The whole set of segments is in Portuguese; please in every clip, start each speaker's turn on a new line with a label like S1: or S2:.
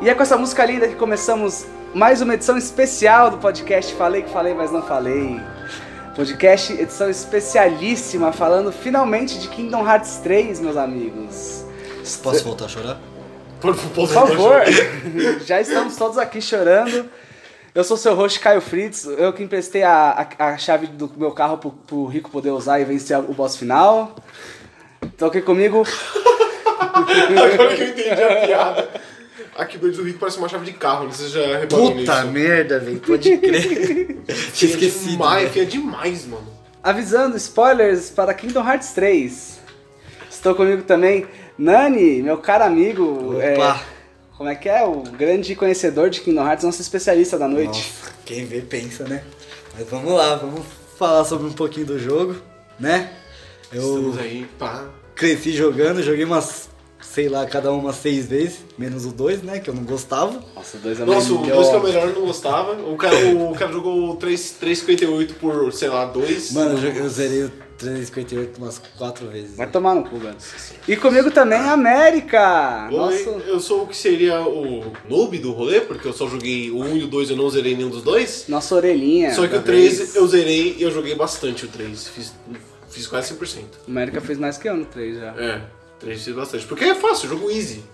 S1: E é com essa música linda que começamos mais uma edição especial do podcast Falei que Falei, mas não falei. Podcast, edição especialíssima, falando finalmente de Kingdom Hearts 3, meus amigos.
S2: Posso voltar a chorar?
S3: Por,
S1: Por favor, já estamos todos aqui chorando. Eu sou seu host, Caio Fritz. Eu que emprestei a, a, a chave do meu carro pro, pro Rico poder usar e vencer o boss final. Tô aqui comigo.
S3: Agora que eu entendi a piada. Aqui do do Rico parece uma chave de carro, não seja reparou nisso.
S2: Puta merda, velho. Pode crer. Tinha
S3: Fia
S2: esquecido. né?
S3: demais,
S2: velho.
S3: fia demais, mano.
S1: Avisando, spoilers para Kingdom Hearts 3. Estou comigo também, Nani, meu caro amigo.
S2: Opa.
S1: é, como é que é? O grande conhecedor de Kingdom Hearts, nosso especialista da noite.
S2: Nossa, quem vê pensa, né? Mas vamos lá, vamos falar sobre um pouquinho do jogo, né? Eu
S3: Estamos aí, pá.
S2: cresci jogando, joguei umas, sei lá, cada uma seis vezes, menos o dois, né? Que eu não gostava.
S1: Nossa, dois é
S3: Nossa, o
S1: melhor.
S3: 2 que é o melhor eu não gostava. O cara, o cara jogou 3 3,58 por, sei lá, 2.
S2: Mano, eu, joguei- eu zerei o 358 umas quatro vezes.
S1: Vai tomar no cu, velho. E comigo também, a América.
S3: Ah. Oi,
S1: Nosso...
S3: eu sou o que seria o noob do rolê, porque eu só joguei o 1 e o 2 eu não zerei nenhum dos dois.
S1: Nossa
S2: É,
S1: orelhinha.
S3: só que
S1: da
S3: o 3
S1: vez.
S3: eu zerei e eu joguei bastante o 3. Fiz, fiz quase 100%.
S1: A América fez mais que eu no 3 já.
S3: É, 3 fiz bastante. Porque é fácil, jogo easy.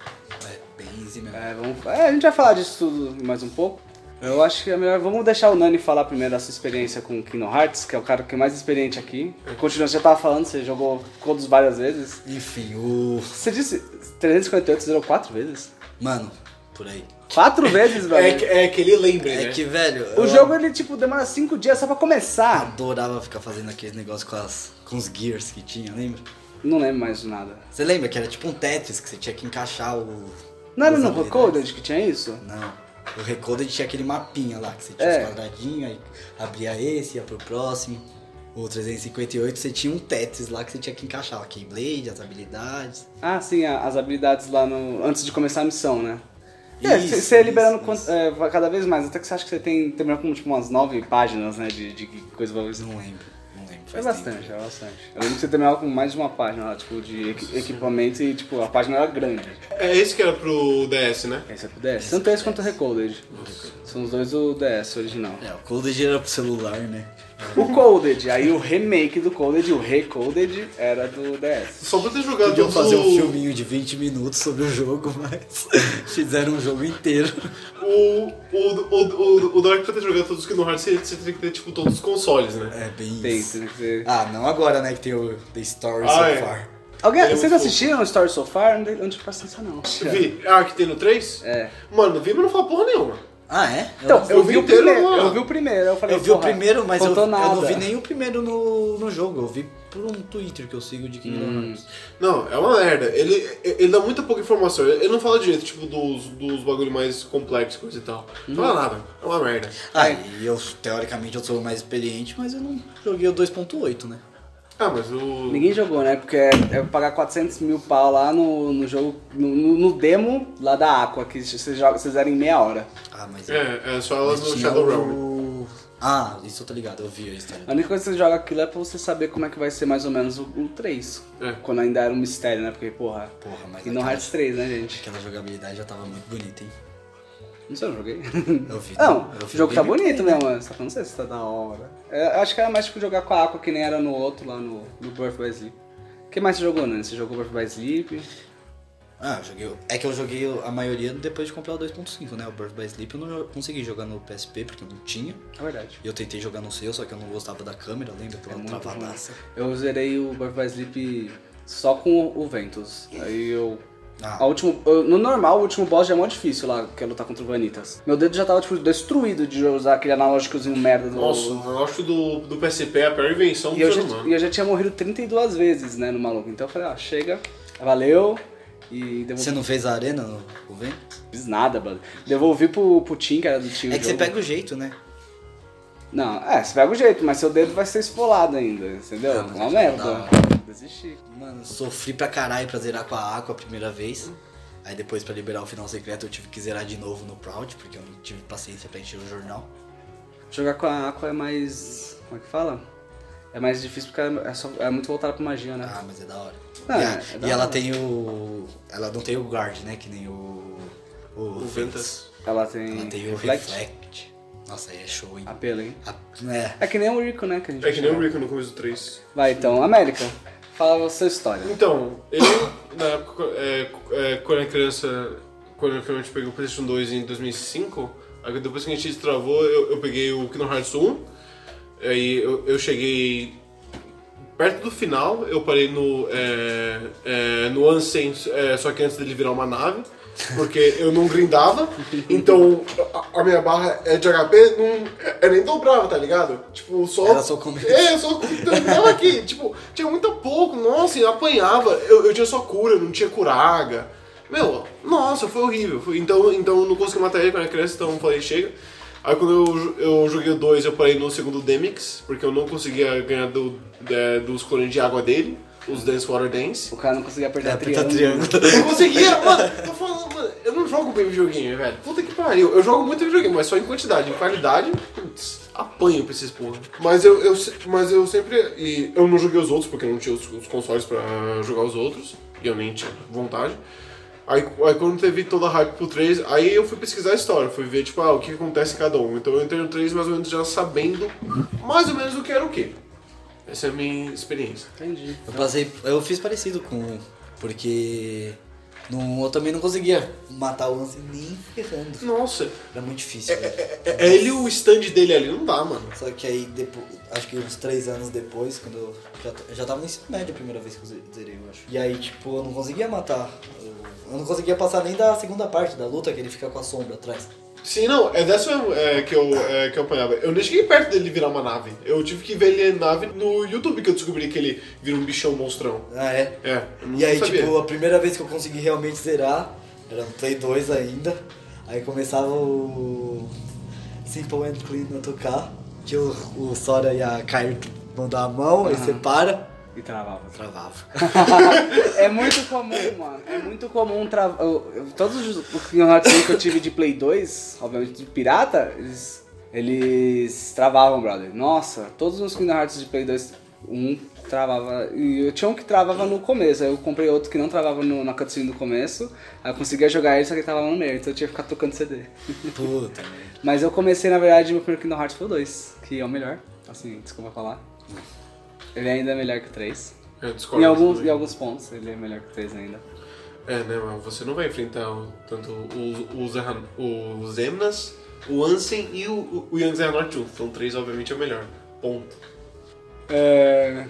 S2: É bem easy mesmo.
S1: É, vamos... é, a gente vai falar disso tudo mais um pouco. Eu acho que é melhor. Vamos deixar o Nani falar primeiro da sua experiência com Kingdom Hearts, que é o cara que é mais experiente aqui. Continua, você já tava falando, você jogou todos várias vezes.
S2: Enfim, o...
S1: Você disse 358 zerou quatro vezes?
S2: Mano, por aí.
S1: Quatro vezes, velho.
S3: É, que- é que ele lembra,
S2: É
S3: né?
S2: que, velho...
S1: O
S2: eu-
S1: jogo ele tipo demora cinco dias só pra começar.
S2: adorava ficar fazendo aqueles negócios com, as- com os gears que tinha, lembra?
S1: Não lembro mais de nada.
S2: Você lembra que era tipo um Tetris que você tinha que encaixar o.
S1: Não era
S2: as
S1: no
S2: habilidades?
S1: Recorded que tinha isso?
S2: Não. O Recoded tinha aquele mapinha lá, que você tinha
S1: É.
S2: os quadradinhos, aí abria esse, ia pro próximo. O 358 você tinha um Tetris lá que você tinha que encaixar a Keyblade, as habilidades.
S1: Ah, sim, a- as habilidades lá no. antes de começar a missão, né? é,
S2: Isso,
S1: você- você é
S2: isso,
S1: liberando
S2: isso.
S1: quant- é, vai cada vez mais, até que você acha que você tem terminou com tipo, umas nove páginas, né? De, de coisa pra
S2: Eu não lembro, não lembro.
S1: É
S2: faz
S1: bastante,
S2: tempo.
S1: é bastante. Eu lembro que você terminava com mais de uma página lá, tipo, de equi- equipamento e, tipo, a página era grande.
S3: É esse que era pro DS, né?
S1: Esse é pro DS. Tanto esse quanto o Recoded. São os dois do DS original.
S2: É, o Coded era pro celular, né?
S1: O Coded, aí o remake do Coded, o Recoded, era do DS.
S3: Só pra ter jogado
S2: Podiam fazer um
S3: o-
S2: filminho de 20 minutos sobre o jogo, mas fizeram um jogo inteiro.
S3: O, o, o, o, o da hora que pra ter jogado todos os Kingdom Hearts, você, você teria que ter, tipo, todos os consoles, né?
S2: É bem
S1: Tem,
S2: isso.
S1: tem que ser.
S2: Ah, não agora, né, que tem o The Story
S3: Ah,
S2: So
S3: é.
S2: Far.
S1: Alguém,
S3: eu
S1: vocês
S3: vou-
S1: assistiram o Story So Far? Não dei- não tive paciência, não.
S3: Vi. Ah, que tem no 3?
S1: É.
S3: Mano, vi, mas não fala porra nenhuma.
S2: Ah, é?
S1: Então,
S2: não-
S1: eu,
S3: eu
S1: vi,
S3: vi
S1: o
S3: inteiro,
S1: primeiro,
S3: mano.
S1: eu vi o primeiro, eu falei,
S2: eu vi o
S1: porra,
S2: primeiro, mas eu,
S1: faltou
S2: eu
S1: nada.
S2: não vi nem o primeiro no, no jogo. Eu vi por um Twitter que eu sigo de Kingdom
S1: Hum.
S2: Hearts.
S3: Não, é uma merda. Ele, ele dá muita pouca informação. Ele não fala direito, tipo, dos, dos bagulho mais complexos coisa e tal. Não fala nada. É uma merda.
S2: Ah, e eu, teoricamente, eu sou o mais experiente, mas eu não joguei o 2.8, né?
S3: Ah, mas o...
S1: Ninguém jogou, né? Porque é, é pagar 400 mil pau lá no, no jogo, no, no- no demo lá da Aqua, que vocês jogam, vocês eram em meia hora.
S2: Ah, mas...
S3: É, é só elas
S2: mas
S3: no
S2: tinha
S3: Shadow
S2: o-
S3: Realm.
S2: Ah, isso eu tô ligado, eu vi a história.
S1: A única coisa que você joga aquilo é pra você saber como é que vai ser mais ou menos o, o 3.
S3: É.
S1: Quando ainda era um mistério, né? Porque, porra.
S2: Porra, mas é
S1: E no
S2: aquela-
S1: Hearts 3, né, gente?
S2: Aquela jogabilidade já tava muito bonita, hein?
S1: Não sei, eu não joguei.
S2: Eu vi.
S1: Não,
S2: eu
S1: o
S2: vi
S1: jogo tá
S2: gameplay,
S1: bonito,
S2: né?
S1: né, mano? Só que eu não sei se tá da hora. É, eu acho que era mais tipo jogar com a Aqua que nem era no outro lá no, no Birth by Sleep. O que mais você jogou, né? Você jogou Birth by Sleep?
S2: Ah, eu joguei. o- É que eu joguei a maioria depois de comprar o 2.5, né? O Birth by Sleep eu não jo- consegui jogar no PSP porque eu não tinha.
S1: É verdade.
S2: Eu tentei jogar no seu, só que eu não gostava da câmera, lembra? Aquela
S1: É muito
S2: travadaça.
S1: Eu zerei o Birth by Sleep só com o Ventus. Aí eu.
S2: Ah.
S1: A último, eu- no normal, o último boss já é mó difícil lá, que é lutar contra o Vanitas. Meu dedo já tava, tipo, destruído de usar aquele analógicozinho merda do.
S3: Nossa, o negócio do, do PSP é a pior invenção
S1: e
S3: do
S1: eu,
S3: ser
S1: já,
S3: humano.
S1: e eu já tinha morrido 32 vezes, né, no maluco. Então eu falei, ó, chega, valeu. E devolvi.
S2: Você não fez a arena no convênio?
S1: Fiz nada, mano. Devolvi pro, pro Tim, que era do time.
S2: É que você pega o jeito, né?
S1: Não, é, você pega o jeito, mas seu dedo vai ser esfolado ainda, entendeu?
S2: Ah, mas
S1: Uma
S2: acho que
S1: merda.
S2: dá.
S1: Desisti.
S2: Mano, sofri pra caralho pra zerar com a Aqua a primeira vez. Aí depois pra liberar o final secreto eu tive que zerar de novo no Proud, porque eu não tive paciência pra encher o jornal.
S1: Jogar com a Aqua é mais. Como é que fala? É mais difícil porque ela é, só- é muito voltada pra magia, né?
S2: Ah, mas é da hora.
S1: Ah,
S2: e
S1: é
S2: a-
S1: da
S2: e
S1: hora.
S2: ela tem o. Ela não tem o guard, né? Que nem o. O,
S3: O Ventas.
S1: Ela tem.
S2: Ela tem um o
S1: reflect.
S2: reflect. Nossa, aí é show, hein?
S1: Apelo, hein?
S2: A- né?
S1: É que nem o Rico, né? Que a gente
S3: É que nem o
S1: chama.
S3: Rico no começo do 3.
S1: Vai então, América, fala a sua história.
S3: Então, eu, na época, é, é, quando era criança, quando eu finalmente peguei o PlayStation 2 em 2005, aí depois que a gente destravou, eu, eu peguei o Kingdom Hearts 1, aí eu, eu cheguei perto do final, eu parei no, é, é, no Ansem, é, só que antes dele virar uma nave, porque eu não grindava, então a, a minha barra é de HP não, é, nem dobrava, tá ligado? Tipo, só...
S2: Era só comer.
S3: É, eu só terminava aqui. Tipo, tinha muito pouco. Nossa, eu apanhava. Eu, eu tinha só cura, não tinha curaga. Meu, nossa, foi horrível. Foi- então, então eu não consegui matar ele quando era criança, então eu falei, chega. Aí quando eu, jo- eu joguei o 2, eu parei no segundo Demix, porque eu não conseguia ganhar do- é, dos clones de água dele, os Dance Water Dance.
S1: O cara não conseguia apertar
S2: É,
S1: a
S2: apertar
S1: triângulo.
S2: triângulo.
S3: Eu não conseguia, mano, tô falando, mano, eu não jogo bem videogame, velho. Puta que pariu. Eu jogo muito videogame, mas só em quantidade. Em qualidade, putz, apanho pra esses porra. Mas eu, eu, se- mas eu sempre. E eu não joguei os outros, porque eu não tinha os, os consoles pra jogar os outros. E eu nem tinha vontade. Aí, aí quando teve toda a hype pro 3, aí eu fui pesquisar a história, fui ver, tipo, ah, o que acontece em cada um. Então eu entrei no 3 mais ou menos já sabendo mais ou menos o que era o quê. Essa é a minha experiência.
S1: Entendi.
S2: Eu passei. Eu fiz parecido com um, porque. Não, eu também não conseguia matar o Ansem nem ferrando.
S3: Nossa,
S2: Era muito difícil, velho.
S3: é ele e o stand dele ali, não dá, mano.
S2: Só que aí, depois, acho que uns três anos depois, quando eu já, t- eu já tava no ensino médio a primeira vez que eu ze- zerei, eu acho. E aí, tipo, eu não conseguia matar. Eu, eu não conseguia passar nem da segunda parte da luta, que ele fica com a sombra atrás.
S3: Sim, não, é dessa mesmo, é, que, eu, é, que eu apanhava. Eu nem cheguei perto dele virar uma nave. Eu tive que ver ele nave no YouTube que eu descobri que ele vira um bichão monstrão.
S2: Ah, é?
S3: É, eu não
S2: E aí,
S3: sabia.
S2: tipo, a primeira vez que eu consegui realmente zerar, era no Play 2 ainda. Aí começava o Simple and Clean a tocar, que o, o Sora e a Kairi vão dar a mão, aí você para,
S1: E travava.
S2: travava.
S1: É muito comum, mano. É muito comum travar. Todos os os Kingdom Hearts 1 que eu tive de Play 2, obviamente de pirata, eles, eles travavam, brother. Nossa, todos os Kingdom Hearts de Play 2, um travava. E eu tinha um que travava no começo, aí eu comprei outro que não travava no- na cutscene do começo, aí eu conseguia jogar ele, só que ele travava no meio, então eu tinha que ficar tocando CD.
S2: Puta, velho.
S1: Mas eu comecei, na verdade, meu primeiro Kingdom Hearts foi o 2, que é o melhor, assim, desculpa falar. Ele ainda é melhor que o 3.
S3: Eu discordo.
S1: Em alguns,
S3: também.
S1: em alguns pontos, ele é melhor que o 3 ainda.
S3: É, né, mas você não vai enfrentar o- tanto o, o, Zerran, o Zemnas, o Ansem e o, o, o Young Zerhanort juntos. Então, três, obviamente, é o melhor. Ponto.
S1: É,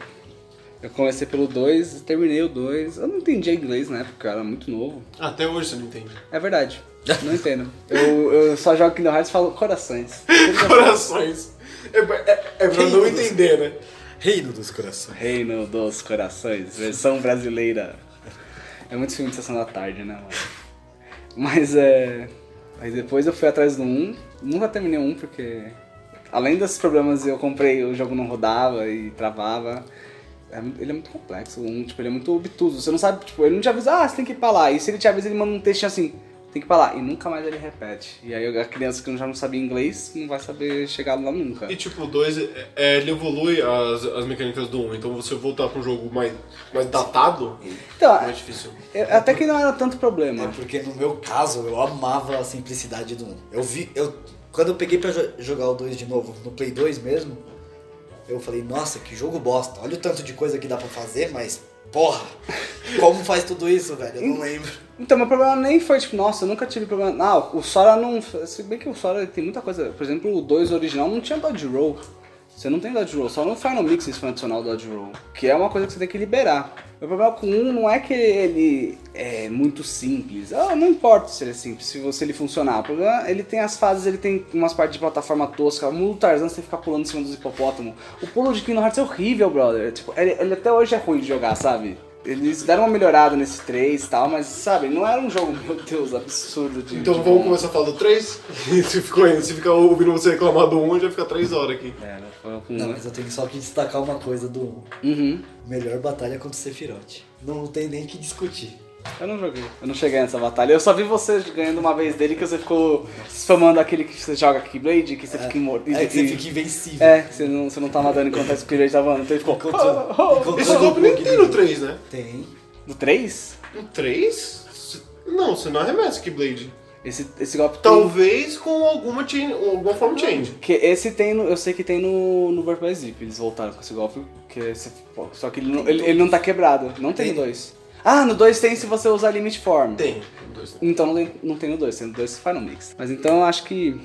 S1: Eu comecei pelo 2, terminei o 2. Eu não entendia inglês na época, eu era muito novo.
S3: Até hoje você não entende.
S1: É verdade, não entendo. Eu, eu só jogo Kingdom Hearts e falo corações.
S3: Corações. É, é, é pra
S2: Quem
S3: não
S2: usa?
S3: entender, né?
S2: Reino dos corações.
S1: Reino dos Corações, versão brasileira. É muito filme de sessão da tarde, né, mano? Mas é. Aí depois eu fui atrás do 1, nunca terminei o 1 porque. Além desses problemas, eu comprei, o jogo não rodava e travava. É mu- Ele é muito complexo, o 1, tipo, ele é muito obtuso. Você não sabe, tipo, ele não te avisa, ah, você tem que ir pra lá. E se ele te avisa, ele manda um texto assim, tem que ir pra lá. E nunca mais ele repete. E aí a criança que já não sabia inglês não vai saber chegar lá nunca.
S3: E tipo, o 2, é, ele evolui as, as mecânicas do 1, um, então você voltar pra um jogo mais, mais datado
S1: Então,
S3: é mais difícil.
S1: eu- até que não era tanto
S2: É
S1: problema.
S2: porque no meu caso eu amava a simplicidade do 1. Eu vi. Eu, quando eu peguei pra jo- jogar o 2 de novo, no Play 2 mesmo, eu falei, nossa, que jogo bosta. Olha o tanto de coisa que dá pra fazer, mas porra! Como faz tudo isso, velho? Eu não lembro.
S1: Então, meu problema nem foi, tipo, nossa, eu nunca tive problema. Ah, o Sora não. Se bem que o Sora tem muita coisa. Por exemplo, o 2 original não tinha Dodge Roll. Você não tem Dodge Roll, só no Final Mix isso foi adicional Dodge Roll. Que é uma coisa que você tem que liberar. Meu problema com um não é que ele é muito simples. Ah, não importa se ele é simples, se você ele funcionar. O problema é ele tem as fases, ele tem umas partes de plataforma tosca. O Tarzan você tem que ficar pulando em cima dos hipopótamos. O pulo de Kingdom Hearts é horrível, brother. Tipo, ele- ele até hoje é ruim de jogar, sabe? Eles deram uma melhorada nesse 3 e tal, mas sabe, não era um jogo, meu Deus, absurdo de.
S3: Então
S1: de
S3: vamos
S1: bom.
S3: começar a falar do 3? se, ficou- se ficar ouvindo você reclamar do 1, um, já fica 3 horas aqui.
S1: É, né, foi com-
S2: Não, mas eu tenho só que destacar uma coisa do 1.
S1: Uhum.
S2: Melhor batalha contra o Sephiroth. Não tem nem que discutir.
S1: Eu não joguei. Eu não cheguei nessa batalha. Eu só vi você ganhando uma vez dele que você ficou spamando aquele que você joga Keyblade, que você fica imortal.
S2: É que você fica invencível.
S1: É, que você não, você não tava dando enquanto esse Keyblade tava andando. Então ele ficou.
S2: Enquanto- enquanto
S3: Esse
S2: eu
S3: é um golpe
S2: dou
S3: nem tem no 3, né?
S2: Tem.
S1: Do 3?
S3: No 3? Não, você não arremessa Keyblade.
S1: Esse, esse golpe
S2: Então
S1: tem.
S3: Talvez com alguma, change, alguma forma change.
S1: Que esse tem no, eu sei que tem no, no Bird by Zip, eles voltaram com esse golpe. Que esse, pô, só que ele não, ele, ele não tá quebrado. Não tem no
S2: Tem.
S1: 2. Ah, no 2 tem se você usar Limit Form.
S3: Tem. no dois, né?
S1: Então não tem, não tem no 2, tem no 2 você faz no mix. Mas então eu acho que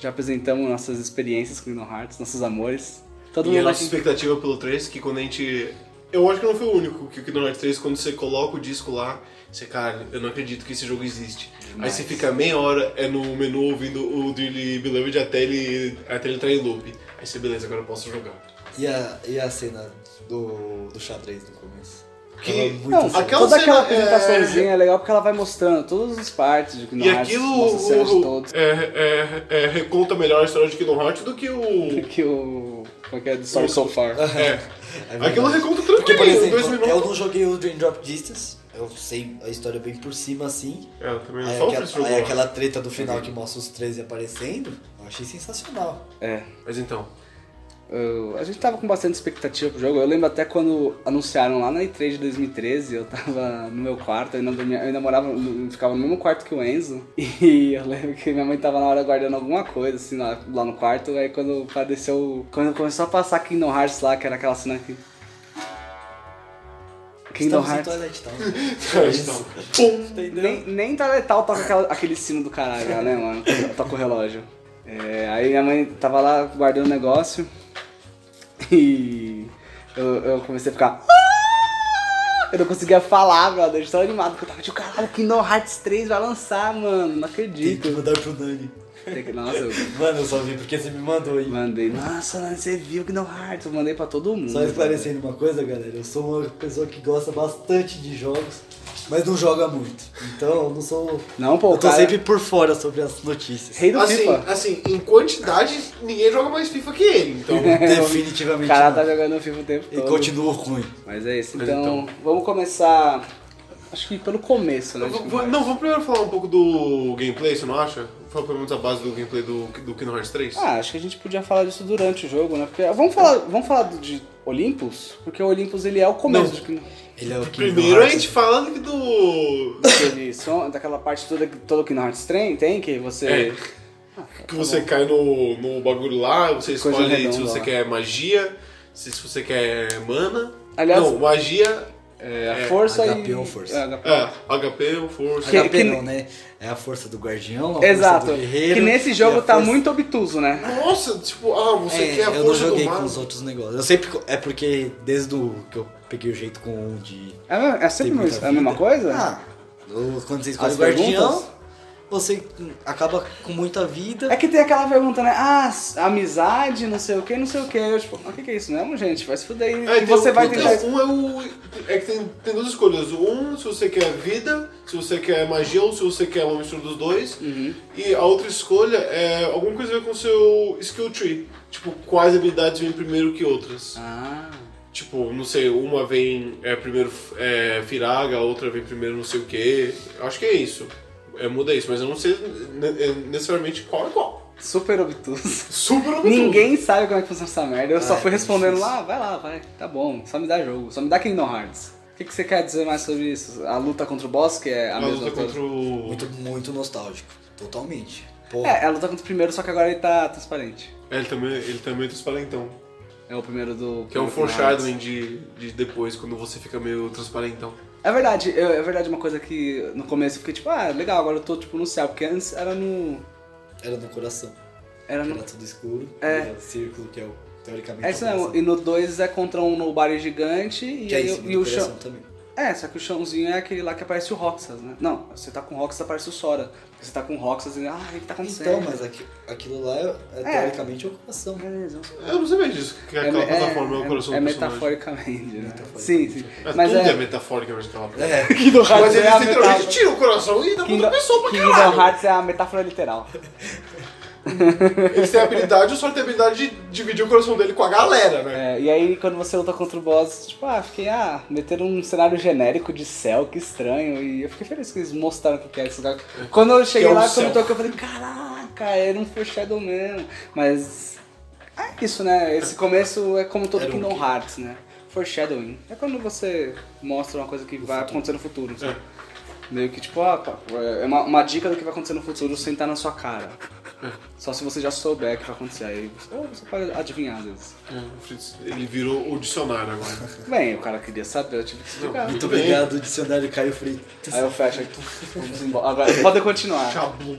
S1: já apresentamos nossas experiências com Kingdom Hearts, nossos amores. Todo
S3: E a
S1: mundo
S3: nossa
S1: aqui.
S3: expectativa pelo 3, que quando a gente. Eu acho que eu não fui o único que o Kingdom Hearts 3, quando você coloca o disco lá, você, cara, eu não acredito que esse jogo existe. Aí você fica meia hora é no menu ouvindo o Dearly Beloved até ele, até ele entrar em loop. Aí você, beleza, agora eu posso jogar.
S2: E a, e a cena do, do xadrez no começo?
S3: Que-
S2: Tava muito
S1: Não,
S2: assim.
S3: aquela
S1: toda aquela
S3: cena, é-
S1: apresentaçãozinha é legal porque ela vai mostrando todas as partes de Kingdom
S3: e
S1: Hearts,
S3: aquilo
S1: nossas cenas de
S3: o-
S1: todos.
S3: é, é- é- reconta melhor a história de Kingdom Hearts do que o.
S1: Que o. Como é que é? The Story So Far.
S3: É.
S2: verdade.
S3: aquilo reconta
S2: Porque, por
S3: tranquilo, em
S2: exemplo,
S3: dois
S2: eu
S3: minutos.
S2: não joguei o Dream Drop Distance. Eu sei a história bem por cima, assim.
S3: É, eu também
S2: Aí
S3: não falo pra esse
S2: aquela, aí é
S3: jogo.
S2: aquela treta do final que mostra os 13 aparecendo, eu achei sensacional.
S1: É.
S3: Mas então,
S1: Eu- a gente tava com bastante expectativa pro jogo. Eu lembro até quando anunciaram lá na E3 de 2013, eu tava no meu quarto, eu ainda, dormia- eu ainda morava, no- ficava no mesmo quarto que o Enzo. E eu lembro que minha mãe tava na hora guardando alguma coisa, assim, lá, lá no quarto. Aí quando apareceu. Quando começou a passar Kingdom Hearts lá, que era aquela cena que. Kingdom
S2: Estamos
S1: Hearts.
S2: em Twilight Town.
S3: então. Pum!
S1: Nem, nem tá letal toca aquela- aquele sino do caralho, lá, né, mano? Toca o relógio. É, aí minha mãe tava lá guardando o negócio e eu, eu comecei a ficar. "Ah!" Eu não conseguia falar, brother, de tão animado, porque eu tava tipo, caralho, Kingdom Hearts 3 vai lançar, mano, não
S2: Tem que
S1: acredito.
S2: mandar pro Nani.
S1: Tem que- Nossa, eu
S2: Mano, eu só vi porque você me mandou aí.
S1: mandei, nossa, mano, você viu Kingdom Hearts, eu mandei pra todo mundo.
S2: Só esclarecendo uma coisa, galera, eu sou uma pessoa que gosta bastante de jogos, mas não joga muito. Então eu não sou.
S1: Não, pô,
S2: eu tô
S1: cara-
S2: sempre por fora sobre as notícias.
S1: Rei do
S3: Assim,
S1: FIFA.
S3: assim, em quantidade, ninguém joga mais FIFA que ele, então.
S1: O
S2: Definitivamente.
S1: cara tá
S2: não.
S1: jogando FIFA o tempo
S2: E
S1: todo.
S2: continuo ruim.
S1: Mas é isso,
S3: Mas
S1: então, vamos começar. Acho que pelo
S2: É
S1: começo, né?
S3: V-
S1: de
S3: v-
S1: conversa.
S3: Não, vamos primeiro falar um pouco do gameplay, você não acha? Falar pelo menos a base do gameplay do, do Kingdom Hearts 3?
S1: Ah, acho que a gente podia falar disso durante o jogo, né? Porque vamos falar, vamos falar do- de Olympus, porque o Olympus ele é o começo
S3: Não.
S1: de que-
S2: Ele é o que
S3: Primeiro a gente fala do- do.
S1: daquele som, Então, daquela parte toda que todo Kingdom Hearts tem, tem que você
S3: É. que você cai no, no bagulho lá,
S1: Coisa
S3: você escolhe se
S1: redonda
S3: você
S1: lá.
S3: quer magia, se, se você quer mana.
S1: Aliás-
S3: não, magia é.
S1: a força
S2: HP
S1: e
S2: ou força.
S1: É, HP.
S3: É, HP ou força.
S1: Que-
S2: HP
S1: que-
S2: não, né? É a força do guardião, a
S1: Exato.
S2: força do guerreiro.
S1: Que nesse
S2: e
S1: jogo
S2: a
S1: tá
S2: força-
S1: muito obtuso, né?
S3: Nossa, tipo, ah, você
S2: É,
S3: quer a
S2: eu não
S3: força do
S2: joguei
S3: mar.
S2: com os outros negócios. Eu sempre. co- É porque desde o que eu peguei o jeito com o um de.
S1: É, é sempre
S2: Tem muita
S1: mesmo- é a mesma
S2: vida.
S1: coisa?
S2: Ah, o- quando você escolhe
S1: As
S2: o guardião,
S1: perguntas?
S2: você acaba com muita vida.
S1: É que tem aquela pergunta, né? Ah, s- amizade, não sei o que, não sei o que. Eu, tipo, ah, o que, que é isso mesmo, gente? Vai se fuder aí.
S3: É,
S1: e
S3: tem
S1: você
S3: um-
S1: vai
S3: tem-
S1: tentar.
S3: Um é o. É que tem, tem duas escolhas. Um, se você quer vida, se você quer magia ou se você quer uma mistura dos dois. E a outra escolha é alguma coisa a ver com o seu skill tree. Tipo, quais habilidades vêm primeiro que outras.
S1: Ah.
S3: Tipo, não sei, uma vem é, primeiro é, Firaga, a outra vem primeiro não sei o que. Acho que é isso. É, muda isso, mas eu não sei ne- ne- necessariamente qual é qual.
S1: Super obtuso.
S3: Super obtuso.
S1: Ninguém sabe como é que funciona essa merda. Eu só
S2: Ah,
S1: fui
S2: é
S1: respondendo
S2: difícil.
S1: lá, vai lá, vai, tá bom, só me dá jogo, só me dá Kingdom Hearts. O que, que você quer dizer mais sobre isso? A luta contra o boss, que é a,
S3: A
S1: mesma
S3: luta
S1: coisa?
S3: contra o.
S2: Muito, muito nostálgico. Totalmente. Pô,
S1: É, é a luta contra o primeiro, só que agora ele tá transparente.
S3: É, Ele também, ele também é transparentão.
S1: É o primeiro do.
S3: Que é um
S1: do Kingdom Hearts.
S3: foreshadowing de, de depois, quando você fica meio transparentão.
S1: É verdade, eu- é verdade uma coisa que no começo eu fiquei tipo, ah, legal, agora eu tô tipo no céu, porque antes era no.
S2: era no coração.
S1: Era no.
S2: Era tudo escuro.
S1: É.
S2: Era o círculo que é o, teoricamente
S1: É
S2: o
S1: isso mesmo,
S2: coração,
S1: e no 2 é contra um nobody gigante e,
S2: Que é
S1: aí,
S2: isso,
S1: e o chão.
S2: coração também.
S1: É, só que o chãozinho é aquele lá que aparece o Roxas, né? Não, você tá com o Roxas, aparece o Sora. Porque você tá com o Roxas e, ah, o que que tá acontecendo?
S2: Então, mas aqui- aquilo lá é, é
S1: É.
S2: teoricamente o coração.
S1: Beleza.
S3: É, Eu não sabia disso, que aquela plataforma é, o coração
S1: é
S3: do personagem.
S1: metaforicamente, né? Sim, sim.
S3: Mas,
S1: Mas
S3: tudo é,
S1: é...
S3: metaforicamente aquela plataforma.
S2: É.
S1: Kingdom
S3: Mas eles
S1: a
S3: literalmente
S1: metáfora-
S3: tiram o coração e dá pra outra
S1: Kingdom,
S3: pessoa pra
S1: Kingdom
S3: caralho.
S1: Hearts é a metáfora literal.
S3: Eles têm a habilidade, o Sora tem a habilidade de dividir o coração dele com a galera, né?
S1: É, e aí quando você luta contra o boss, tipo, ah, fiquei, ah, meteram um cenário genérico de céu, que estranho. E eu fiquei feliz que eles mostraram o que que era esse lugar. Quando eu cheguei
S2: Que é um
S1: lá, quando
S2: céu.
S1: eu toquei, eu falei, caraca, era um foreshadow mesmo. Mas é isso, né? Esse começo é como todo
S2: Era um
S1: Kingdom
S2: quê?
S1: Hearts, né? Foreshadowing. É quando você mostra uma coisa que vai acontecer no futuro.
S2: É.
S1: sabe? Meio que tipo, ah, pá, é uma, uma dica do que vai acontecer no futuro sem estar na sua cara.
S2: É.
S1: Só se você já souber o que vai acontecer. Aí você, ou você pode adivinhar às vezes.
S3: É, o Fritz, Ele virou o dicionário agora.
S1: Bem, o cara queria saber, eu tive que explicar.
S2: Muito obrigado, dicionário Caio Freitas.
S1: Aí eu fecho aqui. Vamos embora. Agora, podem continuar.
S3: Chablum.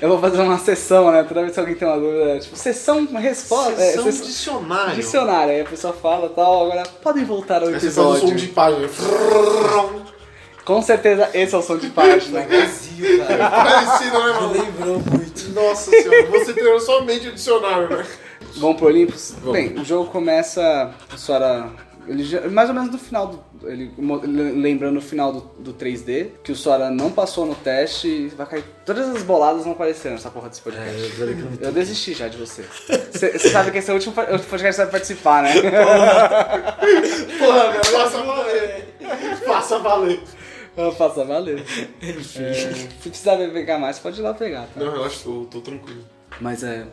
S1: Eu vou fazer uma sessão, né? Toda vez que alguém tem uma dúvida, tipo, sessão, resposta.
S3: Sessão
S1: é, sessão
S3: dicionário.
S1: dicionário. Aí a pessoa fala e tal. Agora, podem voltar ao
S3: Aí você faz o
S1: episódio.
S3: é um som de página. né?
S1: Com certeza, esse é o som de página.
S2: Vazio, cara.
S3: Parecido, né,
S2: Me
S3: mano?
S2: lembrou muito.
S3: Nossa senhora, você treinou somente o dicionário, né?
S1: Vamos pro Olympus?
S3: Vamos.
S1: Bem, o jogo começa. A Sora. Ele já- mais ou menos no final do. Ele mo- le- lembrando o final do, do 3D, que o Sora não passou no teste e vai cair. Todas as boladas vão aparecendo nessa porra desse podcast.
S3: É,
S1: Eu desisti já de você. Você você sabe que esse é o último po- último podcast que você vai participar, né?
S3: Porra, velho, passa a valer. Passa a valer.
S1: Eu faço, valeu. É, se precisar pegar mais, pode ir lá pegar, tá?
S3: Não, relaxa, tô, tô tranquilo.
S1: Mas é.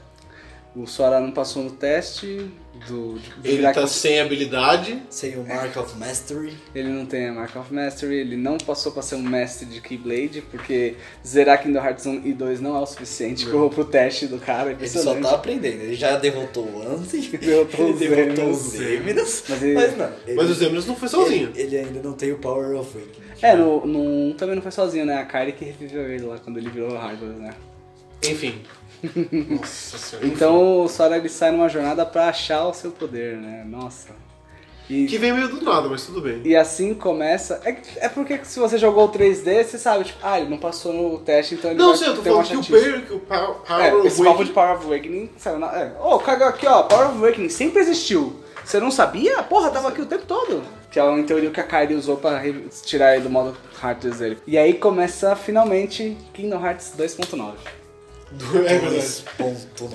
S1: O Sora não passou no teste do. de
S3: Ele
S1: virar-
S3: tá sem habilidade.
S2: Sem o Mark of Mastery.
S1: Ele não tem a Mark of Mastery, ele não passou pra ser um mestre de Keyblade, porque zerar Kingdom Hearts 1 e 2 não é o suficiente pro, pro teste do cara. é
S2: Ele só tá
S1: impressionante.
S2: aprendendo. Ele já derrotou o Anzi,
S1: Derrotou os
S2: ele derrotou
S1: Zeminas.
S2: os Zeminas,
S1: Mas ele-
S2: mas não. Ele,
S3: tá- Mas o Zemlus não foi sozinho.
S2: Ele, ele ainda não tem o Power of Awakening.
S1: É, no, no 1 também não foi sozinho, né? A Kairi que reviveu ele lá quando ele virou hardware, né?
S3: Enfim. Nossa senhora.
S1: Então o Sora ele sai numa jornada pra achar o seu poder, né? Nossa. E,
S3: Que vem meio do nada, mas tudo bem.
S1: e assim começa. É, que- é porque se você jogou o 3D, você sabe, tipo, ah, ele não passou no teste, então ele
S3: Não,
S1: vai
S3: sei, eu tô
S1: ter uma
S3: falando que o
S1: chatice.
S3: Bear, que o Power
S1: É, esse papo de
S3: Awakening-
S1: Power of Awakening saiu na. É. Ô, cagou aqui, ó. Power of Awakening sempre existiu. Você não sabia? Porra, tava aqui o tempo todo. Que é, em teoria, o que a Kairi usou pra re- tirar ele do modo Heartless dele. E aí começa, finalmente, Kingdom Hearts 2.9.
S3: É verdade.
S2: 2.9.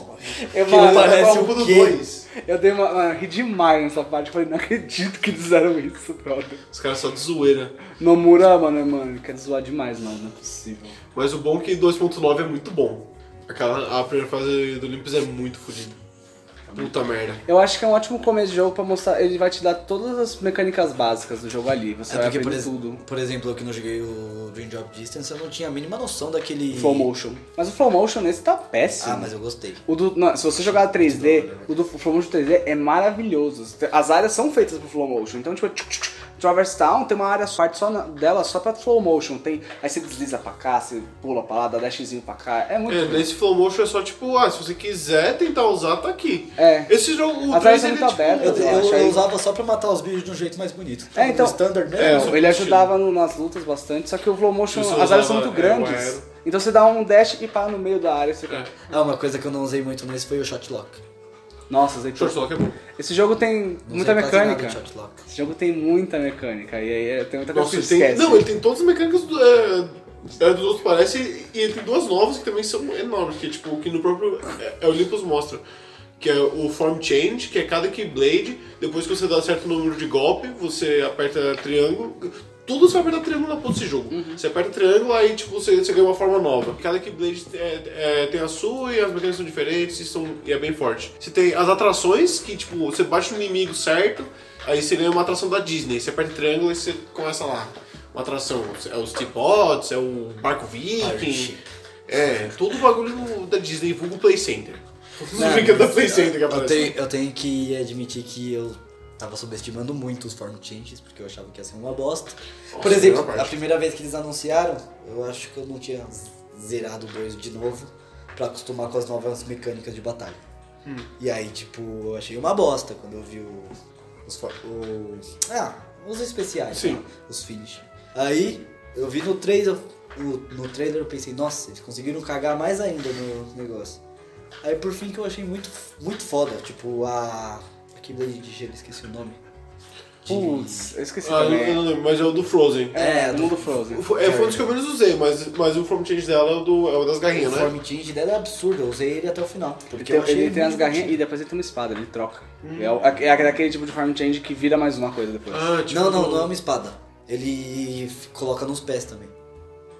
S1: Eu,
S2: Que
S1: mano,
S2: parece
S1: eu-
S2: um
S3: Grupo do
S2: quê?
S3: dois.
S1: eu dei uma. Mano, eu ri demais nessa parte. Eu Falei, não acredito que fizeram isso, brother.
S3: Os caras só de zoeira.
S1: Nomura, mano, mano, ele quer zoar demais, mano. Não é possível.
S3: Mas o bom é que 2.9 é muito bom. Aquela, a primeira fase do Olympus é muito fodida. Puta merda.
S1: Eu acho que é um ótimo começo de jogo pra mostrar. Ele vai te dar todas as mecânicas básicas do jogo ali. Você
S2: É
S1: vai
S2: porque, por,
S1: aprender
S2: ex-
S1: tudo.
S2: por exemplo, eu que não joguei o Dream Drop Distance, eu não tinha a mínima noção daquele...
S1: Flow Motion. Mas o Flow Motion nesse tá péssimo.
S2: Ah, mas eu né? gostei.
S1: O do, não, se você jogar 3D, o do Flow Motion 3D é maravilhoso. As áreas são feitas pro Flow Motion. Então, tipo, tchuc, tchuc, Traverse Town tem uma área só, parte só na- dela só pra Flow Motion. Tem, aí você desliza pra cá, você pula pra lá, dá dashzinho pra cá. É muito.
S3: É, nesse Flow Motion é só tipo, ah, se você quiser tentar usar, tá aqui.
S1: É.
S3: Esse jogo, o
S1: A
S3: 3
S1: tela é
S3: ele
S1: muito
S3: tipo,
S1: aberta.
S2: Eu,
S1: Eu
S2: eu-
S1: acho
S2: eu
S1: aí-
S2: usava só pra matar os bichos de um jeito mais bonito.
S1: É, então-
S2: O standard mesmo.
S3: É, eu sou
S1: Não, ele
S3: muito
S1: ajudava no- nas lutas bastante, só que o Flow Motion,
S3: Isso
S1: as áreas são muito
S3: usava, é, o
S1: grandes.
S3: aero.
S1: Então você dá um dash e pá no meio da área. Você...
S3: É.
S2: Ah, uma coisa que eu não usei muito nesse foi o Shotlock.
S1: Nossa, Zé,
S3: Short Lock é bom.
S1: esse jogo tem
S2: Não
S1: muita
S2: usei quase nada
S1: mecânica.
S2: de Shotlock.
S1: Esse jogo tem muita mecânica. E aí é- tem muita coisa
S3: Nossa,
S1: que
S3: ele
S1: você
S3: tem.
S1: esquece.
S3: Não, ele tem todas as mecânicas do, é, é, dos outros, parece, e ele tem duas novas que também são enormes, que é tipo, que no próprio é, é, Olympus mostra. Que é o Form Change, que é cada Keyblade, depois que você dá certo número de golpe, você aperta triângulo. Tudo você aperta triângulo na ponta desse jogo. Você aperta triângulo, aí tipo, você, você ganha uma forma nova. Cada Keyblade é, é, tem a sua e as mecânicas são diferentes e, são, e é bem forte. Você tem as atrações, que tipo, você bate no inimigo certo, Aí você ganha uma atração da Disney. Você aperta o triângulo e você começa lá. Uma atração. É os T-Pods, é o Barco Viking.
S2: Irish.
S3: É, todo o bagulho do- da Disney, vulgo Play Center. Os
S1: Não,
S3: brinquedos da Play Center que
S2: Eu
S3: aparece. né?
S2: tenho, eu tenho que admitir que eu tava subestimando muito os form changes, porque eu achava que ia ser uma bosta.
S3: Nossa,
S2: Por exemplo,
S3: melhor parte.
S2: a primeira vez que eles anunciaram, eu acho que eu não tinha zerado o 2 de novo pra acostumar com as novas mecânicas de batalha.
S3: Hum.
S2: E aí, tipo, eu achei uma bosta quando eu vi o, os, for- os- ah, os especiais,
S3: Sim.
S2: né? os finish. Aí, eu vi no 3, eu- no, no trailer eu pensei, nossa, eles conseguiram cagar mais ainda no negócio. Aí por fim que eu achei muito, muito foda, tipo, a... Que de gelo, esqueci o nome.
S1: Putz, eu esqueci
S3: Ah, eu, eu
S1: também.
S3: não lembro, mas é o do Frozen.
S1: É, do mundo Frozen.
S3: O fo- É, foi um dos que eu menos usei, mas, mas o form change dela é o, do, é o das
S2: O
S3: garrinhas, né?
S2: form change dela é absurdo, eu usei ele até o final. Porque
S1: Ele tem,
S2: eu achei
S1: ele tem as
S2: muito
S1: garrinhas
S2: divertido.
S1: e depois ele tem uma espada, ele troca. É, o- é aquele tipo de farm change que vira mais uma coisa depois.
S3: Ah, tipo,
S2: Não, não, não é uma espada. Ele f- coloca nos pés também.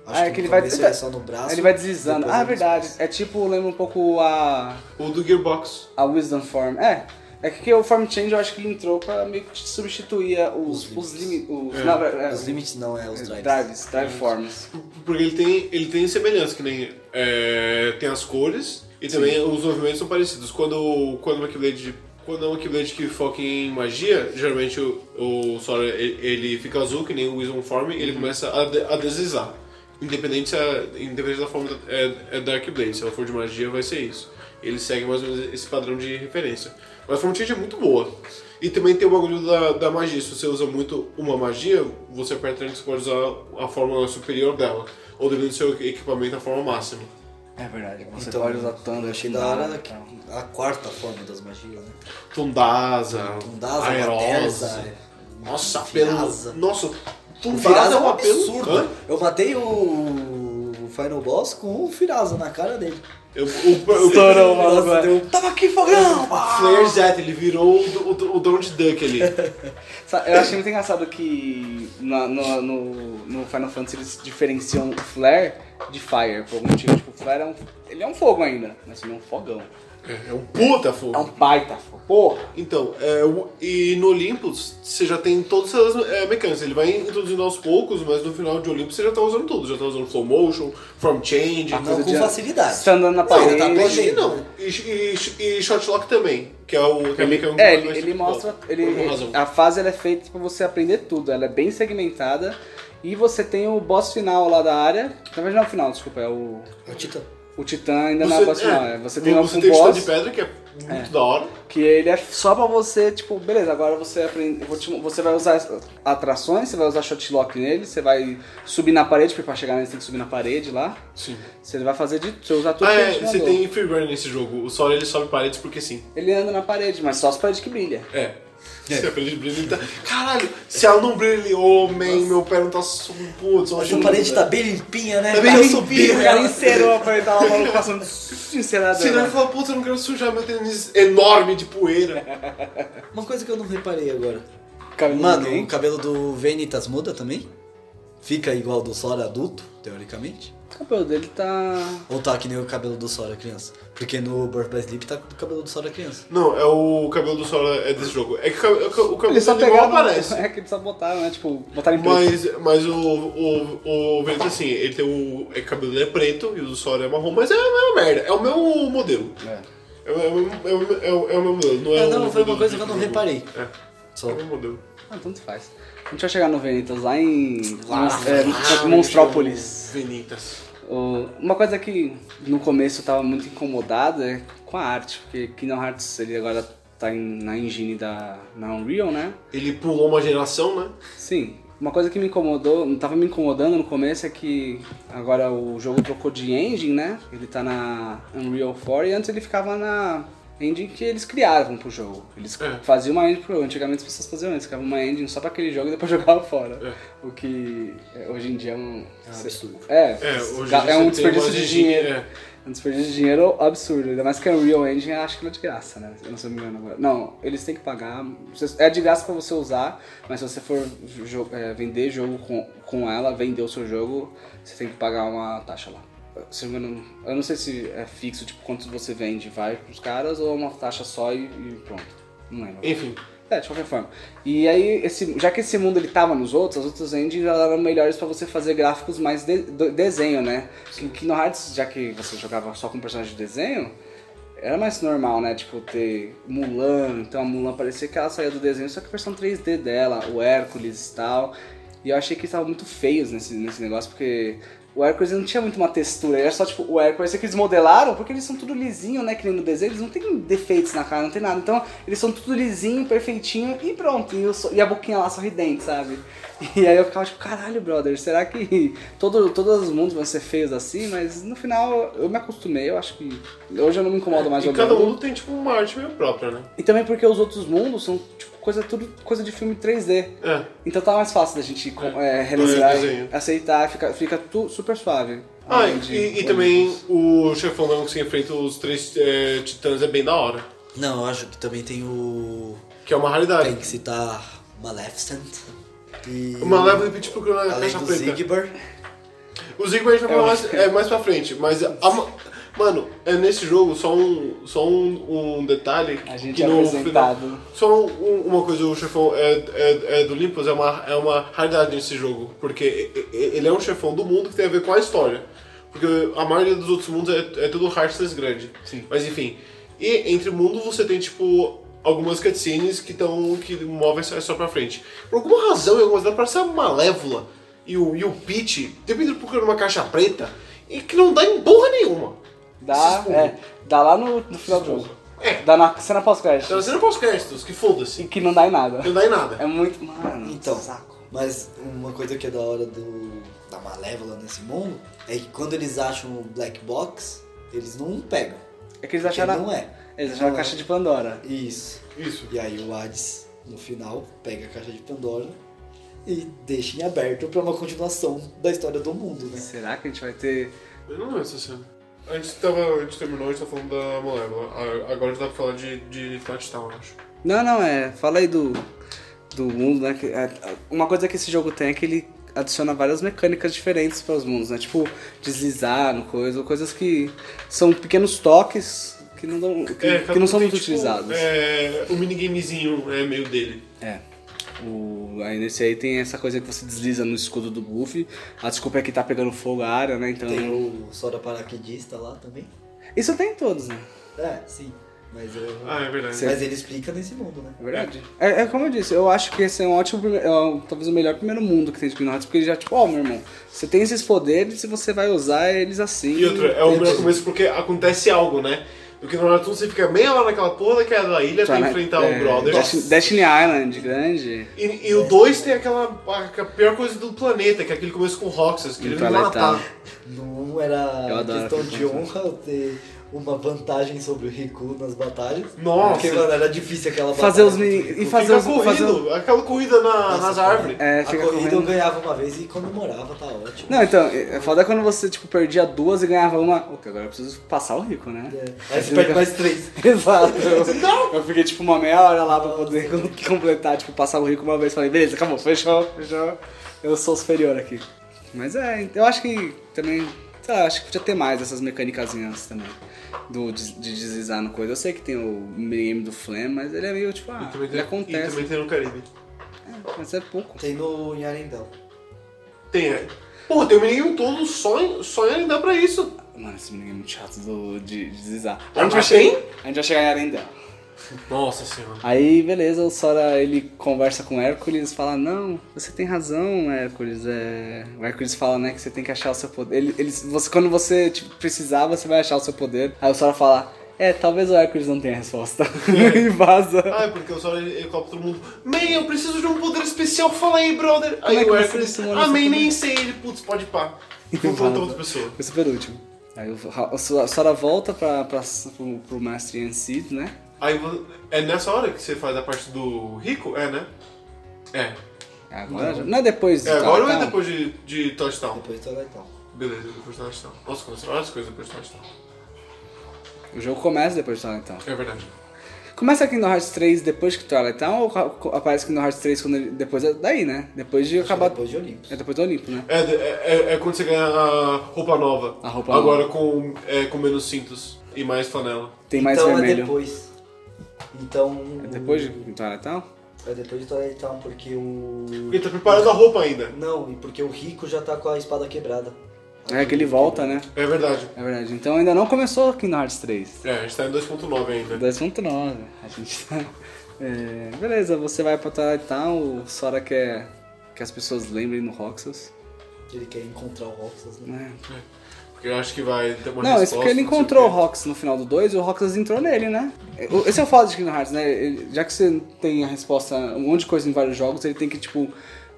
S2: Acho
S1: Ah, é
S2: que,
S1: que ele
S2: no
S1: vai-
S2: começo ele é só no braço.
S1: Ele vai deslizando.
S2: depois
S1: Ah,
S2: é nos
S1: verdade.
S2: pés.
S1: É tipo, lembra um pouco a,
S3: O do Gearbox.
S1: a Wisdom Form. É. É que o Form Change eu acho que ele entrou pra meio que substituir a- os,
S2: Os
S1: os limites. Os,
S3: É.
S1: não, é,
S2: Os limites não, é os
S1: é,
S2: drives.
S1: drives, drive forms.
S3: Porque ele tem, ele tem semelhança, que nem é, tem as cores e também os movimentos são parecidos. Quando, quando uma Keyblade. Quando é uma Keyblade que foca em magia, geralmente o, o Sora ele, ele fica azul, que nem o Wisdom Form, e ele começa a, de- a deslizar. Independente, se a- independente da forma da- é, é Dark Blade, se ela for de magia, vai ser isso. Ele segue mais ou menos esse padrão de referência. Mas a Form Change é muito boa. E também tem o bagulho da, da magia. Se você usa muito uma magia, você aperta antes, você pode usar a forma superior dela. Ou dependendo do seu equipamento, a forma máxima.
S1: É verdade. Você
S2: Então,
S1: pode usar tanto. né?
S2: eu achei da hora que- a quarta forma das magias, né?
S3: Tundasa,
S2: Tundasa,
S3: Aerosa.
S2: Materza,
S3: Nossa,
S2: Virasa.
S3: pelo... Nossa,
S2: O
S3: Tundasa
S2: Firasa
S3: é
S2: é um
S3: um apelo... Hã?
S2: absurdo. Eu matei o Final Boss com o Firasa na cara dele.
S3: Eu, o, o,
S1: Estourou o maluco.
S2: Nossa,
S1: velho.
S2: deu um, Tava aqui fogão! pá!
S3: Flare Zet, ele virou o, o, o Donald Duck ali.
S1: Sa- Eu achei muito engraçado que na- no, no- no Final Fantasy eles diferenciam o Flare de Fire por algum motivo. Tipo, o Flare é um, ele é um fogo ainda, mas ele é um fogão.
S3: É, é um puta
S1: É
S3: fogo.
S1: um baita fogo. Porra!
S3: Então, é, o- e no Olympus, você já tem todas essas é, mecânicas. Ele vai introduzindo aos poucos, mas no final de Olympus você já tá usando tudo. Já tá usando slow motion, form change.
S1: A
S2: Não,
S1: coisa
S2: com
S1: de-
S2: facilidade.
S1: Você tá andando na
S2: Não,
S1: parede.
S2: ele tá
S3: Acho que
S2: aprendendo.
S3: não. E, e, e shot lock também, que é o que é a mecânica
S1: É,
S3: mais-
S1: ele,
S3: mais
S1: ele
S3: boa.
S1: mostra. Ele,
S3: Por uma razão.
S1: a fase ela é feita pra você aprender tudo, ela é bem segmentada. E você tem o boss final lá da área. Na verdade, não é o final, desculpa, é o.
S2: É o Titã.
S1: O Titã ainda não é o boss final. é. Você tem um
S3: você tem o
S1: boss.
S3: Titã de pedra, que é muito da hora.
S1: Que ele é só pra você, tipo, beleza, agora você aprende. eu vou te- você vai usar atrações, você vai usar shotlock nele, você vai subir na parede, porque pra chegar nele você tem que subir na parede lá.
S3: Sim.
S1: Você vai fazer de. Você usar tudo
S3: Ah,
S1: que a
S3: é,
S1: gente
S3: você
S1: mandou.
S3: tem free burn nesse jogo. O Sora ele sobe paredes porque sim.
S1: Ele anda na parede, mas só as paredes que brilha.
S3: É. Você aprende a brilhar. Caralho, se ela não brilha, ô, man, meu pé não tá subindo. Putz,
S2: Essa parede tá bem limpinha, né?
S3: Tá bem
S2: eu
S3: limpinha,
S2: subi,
S1: o cara encerou a parede, tava lá, o maluco passando né? encerado.
S3: Você
S2: né?"
S3: não fala, putz, eu não quero sujar meu tênis enorme de poeira.
S2: Uma coisa que eu não reparei agora. Mano, o cabelo do Venitas muda também? Fica igual do Sora adulto, teoricamente?
S1: o cabelo dele tá.
S2: Ou tá que nem o cabelo do Sora criança? Porque no Birth by Sleep tá com o cabelo do Sora criança.
S3: Não, é o cabelo do Sora é desse jogo. É que o cabelo, o cabelo
S1: Eles só
S3: dele igual
S1: pegaram.
S3: aparece.
S1: É que eles só botaram, né? Tipo, botaram em preto.
S3: Mas, mas o, o, o Vento, assim, ele tem o, é, que o cabelo dele é preto e o do Sora é marrom, mas é a mesma merda, é o meu modelo. É, o- é, o- é, o- é, o- é o meu modelo, não é
S2: É,
S3: o
S2: não, foi uma
S3: modelo
S2: coisa
S3: do
S2: que eu não
S3: jogo.
S2: reparei.
S3: É,
S2: Só.
S3: é o meu modelo.
S1: Ah, tanto faz. A gente vai chegar no Venitas lá em.
S3: Ah,
S1: é,
S3: ah,
S1: Monstrópolis.
S3: Venitas.
S1: O- Uma coisa que no começo eu tava muito incomodado é com a arte, porque Kingdom Hearts ele agora tá em- na engine da na Unreal, né?
S3: Ele pulou uma geração, né?
S1: Sim. Uma coisa que me incomodou, não tava me incomodando no começo é que agora o jogo trocou de engine, né? Ele tá na Unreal 4 e antes ele ficava na engine que eles criavam pro jogo. Eles
S3: É.
S1: faziam uma engine pro jogo. Antigamente as pessoas faziam isso, criavam uma engine só pra aquele jogo e depois jogavam fora. O que é, hoje em dia é um.
S2: É um absurdo.
S1: É,
S3: É, hoje
S1: ga- é um
S3: você tem
S1: desperdício
S3: uma
S1: de
S3: engine-
S1: dinheiro.
S3: é.
S1: Um desperdício de dinheiro absurdo. Ainda mais que a Unreal Engine acho que não é de graça, né? Eu não sou me engano agora. Não, eles têm que pagar. Você- É de graça pra você usar, mas se você for jo- é, vender jogo com, com ela, vender o seu jogo, você tem que pagar uma taxa lá. Se eu, não me engano, eu não sei se é fixo, tipo, quanto você vende, vai pros caras ou é uma taxa só e, e pronto. Não lembro.
S3: Enfim,
S1: É, de qualquer forma. E aí, esse, já que esse mundo ele tava nos outros, as outras engines elas eram melhores pra você fazer gráficos mais de, do- desenho, né? Que, que no Hearts, já que você jogava só com personagem de desenho, era mais normal, né? Tipo, ter Mulan, então a Mulan parecia que ela saía do desenho, só que a versão 3D dela, o Hércules e tal. E eu achei que eles estavam muito feios nesse, nesse negócio, porque O Hércules não tinha muito uma textura, era só tipo, o Hércules é que eles modelaram, porque eles são tudo lisinho, né? Que nem no desenho, eles não tem defeitos na cara, não tem nada. Então, eles são tudo lisinho, perfeitinho e pronto. E, o so- e a boquinha lá sorridente, sabe? E aí eu ficava tipo, caralho, brother, será que todo, todos os mundos vão ser feios assim? Mas no final eu me acostumei, eu acho que. Hoje eu não me incomodo mais
S3: E
S1: jogando.
S3: cada mundo tem, tipo, uma arte meio própria, né?
S1: E também porque os outros mundos são tipo coisa tudo coisa de filme 3D.
S3: É.
S1: Então tá mais fácil da gente com- é,
S3: Dois
S1: relembrar
S3: desenho.
S1: e aceitar, fica, fica tu- super suave.
S3: Ah,
S1: Além de-
S3: e, e também o chefão dragão que se enfrenta os três é, titãs é bem da hora.
S2: Não, eu acho que também tem o.
S3: Que é uma raridade.
S2: Tem que citar Maleficent. E.
S3: Uma leva de pitch procurando a
S2: Além
S3: é caixa
S2: do
S3: preta.
S2: Zigbor.
S3: O Zigbert vai falar
S1: Eu
S3: mais, é mais pra frente, mas. a- a- mano, é nesse jogo só um, só um, um detalhe.
S1: A gente
S3: que
S1: é
S3: no
S1: apresentado.
S3: Final, só um- uma coisa, o chefão é, é, é do Olympus é uma, é uma raridade nesse jogo, porque e- e- ele é um chefão do mundo que tem a ver com a história. Porque a maioria dos outros mundos é, é tudo Heartless grande.
S1: Sim.
S3: Mas enfim. E entre o mundo você tem, tipo, algumas cutscenes que estão. que movem só, só pra frente. Por alguma razão, em algumas delas parece uma malévola. E o, e o Peach, dependendo porque numa caixa preta, e que não dá em porra nenhuma. Esses
S1: Dá,
S3: mundos.
S1: é, dá lá no, no final do jogo.
S3: É. Então
S1: Dá na cena pós-crédito.
S3: Trazendo pós créditos, que foda-se.
S1: E que não dá em nada.
S3: Não dá em nada.
S1: É muito. Mano,
S2: Então,
S1: saco.
S2: mas uma coisa que é da hora do da Malévola nesse mundo é que quando eles acham o Black Box, eles não pegam.
S1: É que eles
S2: Porque
S1: acharam.
S2: não é.
S1: Eles acharam a caixa de Pandora.
S2: Isso.
S1: É.
S3: Isso.
S2: E aí o Hades, no final, pega a caixa de Pandora e deixa em aberto pra uma continuação da história do mundo, né?
S1: Será que a gente vai ter.
S3: Eu não lembro essa cena. A gente, tava, a gente terminou, a gente tá falando da Malévola. A- Agora a gente tá pra falar de, de Flat Town, eu acho.
S1: Não, não, é. Fala aí do. Do mundo, né? que- é, é, Uma coisa que esse jogo tem é que ele adiciona várias mecânicas diferentes para os mundos, né? Tipo, deslizar no coisa, coisas que são pequenos toques que não, dão, que,
S3: É,
S1: que
S3: cada
S1: não
S3: um
S1: são
S3: tem,
S1: muito
S3: tipo,
S1: utilizados.
S3: É, o minigamezinho é meio dele.
S1: É. O, aí nesse aí tem essa coisa que você desliza no escudo do Buffy. A desculpa é que tá pegando fogo a área, né? Então.
S2: Tem o Sora Paraquedista lá também.
S1: Isso tem em todos, né?
S2: É, sim. Mas, eu...
S3: Ah, é verdade.
S1: Sim.
S2: mas ele explica nesse mundo, né?
S1: É verdade. É, é como eu disse, eu acho que esse é um ótimo. prime- é um- talvez o melhor primeiro mundo que tem de Kingdom Hearts, porque ele já, tipo, ó, meu irmão, você tem esses poderes e você vai usar eles assim.
S3: E outra, é o melhor
S2: Entendi.
S3: começo porque acontece algo, né? Do que no Naruto você fica meia hora naquela porra daquela ilha
S1: Só,
S3: pra
S1: né?
S3: enfrentar
S1: É,
S3: o brother.
S1: Destiny, Destiny Island, grande.
S3: E, e o 2 tem aquela a, a pior coisa do planeta, que é aquele começo com o Roxas, que
S1: Do
S3: ele vai
S1: Twilight
S3: matar.
S1: Town.
S2: Não um era
S1: Eu adoro
S2: questão de
S1: aquele
S2: honra ter uma vantagem sobre o Riku nas batalhas.
S3: Nossa.
S2: Porque, mano, era difícil aquela
S1: Fazer
S2: batalha. Tipo,
S1: os meni-
S2: contra o
S1: E
S2: Riku.
S1: fazer
S3: fica
S1: os-
S3: corrido,
S1: fazer
S3: aquela corrida na-
S2: Nossa,
S3: nas
S2: cara.
S3: árvores.
S1: É,
S2: a
S1: fica
S2: corrida eu
S1: correndo.
S2: ganhava uma vez e comemorava, tá ótimo.
S1: Não, então, é foda quando você, tipo, perdia duas e ganhava uma. Ok, agora eu preciso passar o rico, né?
S2: É. Aí você perde mais três.
S1: Exato. Eu, eu fiquei tipo uma meia hora lá pra poder completar, tipo, passar o rico uma vez. Falei, beleza, acabou, fechou, fechou. Eu sou superior aqui. Mas é, eu acho que também. Sei lá, acho que podia ter mais essas mecânicazinhas também. Do, de, de deslizar no coisa. Eu sei que tem o minigame do Flam, mas ele é meio tipo, ah,
S3: E também
S1: ele
S3: tem, e
S1: acontece.
S3: também tem no Caribe.
S1: Mas é pouco.
S2: Tem no Yarendel.
S3: Tem, é. Porra, tem um minigame todo só em, só em dá pra isso.
S1: Mano, esse minigame é muito chato do, de, de deslizar.
S3: Ah, mas
S1: chegar- a gente vai chegar em Arendelle.
S3: Nossa senhora.
S1: Aí, beleza, o Sora ele conversa com o Hércules, fala: Não, você tem razão, Hércules. É... O Hércules fala, né, que você tem que achar o seu poder. Ele, ele- você, quando você tipo, precisar, você vai achar o seu poder. Aí o Sora fala: É, talvez o Hércules não tenha a resposta. e vaza.
S3: Ah, é porque o Sora ele, ele copa todo mundo. Man, eu preciso de um poder especial, fala aí, brother. aí
S1: é que
S3: o
S1: você
S3: Hércules,
S1: simula
S3: ah,
S1: esse
S3: man,
S1: poder?
S3: nem sei. Ele, putz, pode pá. E
S1: Vaza.
S3: volta outra pessoa.
S1: Foi super último. Aí o, Ra- o Sora o Sora volta pra, pra, pro, pro Mestre Yancy, né?
S3: Aí vo- é nessa hora que você faz a parte do rico, é, né? É.
S1: É Agora já- não. é depois.
S3: É
S1: tá,
S3: agora ou é
S1: tá?
S3: depois de, de Touchdown?
S2: Depois do Yarendel.
S3: Beleza, depois de Touchdown. Nossa, começaram várias coisas depois de Touchdown.
S1: O jogo começa depois do Sora, então.
S3: É verdade.
S1: Começa Kingdom Hearts 3 depois que Twilight Town ou ca- co- aparece Kingdom Hearts 3 quando ele, depois é daí, né? Depois de acabar.
S2: Depois de Olympus.
S1: É depois do Olimpo, né?
S3: É, de- é, é- é quando você ganha a roupa nova.
S1: A roupa
S3: Agora com, é, com menos cintos e mais flanela.
S1: Tem mais
S2: então é
S1: vermelho.
S2: depois. Então.
S1: É depois, de Twilight Town?
S2: É depois de Twilight Town, porque o.
S3: Ele tá preparando a roupa ainda.
S2: Não, e porque o Rico já tá com a espada quebrada.
S1: É que ele volta, né?
S3: É verdade.
S1: É verdade. Então ainda não começou Kingdom Hearts 3.
S3: É, a gente tá em 2.9 ainda.
S1: 2.9. A gente tá. É, beleza, você vai pra Twilight Town, o Sora quer que as pessoas lembrem no Roxas.
S2: Ele quer encontrar o Roxas, né?
S1: né?
S3: Porque eu acho que vai ter uma
S1: Não, é
S3: resposta.
S1: isso porque ele
S3: não sei
S1: encontrou o
S3: o quê.
S1: Rox no final do 2 e o Roxas entrou nele, né? O- Esse é o foda de Kingdom Hearts, né? Ele- Já que você tem a resposta a um monte de coisa em vários jogos, ele tem que, tipo,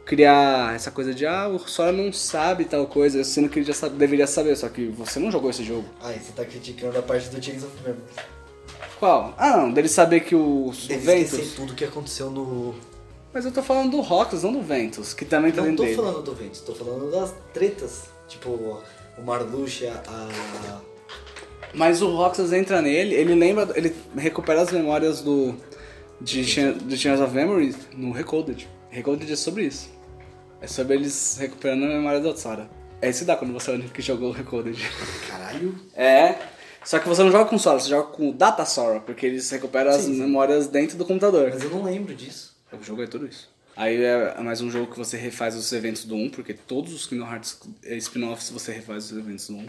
S1: criar essa coisa de ah, o Sora não sabe tal coisa, sendo que ele já sabe- deveria saber, só que você não jogou esse jogo.
S2: Aí você tá criticando a parte do Chains of Memories.
S1: Qual? Ah, não, dele saber que o, o
S2: Deve
S1: Ventus...
S2: esquecer tudo que aconteceu no...
S1: Mas eu tô falando do Roxas, não do Ventus, que também tá
S2: Não
S1: dentro
S2: Então, tô
S1: dele.
S2: falando do Ventus, tô falando das tretas. Tipo, o Marluxia, a...
S1: Mas o Roxas entra nele, ele lembra, ele recupera as memórias do de, Chain- do Chains of Memories no Recoded. Recoded é sobre isso. É sobre eles recuperando a memória da Sora. É isso que dá quando você é o único que jogou o Recoded.
S2: Caralho.
S1: É. Só que você não joga com Sora, você joga com o Data Sora, porque eles recuperam as
S2: Sim, sim.
S1: memórias dentro do computador.
S2: Mas eu não lembro disso.
S1: O jogo é tudo isso. Aí é mais um jogo que você refaz os eventos do 1, porque todos os Kingdom Hearts eh, spin-offs você refaz os eventos do 1.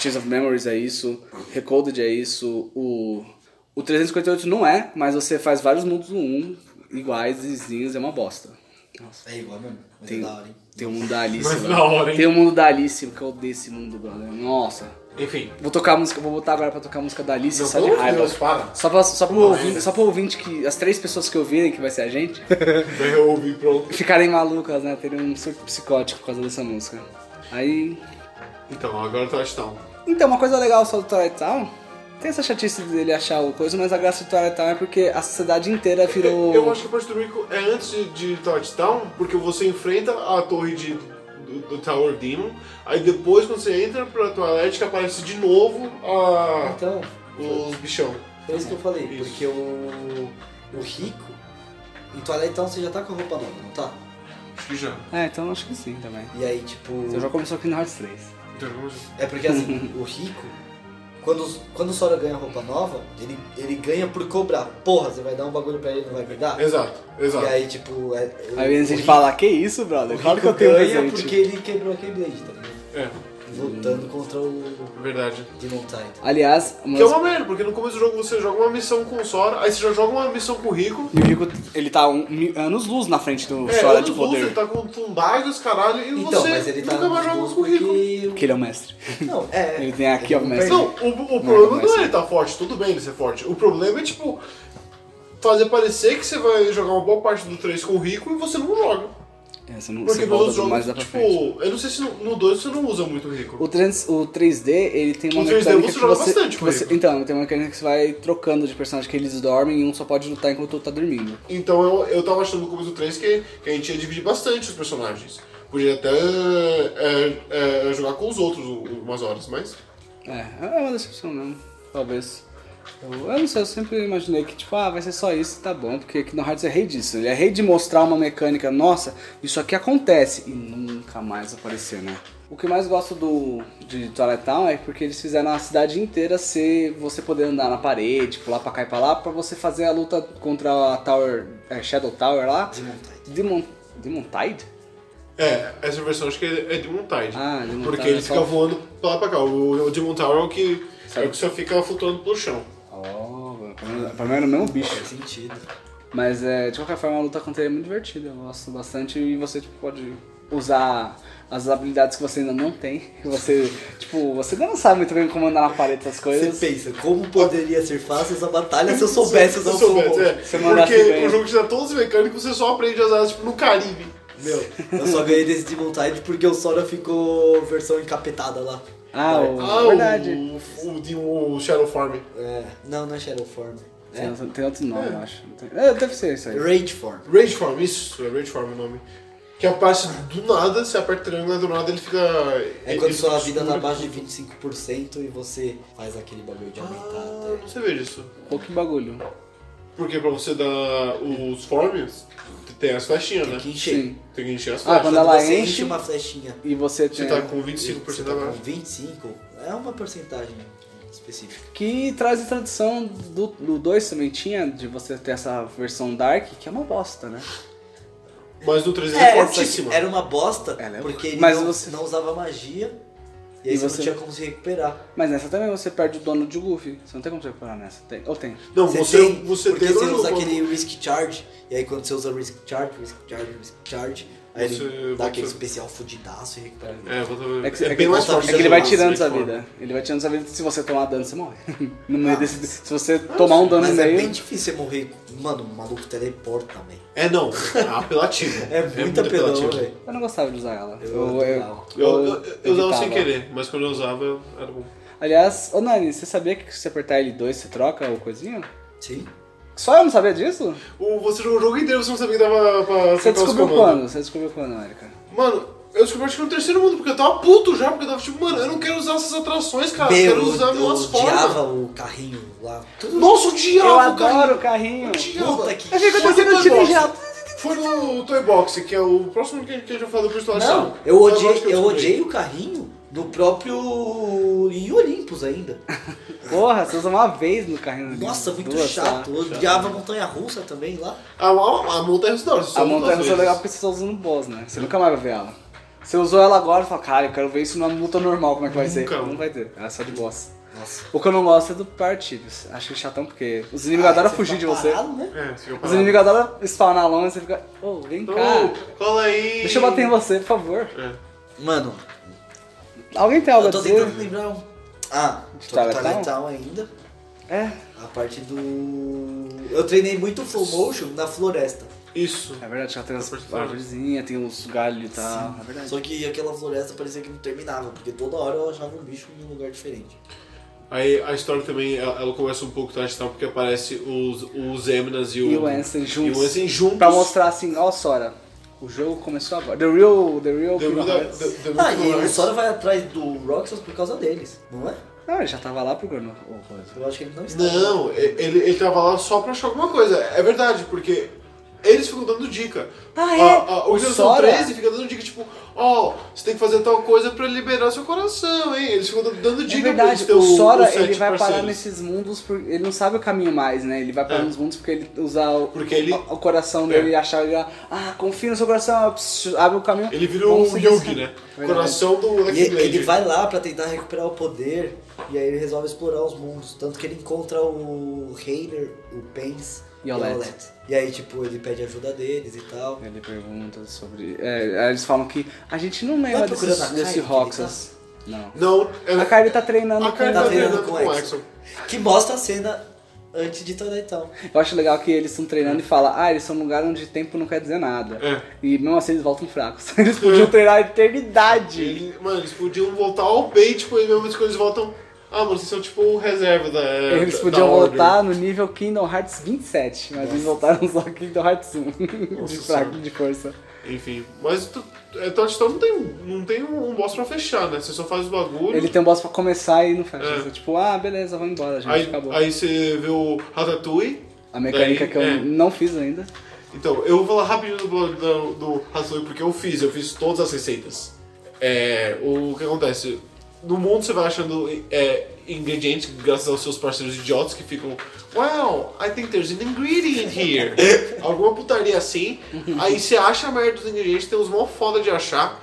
S1: Chains of Memories é isso, Recoded é isso, o, o 358 não é, mas você faz vários mundos do 1 iguais, vizinhos, é uma bosta. Nossa.
S2: É igual mesmo, mas
S1: Tem-
S2: é da hora, hein?
S1: Tem o mundo da Alice,
S3: Mas
S1: velho.
S3: da hora, hein?
S1: Tem o mundo da Alice, que eu odeio esse mundo, brother. Nossa.
S3: Enfim.
S1: Vou tocar a música, vou botar agora pra tocar a música da Alice,
S3: Não,
S1: só de
S3: pelo amor de
S1: raiva.
S3: Deus, para.
S1: Só pra, só, pro
S3: Não,
S1: ouvinte,
S3: é.
S1: só pro ouvinte que as três pessoas que ouvirem, que vai ser a gente,
S3: Daí eu ouvi pronto.
S1: ficarem malucas, né? Terem um surto psicótico por causa dessa música. Aí.
S3: Então, agora tá Town.
S1: Então, uma coisa legal só do Twilight Town. Tem essa chatice dele achar o coisa, mas a graça do Twilight Town é porque a sociedade inteira virou.
S3: Eu acho que a parte do Rico é antes de, de Town, porque você enfrenta a torre de, do, do Tower Demon, aí depois quando você entra pra Twilight que aparece de novo a,
S2: Então,
S3: os bichão.
S2: foi isso que eu falei.
S3: Isso.
S2: Porque o... O rico... Em Twilight Town você já tá com a roupa nova, não tá?
S3: Acho que já.
S1: É, então acho que sim também.
S2: E aí, tipo...
S1: Você já começou aqui no Hearts 3.
S3: Então, vamos-
S2: É porque assim, o rico, quando, quando o Sora ganha roupa nova, ele, ele ganha por cobrar. Porra, você vai dar um bagulho pra ele e não vai me dar?
S3: Exato,
S2: E
S3: exato.
S2: aí, tipo, é, o-
S1: Aí a
S2: o
S1: gente
S2: rico-
S1: fala, que isso, brother?
S2: o
S1: Claro que eu
S2: rico
S1: tenho um
S2: ganha
S1: presente.
S2: porque ele quebrou a Keyblade, tá ligado?
S3: É,
S2: Lutando contra o
S3: verdade.
S2: Demon Titan.
S1: Aliás, uma...
S3: Que é uma merda, porque no começo do jogo você joga uma missão com o Sora, aí você já joga uma missão com o Rico.
S1: e o Rico, ele tá um, mi- anos luz na frente do
S3: É,
S1: Sora
S3: anos
S1: de
S3: luz,
S1: poder.
S3: ele tá com tumbagas, caralho, e
S2: Então,
S3: você
S2: mas ele tá
S3: nunca
S2: nos
S3: mais joga
S2: dois
S3: com o Rico.
S1: Porque ele é o mestre.
S2: porque- Não, é.
S1: Ele tem aqui, ó,
S2: não
S1: mestre.
S2: perde.
S3: Não, o, o problema
S1: mas-
S3: não é ele tá forte, tudo bem ele ser forte. O problema é, tipo, fazer parecer que você vai jogar uma boa parte do 3 com o Rico e você não joga.
S1: É, você não
S3: Porque
S1: você
S3: nos outros
S1: volta mais
S3: jogos,
S1: lá pra
S3: tipo,
S1: frente.
S3: eu não sei se no, no 2 você não usa muito o Rico.
S1: O, trans, o 3D, ele tem uma
S3: O 3D
S1: mecânica
S3: você
S1: que
S3: joga
S1: você,
S3: bastante
S1: que
S3: com
S1: você-
S3: ele.
S1: Então, tem uma mecânica que você vai trocando de personagem, que eles dormem e um só pode lutar enquanto o outro tá dormindo.
S3: Então eu, eu tava achando no começo do 3 que, que a gente ia dividir bastante os personagens. Podia até é, é, jogar com os outros u- umas horas, mas.
S1: É, é uma decepção mesmo, talvez. Eu, eu não sei, eu sempre imaginei que, tipo, ah, vai ser só isso e tá bom, porque Kingdom Hearts é rei disso. Ele é rei de mostrar uma mecânica, nossa, isso aqui acontece, e nunca mais aparecer, né? O que eu mais gosto do, de Twilight Town é porque eles fizeram a cidade inteira ser você poder andar na parede, pular pra cá e pra lá, pra você fazer a luta contra a Tower, é, Shadow Tower lá.
S2: Demon Titan.
S1: Demon, Demon Tide?
S3: É, essa versão acho que é é de montagem.
S1: Ah, Demon
S3: Porque
S1: Tide é
S3: ele
S1: só-
S3: fica voando pra lá pra cá. O, o Demon Tower é o que, é o que só fica flutuando pelo chão.
S1: Oh, pra mim- pra mim era o mesmo bicho.
S2: Faz sentido.
S1: Mas é, de qualquer forma a luta contra ele é muito divertida, eu gosto bastante e você tipo, pode usar as habilidades que você ainda não tem. que Você, tipo, você ainda não sabe muito bem como andar na parede essas coisas.
S2: Você pensa, como poderia ser fácil essa batalha se um eu soubesse usar o fogo?
S3: é.
S1: Se eu mandasse
S3: Porque
S1: bem.
S3: o jogo te dá todos os mecânicos, você só aprende a usar tipo, no Caribe.
S2: Meu, eu só ganhei desse Demon Tide porque o Sora ficou versão encapetada lá.
S1: Ah, o-
S3: Ah,
S1: verdade.
S3: o, o, de- o Shadow Farm.
S2: É, não, não é Shadow Form.
S1: Tem,
S2: É
S1: outro- tem outro nome, eu acho. Tem- É, deve ser isso aí.
S2: Rage Form.
S3: Rage Farm, isso, é Rage Farm o nome. Que aparece do nada, você aperta o triângulo do nada ele fica.
S2: É
S3: ele
S2: quando
S3: fica
S2: sua
S1: é
S2: vida tá
S3: escuro.
S2: abaixo de 25% e você faz aquele bagulho de
S3: Ah,
S2: aumentar.
S3: não sabia disso.
S1: Pô, que bagulho.
S3: Porque pra você dar os forms, tem as flechinhas,
S2: tá? Tem
S3: né?
S2: que encher.
S1: Sim.
S3: Tem que encher as
S1: Ah,
S3: flechas.
S1: quando ela
S2: você
S1: enche-
S2: uma flechinha.
S1: E você
S3: Você
S1: tem.
S3: tá com
S2: é. você
S3: 25%
S2: tá com
S3: abaixo.
S2: 25, é uma porcentagem específica.
S1: Que traz a tradição do, do 2 também tinha, de você ter essa versão Dark, que é uma bosta, né?
S3: Mas no 3 ele
S2: É,
S3: é
S2: só
S3: fortíssimo.
S2: que era uma bosta,
S1: Ela é
S2: porque
S1: boa.
S2: ele
S1: Mas
S2: não,
S1: você-
S2: não usava magia e aí
S1: E
S2: você,
S1: você-
S2: não tinha como se recuperar.
S1: Mas nessa também você perde o dono de Goofy. Você não tem como se recuperar nessa. Tem- ou tem.
S3: Não, você,
S2: um tem,
S3: você
S2: porque
S3: tem
S2: você
S3: no-
S2: usa aquele Risk Charge, e aí quando você usa Risk Charge, Risk Charge, Risk Charge, Aí
S3: Você
S2: ele dá
S3: volta-
S2: aquele especial fudidaço e recupera a vida.
S3: É, volta-
S1: É que, é
S3: bem
S1: que-
S3: mais
S1: é
S3: forte.
S1: que ele vai
S3: né?
S1: tirando
S3: Sim,
S1: sua
S3: claro.
S1: vida. Ele vai tirando sua vida. Se você tomar dano, você morre. No meio
S2: Ah,
S1: desse-
S2: mas-
S1: se você tomar um dano no
S2: Mas é
S1: meio.
S2: bem difícil você morrer. Mano, o maluco teleporta também.
S3: É, não. É apelativo.
S2: É muito apelão, velho.
S1: Eu não gostava de usar ela.
S2: Eu adorava.
S3: Eu, eu, eu, usava sem
S1: evitava.
S3: querer, mas quando eu usava eu- era bom.
S1: Aliás, ô Nani, você sabia que se você apertar L2 você troca o coisinho?
S2: Sim.
S1: Só eu não sabia disso?
S3: O, você jogou o jogo inteiro, você não sabia que dava pra
S1: Você
S3: acertar os
S1: descobriu
S3: comandos.
S1: quando? Você descobriu quando, Erika?
S3: Mano, eu descobri acho que no terceiro mundo, porque eu tava puto já, porque eu tava tipo, mano, eu não quero usar essas atrações, cara, Ah, eu
S2: Meu,
S3: quero usar
S2: eu
S3: minhas formas.
S2: odiava o carrinho lá. Tudo
S3: Nossa, o
S1: Eu
S3: diabo, cara.
S1: adoro o carrinho.
S2: Puta que-
S1: É Eu fico
S3: Foi no
S1: tentando
S3: Toy
S1: tirar
S3: Box.
S1: jato.
S3: Foi no Toy Box, que é o próximo que, que a gente vai falar do personagem.
S2: Não,
S3: sabe?
S2: eu
S3: Foi o Toy Box Ah, que
S2: odiei, eu
S3: descobri.
S2: odiei o carrinho do próprio. em Olympus ainda.
S1: Porra, você usa uma vez no carrinho.
S2: Nossa, muito
S1: Duas, tá?
S2: chato. Eu odiava a montanha russa também lá.
S3: Ah, A, a, a montanha russa da hora, você só
S1: A
S3: usa
S1: montanha russa é
S3: duas vezes.
S1: legal porque você tá usando boss, né? Você nunca mais vai ver ela. Você usou ela agora e fala, cara, eu quero ver isso numa luta normal, como é que vai ser?
S3: Nunca.
S1: Não vai ter, ela é só de boss.
S2: Nossa.
S1: O que eu não gosto é do Partidos. Acho chatão porque os inimigos adoram fugir de você.
S2: Ah, Parado, né?
S3: É, você fica
S1: Os
S3: parado.
S1: inimigos adoram spawnar longe, você fica, ô, vem
S3: Então,
S1: cá.
S3: cola aí.
S1: Deixa eu bater em você, por favor.
S3: É.
S2: Mano,
S1: Alguém tem algo a
S2: eu tô tentando
S1: dizer?
S2: lembrar um. Ah, tô
S1: Tá
S2: no
S1: legal?
S2: Town ainda.
S1: É,
S2: A parte do. Eu treinei muito slow motion na floresta.
S3: Isso.
S1: é verdade, já tem as
S3: Personagem.
S1: árvorezinhas, tem os galhos e tal. É verdade.
S2: Só que aquela floresta parecia que não terminava, porque toda hora eu achava um bicho em um lugar diferente.
S3: Aí a história também, ela, ela começa um pouco tradicional, porque aparece os, os Eminas e o...
S1: E o Ansem
S3: E
S1: juntos.
S3: o Ansem juntos.
S1: Pra mostrar assim, ó Sora, o jogo começou agora. The real, the real
S3: Deu
S1: Kingdom
S3: muita-
S1: Hearts.
S3: deu- deu
S2: Ah,
S3: muita
S2: e o
S3: conversa.
S2: Sora vai atrás do Roxas por causa deles, não é?
S1: Não, ele já tava lá procurando alguma coisa.
S2: Eu acho que ele não está.
S3: Não, ele, ele tava lá só pra achar alguma coisa. É verdade, porque eles ficam dando dica.
S1: Ah, é?
S3: A- a-
S1: O
S3: o Jason
S1: Sora?
S3: 13 fica dando dica, tipo, ó, você tem que fazer tal coisa pra liberar seu coração, hein? Eles ficam dando, dando
S1: É
S3: dica
S1: verdade,
S3: pra
S1: o Sora
S3: os sete
S1: ele vai parar
S3: parceiros.
S1: nesses mundos, por... ele não sabe o caminho mais, né? Ele vai parar
S3: É.
S1: nos mundos porque ele usar o,
S3: Porque ele-
S1: o, o coração
S3: É.
S1: dele e achar, ele, ah, confia no seu coração, pss, abre o caminho.
S3: Ele vira o
S1: Vamos seguir
S3: Yugi,
S1: assim.
S3: né?
S1: Verdade.
S3: Coração do
S2: E
S3: Lucky
S2: ele, ele
S3: Blade.
S2: vai lá pra tentar recuperar o poder e aí ele resolve explorar os mundos. Tanto que ele encontra o Reiner, o Pence
S1: E a Olette.
S2: E aí, tipo, ele pede ajuda deles e tal.
S1: Ele pergunta sobre. É, aí eles falam que a gente não lembra
S2: Tá procurando
S1: desses,
S2: a
S1: desse
S2: Kylie que ele
S1: Roxas. Não.
S3: Não, ela-
S1: A Kylie tá treinando.
S3: a Kylie
S1: com-
S3: tá
S2: tá
S3: treinando
S2: treinando
S3: com
S2: com
S3: o
S2: o
S3: Axel.
S2: tá- Que mostra a cena antes de Toda então. Town.
S1: Eu acho legal que eles estão treinando e fala, ah, eles são num lugar onde tempo não quer dizer nada.
S3: É.
S1: E mesmo assim eles voltam fracos. Eles podiam treinar a eternidade.
S3: Ele- mano, eles podiam voltar ao bait, tipo, e mesmo quando eles voltam. Ah, mano, vocês são tipo o reserva da.
S1: Eles
S3: da-
S1: podiam
S3: da Order.
S1: voltar no nível Kingdom Hearts 27, mas eles voltaram só Kingdom Hearts 1. de
S3: Nossa
S1: fraco,
S3: senhora.
S1: de força.
S3: Enfim, mas tu, é, Touchdown não tem, não tem um, um boss pra fechar, né? Você só faz os bagulho.
S1: Ele tem um boss pra começar e não fecha.
S3: É.
S1: Você, Tipo, ah, beleza, vamos embora, gente.
S3: aí,
S1: acabou.
S3: aí você vê o Ratatouille.
S1: a mecânica
S3: daí,
S1: que eu
S3: é.
S1: não fiz ainda.
S3: Então, eu vou falar rapidinho do, blog do, do Ratatouille porque eu fiz, eu fiz todas as receitas. É, o que acontece? No mundo você vai achando é, ingredientes graças aos seus parceiros idiotas que ficam Wow, I think there's an ingredient here. Alguma putaria assim. Aí você acha a merda dos ingredientes, tem uns mó foda de achar.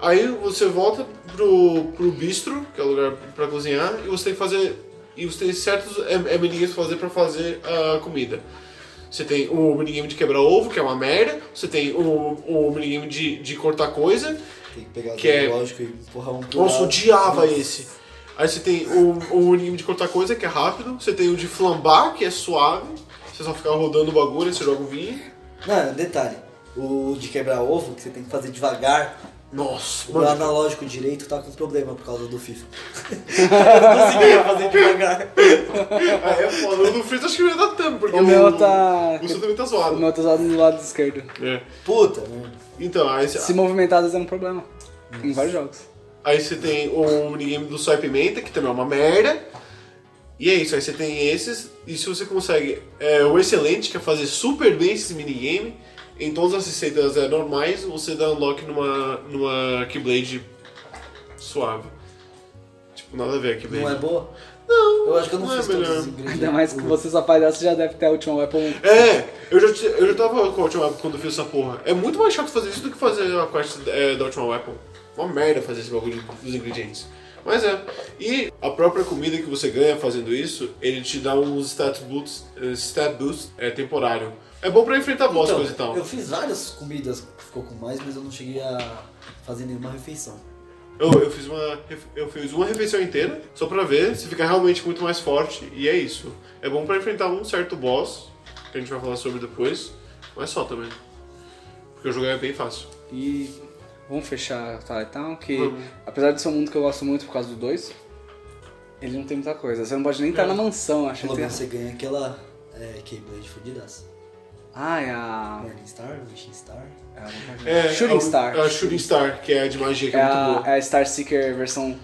S3: Aí você volta pro, pro bistro, que é o lugar pra cozinhar, e você tem que fazer. E você tem certos em- emelinhas pra fazer pra fazer a comida. Você tem o minigame de quebrar ovo, que é uma merda. Você tem o, o minigame de, de cortar coisa.
S2: Tem que pegar
S3: Que é-
S2: o lógico e empurrar um pro
S3: Nossa,
S2: lado.
S3: odiava esse. Aí você tem o, o minigame de cortar coisa, que é rápido. Você tem o de flambar, que é suave. Você só fica rodando o bagulho, aí você joga o vinho.
S2: Não, é um detalhe. O de quebrar ovo, que você tem que fazer devagar.
S3: Nossa,
S2: O
S3: mano.
S2: analógico direito tá com problema por causa do FIFA. eu não conseguia fazer devagar.
S3: Aí é foda. O do Fritz acho que vai dar tampa, porque
S1: O meu tá-
S3: O seu também tá
S1: O
S3: zoado.
S1: meu tá usado no lado esquerdo.
S3: É.
S2: Puta, né?
S3: Então, aí você,
S1: Se movimentar às vezes é um problema. Em vários jogos.
S3: aí você tem o minigame do Só e Pimenta, que também é uma merda. E é isso, aí você tem esses, e se você consegue é, o excelente, que é fazer super bem esse minigame, em todas as receitas é, normais, você dá unlock numa, numa Keyblade suave. Tipo, nada a ver a Keyblade.
S2: não é boa? Não. Eu acho que eu não,
S3: não é
S2: fiz todos
S3: melhor.
S2: os ingredientes.
S1: Ainda mais que você só faz essa, você já deve ter a última weapon.
S3: É, eu já, ti- eu já tava com a última Weapon quando eu fiz essa porra. É muito mais chato fazer isso do que fazer a quest é, da última Weapon. Uma merda fazer esse bagulho dos ingredientes. Mas é. E a própria comida que você ganha fazendo isso, ele te dá uns stat boosts, eh, stat boost é, temporário. É bom pra enfrentar boss,
S2: Então,
S3: coisa e tal.
S2: Eu fiz várias comidas que ficou com mais, mas eu não cheguei a fazer nenhuma refeição.
S3: Eu, eu fiz uma, ref- eu fiz uma refeição inteira, só pra ver se fica realmente muito mais forte, e é isso. É bom pra enfrentar um certo boss, que a gente vai falar sobre depois, mas só também. Porque o jogo é bem fácil.
S1: E vamos fechar Twilight Town, que
S3: Vamos.
S1: apesar de ser um mundo que eu gosto muito por causa do 2, ele não tem muita coisa. Você não pode
S3: É.
S1: nem estar na mansão, acho que
S2: Pelo
S1: tem.
S2: menos você ganha aquela é, Keyblade fudidaças.
S1: Ah, é a.
S2: Morning Star, Wishing Star.
S1: é a-
S3: É,
S1: Shooting
S3: é o-
S1: Star.
S3: É a Shooting Star, que é a de magia, que é,
S1: É
S3: muito
S1: a,
S3: boa.
S1: é a Star Seeker versão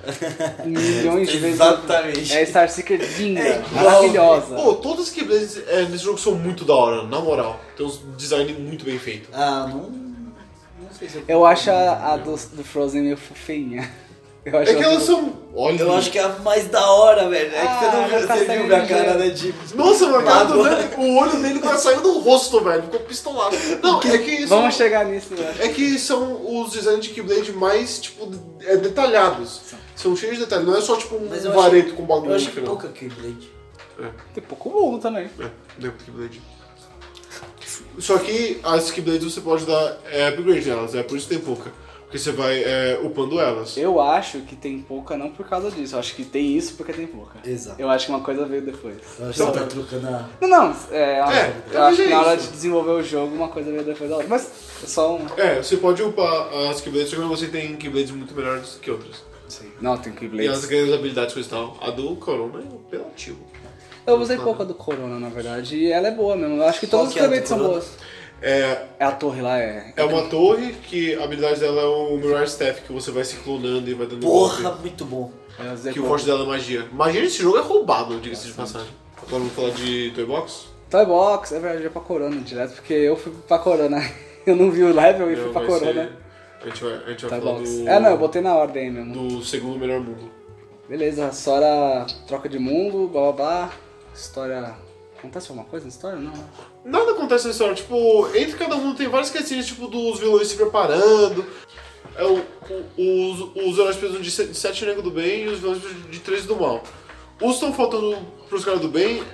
S1: milhões de vezes.
S2: Exatamente.
S1: É a Star Seeker linda,
S2: É igual.
S1: maravilhosa.
S3: Pô, todas as Keyblades é, nesse jogo são muito da hora, na moral. Tem uns design muito bem feito.
S2: Ah, não. Não sei se eu.
S1: Eu acho a, a do, do Frozen meio feinha. Eu acho
S3: É que
S1: ela-
S3: elas são. Olha.
S2: Eu acho que é a mais da hora, velho. É que você
S1: Ah,
S2: não
S1: já
S2: viu,
S1: tá
S2: você viu
S1: saindo
S2: minha
S1: de-
S2: cara, né? De.
S3: Nossa, meu cara,
S2: Mago.
S3: né? o olho dele quase saiu do rosto, velho. Ficou pistolado. Não, é que isso.
S1: Vamos chegar nisso, né? eu acho.
S3: É que são os designs de Keyblade mais, tipo, é, detalhados. São cheios de detalhes. Não é só, tipo, um
S2: Mas eu
S3: vareta
S2: achei-
S3: com bagulho
S2: Eu
S3: no
S2: acho que
S3: final.
S2: pouca Keyblade.
S1: Tem pouco bom também.
S3: É, deu pro Keyblade. Só que as Keyblades você pode dar é, upgrade nelas. É por isso que tem pouca. Porque você vai é, upando elas.
S1: Eu acho que tem pouca não por causa disso. Eu acho que tem isso porque tem pouca.
S2: Exato.
S1: Eu acho que uma coisa veio depois.
S2: Eu acho
S3: Então,
S2: que você tá trocando a.
S1: Não, não. É, eu
S3: É,
S1: acho- eu
S3: talvez
S1: acho que
S3: é
S1: na hora
S3: isso.
S1: de desenvolver o jogo, uma coisa veio depois da outra. Mas é só uma.
S3: É, você pode upar as Keyblades, só que você tem Keyblades muito melhores que outras.
S1: Não, tem
S3: E elas
S1: Keyblades.
S3: ganham as habilidades coisa e tal. A do Corona é apelativo.
S1: Eu usei pouco a do Corona, na verdade, e ela é boa mesmo. Eu acho que
S2: Qual
S1: todas as
S2: que é a do
S1: Keyblades são
S2: Corona?
S1: boas.
S3: É,
S1: É a torre lá, é.
S3: é uma torre que a habilidade dela é o Mirage Staff, que você vai se clonando e vai dando
S2: Porra,
S3: golpe.
S2: muito bom.
S1: Eu usei
S3: Que o
S1: pouco.
S3: forte dela é magia. Magia nesse jogo é roubado, diga-se de passagem. Agora vamos falar de Toy Box?
S1: Toy Box, é verdade, é pra Corona direto, porque eu fui pra Corona. Eu não vi o level e fui
S3: Não,
S1: pra
S3: né, vai
S1: Corona.
S3: ser- A gente vai, a gente vai
S1: Toy
S3: falar
S1: Box.
S3: do,
S1: É, não, eu botei na ordem aí mesmo.
S3: do segundo melhor mundo.
S1: Beleza, Sora troca de mundo, blá blá blá. História. Acontece alguma coisa na história? Não. né?
S3: Nada acontece nessa hora, tipo, entre cada mundo tem várias questões, tipo, dos vilões se preparando. É, o, o- os, os heróis precisam de se- de sete negros do bem e os vilões precisam de três do mal. Os que estão faltando pros caras do bem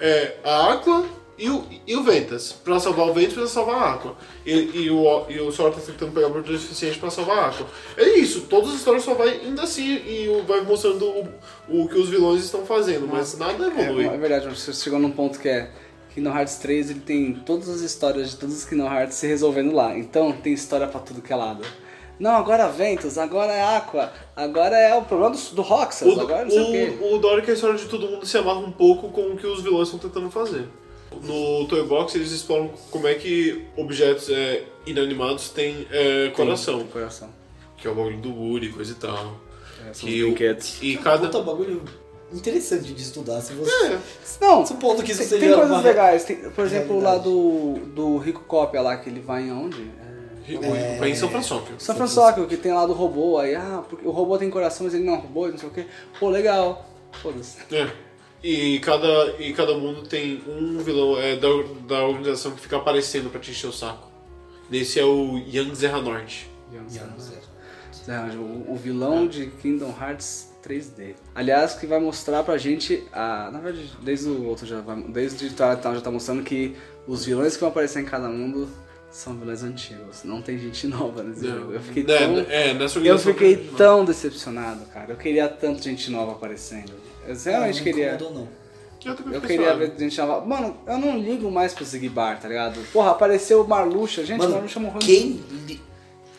S3: é a Aqua e o, e o Ventas. Pra salvar o Ventas, precisa salvar a Aqua. E, e o, e o Sora tá tentando pegar o suficiente pra salvar a Aqua. É isso, todas as histórias só vai indo assim e o- vai mostrando o, o que os vilões estão fazendo, mas nada evolui.
S1: É, é verdade, você chegou num ponto que é. Kingdom Hearts 3 ele tem todas as histórias de todos os Kingdom Hearts se resolvendo lá. Então tem história pra tudo que é lado. Não, agora é Ventus, agora é Aqua, agora é o problema do, do Roxas, agora Tá não sei o, quê.
S3: o, o Doric, a história de todo mundo se amarra um pouco com o que os vilões estão tentando fazer. No Toy Box, eles exploram como é que objetos é, inanimados têm é, coração,
S1: Coração.
S3: que é o bagulho do Woody, coisa e tal.
S1: É, são os
S3: Que o-
S1: brinquedos.
S3: e
S2: Cada...
S3: cada.
S2: Puta um bagulho interessante de estudar. Se você.
S3: É,
S1: Não,
S2: Supondo que isso
S1: tem,
S2: seja.
S1: tem coisas
S2: uma-
S1: legais. tem- por exemplo, lá
S2: realidade.
S1: do, do Rico Copia lá, que ele vai em onde?
S3: o país São Francisco.
S1: Só pra só que tem lá do robô, aí, ah, porque o robô tem coração, mas ele não é um robô, não sei o quê. Pô, legal. Foda-se.
S3: É. E cada, e cada mundo tem um vilão é, da, da organização que fica aparecendo pra te encher o saco. Nesse é o Yang Zerra Norte.
S2: Não, Zé.
S1: É, o, o vilão de Kingdom Hearts 3D. Aliás, que vai mostrar pra gente. A, na verdade, desde o outro já vai. Desde o Twilight Town já tá mostrando que os vilões que vão aparecer em cada mundo são vilões antigos. Não tem gente nova nesse jogo. Eu fiquei
S3: Né,
S1: tão.
S3: é, nessa
S1: Eu
S3: organização
S1: fiquei
S3: que-
S1: tão decepcionado, cara. Eu queria tanto gente nova aparecendo. Ah, Eu realmente
S2: não
S1: queria.
S2: É, incomodou, não.
S3: Eu, também
S1: Eu
S3: fiquei
S1: queria
S3: suave.
S2: né?
S1: ver gente nova. Mano, eu não ligo mais pro Zigbar, tá ligado? Porra, apareceu o é Marluxa. Gente,
S2: Mano,
S1: Marluxa morreu.
S2: Quem. li-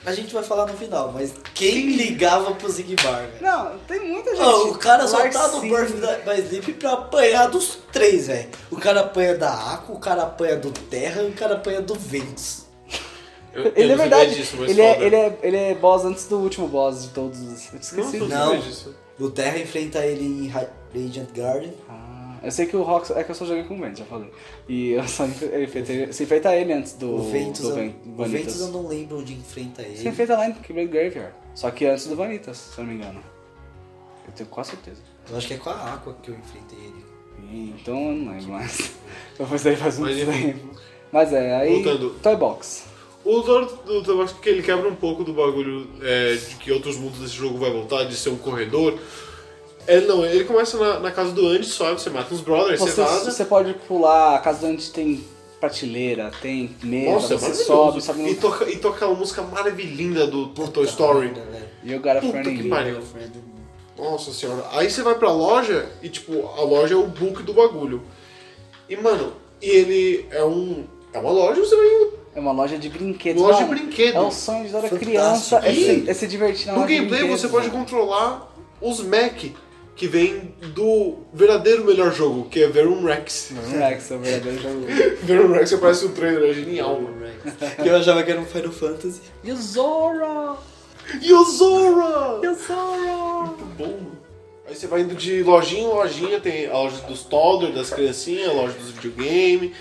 S2: A gente vai falar no final, mas quem ligava pro Zigbar, velho?
S1: Não, tem muita gente.
S2: Não, o cara só tá no
S1: Larcinho.
S2: Birth by- by Sleep pra apanhar dos três, velho. O cara apanha da Aqua, o cara apanha do Terra e o cara apanha do Ventus.
S3: Eu- eu
S1: Ele é
S3: não sabia
S1: verdade.
S3: disso, mas
S1: ele,
S3: foda.
S1: é, ele, é, ele é boss antes do último boss de todos os. Eu esqueci
S3: Não,
S1: disso.
S2: Não.
S3: não. disso.
S2: O Terra enfrenta ele em Ra- Radiant Garden.
S1: Ah, eu sei que o Rox. É que eu só joguei com o Ventus, já falei. E eu só enfe- ele enfrentei- você enfrenta ele antes do.
S2: O, Ventus,
S1: do
S2: eu-
S1: Van-
S2: o Ventus
S1: Vanitas.
S2: eu não lembro onde enfrenta
S1: Você
S2: ele.
S1: enfrenta lá em Keyblade Graveyard. Só que antes do Vanitas, se eu não me engano. Eu tenho quase certeza.
S2: Eu acho que é com a Aqua que eu enfrentei ele.
S1: Ih, Então eu não lembro mais. Eu fiz aí faz muito
S3: Mas, enfim.
S1: tempo. Mas é, aí.
S3: Voltando.
S1: Toy Box.
S3: O Zoro do Tobacco que ele quebra um pouco do bagulho é, de que outros mundos desse jogo vai voltar, de ser um corredor. Ele não, ele começa na, na casa do Andy só, você mata uns brothers, você
S1: Você,
S3: vaza.
S1: você pode pular, a casa do Andy tem prateleira, tem mesa,
S3: Nossa, é
S1: você
S3: maravilhoso.
S1: sobe, sobe
S3: E
S1: no...
S3: toca, e toca aquela música maravilhinda do Toy Story.
S2: Puta Tá merda, velho.
S1: You got a
S3: Puta
S1: friend in
S3: que
S1: me.
S3: pariu. Nossa senhora. Aí você vai pra loja e, tipo, a loja é o book do bagulho. E, mano, e ele é um. É uma loja, você vai.
S1: É uma loja de brinquedos.
S3: Loja de
S1: Mano,
S3: brinquedo.
S1: É o sonho de toda
S2: Fantástico.
S1: criança, é
S3: E
S1: se, é se divertir na
S3: No
S1: loja de
S3: gameplay
S1: brinquedos,
S3: você pode
S1: mano.
S3: controlar os mech que vem do verdadeiro melhor jogo, que é Verum Rex.
S1: Hum, Moleque, seu verdadeiro jogo.
S3: Verum Rex aparece no trailer, é genial, mano.
S2: Eu achava que era um Final Fantasy.
S1: E o Zora!
S3: E o Zora!
S1: E o Zora!
S3: Bom. Aí você vai indo de lojinha em lojinha, tem a loja dos toddler, das criancinhas, a loja dos videogame,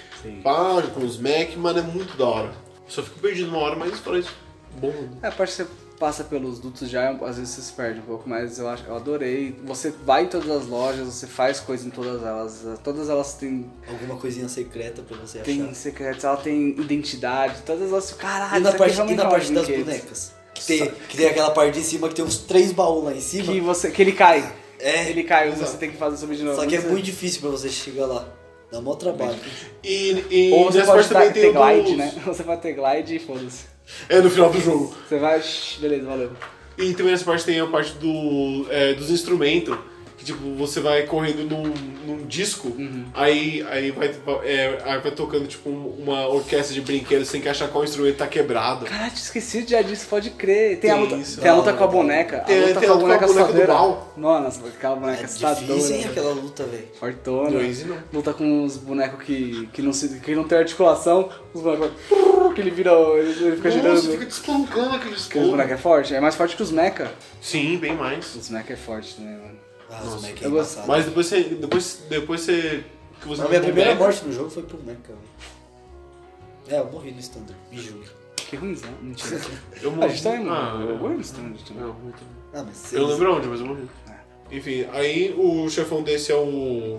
S3: pá, com os Mac, mano, é muito da hora. Só fico perdido uma hora, mas fora isso. Bom.
S1: É, a parte que você passa pelos dutos já, às vezes você se perde um pouco, mas eu, acho, eu adorei. Você vai em todas as lojas, você faz coisa em todas elas. Todas elas têm,
S2: Alguma coisinha secreta pra você achar.
S1: têm secretos, ela tem identidade, todas elas. Caralho,
S2: E
S1: isso
S2: na
S1: aqui
S2: parte, e
S1: realmente
S2: na
S1: é um
S2: parte das
S1: brinquedo.
S2: bonecas. Que tem, que tem aquela parte de cima que tem uns três baús lá em
S1: Que,
S2: cima.
S1: você, que ele cai.
S2: É.
S1: Ele cai,
S3: Exato.
S1: você tem que fazer subir de novo.
S2: Só que é
S1: Você-
S2: muito difícil pra você chegar lá. Dá mó trabalho.
S3: E, e
S1: Ou você
S3: nessa
S1: pode
S3: parte
S1: dar,
S3: também
S1: ter
S3: tem o
S1: glide,
S3: dos...
S1: né? Ou Você pode ter glide e foda-se.
S3: É, no final do jogo.
S1: Você vai, shh, beleza, valeu.
S3: E também nessa parte tem a parte do, é, dos instrumentos. Que tipo, você vai correndo num, num disco,
S1: Uhum.
S3: aí, aí, vai, é, aí vai tocando tipo um- uma orquestra de brinquedos sem que achar qual instrumento tá quebrado.
S1: Caralho, te esqueci já disso, pode crer. Tem, a
S3: Tem
S1: luta,
S3: isso.
S1: tem a luta com a boneca.
S3: Tem-
S1: a luta
S3: tem
S1: com
S3: a
S1: a
S3: luta com
S1: boneca,
S3: a boneca do
S1: assadeira.
S3: mal.
S1: Mano, essa- tá aquela boneca
S2: É
S1: assustadora.
S2: difícil, hein, aquela luta, velho.
S1: Fortona.
S3: No Easy não.
S1: Luta com os bonecos que, que, não se, que não tem articulação, os bonecos vai- que ele vira. Ele, ele fica girando.
S3: Nossa, fica desplancando aquele
S1: Porque os
S3: escudo.
S1: bonecos é forte, é mais forte que os mecha.
S3: Sim, bem mais.
S1: Os mecha é forte também, mano.
S2: Ah, os Mac é
S1: eu gosto-
S2: embaçado.
S3: Mas depois você. Depois, depois você. Que você
S2: A minha
S3: não
S2: primeira
S3: pega-
S2: morte no jogo foi pro Mecha, velho. É, eu morri no standard, me julgue.
S1: Que ruimzão, mentira.
S3: Eu
S1: a
S3: morri.
S1: gente tá indo.
S3: Ah,
S1: eu
S3: eu-
S1: eu amo stand também.
S3: não, muito-
S2: Ah, mas vocês...
S3: Eu não lembro onde, mas eu morri. Enfim, aí o chefão desse é o.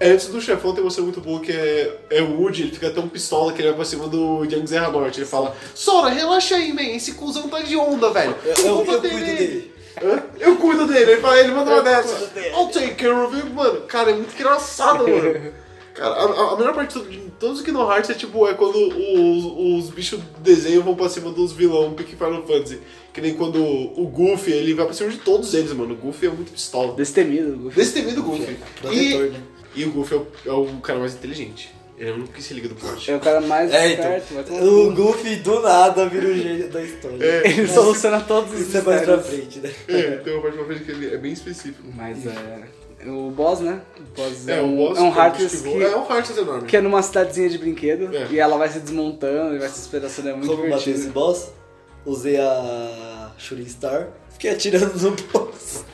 S3: Antes do chefão tem você muito boa que é, é o Woody, ele fica tão pistola que ele vai pra cima do Young Zerra Norte. Ele fala, Sora, relaxa aí, man, esse cuzão tá de onda, velho.
S2: Eu- eu- eu
S3: vou bater
S2: cuido
S3: nele."
S2: dele.
S3: Hã? Eu cuido dele, ele, fala, ele manda uma dessa.
S2: cuido dele.
S3: I'll take care of him, mano. Cara, é muito engraçado, mano. Cara, a, a melhor parte de todos os Kingdom Hearts é tipo, é quando os, os bichos do desenho vão pra cima dos vilão um pique Final Fantasy. Que nem quando o Goofy, ele vai pra cima de todos eles, mano. O Goofy é muito pistola.
S1: Destemido.
S3: Desse TV do Goofy.
S1: então-
S2: Protetor,
S3: E,
S2: né?
S3: e o Goofy é o, é o cara mais inteligente. Ele é o único que se liga do plot.
S1: É o cara mais
S2: É,
S1: esperto, vai tomar
S2: então. O Goofy do nada vira o gênio da história.
S3: É.
S1: Ele soluciona todos os
S2: Isso é mais pra
S1: mistérios.
S2: frente, né?
S3: É, tem uma parte pra frente que ele é bem específico.
S1: Mas é. O boss, né? O boss é,
S3: o
S1: um,
S3: boss
S1: é um
S3: que o
S1: Heartless
S3: bicho
S1: que,
S3: voa- É um Heartless enorme.
S1: que é numa cidadezinha de brinquedo
S3: É.
S1: e ela vai se desmontando e vai se despedaçando. É muito
S2: Como bater esse
S1: divertido.
S2: boss, usei a Shooting Star, fiquei atirando no boss.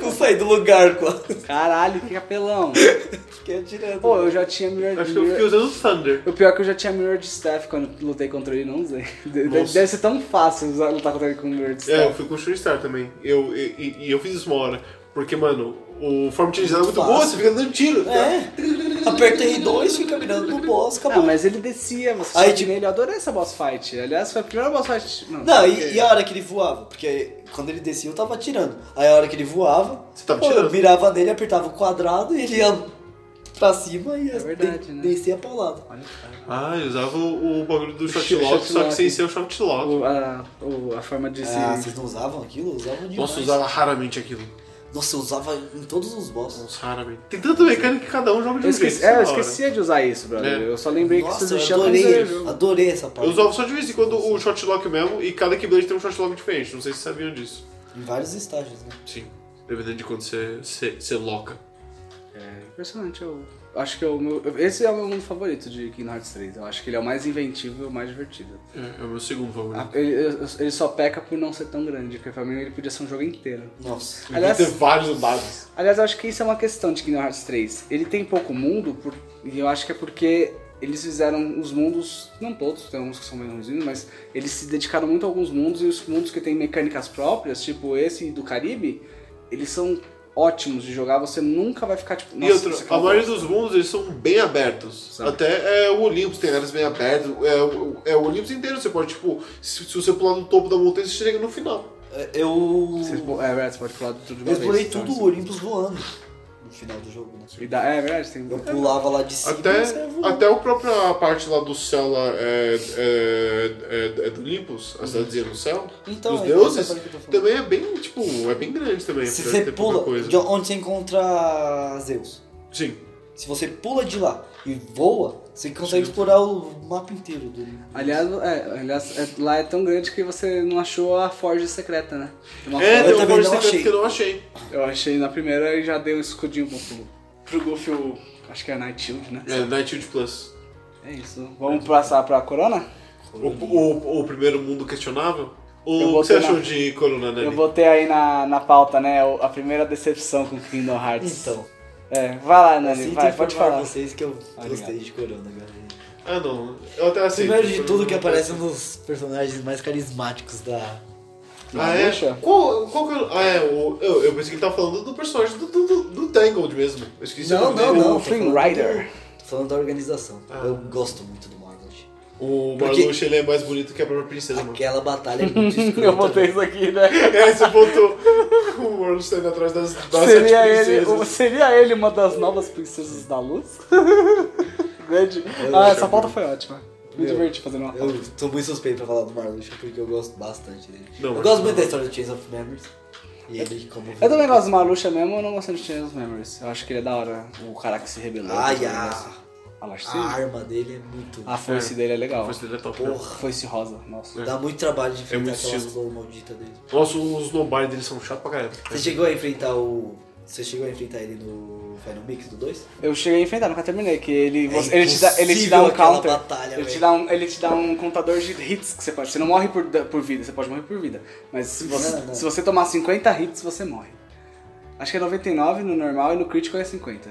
S2: Não saí do lugar quase.
S1: Caralho, que capelão.
S2: Fiquei atirando.
S1: Pô, eu já tinha mirror,
S3: Acho que eu fiquei
S1: mirror...
S3: usando o Thunder.
S1: O pior é que eu já tinha mirror de staff quando lutei contra ele, não usei. De-
S3: Nossa.
S1: Deve ser tão fácil usar- lutar contra ele com mirror de
S3: É, eu
S1: staff.
S3: fui com o Shooting também. Eu, e, e- e eu fiz isso uma hora. Porque, mano, o forma utilizada é muito boa,
S2: Fácil.
S3: você fica dando tiro. tá?
S2: É. Apertei R2, fica mirando no boss,
S1: Ah,
S2: acabou.
S1: mas ele descia, você
S2: Aí,
S1: Aí,
S2: tipo-
S1: nele, eu adorei essa boss fight. Aliás, foi a primeira boss fight. Não,
S2: Não, e, e a hora que ele voava? Porque quando ele descia eu tava atirando. Aí a hora que ele voava,
S3: Você tava
S2: pô, eu
S3: atirando.
S2: mirava nele, apertava o quadrado e ele ia pra cima e ia
S1: verdade,
S2: de-
S1: né?
S2: descia pra um lado.
S1: Olha, cara.
S3: Ah, eu usava o, o bagulho do shot
S1: Sh-
S3: lock,
S1: shot
S3: só que
S1: lock.
S3: sem ser o shot lock.
S1: O- a, o- a forma de se.
S2: Ah, vocês não usavam aquilo? Usavam demais.
S3: Nossa, eu usava raramente aquilo.
S2: Nossa, eu usava em todos os bosses.
S3: Nossa, raramente. Tem tanta mecânica que cada um joga de
S1: Eu
S3: um
S1: esqueci,
S3: jeito,
S1: é, eu
S3: isso da hora.
S1: esquecia de usar isso, brother.
S3: É.
S1: Eu só lembrei que isso
S2: Nossa,
S1: existia
S2: eu
S1: quando eu
S2: adorei,
S1: jogo.
S2: adorei essa parte.
S3: Eu usava só de vez em quando o shot lock mesmo e cada Keyblade tem um shot lock diferente. Não sei se sabiam disso.
S2: Em vários estágios, né?
S3: Sim. Dependendo de quando você, você, você loca.
S1: Impressionante, eu acho que é o meu. Esse é o meu mundo favorito de Kingdom Hearts 3. Eu acho que ele é o mais inventivo e o mais divertido.
S3: É, é o meu segundo
S1: A-
S3: favorito.
S1: Ele, ele só peca por não ser tão grande, porque pra mim ele podia ser um jogo inteiro.
S2: Nossa.
S3: Ele
S1: aliás-
S3: tem vários andares.
S1: Aliás, eu acho que isso é uma questão de Kingdom Hearts 3. Ele tem pouco mundo, por- e eu acho que é porque eles fizeram os mundos, não todos, tem alguns que são meio ruimzinhos, mas eles se dedicaram muito a alguns mundos, e os mundos que têm mecânicas próprias, tipo esse do Caribe, eles são ótimos de jogar, você nunca vai ficar tipo...
S3: e
S1: "Nossa,
S3: outro,
S1: isso aqui é
S3: a
S1: uma
S3: maioria
S1: bosta".
S3: dos mundos eles são bem abertos.
S1: Sabe.
S3: Até é, o Olympus tem áreas bem abertas. É, o- é o Olympus inteiro. Você pode, tipo, se, se você pular no topo da montanha, você chega no final.
S2: Eu.
S1: Você, é, verdade, você pode pular tudo de uma
S2: Eu explorei
S3: tá?
S1: vez, então,
S2: tudo o
S1: isso-
S2: Olympus voando. no final do jogo, né?
S1: E dá- é verdade, tem.
S2: Eu pulava lá de cima
S3: Até,
S2: e saia é voando.
S3: até a própria parte lá do céu lá é, é, é, é do Olympus, a cidadezinha no céu,
S2: Uhum. Então,
S3: dos
S2: é
S3: deuses,
S2: essa parte que eu tô falando.
S3: também é bem, tipo, é bem grande também.
S2: Se
S3: apesar de
S2: você
S3: ter pouca
S2: pula
S3: coisa.
S2: de onde você encontra Zeus.
S3: Sim.
S2: Se você pula de lá e voa, você consegue explorar o mapa inteiro do.
S1: Aliás, é, aliás é- lá é tão grande que você não achou a Forge secreta, né? Tem uma
S3: É,
S1: Forge-
S2: eu
S3: tem um
S2: também
S3: Forge
S2: não
S3: Secreto
S2: achei.
S3: que eu não achei.
S1: Eu achei na primeira e já dei um escudinho pro, pro, pro Goofy, o, acho que é a Night Shield, né?
S2: Uhum.
S3: É, Nightwood Plus.
S1: É isso. Vamos passar pra Corona?
S3: O,
S2: Uhum.
S3: o, o primeiro mundo questionável?
S1: Eu
S3: O
S1: vou
S3: que você
S1: ter na-
S3: achou de Corona, Nelly?
S1: Eu botei aí na, na pauta, né? o- A primeira decepção com Kingdom Hearts.
S2: Então,
S1: É, vai lá, Nani,
S2: assim
S1: vai, pode falar. Tá
S2: vocês que eu
S1: Obrigado.
S2: gostei de Corona, galera.
S3: Ah, não. Eu até aceito.
S2: Primeiro de tudo que aparece um dos personagens mais carismáticos da.
S3: Ah, é?
S1: Deixa.
S3: Qual, qual que é? o- Ah, é. O, eu, eu pensei que ele tava falando do personagem do, do, do- do Tangled mesmo. Eu esqueci o
S2: Não,
S3: nome
S2: não,
S3: dele.
S2: não.
S1: O Flynn Rider.
S2: Tô falando da organização.
S3: Ah.
S2: Eu gosto muito do Margot.
S3: O
S2: Porque-
S3: Marluxo, ele é mais bonito que a própria princesa, mano.
S2: Aquela batalha é muito escrota.
S1: Eu botei isso aqui, né?
S3: É, você botou o Marluxo saindo atrás das, das
S1: Seria
S3: sete
S1: ele,
S3: princesas.
S1: o- seria ele uma das novas princesas da luz? Grande. Ah, essa pauta foi ótima. Me
S2: Meu.
S1: diverti fazendo uma pauta.
S2: Eu sou muito suspeito pra falar do Marluxo porque eu gosto bastante dele.
S3: Não,
S2: eu
S3: mas-
S2: gosto muito da história do Chains of Memories. E ele como.
S1: Eu também gosto do Maluxa mesmo, eu não gosto de Chains of Memories. Eu acho que ele é da hora, o cara que se rebelou.
S2: Ai,
S1: esse
S2: a,
S1: negócio. Ah, eu acho que sim.
S2: a arma dele é muito.
S1: A foice dele é legal.
S3: Mas ele é top, né?
S2: Porra.
S1: Foice rosa, nossa.
S2: Dá muito trabalho de enfrentar
S3: É muito
S2: aquela
S3: estilo. É.
S2: flor maldita dele.
S3: Nossa, os snowbars deles são chatos pra caralho.
S2: Você chegou a enfrentar o. Você chegou a enfrentar ele no Final Mix do 2?
S1: Eu cheguei a enfrentar, nunca terminei, que ele,
S2: É
S1: você- ele, te dá, ele te dá
S2: impossível
S1: um
S2: aquela
S1: counter.
S2: batalha,
S1: ele, te
S2: velho.
S1: dá um, ele te dá um contador de hits que você pode. Você não morre por, da- por vida, você pode morrer por vida. Mas se você,
S2: Não, não.
S1: se você tomar 50 hits, você morre. Acho que é 99 no normal e no critical é 50.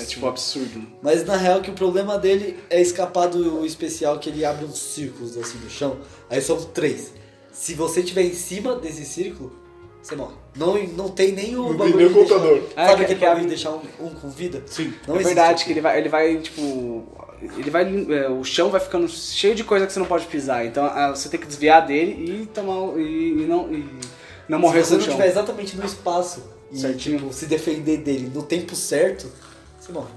S1: É tipo absurdo.
S2: Mas na real que o problema dele é escapar do especial que ele abre uns círculos assim no chão. Aí são três. Se você estiver em cima desse círculo, você morre. Não, não tem nem o
S3: Não tem
S2: bagulho
S3: nem o
S2: de deixar-
S3: contador.
S1: Ah,
S2: sabe
S1: que-
S2: aquele
S1: que
S2: bagulho
S1: abre-
S2: de deixar um, um com vida?
S3: Sim.
S2: Não
S1: é
S2: existe
S1: verdade
S2: aqui.
S1: que ele vai, ele vai, tipo. Ele vai. é, o chão vai ficando cheio de coisa que você não pode pisar. Então ah, você tem que desviar dele e tomar. o- E, e não. E não morrer
S2: Se
S1: com
S2: você
S1: o
S2: não
S1: chão.
S2: estiver exatamente no espaço e
S1: Certinho.
S2: tipo, se defender dele no tempo certo, você morre.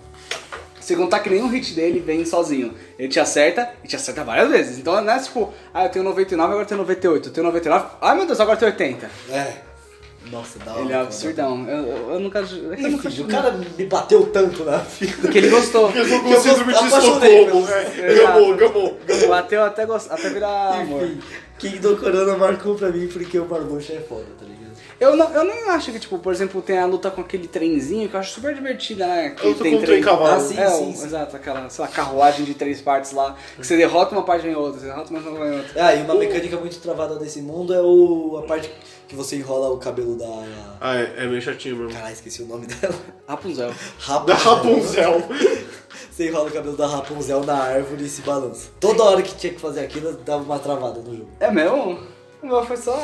S1: Sem contar que nenhum hit dele vem sozinho. Ele te acerta e te acerta várias vezes. Então não é tipo, ah, eu tenho 99, agora eu tenho 98. Eu tenho 99, ai meu Deus, agora eu tenho 80.
S2: É. Nossa, dá
S1: ele é absurdão. tá Eu, eu, eu nunca. Eu nunca
S2: Enfim, o cara me bateu tanto na vida.
S1: Porque ele gostou.
S3: Eu sou
S2: Eu
S3: com síndrome
S2: gosto-
S3: de
S2: apaixonei
S3: Estocolmo.
S2: pelo-
S3: É, Gamou, gamou.
S1: Bateu até, gost... até virar amor.
S2: Enfim, Kingdom Corona marcou pra mim porque o Marluxa é foda, tá ligado?
S1: Eu, não, eu nem acho que, tipo, por exemplo, tem a luta com aquele trenzinho que eu acho super divertida, né? Que
S3: Eu tô
S1: tem
S3: com o trem cavalo.
S2: Ah, sim,
S1: é,
S2: sim,
S1: o-
S2: sim.
S1: Exato, aquela, sei lá, carruagem de três partes lá. Que você derrota uma parte em outra, você derrota uma parte em outra.
S2: Ah, e uma mecânica muito travada desse mundo é o, a parte que você enrola o cabelo da.
S3: Ah, é, é meio chatinho mesmo.
S2: Caralho, esqueci o nome dela.
S1: Rapunzel.
S2: Rapunzel.
S3: Da Rapunzel.
S2: Você enrola o cabelo da Rapunzel na árvore e se balança. Toda hora que tinha que fazer aquilo, dava uma travada no jogo.
S1: É mesmo? O meu foi só.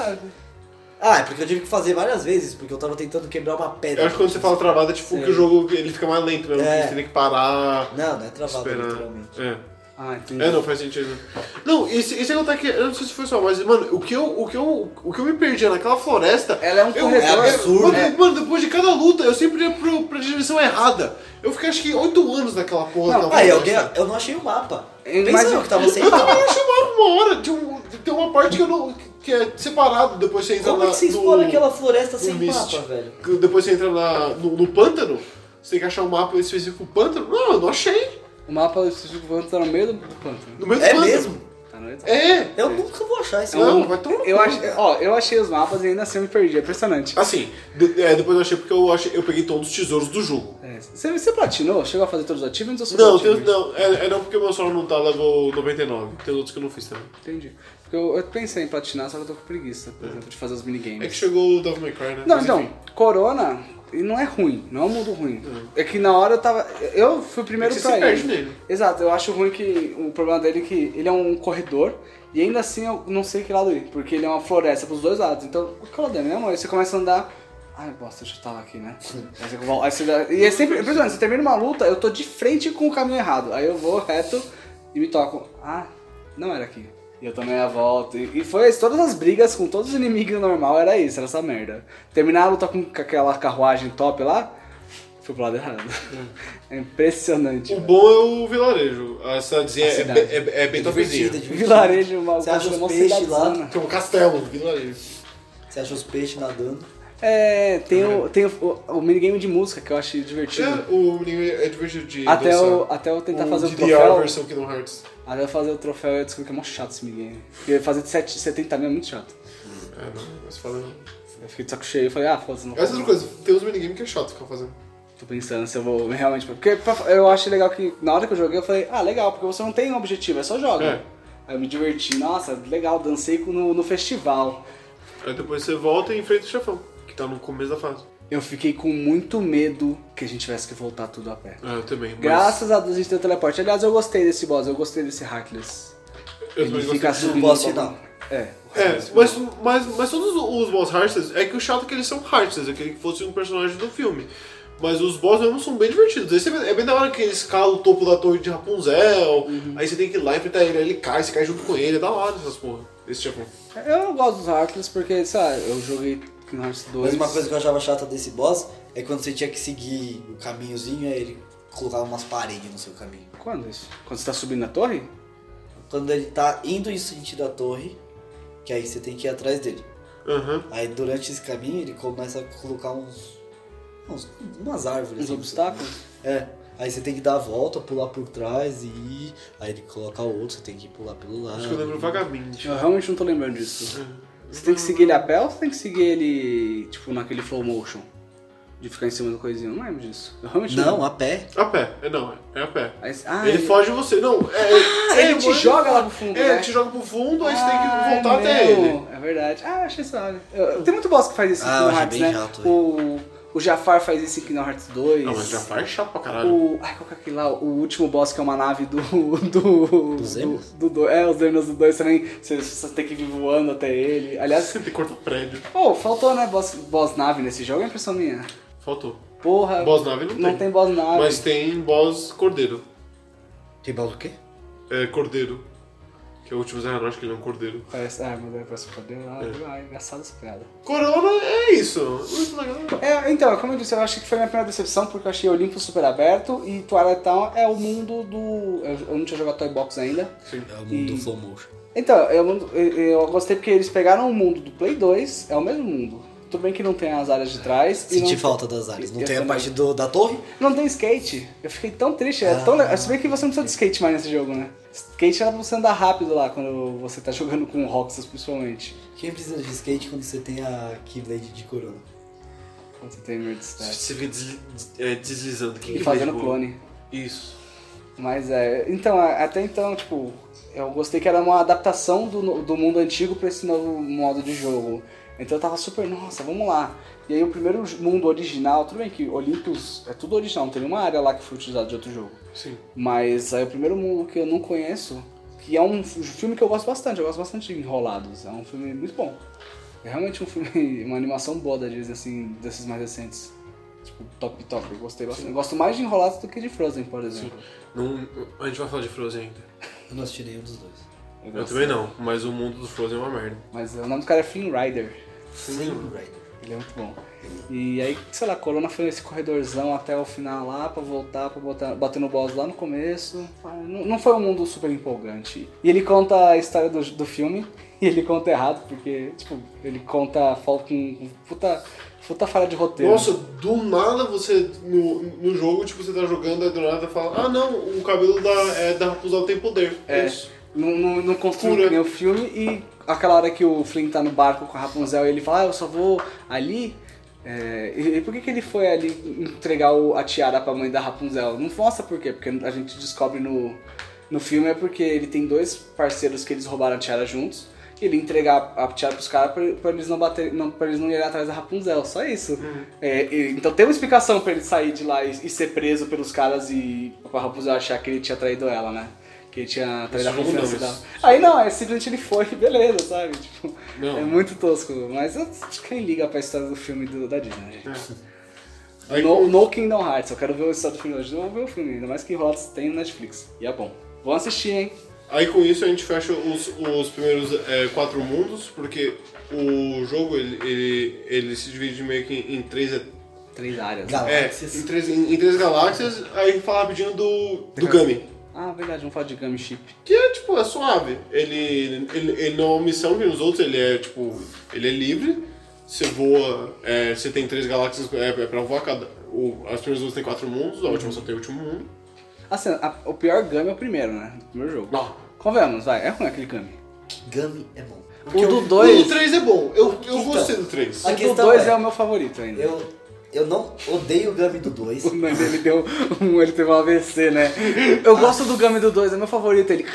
S2: Ah, é porque eu tive que fazer várias vezes, porque eu tava tentando quebrar uma pedra.
S3: Eu acho que quando você fala travada, é tipo
S1: Sim.
S3: que o jogo ele fica mais lento né? mesmo.
S2: É.
S3: que Você tem que parar,
S2: Não, não é travada,
S3: esperar.
S2: literalmente.
S3: É.
S1: Ah, entendi.
S3: É, não faz sentido. Não, e se, e sem contar que, eu não sei se foi só, mas, mano, o que eu, o que eu, o que eu me perdia naquela floresta.
S1: Ela é um
S3: eu-
S1: corredor.
S2: É absurdo.
S3: Mano,
S1: É.
S3: mano, depois de cada luta, eu sempre ia pro, pra direção errada. Eu fiquei acho que 8 anos naquela porra.
S1: Não,
S3: daquela
S2: Ah, e alguém,
S3: floresta.
S2: eu não achei o mapa.
S1: Eu
S2: Pensa
S1: imagino-
S2: eu que tava sem
S3: Eu também
S2: mapa.
S3: acho uma, uma hora. Tem, um, tem uma parte que eu não. que é separado depois você entra
S2: Como
S3: na.
S2: é que você
S3: no-
S2: explora aquela floresta
S3: no
S2: sem
S3: Myst.
S2: mapa, velho?
S3: Que Depois você entra na, no, no pântano, você tem que achar um mapa específico pro pântano. Não, eu não achei.
S1: O mapa específico do pântano tá no meio do pântano.
S3: No meio do
S2: É
S3: pântano.
S2: mesmo?
S1: Tá no meio do-
S3: É!
S2: Eu nunca vou achar esse
S3: Não,
S2: mapa.
S3: vai tomar.
S1: Eu achei, ó, eu achei os mapas e ainda assim eu me perdi, é impressionante.
S3: Assim, de- é, depois eu achei porque eu, achei, eu peguei todos os tesouros do jogo.
S1: É, você, você platinou? Chegou a fazer todos os achievements ou só
S3: Não, tem,
S1: achievements?
S3: não, é, é não porque meu solo não tá level 99. Tem outros que eu não fiz também.
S1: Entendi. Porque eu, eu pensei em platinar, só que eu tô com preguiça, por exemplo, de fazer os minigames.
S3: É que chegou o Devil May Cry, né?
S1: Não,
S3: Mas,
S1: então,
S3: enfim.
S1: Corona e não é ruim, não é um mundo ruim. É que na hora eu tava. Eu fui o primeiro
S3: É que você
S1: pra
S3: se perde
S1: ele.
S3: nele.
S1: Exato, eu acho ruim que o problema dele é que ele é um corredor e ainda assim eu não sei que lado ir, porque ele é uma floresta pros dois lados. Então, qual é o mesmo? Aí você começa a andar. Ai, bosta, eu já tava aqui, né? Aí você volta- aí você dá- e é sempre. Impressionante, você termina uma luta, eu tô de frente com o caminho errado. Aí eu vou reto e me toco. Ah, não era aqui. E eu tomei a volta. E, e foi isso. Todas as brigas com todos os inimigos normal era isso, era essa merda. Terminar a luta com com aquela carruagem top lá, fui pro lado errado. É impressionante.
S3: O
S1: velho.
S3: bom é o vilarejo. A cidadezinha
S1: A
S3: é,
S1: cidade.
S3: be- é- é bem
S2: Divertida,
S3: topzinha.
S2: divertida.
S1: Vilarejo, maluco,
S2: Você acha
S1: uma
S2: os peixes lá?
S1: cidadezona.
S3: Tem um castelo, um vilarejo.
S2: Você acha os peixes nadando?
S1: É, tem, o, tem o, o, o minigame de música que eu achei divertido.
S3: É, o menino é divertido de
S1: Até
S3: dançar.
S1: eu, até eu tentar fazer o
S3: DDR
S1: troféu.
S3: versão Kingdom Hearts.
S1: Até eu fazer o troféu eu descobri que é mó chato esse minigame. Porque fazer de sete- 70 mil é muito chato.
S3: É, não, mas falando...
S1: Eu fiquei de saco cheio e falei, ah, foda-se, não.
S3: Essa outra coisa, tem uns minigames que é chato ficar fazendo.
S1: Tô pensando se eu vou realmente. Porque pra- eu achei legal que na hora que eu joguei eu falei, ah, legal, porque você não tem um objetivo, é só joga.
S3: É.
S1: Aí eu me diverti, nossa, legal, dancei com- no, no festival.
S3: Aí depois você volta e enfrenta o chefão, que tá no começo da fase.
S1: Eu fiquei com muito medo que a gente tivesse que voltar tudo a pé.
S3: Ah, eu também. mas
S1: Graças a Deus a gente tem o teleporte. Aliás, eu gostei desse boss, eu gostei desse Hackless.
S3: eu também gostei.
S1: fica
S2: Do boss
S1: no
S2: final.
S1: bagulho. É.
S3: É, mas, mas, mas todos os boss hearts é que o chato é que eles são hearts, é que ele fosse um personagem do filme. Mas os boss mesmo são bem divertidos. Esse é bem- é bem da hora que ele escala o topo da torre de Rapunzel,
S1: Uhum.
S3: aí você tem que ir lá e enfrentar ele, aí ele cai, você cai junto com ele, é da hora essas porra. Esse chefão.
S1: Eu gosto dos Hackless porque, sei lá, eu joguei Kingdom Hearts 2.
S2: Mas uma coisa que eu achava chata desse boss é quando você tinha que seguir o caminhozinho, aí ele colocava umas paredes no seu caminho.
S1: Quando isso? Quando você tá subindo na torre?
S2: Quando ele tá indo em sentido da torre, que aí você tem que ir atrás dele.
S3: Aham.
S2: Aí durante esse caminho ele começa a colocar uns. uns- umas árvores.
S1: Os
S2: assim,
S1: obstáculos?
S2: É. Aí você tem que dar a volta, pular por trás e ir. Aí ele coloca outro, você tem que pular pelo lado.
S3: Acho que eu lembro vagamente.
S1: Tipo, Eu realmente não tô lembrando disso. Você tem que seguir ele a pé ou você tem que seguir ele, tipo, naquele flow motion? De ficar em cima do coisinho? Eu não lembro disso. Eu realmente
S3: né?
S2: Não, a pé.
S3: A pé, é não, é, é a pé.
S1: Aí- ah,
S3: ele
S1: ele-
S3: foge de você, não. É,
S1: Ah,
S3: é,
S1: ele
S3: é,
S1: te
S3: mas-
S1: joga lá pro fundo,
S3: É,
S1: né?
S3: ele te joga pro fundo, aí você tem que
S1: Ai,
S3: voltar até
S1: meu,
S3: ele.
S1: É verdade. Ah, achei suave. Eu- eu- Tem muito boss que faz isso
S2: Ah,
S1: em Kingdom
S2: eu achei
S1: Hearts,
S2: bem
S1: né?
S2: chato,
S1: o, o Jafar faz isso em Kingdom Hearts 2.
S3: Não, mas já faz chato pra caralho.
S1: O, ai, qual que é aquele lá? O último boss que é uma nave do. Do.
S2: Dos Zemnas?
S1: do, do- É, os Zemnas do 2 também. Você, você tem que vir voando até ele. Aliás,
S3: Você tem que cortar o prédio.
S1: pô, faltou, né? Boss, boss nave nesse jogo, é impressão minha.
S3: Faltou.
S1: Porra.
S3: Boss nave não,
S1: Ah, Não tem boss nave.
S3: Mas tem boss cordeiro.
S2: Tem bola o quê?
S3: É, cordeiro. Que é o último Zé acho que ele é um cordeiro.
S1: Parece, ah, meu Deus, parece um poder. Ah, é. engraçado essa piada.
S3: Corona é isso. Muito legal.
S1: É, então, como eu disse, eu acho que foi a minha primeira decepção, porque eu achei Olympus super aberto e Twilight Town é o mundo do. Eu, eu não tinha jogado Toy Box ainda.
S3: Sim.
S2: É o
S1: mundo
S2: mundo
S1: do
S2: do
S1: E-
S2: flow motion.
S1: Então, é o mundo- eu, eu gostei porque eles pegaram o mundo do Play 2, é o mesmo mundo. Tudo bem que não tem as áreas de trás. e
S2: Senti
S1: não,
S2: falta das áreas. Não
S1: Eu
S2: tem a
S1: também.
S2: parte do- da torre?
S1: Não tem skate. Eu fiquei tão triste. É tão legal. Se bem que você não precisa de skate mais nesse jogo, né? Skate era pra você andar rápido lá quando você tá jogando com o Roxas, principalmente.
S2: Quem precisa de skate quando você tem a Keyblade de corona?
S1: Quando você tem Mirror Step.
S3: Você fica desli- des- é, deslizando. Que
S1: É. E
S3: que
S1: fazendo
S3: fez, pô?
S1: clone.
S3: Isso.
S1: Mas é. Então, a- até então, tipo, eu gostei que era uma adaptação do, no- do mundo antigo pra esse novo modo de jogo. Então eu tava super, nossa, vamos lá. E aí o primeiro j- mundo original, tudo bem que Olympus é tudo original, não tem nenhuma área lá que foi utilizada de outro jogo.
S3: Sim.
S1: Mas aí o primeiro mundo que eu não conheço, que é um f- filme que eu gosto bastante, eu gosto bastante de Enrolados. É um filme muito bom. É realmente um filme, uma animação boa da Disney, assim, desses mais recentes. Tipo, top top, eu gostei bastante. Eu gosto mais de Enrolados do que de Frozen, por exemplo.
S3: Não, a gente vai falar de Frozen ainda.
S2: Eu não assisti nenhum dos dois.
S1: Eu
S3: Eu
S1: gosto.
S3: também não, mas o mundo do Frozen é uma merda.
S1: Mas o nome do cara é Flynn Rider.
S2: Flame Rider.
S1: Ele é muito bom. E aí, sei lá, a Corona foi nesse corredorzão até o final lá, pra voltar, pra botar, bater no boss lá no começo. Ah, Não, não foi um mundo super empolgante. E ele conta a história do, do filme, e ele conta errado, porque, tipo, ele conta falta com com puta, puta falha de roteiro.
S3: Nossa, do nada você, no, no jogo, tipo, você tá jogando, aí do nada fala, ah não, o cabelo da, é, da Rapunzel tem poder.
S1: É.
S3: Isso.
S1: Não, não, não construiu
S3: Cura.
S1: que nem o filme e aquela hora que o Flynn tá no barco com a Rapunzel e ele fala, ah, eu só vou ali. é, e, e por que, que ele foi ali entregar o- a tiara pra mãe da Rapunzel? Não mostra por quê, porque a gente descobre no, no filme é porque ele tem dois parceiros que eles roubaram a tiara juntos. E ele entregar a tiara pros caras pra, pra eles não bater, não, pra eles não irem atrás da Rapunzel, só isso.
S3: Uhum.
S1: É, e- então tem uma explicação pra ele sair de lá e, e ser preso pelos caras e pra Rapunzel achar que ele tinha traído ela, né? Que ele tinha traído a
S3: Isso não,
S1: confiança
S3: não,
S1: dela.
S3: isso-
S1: Aí não, aí simplesmente ele foi, beleza, sabe? Tipo,
S3: Não.
S1: é muito tosco. Mas eu- quem liga pra história do filme do- da Disney, né, gente?
S3: Aí,
S1: No, no Kingdom Hearts, eu quero ver o história do filme hoje. Eu é vou ver o filme, ainda mais que Rotos tem no Netflix. E é bom. Vão assistir, hein?
S3: Aí com isso a gente fecha os, os primeiros é, quatro mundos, porque o jogo ele, ele, ele se divide meio que em, em três. e-
S1: Três áreas. né?
S2: Gal-
S3: É,
S2: Galáxias.
S3: em três, em, em três galáxias, aí falar rapidinho do, do Gummy.
S1: Ah, verdade, vamos falar de Gummy Chip.
S3: Que é, tipo, é suave. Ele, ele, ele não é uma missão que nos outros, ele é, tipo, ele é livre. Você voa, é, você tem três galáxias é, é pra voar cada... O, as primeiras duas tem quatro mundos, a última só tem o último mundo.
S1: Assim, a- o pior Gummy é o primeiro, né? O primeiro jogo.
S3: Não.
S1: Convenhamos, vai. É ruim aquele Gummy.
S2: Gummy é bom.
S1: O do
S3: O
S1: 2.
S3: do 3 é bom. Eu, eu
S2: Então.
S3: gostei do 3.
S2: A
S1: O do
S2: questão
S1: 2
S2: é-
S1: é o meu favorito ainda.
S2: Eu, eu não odeio o Gummy do 2.
S1: O Nando, ele deu um, ele teve um AVC, né? Eu gosto do Gummy do 2, é meu favorito. Ele.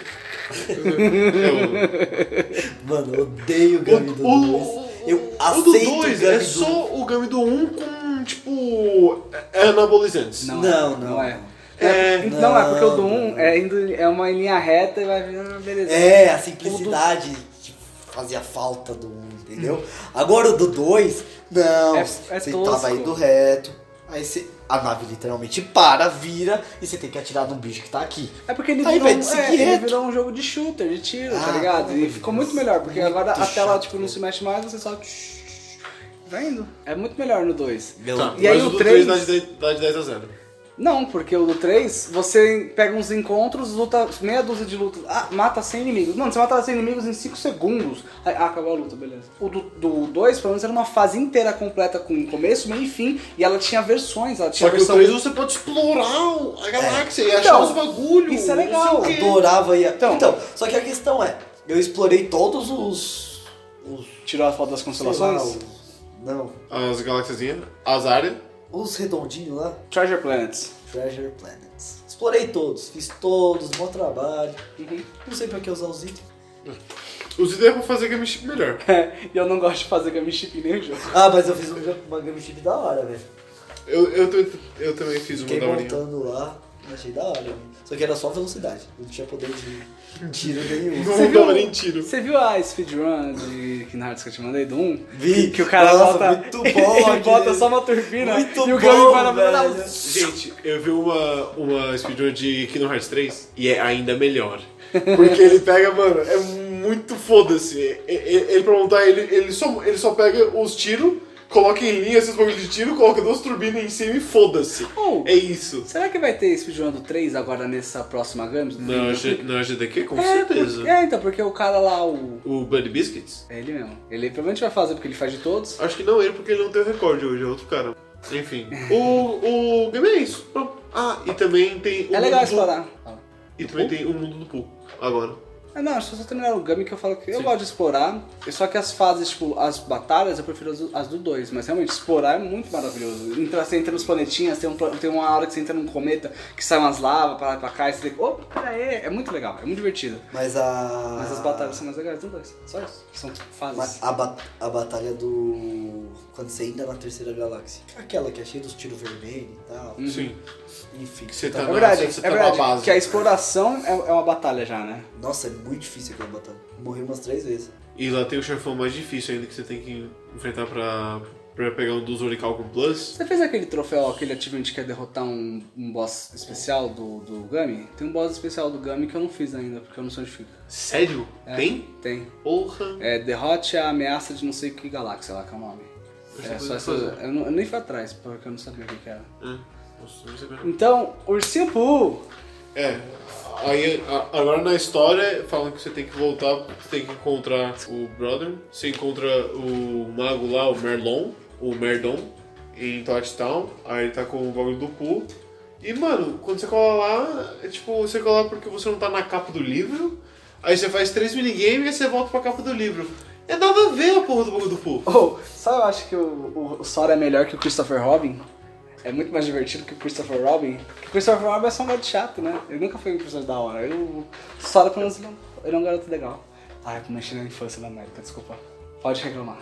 S2: Mano, eu odeio o Gummy do 2. Eu
S3: o do
S2: aceito o Gummy
S3: 2
S2: do
S3: é só o Gummy do 1 com, tipo, é- anabolizantes.
S1: Não,
S2: Não,
S1: é,
S2: não.
S1: não é.
S3: É,
S1: não, é porque o do
S2: não,
S1: 1 é, indo, é uma linha reta e vai vindo, ah, beleza.
S2: É, a simplicidade que fazia falta do 1, entendeu? Agora o do 2, não.
S1: É- é
S2: você
S1: tosco.
S2: tava indo reto, aí você, a nave literalmente para, vira e você tem que atirar no bicho que tá aqui.
S1: É porque ele
S2: Aí,
S1: virou,
S2: velho,
S1: um-
S2: seguir
S1: é, ele
S2: reto.
S1: virou um jogo de shooter, de tiro, tá
S2: Ah,
S1: ligado?
S2: meu
S1: E ficou
S2: Deus.
S1: muito melhor, porque
S2: Muito
S1: agora a tela
S2: chato,
S1: tipo, não
S2: velho.
S1: se mexe mais, você só. Vai indo. É muito melhor no 2.
S2: Meu
S3: Tá,
S2: Deus.
S1: E aí
S3: mas
S1: o
S3: do
S1: três-
S3: dá de dez- dá de 10 a 0.
S1: Não, porque o do 3, você pega uns encontros, luta meia dúzia de lutas, ah, mata 100 inimigos. Mano, você mata 100 inimigos em 5 segundos. Aí, ah, acabou a luta, beleza. O do- do 2, pelo menos, era uma fase inteira completa com começo, meio e fim, e ela tinha versões, ela tinha
S3: Só que o
S1: versão um.
S3: 3 você pode explorar o- a galáxia e achar
S1: Então,
S3: os bagulhos.
S1: isso é legal.
S2: adorava ia.
S1: Então.
S2: Então, só que a questão é, eu explorei todos os. os
S1: Tirou a foto das
S2: sei lá,
S1: constelações?
S2: os- não,
S3: As galáxiazinhas, as áreas.
S2: os redondinhos lá,
S1: Treasure Planets.
S2: Treasure Planets. Explorei todos, fiz todos, bom trabalho.
S1: Uhum.
S2: Não sei pra que usar os itens.
S3: Os ideias pra fazer game chip melhor.
S1: É, e eu não gosto de fazer game chip em nenhum jogo.
S2: Ah, mas eu fiz um, uma game chip da hora, velho.
S3: Eu, eu, t- eu também fiz uma
S2: Fiquei
S3: da horinha.
S2: montando lá, achei da hora. velho. Só que era só velocidade, não tinha poder de tiro nenhum.
S1: Você
S3: Não
S1: viu?
S3: dá nem tiro.
S1: Você viu a speedrun de Kingdom Hearts que eu te mandei do 1?
S2: Vi,
S1: Que o cara
S2: nossa,
S1: bota.
S2: muito bom
S1: ele
S2: aquele-
S1: bota só uma turbina
S2: Muito
S1: e o
S2: bom,
S1: Gummy para
S2: velho.
S3: Gente, eu vi uma, uma speedrun de Kingdom Hearts 3 e é ainda melhor. Porque ele pega, mano, é muito foda-se. E- e- Ele, pra montar, ele, ele, só, ele só pega os tiros, coloca em linha esses bagulhos de tiro, coloca duas turbinas em cima e foda-se.
S1: Oh.
S3: É isso.
S1: Será que vai ter speedrun do 3 agora nessa próxima Gummy?
S3: Na, G- na GDQ, com
S1: é,
S3: certeza.
S1: por- é, então, porque o cara lá, o.
S3: O Buddy Biscuits?
S1: É ele mesmo. Ele provavelmente vai fazer porque ele faz de todos.
S3: Acho que não ele, porque ele não tem o recorde hoje, é outro cara. Enfim. O, o game é isso. Pronto. Ah, e também tem o
S1: É legal
S3: mundo do-
S1: explorar.
S3: E também tem o mundo do Pooh, agora.
S1: Ah, não, acho que só terminar o Gummy que eu falo que eu gosto de explorar. Só que as fases, tipo, as batalhas, eu prefiro as do- as do 2. Mas realmente, explorar é muito maravilhoso. Entra, você entra nos planetinhas, tem, um, pla- tem uma hora que você entra num cometa que sai umas lavas pra lá e pra cá. E você tem. Opa, peraí. É muito legal, é muito divertido.
S2: Mas a.
S1: Mas as batalhas são mais legais do 2. Só isso. São fases.
S2: Ah. Mas a, ba- a batalha do. Quando você ainda na terceira galáxia. Aquela que é cheia dos tiros vermelhos e tal.
S3: Sim.
S2: Enfim.
S3: Que Hum. você
S1: É
S3: tá-
S1: verdade,
S3: Nossa, você
S1: é
S3: tá
S1: verdade.
S3: na base.
S1: Que a exploração é, é uma batalha já, né?
S2: Nossa, é muito difícil aquela batalha. Morri umas três vezes.
S3: E lá tem o chefão mais difícil ainda que você tem que enfrentar pra, pra pegar um dos Orical com Plus.
S1: Você fez aquele troféu, aquele achievement que é derrotar um, um boss especial do, do Gummy? Tem um boss especial do Gummy que eu não fiz ainda, porque eu não sei onde fica. É,
S3: Sério? Tem?
S1: Tem.
S3: Porra.
S1: É, derrote a ameaça de não sei que galáxia lá, que é o nome. É, só essa, eu, não- eu nem fui atrás, porque eu não sabia o que que era.
S3: É. Nossa, não sei agora.
S1: Então, Ursinho Poo!
S3: É. Aí, a- agora na história, falam que você tem que voltar, você tem que encontrar o brother, você encontra o mago lá, o Merlon, o Merdon, em Tottstown, aí ele tá com o bagulho do cu. E, mano, quando você cola lá, é tipo, você cola lá porque você não tá na capa do livro, aí você faz três minigames e você volta pra capa do livro. É nada a ver a porra do bagulho do cu.
S1: Oh, sabe eu acho que o, o, o Sora é melhor que o Christopher Robin? É muito mais divertido que o Christopher Robin. Porque o Christopher Robin é só um garoto chato, né? Ele nunca foi um personagem da hora. Eu, o Sora, pelo menos, ele é um- ele é um garoto legal. Ai, eu mexi na infância da América, desculpa. Pode reclamar.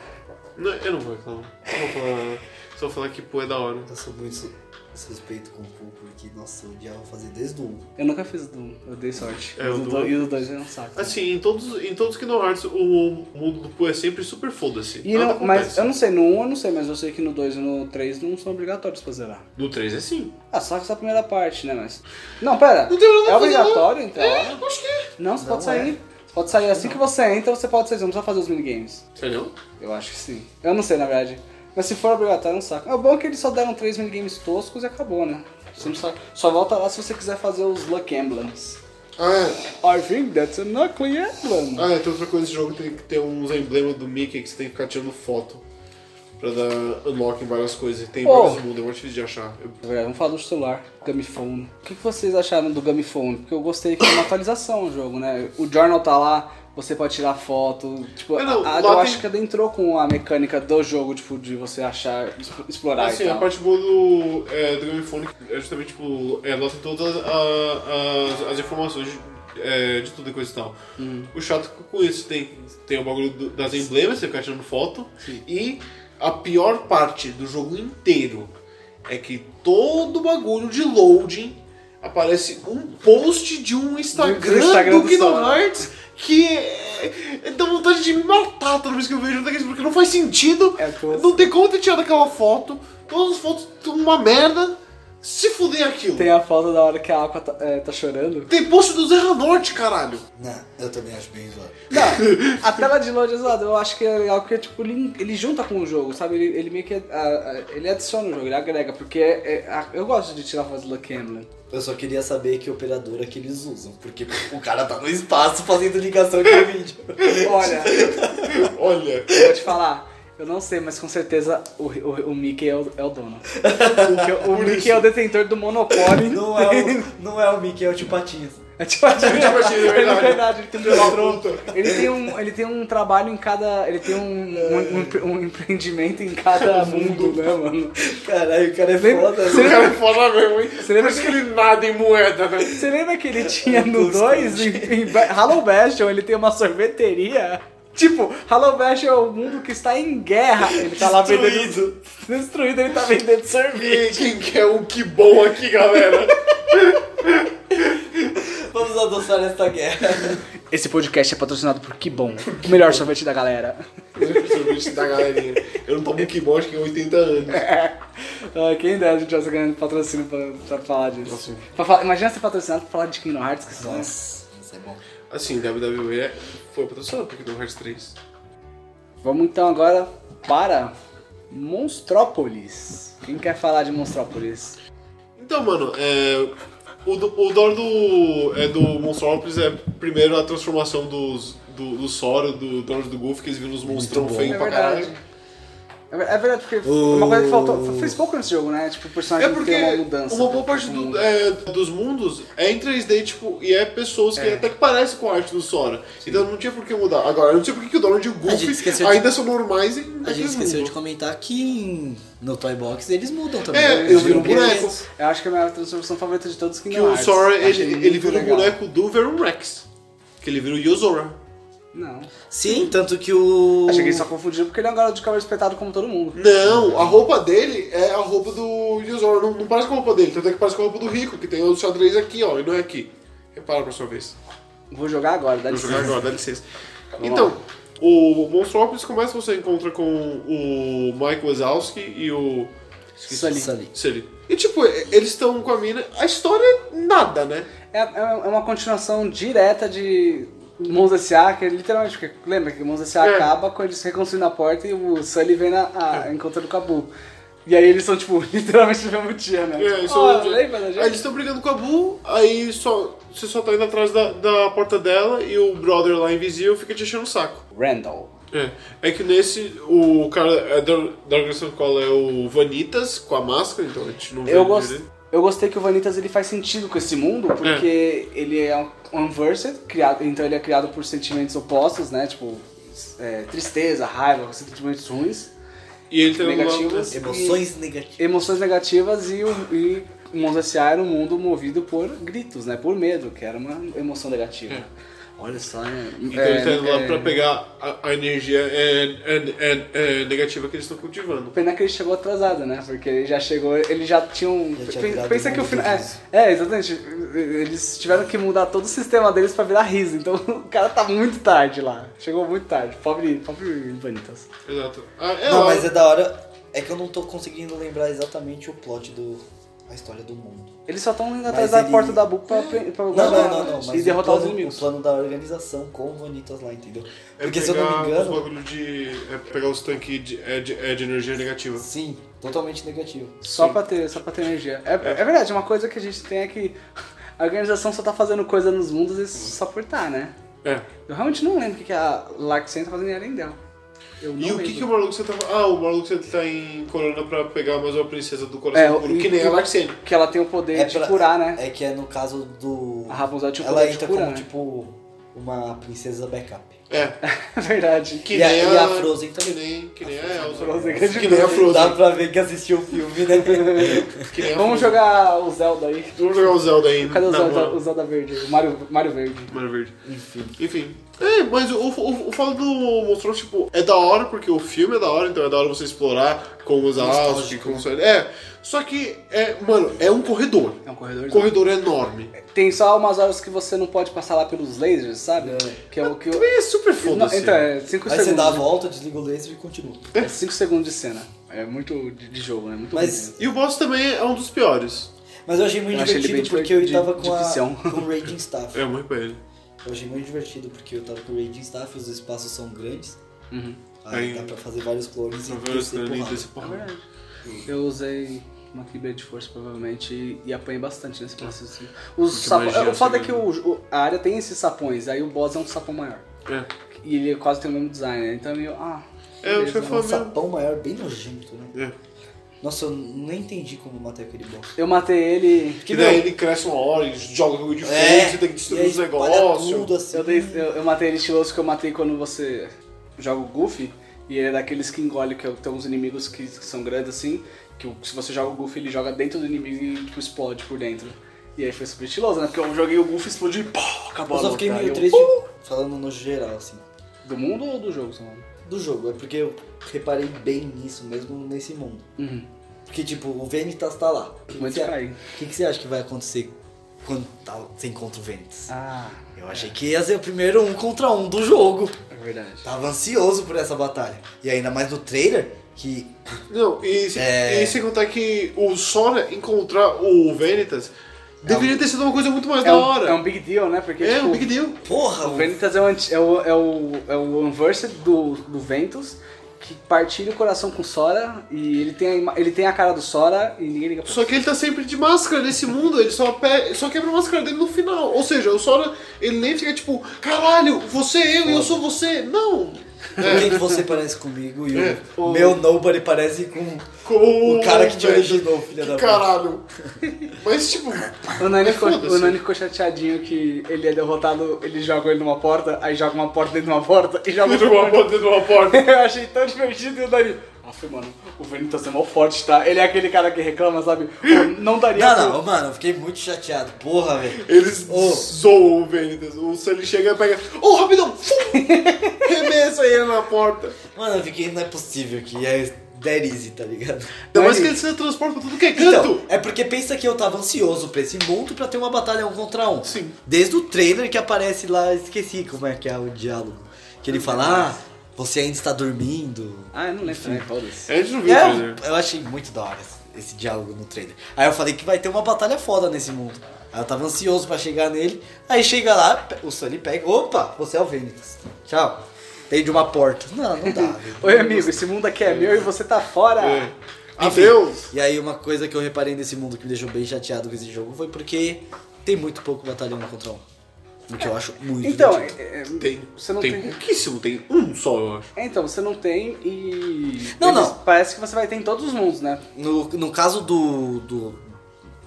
S3: Não, eu não vou reclamar. Só vou falar, só vou falar que pô é da hora.
S2: Eu sou muito. desrespeito com o Pool, porque, nossa, eu odiava fazer desde o 1.
S1: Eu nunca fiz o Doom, eu dei sorte.
S3: É, o
S1: Mas o
S3: Doom-
S1: do- E o do 2 é um saco.
S3: Assim, em todos, em todos os Kingdom Hearts, o mundo do Pooh é sempre super foda-se.
S1: E
S3: Nada
S1: não- mas
S3: acontece.
S1: eu não sei, no 1 eu não sei, mas eu sei que no 2 e no 3 não são obrigatórios pra zerar.
S3: No 3 é sim.
S1: Ah, só que essa primeira parte, né? Mas. Não, pera.
S4: Não tem nada
S1: é
S4: pra fazer,
S1: obrigatório entrar? lá?
S4: Acho que é.
S1: Não, você
S2: Não
S1: pode sair. Você pode sair assim que você entra, você pode sair. Você não precisa fazer os minigames.
S3: Entendeu?
S1: Eu acho que sim. Eu não sei, na verdade. Mas se for obrigatório, é um saco. É bom que eles só deram três minigames toscos e acabou, né? Você não sabe. Só volta lá se você quiser fazer os Luck Emblems.
S4: Ah,
S1: I think that's a Knuckly Emblem.
S4: ah, tem outra coisa nesse jogo, tem que ter uns emblemas do Mickey que você tem que ficar tirando foto. Pra dar unlock em várias coisas. Tem
S1: Oh.
S4: vários mundos, é muito difícil de achar. Eu-
S1: Galera, Vamos falar do celular, Gamifone. O que que vocês acharam do Gamifone? Porque eu gostei que é uma atualização o jogo, né? O Journal tá lá, você pode tirar foto. Tipo,
S3: É, não,
S1: a-
S3: lá
S1: eu
S3: tem-
S1: acho que adentrou com a mecânica do jogo, tipo, de você achar, exp- explorar
S3: Assim,
S1: e
S3: a
S1: tal.
S3: parte boa do, é, do Gamefone é justamente, tipo, é, ela tem todas a- as, as informações de, é, de tudo e coisa e tal.
S1: Hum.
S3: O chato com isso tem, tem o bagulho do- das emblemas, você fica tirando foto. E a pior parte do jogo inteiro é que todo bagulho de loading aparece um post de um Instagram,
S1: Do Instagram
S3: do,
S1: do
S3: Kingdom
S1: Sora.
S3: Hearts que é, é- dá vontade de me matar toda vez que eu vejo um daqueles, porque não faz sentido.
S1: É, pô.
S3: Não tem como ter tirado aquela foto. Todas as fotos estão uma merda. Se fuder aquilo.
S1: Tem
S3: Tem,
S1: a foto da hora que a Aqua tá, é, tá chorando.
S3: post do Zerra Norte, caralho.
S2: Não, eu também acho bem zoado.
S1: Não, a tela de load é zoada, eu acho que é legal porque tipo, ele, ele junta com o jogo, sabe? Ele, ele meio que ah, ah, ele adiciona o jogo, ele agrega, porque é- é- ah, eu gosto de tirar foto do Lucky Emblem.
S2: Eu só queria saber que operadora que eles usam, porque o cara tá no espaço fazendo ligação com o vídeo.
S1: Olha,
S3: Olha.
S1: Eu vou te falar, eu não sei, mas com certeza o, o, o Mickey é o, é o dono. Porque o Mickey é o detentor do monopólio.
S2: Não é o, não é o Mickey, é o Tio Patinhas.
S1: É tipo a gente.
S3: Divertido, é verdade.
S1: ele tem um
S3: Filho da puta.
S1: Ele tem, um, ele tem um trabalho em cada. Ele tem um, um, um empre- um empreendimento em cada mundo, né, mano?
S2: Caralho, o cara é
S1: Lembra-
S2: foda.
S1: Você
S3: O cara é foda mesmo, hein?
S1: Você lembra
S3: Por isso que ele nada em moeda, né?
S1: Você lembra que ele tinha no 2 em, em Ba- Hollow Bastion? Ele tem uma sorveteria. Tipo, Hollow Bastion é o mundo que está em guerra. Ele tá lá vendendo.
S2: Destruído.
S1: Destruído, ele tá vendendo sorvete.
S3: E quem quer um que bom aqui, galera?
S2: Vamos adoçar esta guerra.
S1: Esse podcast é patrocinado por Que Bom, o melhor sorvete da galera.
S3: Sorvete da galerinha. Eu não tomo que bom, acho que é 80 anos.
S1: Ah, Quem dera a gente tivesse ganhando patrocínio pra, pra falar disso.
S3: Nossa.
S1: Pra falar- imagina ser patrocinado pra falar de Kingdom Hearts, que são
S2: Nossa, isso é bom.
S3: Assim, WWE é- foi patrocinado porque deu Hearts 3.
S1: Vamos então agora para Monstrópolis. Quem quer falar de Monstrópolis?
S3: Então, mano, é, o, do, o Dor do, é, do Monstrópolis é primeiro a transformação dos, do, do Sora, do Donald do Goof, que eles viram os monstrão
S2: bom.
S3: feios pra caralho.
S1: É ver- é verdade, porque uma coisa que faltou. Fez pouco nesse jogo, né? Tipo, o personagem
S3: É porque
S1: tem uma mudança.
S3: uma boa parte
S2: tipo,
S3: do- é, dos mundos é em 3D, tipo, e é pessoas que até que parecem com a arte do Sora. Então não tinha por que mudar. Agora, eu não sei por que que o Donald e o
S2: A gente
S3: Goof
S2: esqueceu de-
S3: ainda são normais em
S2: A gente
S3: naquele
S2: esqueceu de
S3: mundo.
S2: comentar que em- no Toy Box eles mudam também. né?
S3: É,
S2: Eles
S3: eu viro um
S2: viram
S3: boneco.
S2: brinquedos.
S1: Eu acho que é a minha transformação favorita de todos
S3: Que
S1: Kingdom
S3: o
S1: Hearts.
S3: Sora, ele,
S1: Achei
S3: ele
S1: muito
S3: vira um
S1: legal.
S3: boneco do Verum Rex. Que ele vira o Yozora.
S1: Não.
S2: Sim, tanto que o.
S1: Achei que ele só confundiu porque ele é um garoto de cabelo espetado como todo mundo.
S3: Não, a roupa dele é a roupa do Yuzor, não, não parece com a roupa dele, tanto é que parece com a roupa do Rico, que tem o xadrez aqui, ó, e não é aqui. Repara pra sua vez.
S1: Vou jogar agora, dá
S3: Vou jogar
S1: licença.
S3: agora, dá licença. Então, o Monstrópolis começa, você encontra com o Michael Wazowski e o...
S1: Isso ali.
S2: Sully.
S3: Sully. E tipo, e- eles estão com a mina, a história é nada, né?
S1: É, é- é uma continuação direta de Mons S.A., que é literalmente, porque lembra que Mons S.A.
S3: É.
S1: acaba quando eles reconstruindo a porta e o Sully vem na, a, encontrando o Cabu. E aí eles são, tipo, literalmente no mesmo dia, né?
S3: É,
S1: Tipo,
S3: isso
S1: "Oh,
S3: é-
S1: lembra da
S3: Aí
S1: gente?
S3: eles estão brigando com a Boo, aí só, você só tá indo atrás da, da porta dela e o brother lá invisível fica te enchendo o saco.
S1: Randall.
S3: É. é que nesse, o cara é, da da organização do Cola é o Vanitas com a máscara, então a gente não vê
S1: Eu,
S3: ele
S1: gos-
S3: direito.
S1: eu gostei que o Vanitas ele faz sentido com esse mundo,
S3: É.
S1: porque ele é um unversed, criado, então ele é criado por sentimentos opostos, né? Tipo, é, tristeza, raiva, sentimentos ruins,
S3: E ele tem
S2: assim.
S1: negativos.
S3: um
S1: e-
S2: Emoções negativas.
S1: emoções negativas e o, e um o Monza S.A. era um mundo movido por gritos, né? Por medo, que era uma emoção negativa. Olha só, é.
S3: É. Então
S1: é,
S3: eles estão indo lá
S1: é,
S3: pra pegar a, a energia é, é, é, é, negativa que eles estão cultivando.
S1: Pena é que ele chegou atrasado, né? Porque ele já chegou, ele já tinha um.
S2: Já tinha
S1: Pe-
S2: virado
S1: pensa
S2: um
S1: que o
S2: mundo
S1: final. É,
S2: riso.
S1: é, exatamente. Eles tiveram que mudar todo o sistema deles pra virar riso. Então o cara tá muito tarde lá. Chegou muito tarde. Pobre, pobre Vanitas.
S3: Exato. Ah, é
S2: Não,
S3: lá.
S2: mas é da hora. É que eu não tô conseguindo lembrar exatamente o plot do. A história do mundo.
S1: Eles só estão indo
S2: Mas
S1: atrás da
S2: ele-
S1: porta da Buca pra, pre- pra
S2: Não, não, não, não. Mas
S1: e derrotar
S2: o
S1: os
S2: plano,
S1: inimigos.
S2: O plano da organização com o Vanitas lá, entendeu?
S3: É
S2: Porque se eu não
S3: pegar
S2: me
S3: Os
S2: engano.
S3: bagulho de. É pegar os tanques de, é, de, é, de energia negativa.
S2: Sim, totalmente negativo.
S1: Só
S3: Sim.
S1: pra, ter, só pra ter energia. É, é verdade, uma coisa que a gente tem é que a organização só tá fazendo coisa nos mundos e só por tá, né?
S3: É.
S1: Eu realmente não lembro o que, que a Larksen tá fazendo em Arendelle. Eu não
S3: E o
S1: lembro.
S3: que, que o Maluco você tá. Ah, o Maluco você tá em Corona pra pegar mais uma princesa do
S1: É,
S3: coração
S1: o-
S3: puro, que nem a Larsen.
S1: Que ela tem o poder de
S2: pela-
S1: curar, né?
S2: É que é no caso do.
S1: A Rapunzel tinha o
S2: Ela
S1: poder de
S2: entra
S1: curar,
S2: como,
S1: né?
S2: tipo, uma princesa backup.
S3: É.
S1: É verdade.
S3: Que
S2: E a-
S3: nem
S2: e a Frozen
S3: Que
S2: também.
S3: nem, que nem a Elsa.
S1: Frozen é
S3: Que nem a
S1: gigante.
S3: Frozen.
S2: Dá pra ver que assistiu o filme, né?
S3: Que nem é a
S1: Vamos
S3: Frozen.
S1: jogar o Zelda aí.
S3: Vamos jogar o Zelda aí.
S1: Cadê o
S3: na
S1: Zelda,
S3: moral.
S1: o Zelda verde? O Mario, Mario verde.
S3: Mano Verde. Enfim. É, mas o, o, o fato do Monstros, tipo, é da hora porque o filme é da hora, então é da hora você explorar como os Alaskas, como os... É, só que, é, mano, é um corredor.
S1: É um corredor.
S3: Um corredor enorme.
S1: Tem só umas horas que você não pode passar lá pelos lasers, sabe?
S2: É.
S1: Que é o que... eu-
S3: Também é super
S1: Não,
S3: foda-se.
S1: então, é 5
S2: Aí você dá a
S1: segundos.
S2: volta, desliga o laser e continua.
S1: É 5 segundos de cena. É muito de, de jogo, né? Muito
S2: Mas-
S1: ruim.
S3: E o boss também é um dos piores.
S2: Mas eu achei muito
S1: Eu achei ele
S2: divertido
S1: bem
S2: porque eu
S1: de-
S2: tava
S1: de-
S2: com,
S1: difícil.
S2: a, com o Rating Staff.
S3: É muito pra ele.
S2: Eu achei muito divertido porque eu tava com o Rating Staff, os espaços são grandes.
S1: Uhum.
S2: Aí
S3: Aí-
S2: dá pra fazer vários clones
S3: Só
S2: e
S3: ver os
S2: descer
S3: danos
S2: porrada.
S3: desse
S1: É
S3: porra.
S1: verdade. Eu usei uma Kibia de força, provavelmente, e- e apanhei bastante nesse processo. assim. Os
S3: Porque
S1: sapo...
S3: magia
S1: O fato é
S3: seria-
S1: que o- o- a área tem esses sapões, aí o boss é um sapão maior.
S3: É.
S1: E ele quase tem o mesmo design, né? Então é meio. Ah.
S3: É, eu
S1: beleza.
S3: tinha
S2: Um
S3: falado
S2: sapão maior bem nojento, né?
S3: mesmo. É.
S2: Nossa, eu nem entendi como matar aquele boss.
S1: Eu matei ele.
S3: Que daí ele cresce uma hora, ele joga jogo de fogo, você tem
S2: É, e
S3: que
S2: aí
S3: destruir os
S2: espalha
S3: negócios.
S2: tudo assim.
S1: Eu, dei- eu- eu matei ele estiloso que eu matei quando você joga o Goofy. E ele é daqueles que engole, que tem uns inimigos que, que são grandes assim. Que o- se você joga o Goofy, ele joga dentro do inimigo e tipo, explode por dentro. E aí foi super estiloso, né? Porque eu joguei o Goofy, explodiu e pá, acabou a
S2: Eu só
S1: luta.
S2: fiquei
S1: Aí
S2: meio
S1: eu-
S2: triste
S3: Uh!
S2: falando no geral, assim.
S1: Do mundo ou do jogo, seu nome?
S2: Do jogo, é porque eu reparei bem nisso mesmo nesse mundo.
S1: Uhum.
S2: Porque, tipo, o Venitas tá lá. O que,
S1: Mas
S2: que, você-
S1: cai.
S2: que que você acha que vai acontecer quando tá, você encontra o Venitas?
S1: Ah,
S3: É.
S2: Eu achei que ia ser o primeiro um contra um do jogo.
S1: é verdade.
S2: Tava ansioso por essa batalha. E ainda mais no trailer, que
S3: Não, e se,
S2: É.
S3: e sem contar que o Sora encontrar o Vanitas
S2: É um
S3: deveria ter sido uma coisa muito mais
S1: É
S3: da
S1: um,
S3: hora.
S1: é um big deal, né? Porque
S3: É,
S1: tipo,
S3: um big deal.
S2: porra,
S1: o
S2: o
S1: Vanitas é o, anti- é o, é o, é o Unversed do, do Ventus, que partilha o coração com o Sora, e ele tem, a, ima- ele tem a cara do Sora e ninguém liga pra
S3: Só que ele tá sempre de máscara nesse mundo, ele só, pe- só quebra a máscara dele no final. Ou seja, o Sora, ele nem fica tipo, caralho, você é eu e eu sou você. Não!
S2: por que que você parece comigo e o
S3: É, o-
S2: meu nobody parece com um.
S3: Como
S2: o cara que te
S3: Vanitas.
S2: originou, filha da
S3: Que
S2: puta.
S3: caralho. Mas tipo,
S1: O Nani, ficou,
S3: foda-se.
S1: o Nani ficou chateadinho que ele é derrotado, ele joga ele numa porta, aí joga uma porta dentro de uma porta e joga outra
S3: dentro de uma
S1: porta.
S3: porta, dentro de uma porta.
S1: Eu achei tão divertido e o Nani. Aff, mano, o Vanitas é mó forte, tá? Ele é aquele cara que reclama, sabe? Pô, Não daria
S2: Não,
S1: pro-
S2: não, mano, eu fiquei muito chateado. Porra, velho.
S3: Eles
S2: Ô.
S1: Oh.
S3: zoam o Vanitas. O Sully chega e pega, ô, rapidão! Fum! Remessa ele na porta.
S2: Mano, eu fiquei, não é possível que é dead easy, tá ligado?
S3: Ainda
S1: Mas
S3: mais
S1: e-
S3: que ele se transporta pra tudo que é canto.
S2: Então, é porque pensa que eu tava ansioso pra esse mundo pra ter uma batalha um contra um.
S3: Sim.
S2: Desde o trailer que aparece lá, esqueci como é que é o diálogo. Que ele fala, ah, você ainda está dormindo.
S1: Ah, eu não lembro também, foda-se.
S3: a gente não
S2: É,
S3: viu o trailer.
S2: eu, eu achei muito da hora esse, esse diálogo no trailer. Aí eu falei que vai ter uma batalha foda nesse mundo. Aí eu tava ansioso pra chegar nele. Aí chega lá, pe- o Sunny pega, opa, você é o Venitas. Tchau. Tem de uma porta. Não, não dá. velho.
S1: Oi, amigo, esse mundo aqui é meu e você tá fora.
S3: É.
S1: Ah.
S3: Adeus!
S2: E aí uma coisa que eu reparei nesse mundo que me deixou bem chateado com esse jogo foi porque tem muito pouco batalhão um contra um. O que eu acho muito
S1: Então,
S2: divertido.
S1: é- é-
S3: Tem,
S1: você não
S3: tem
S1: tem.
S3: pouquíssimo, tem um só, eu acho.
S1: é, Então, você não tem e.
S2: Não, não.
S1: Parece que você vai ter em todos os mundos, né?
S2: No, no caso do, do,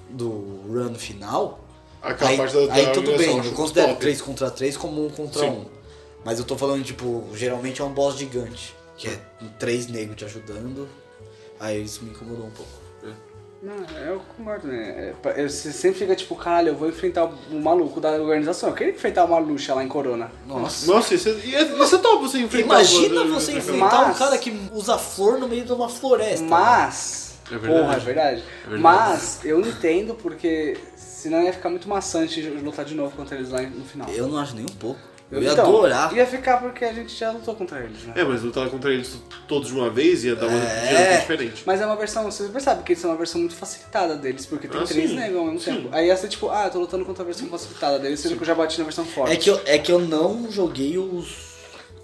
S2: do run final,
S3: Aquela
S2: aí,
S3: parte da- da
S2: aí tudo
S3: organização,
S2: bem,
S3: acho
S2: eu considero
S3: top.
S2: 3 contra 3 como um contra
S3: Sim.
S2: um. Mas eu tô falando, tipo, geralmente é um boss gigante, que é três negros te ajudando. Aí isso me incomodou um pouco.
S1: Não, eu concordo, né? É, pa- eu- Você sempre fica tipo, caralho, eu vou enfrentar o o maluco da organização. Eu queria enfrentar uma luxa lá em Corona.
S2: Nossa.
S3: Nossa, isso é, e é, isso é top você enfrentar
S2: Imagina
S3: uma-
S2: você
S3: uma-
S2: enfrentar
S1: Mas-
S2: um cara que usa flor no meio de uma floresta.
S1: Mas.
S3: É verdade.
S1: porra, é verdade.
S3: verdade.
S1: Mas eu entendo porque senão ia ficar muito maçante de lutar de novo contra eles lá no final.
S2: Eu não acho nem um pouco. Eu ia
S1: Então,
S2: adorar.
S1: Ia ficar porque a gente já lutou contra eles, né?
S3: É, mas lutar contra eles todos de uma vez ia dar uma
S2: É.
S3: dinâmica diferente.
S1: Mas é uma versão, vocês percebem que isso é uma versão muito facilitada deles, porque tem
S3: Ah,
S1: três
S3: sim.
S1: negros ao mesmo
S3: Sim.
S1: tempo. Aí ia ser tipo, ah, eu tô lutando contra a versão facilitada deles, sendo que eu já bati na versão forte.
S2: É que, eu, é que eu não joguei os,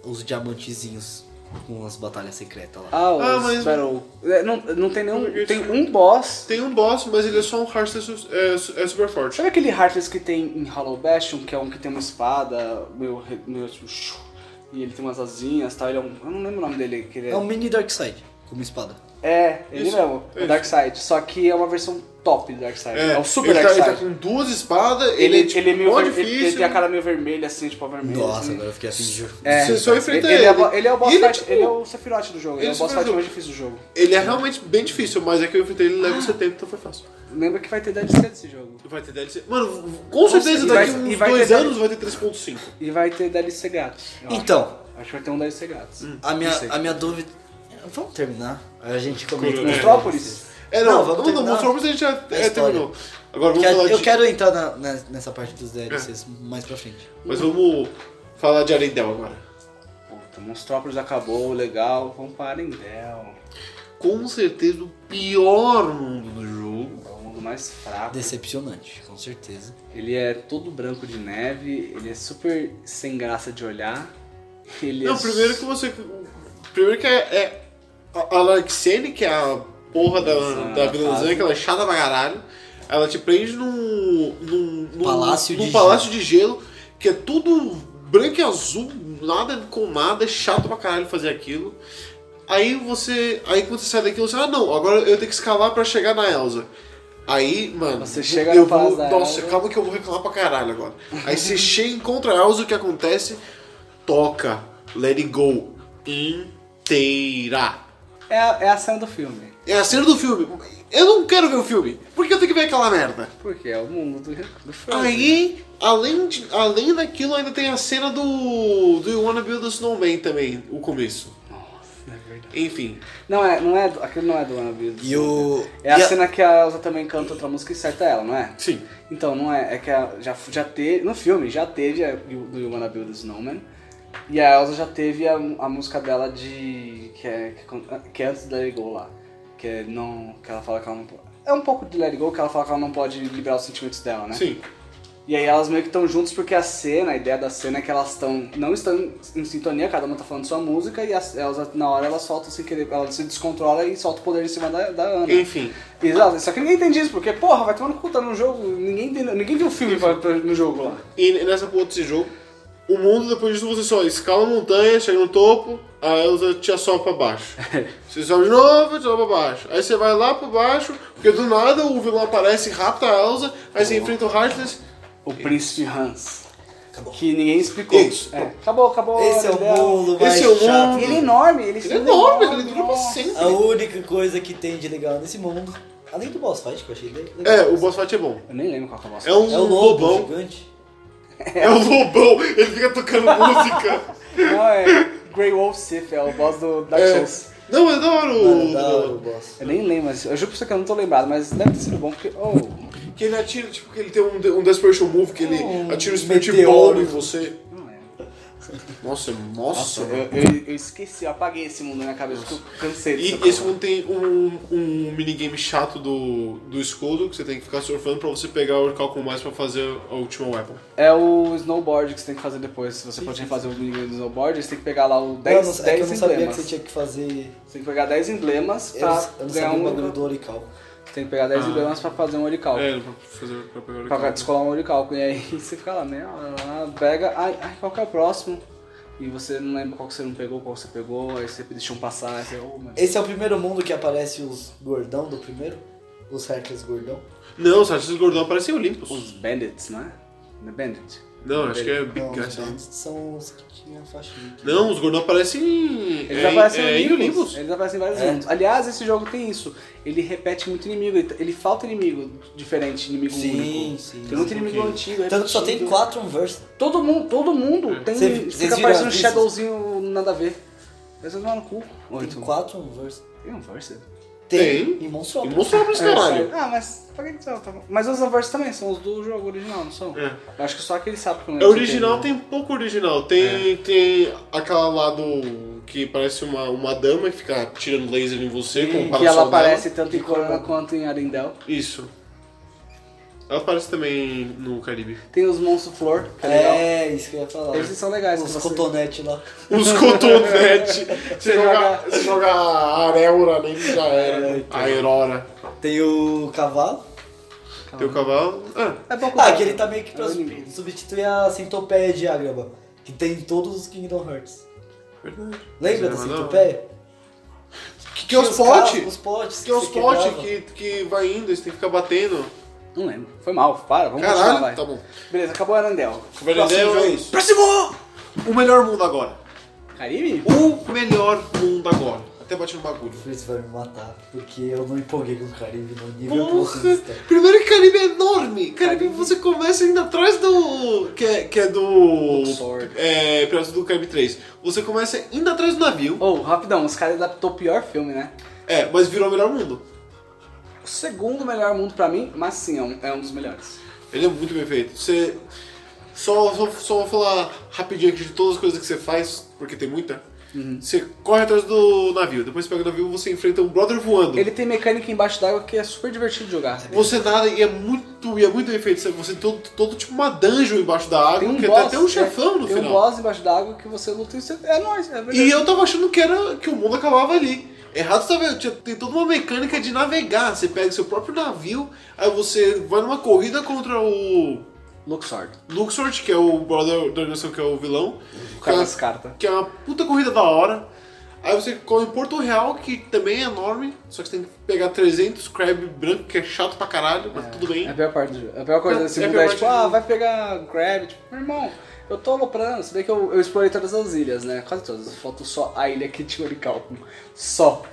S2: os diamantezinhos com as batalhas secretas lá.
S1: Ah, os
S3: Ah, mas-
S1: Battle. É, Não, não tem nenhum.
S3: Eu-
S1: Tem um boss.
S3: Tem um boss, mas ele é só um Hearthstone su- é, su- é super forte.
S1: Sabe aquele Heartless que tem em Hollow Bastion, que é um que tem uma espada, meio. re- meio tipo, shoo, e ele tem umas asinhas e tal. Ele é um, eu não lembro o nome dele. Que ele
S2: É um mini Darkseid com uma espada.
S1: é, é, ele
S3: Isso,
S1: mesmo, é o
S3: isso.
S1: Darkseid. Só que é uma versão top do Darkseid. É, o super
S3: ele tá, ele
S1: Darkseid.
S3: tá com duas espadas, ele,
S1: Ele,
S3: é tipo,
S1: ele é meio
S3: mó
S1: ver-
S3: difícil.
S1: ele, ele tem a cara meio vermelha, assim, tipo, a vermelha.
S2: Nossa,
S1: assim.
S2: agora eu fiquei assim. ju-
S1: É.
S3: Você só enfrenta
S1: Ele, ele, é,
S3: ele.
S1: bo- ele é o boss
S3: E ele é
S1: fight,
S3: tipo-
S1: ele é o Sephiroth do jogo, ele, é
S3: ele tipo
S1: o boss
S3: super
S1: fight
S3: jogo.
S1: mais difícil do jogo.
S3: Ele é realmente bem difícil, mas é que eu enfrentei ele level 70, então foi fácil.
S1: Lembra que vai ter DLC desse jogo.
S3: Vai ter DLC. Mano, com certeza
S1: e
S3: daqui
S1: vai- e
S3: uns
S1: vai
S3: dois
S1: ter-
S3: anos vai ter 3.5.
S1: E vai ter DLC gatos. eu acho.
S2: Então,
S1: Acho que vai ter um DLC gatos.
S3: Hum.
S2: a
S1: Não sei.
S2: minha, a minha dúvida. Vamos terminar. Aí a gente comenta.
S3: Curioso.
S1: Monstrópolis?
S3: É, não,
S2: Não,
S3: não,
S2: vamos
S3: não,
S2: terminar.
S3: Monstrópolis a gente já é,
S2: história.
S3: terminou. Agora vamos
S2: Que a-
S3: falar
S2: eu
S3: de. É.
S2: quero entrar na- na- nessa parte dos DLCs mais pra frente.
S3: Mas vamos falar de Arendelle agora.
S1: Puta, Monstrópolis acabou, legal, vamos para Arendelle. é
S3: Com certeza o pior mundo do jogo.
S1: É o mundo mais fraco.
S2: Decepcionante, com certeza.
S1: Ele é todo branco de neve, ele é super sem graça de olhar. Ele
S3: Não,
S1: é
S3: primeiro que você. Primeiro que é. é a a Larxene, que é a porra da,
S1: Exato.
S3: da vilãzinha, que ela é chata pra caralho. Ela te prende num. num, num
S2: Palácio
S3: num
S2: de
S3: palácio de gelo, que é tudo branco e azul, nada com nada, é chato pra caralho fazer aquilo. Aí você. Aí quando você sai daquilo, você, ah não, agora eu tenho que escalar pra chegar na Elsa. Aí, mano,
S1: Você chega
S3: eu
S1: no palácio
S3: vou,
S1: da
S3: nossa,
S1: Elsa.
S3: calma que eu vou reclamar pra caralho agora. Aí você chega, encontra a Elsa, o que acontece? Toca Let It Go inteira.
S1: É, a- é a cena do filme.
S3: É a cena do filme. Eu não quero ver o filme. Por que eu tenho que ver aquela merda?
S1: Porque é o mundo do, do filme.
S3: Aí, além, de, além daquilo, ainda tem a cena do, do You Wanna Build a Snowman também, o começo.
S1: Nossa, é verdade.
S3: Enfim,
S1: Não é, não é, do- aquilo não é do Wannabe.
S2: E o.
S1: É a
S2: e
S1: cena que a Elsa também canta outra música e acerta ela, não é?
S3: sim.
S1: Então, não é. É que a- já, já teve. No filme, já teve a do You Wanna Build a Snowman. E a Elsa já teve a, a música dela de. Que é, que, con- que é antes do Let It Go lá. Que é não. Que ela fala que ela não pode. É um pouco de Let It Go que ela fala que ela não pode liberar os sentimentos dela, né?
S3: Sim.
S1: E aí elas meio que estão juntas porque a cena, a ideia da cena é que elas estão não estão em- em sintonia, cada uma tá falando sua música e a Elsa, na hora ela solta sem querer, ela se descontrola e solta o poder em cima da, da Ana.
S3: Enfim.
S1: Exato, só que ninguém entende isso, porque, porra, vai tomar no cu, tá no jogo, ninguém, entendeu- ninguém viu o filme pra- pra- no jogo lá.
S3: E nessa ponta desse jogo, o mundo depois disso você só escala a montanha, chega no topo, a Elsa te assola pra baixo. você sobe de novo, te sobe pra baixo. Aí você vai lá pra baixo, porque do nada o vilão aparece, rapta a Elsa, aí você enfrenta o Heartless.
S1: O Príncipe Hans.
S2: Acabou.
S1: Que ninguém explicou.
S3: Isso.
S1: É, acabou, acabou.
S2: Esse é o
S1: entendeu?
S2: mundo mais
S3: Esse é o
S2: chato.
S1: E ele é enorme, ele,
S3: Ele é enorme, ele dura pra sempre.
S2: A única coisa que tem de legal nesse mundo, além do boss fight que eu achei le- legal,
S3: É, o boss fight é bom.
S1: Eu nem lembro qual que é o boss.
S3: É um
S2: é o lobo
S3: lobão.
S2: gigante.
S3: É o lobão, ele fica tocando música.
S1: Não, é Grey Wolf Sith, é o boss do Dark
S3: É.
S1: Souls.
S3: Não, mas da hora
S2: Mano, é da hora
S3: o.
S2: o boss.
S1: Eu nem lembro, mas eu juro pra você que eu não tô lembrado, mas deve ter sido bom, porque... Oh,
S3: Que ele atira, tipo, que ele tem um, um Desperation Move, que ele
S2: Um
S3: atira o Spirit
S2: meteoro.
S3: Bomb em você.
S1: não lembro. Nossa,
S3: Nossa, nossa.
S1: eu, eu- eu esqueci, eu apaguei esse mundo na minha cabeça, porque eu cansei
S3: E
S1: dessa
S3: esse
S1: porra.
S3: mundo tem um, um minigame chato do, do escudo, que você tem que ficar surfando pra você pegar o cálculo mais pra fazer a última weapon.
S1: É o snowboard que você tem que fazer depois. Se você pode refazer o minigame do snowboard, você tem que pegar lá o
S2: Eu não-
S1: 10,
S2: é que eu
S1: 10
S2: não sabia que
S1: emblemas.
S2: você tinha que fazer.
S1: Você tem que pegar 10 emblemas
S2: Eu,
S1: pra
S2: eu não
S1: ganhar
S2: sabia o bagulho
S1: um.
S2: do Orical.
S1: Você tem que pegar 10
S3: Ah.
S1: emblemas pra fazer um oricalco.
S3: É, pra fazer pra pegar o
S1: Pra
S3: cálculo.
S1: descolar um oricalco. E aí você fica lá, né? lá, Pega. Ai, ai, qual que é o próximo? E você não lembra qual que você não pegou, qual que você pegou, aí você deixou um passar, aí você. Oh, meu.
S2: Esse é o primeiro mundo que aparece os gordão do primeiro? Os Hercules gordão?
S3: Não, os artistas gordão aparecem em Olympus.
S1: Os bandits, né? The é? bandit.
S3: Não, acho que é
S2: Não,
S3: Big
S2: os
S3: Guys.
S2: grandes são os que tinham a faixa. de-
S3: Não, os gordão aparecem em.
S1: Eles
S3: é,
S1: aparecem
S3: é,
S1: em
S3: em
S1: inimigos.
S3: Olympus.
S1: Eles aparecem em vários
S2: É.
S1: mundos. Aliás, esse jogo tem isso. Ele repete muito inimigo. ele- Ele falta inimigo diferente, inimigo
S2: Sim,
S1: único.
S2: sim.
S1: Tem muito inimigo
S3: Ok.
S1: antigo.
S2: Tanto que só tem
S1: repetido.
S2: quatro Unverse.
S1: Todo mundo, todo
S3: É.
S1: mundo tem.
S2: Cê- vocês
S1: fica
S2: viram
S1: parecendo um
S2: isso?
S1: Shadowzinho nada a ver. Mas eu não no cu. Oi,
S2: Tem
S1: tu.
S2: quatro Unverse.
S1: Tem um verse?
S2: Tem.
S3: Tem.
S2: E
S3: E
S2: Monstrópolis.
S3: mostrou pra esse caralho.
S1: Ah, mas. pra que que você tá- Mas os Unverse também são os do jogo original, não são?
S3: É.
S1: Eu acho que só aquele sapo que eu
S3: É
S1: lembro que
S3: original, tem pouco original. Tem, tem aquela lá do. que parece uma, uma dama que fica tirando laser em você com o
S1: Que ela
S3: parasol
S1: aparece tanto em Corona quanto em Arendelle.
S3: dela. Isso. Ela aparece também no Caribe.
S1: Tem os Monstro Flor, que é legal.
S2: É, isso que eu ia falar.
S1: Esses são legais. que
S2: Os
S1: você-
S2: cotonetes lá.
S3: Os cotonetes. Você joga,
S1: joga-
S3: você joga a areola nem já era. A aurora.
S2: Tem o cavalo.
S3: Tem o cavalo. Ah,
S1: É pouco
S2: Ah, que ele tá meio que pra
S3: um
S1: É o
S2: su-
S1: inimigo.
S2: substituir a centopeia de Agraba. Que tem em todos os Kingdom Hearts.
S3: verdade.
S2: Lembra
S3: Não,
S2: da
S3: não.
S2: centopeia?
S3: Que, que é os
S2: Tinha carros,
S3: potes?
S2: Os potes.
S3: Que é os
S2: você
S3: potes
S2: quebrava.
S3: que, que vai indo, você tem que ficar batendo.
S1: Não lembro. Foi mal, para, vamos continuar, vai.
S3: Caralho, tá bom.
S1: Beleza, acabou Arandel.
S3: O Verendel é isso.
S1: Próximo!
S3: O melhor mundo agora.
S1: Caribe?
S3: O melhor mundo agora. Até bati no bagulho.
S2: Fritz vai me matar, porque eu não empolguei com o Caribe no um nível
S3: Porra!
S2: bolsista.
S3: Primeiro que Caribe é enorme! Caribe
S1: Caribe.
S3: você começa ainda atrás do. Que é, que é do.
S1: Sword.
S3: É. Piratas do Caribe 3. Você começa ainda atrás do navio.
S1: Ô, rapidão, os caras adaptou o pior filme, né?
S3: É, mas virou o melhor mundo.
S1: O segundo melhor mundo pra mim, mas sim, é um, é um dos melhores.
S3: Ele é muito bem feito. Você. Só, só, só vou falar rapidinho aqui de todas as coisas que você faz, porque tem muita.
S1: Uhum.
S3: Você corre atrás do navio, depois você pega o navio você enfrenta um brother voando.
S1: Ele tem mecânica embaixo d'água que é super divertido de jogar.
S3: Você nada e é muito, e é muito bem feito. Você- Você tem todo, todo tipo uma dungeon embaixo da água,
S1: Tem um
S3: que
S1: boss,
S3: até tem um chefão
S1: é,
S3: no
S1: tem
S3: final.
S1: um boss embaixo d'água que você luta e você... É nóis, é verdade.
S3: E eu tava achando que era que o mundo acabava ali. Errado você tava, tinha- tem toda uma mecânica de navegar. Você pega seu próprio navio, aí você vai numa corrida contra o
S1: Luxord,
S3: Luxord, que é o brother da organização que é o vilão.
S1: o cara
S3: Que é-
S1: das cartas.
S3: que é uma puta corrida da hora. Aí você corre em Porto Real, que também é enorme, só que você tem que pegar 300 crab branco, que é chato pra caralho, mas tudo bem.
S1: É a pior parte do jogo. A pior coisa
S3: É,
S1: desse
S3: é a
S1: mundo
S3: pior
S1: é
S3: parte
S1: tipo,
S3: do
S1: ah,
S3: jogo.
S1: vai pegar grab. Tipo, meu irmão, eu tô aloprando. Se bem que eu, eu explorei todas as ilhas, né? Quase todas. Faltou só a ilha que tinha Oricalco. Só.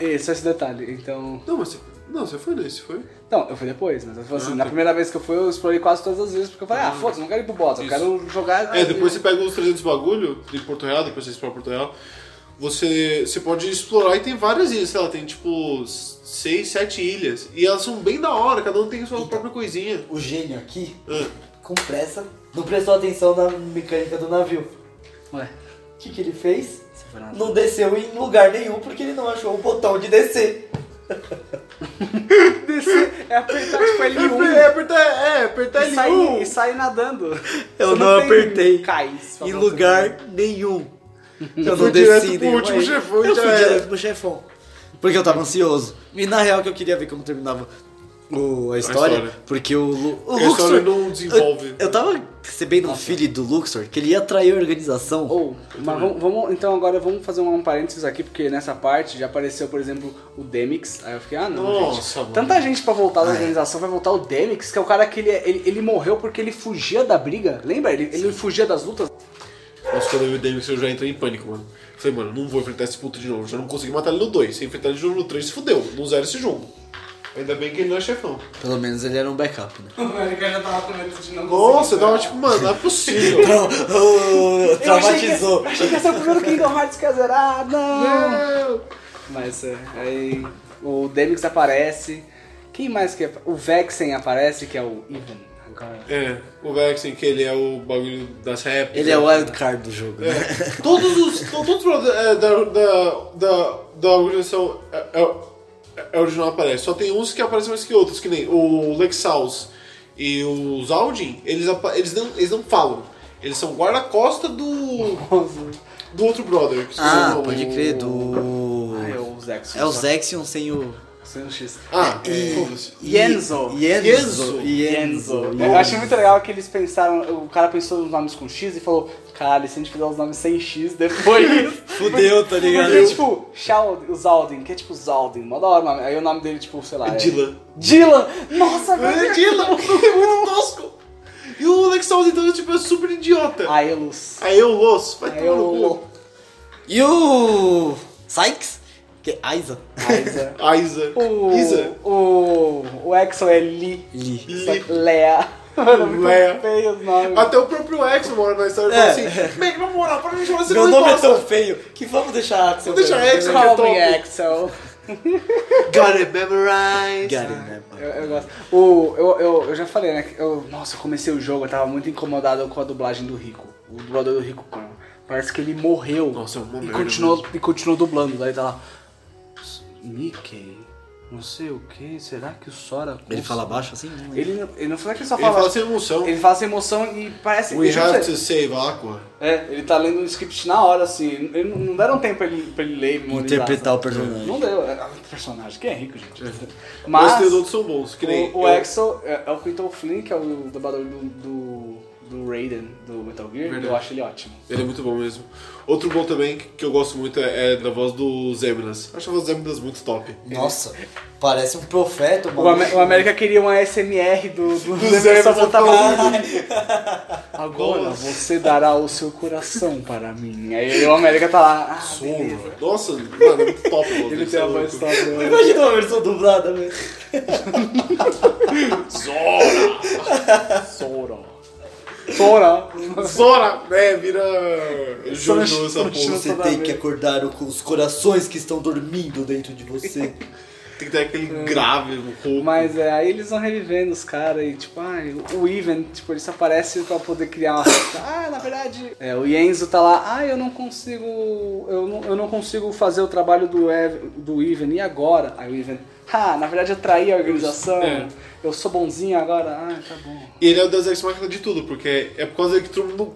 S1: E, só esse detalhe. Então.
S3: Não, mas você, não, você foi nesse, foi?
S1: Não, eu fui depois, mas eu falo assim,
S3: Ah,
S1: na
S3: tá.
S1: primeira vez que eu fui, eu explorei quase todas as ilhas, porque eu falei, ah, foda-se, não quero ir pro boss, Ah, eu
S3: Isso.
S1: quero jogar.
S3: É, depois você pega os 300 bagulho de Porto Real, depois você explora Porto Real. Você, você pode explorar e tem várias ilhas, sei lá, tem tipo 6, 7 ilhas. E elas são bem da hora, cada um tem a sua
S1: Então.
S3: própria coisinha.
S2: O gênio aqui,
S3: Ah,
S2: com pressa, não prestou atenção na mecânica do navio.
S1: Ué,
S2: O que, que ele fez?
S1: isso foi nada.
S2: Não desceu em lugar nenhum porque ele não achou o botão de descer.
S1: Descer é apertar tipo
S2: Um
S3: É,
S1: L1
S3: apertar, é, apertar
S1: e sair, e
S3: L1.
S1: sair nadando.
S2: Eu
S1: Você
S2: não
S1: tem
S2: apertei.
S1: Cais, pra
S2: Em
S1: você fazer.
S2: lugar nenhum. Eu
S3: fui
S2: não desci
S3: direto pro
S2: em nenhuma
S3: último
S2: ilha.
S3: chefão e
S2: Eu
S3: já
S2: fui
S3: era.
S2: direto pro chefão. Porque eu tava ansioso. E na real que eu queria ver como terminava o- a, história,
S3: história.
S2: Porque o, Lu- o
S3: A história
S2: Luxor...
S3: não desenvolve.
S2: Eu, eu tava recebendo um filho do Luxor que ele ia trair a organização.
S1: Ou, mas vamos, vamos- então agora vamos fazer um parênteses aqui, porque nessa parte já apareceu, por exemplo, o Demix. Aí eu fiquei, ah não, gente.
S3: Nossa, mano.
S1: Tanta gente pra voltar da organização, vai voltar o Demix, que é o cara que ele, ele, ele morreu porque ele fugia da briga. Lembra? Ele, ele fugia das lutas.
S3: Nossa, quando eu vi o Davis, eu já entrei em pânico, mano. Falei, mano, não vou enfrentar esse puto de novo. Já não consegui matar ele no 2. Se enfrentar ele de novo no 3, fudeu. Não zero esse jogo. Ainda bem que ele não é chefão.
S2: Pelo menos ele era um backup, né?
S1: O cara já tava com medo de não
S3: Nossa, eu tava tipo, mano, não é possível.
S2: Então, oh, traumatizou.
S1: Eu achei que esse é o primeiro Kingdom Hearts que ia zerar, não!
S3: Não.
S1: Mas é, aí o Demix aparece. Quem mais que é? O Vexen aparece, que é o Ivan. Agora.
S3: É, o Vexen, que ele é o bagulho das né? réplicas.
S2: Ele é o wildcard do jogo. né?
S3: É. Todos os. to- Todos os brothers, é, da, da, da, da organização é, é- é original aparece. Só tem uns que aparecem mais que outros, que nem o Lexaus e os Aldin, eles, apa- eles, não, eles não falam. Eles são guarda-costa do. do outro brother. que
S2: Ah,
S3: são-
S2: pode crer, do...
S1: Ah, é o Zex.
S2: É o Zexion sem o...
S1: Sem o X.
S3: Ah,
S2: E-
S3: é.
S2: e-
S1: Yenzo.
S2: Yenzo.
S3: Yenzo.
S2: Yenzo.
S3: É,
S1: Eu acho muito legal que eles pensaram, o cara pensou nos nomes com X e falou, caralho, se a gente fizer os nomes sem X depois.
S2: Fudeu, tá ligado?
S1: Porque, tipo, Shaud, o Zaldin, que é tipo Zaldin, mó da hora o nome. Aí o nome dele, tipo, sei lá. é-
S3: Dylan. é
S1: Dylan! Nossa, agora.
S3: Dylan! Muito tosco! E o Alex House, então, tipo, é super idiota.
S2: Ah.
S1: Aí, Luz.
S3: Aí eu louço, vai
S1: Aí eu
S3: tomar no cu.
S1: louco.
S2: E o. Sykes? Que é Aiza?
S3: A Isa.
S1: O,
S3: Isa.
S1: o, o Exxon é Li.
S2: Li.
S1: Só que Lea. Mano, muito
S3: Lea. Ah,
S1: feio os nomes.
S3: Até o próprio Ex mora na
S1: É.
S3: história e fala assim: Meg, na moral, para de chorar, você
S2: Meu
S3: não
S2: nome é
S3: gosta.
S2: tão feio que vamos deixar Axel.
S3: Vamos deixar
S2: mesmo.
S3: Axel.
S1: Call
S3: que
S1: me
S3: é
S1: Axel.
S3: Got it memorized.
S2: Got it, né,
S1: Eu,
S2: pai?
S1: eu gosto. O, eu, eu, eu já falei, né? que Eu, nossa, eu comecei o jogo, eu tava muito incomodado com a dublagem do Rico. O dublador do Rico, mano. Parece que ele morreu.
S3: Nossa, é uma
S1: e
S3: merda
S1: continuou, e continuou dublando. Daí tá lá. Mickey, não sei o que, será que o Sora.
S2: Ele fala baixo assim? né?
S1: Ele, não- ele não fala que ele só
S3: Ele
S1: fala. assim,
S3: fala sem emoção.
S1: ele fala sem emoção e parece.
S3: We
S1: eu juro pra
S3: have
S1: você,
S3: to save Aqua.
S1: É, ele tá lendo um script na hora, assim. Ele, não- não deram tempo pra ele, pra ele ler e memorizar,
S2: Interpretar
S1: sabe?
S2: o personagem.
S1: Não deu. É, o personagem, quem é rico, gente?
S3: Mas,
S1: Mas.
S3: os outros são bons, que nem.
S1: o o
S3: eu-
S1: Axel é, é o Quinton Flynn, que é o dublador do, do, do Raiden, do Metal Gear.
S3: Verdade.
S1: Eu acho ele ótimo.
S3: Ele é muito bom mesmo. Outro bom também que que eu gosto muito é, é da voz do Zeminas. Acho a voz do Zeminas muito top.
S2: Nossa, parece um profeta,
S1: O, Am- o
S2: mano.
S1: América queria uma SMR do, do, do
S3: Zé,
S1: só
S3: mas
S1: botava
S3: eu
S1: Agora
S3: Nossa.
S1: você dará o seu coração para mim. Aí o América tá lá. Ah, beleza.
S3: Sombra. Nossa, mano, é muito top a voz
S1: Ele
S3: dele,
S1: tem a
S3: você é
S1: voz
S3: louco.
S1: top. né?
S2: Imagina uma versão dublada, velho.
S1: Sora. Sora.
S3: Zora! né vira. Jojo essa
S1: Só-
S3: porra.
S2: Você
S1: toda
S2: tem
S1: vez.
S2: que acordar com os corações que estão dormindo dentro de você.
S3: Tem que ter aquele grave no rouco.
S1: Mas é, aí eles vão revivendo os caras e tipo, ah, o Ivan, tipo, ele só aparece pra poder criar uma festa. Ah, na verdade. É, o Yenzo tá lá, ah, eu não consigo. Eu não, eu não consigo fazer o trabalho do, Ev- do Ivan, e agora? Aí o Ivan, ah, na verdade eu traí a organização,
S3: É.
S1: eu sou bonzinho agora, ah, tá bom.
S3: E ele é o Deus Ex Machina de tudo, porque é por causa dele que todo mundo,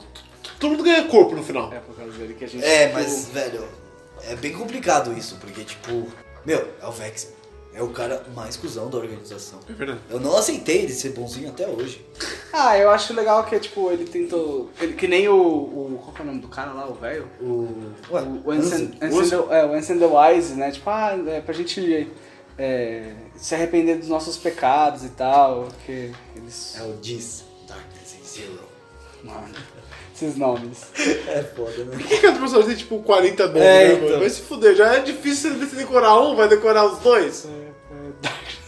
S3: todo mundo ganha corpo no final.
S1: É por causa dele que a gente.
S2: É, mas, velho, é bem complicado isso, porque, tipo, meu, é o Vex. É o cara mais cuzão da organização.
S3: É verdade.
S2: Eu não aceitei ele ser bonzinho até hoje.
S1: Ah, eu acho legal que, tipo, ele tentou. ele- que nem o, o. Qual que é o nome do cara lá, o velho?
S2: O. Ué,
S1: O Anson
S2: Hansen.
S1: é, o Anson the Wise, né? Tipo, ah, é pra gente é, se arrepender dos nossos pecados e tal. Porque eles.
S2: É o Diz. Darkness and Zero.
S1: Mano, esses nomes.
S2: É foda, né?
S3: Por que cada personagem tem tipo 40 nomes,
S2: É,
S3: né, mano?
S2: então.
S3: Vai se fuder, já é difícil você decorar um, vai decorar os dois.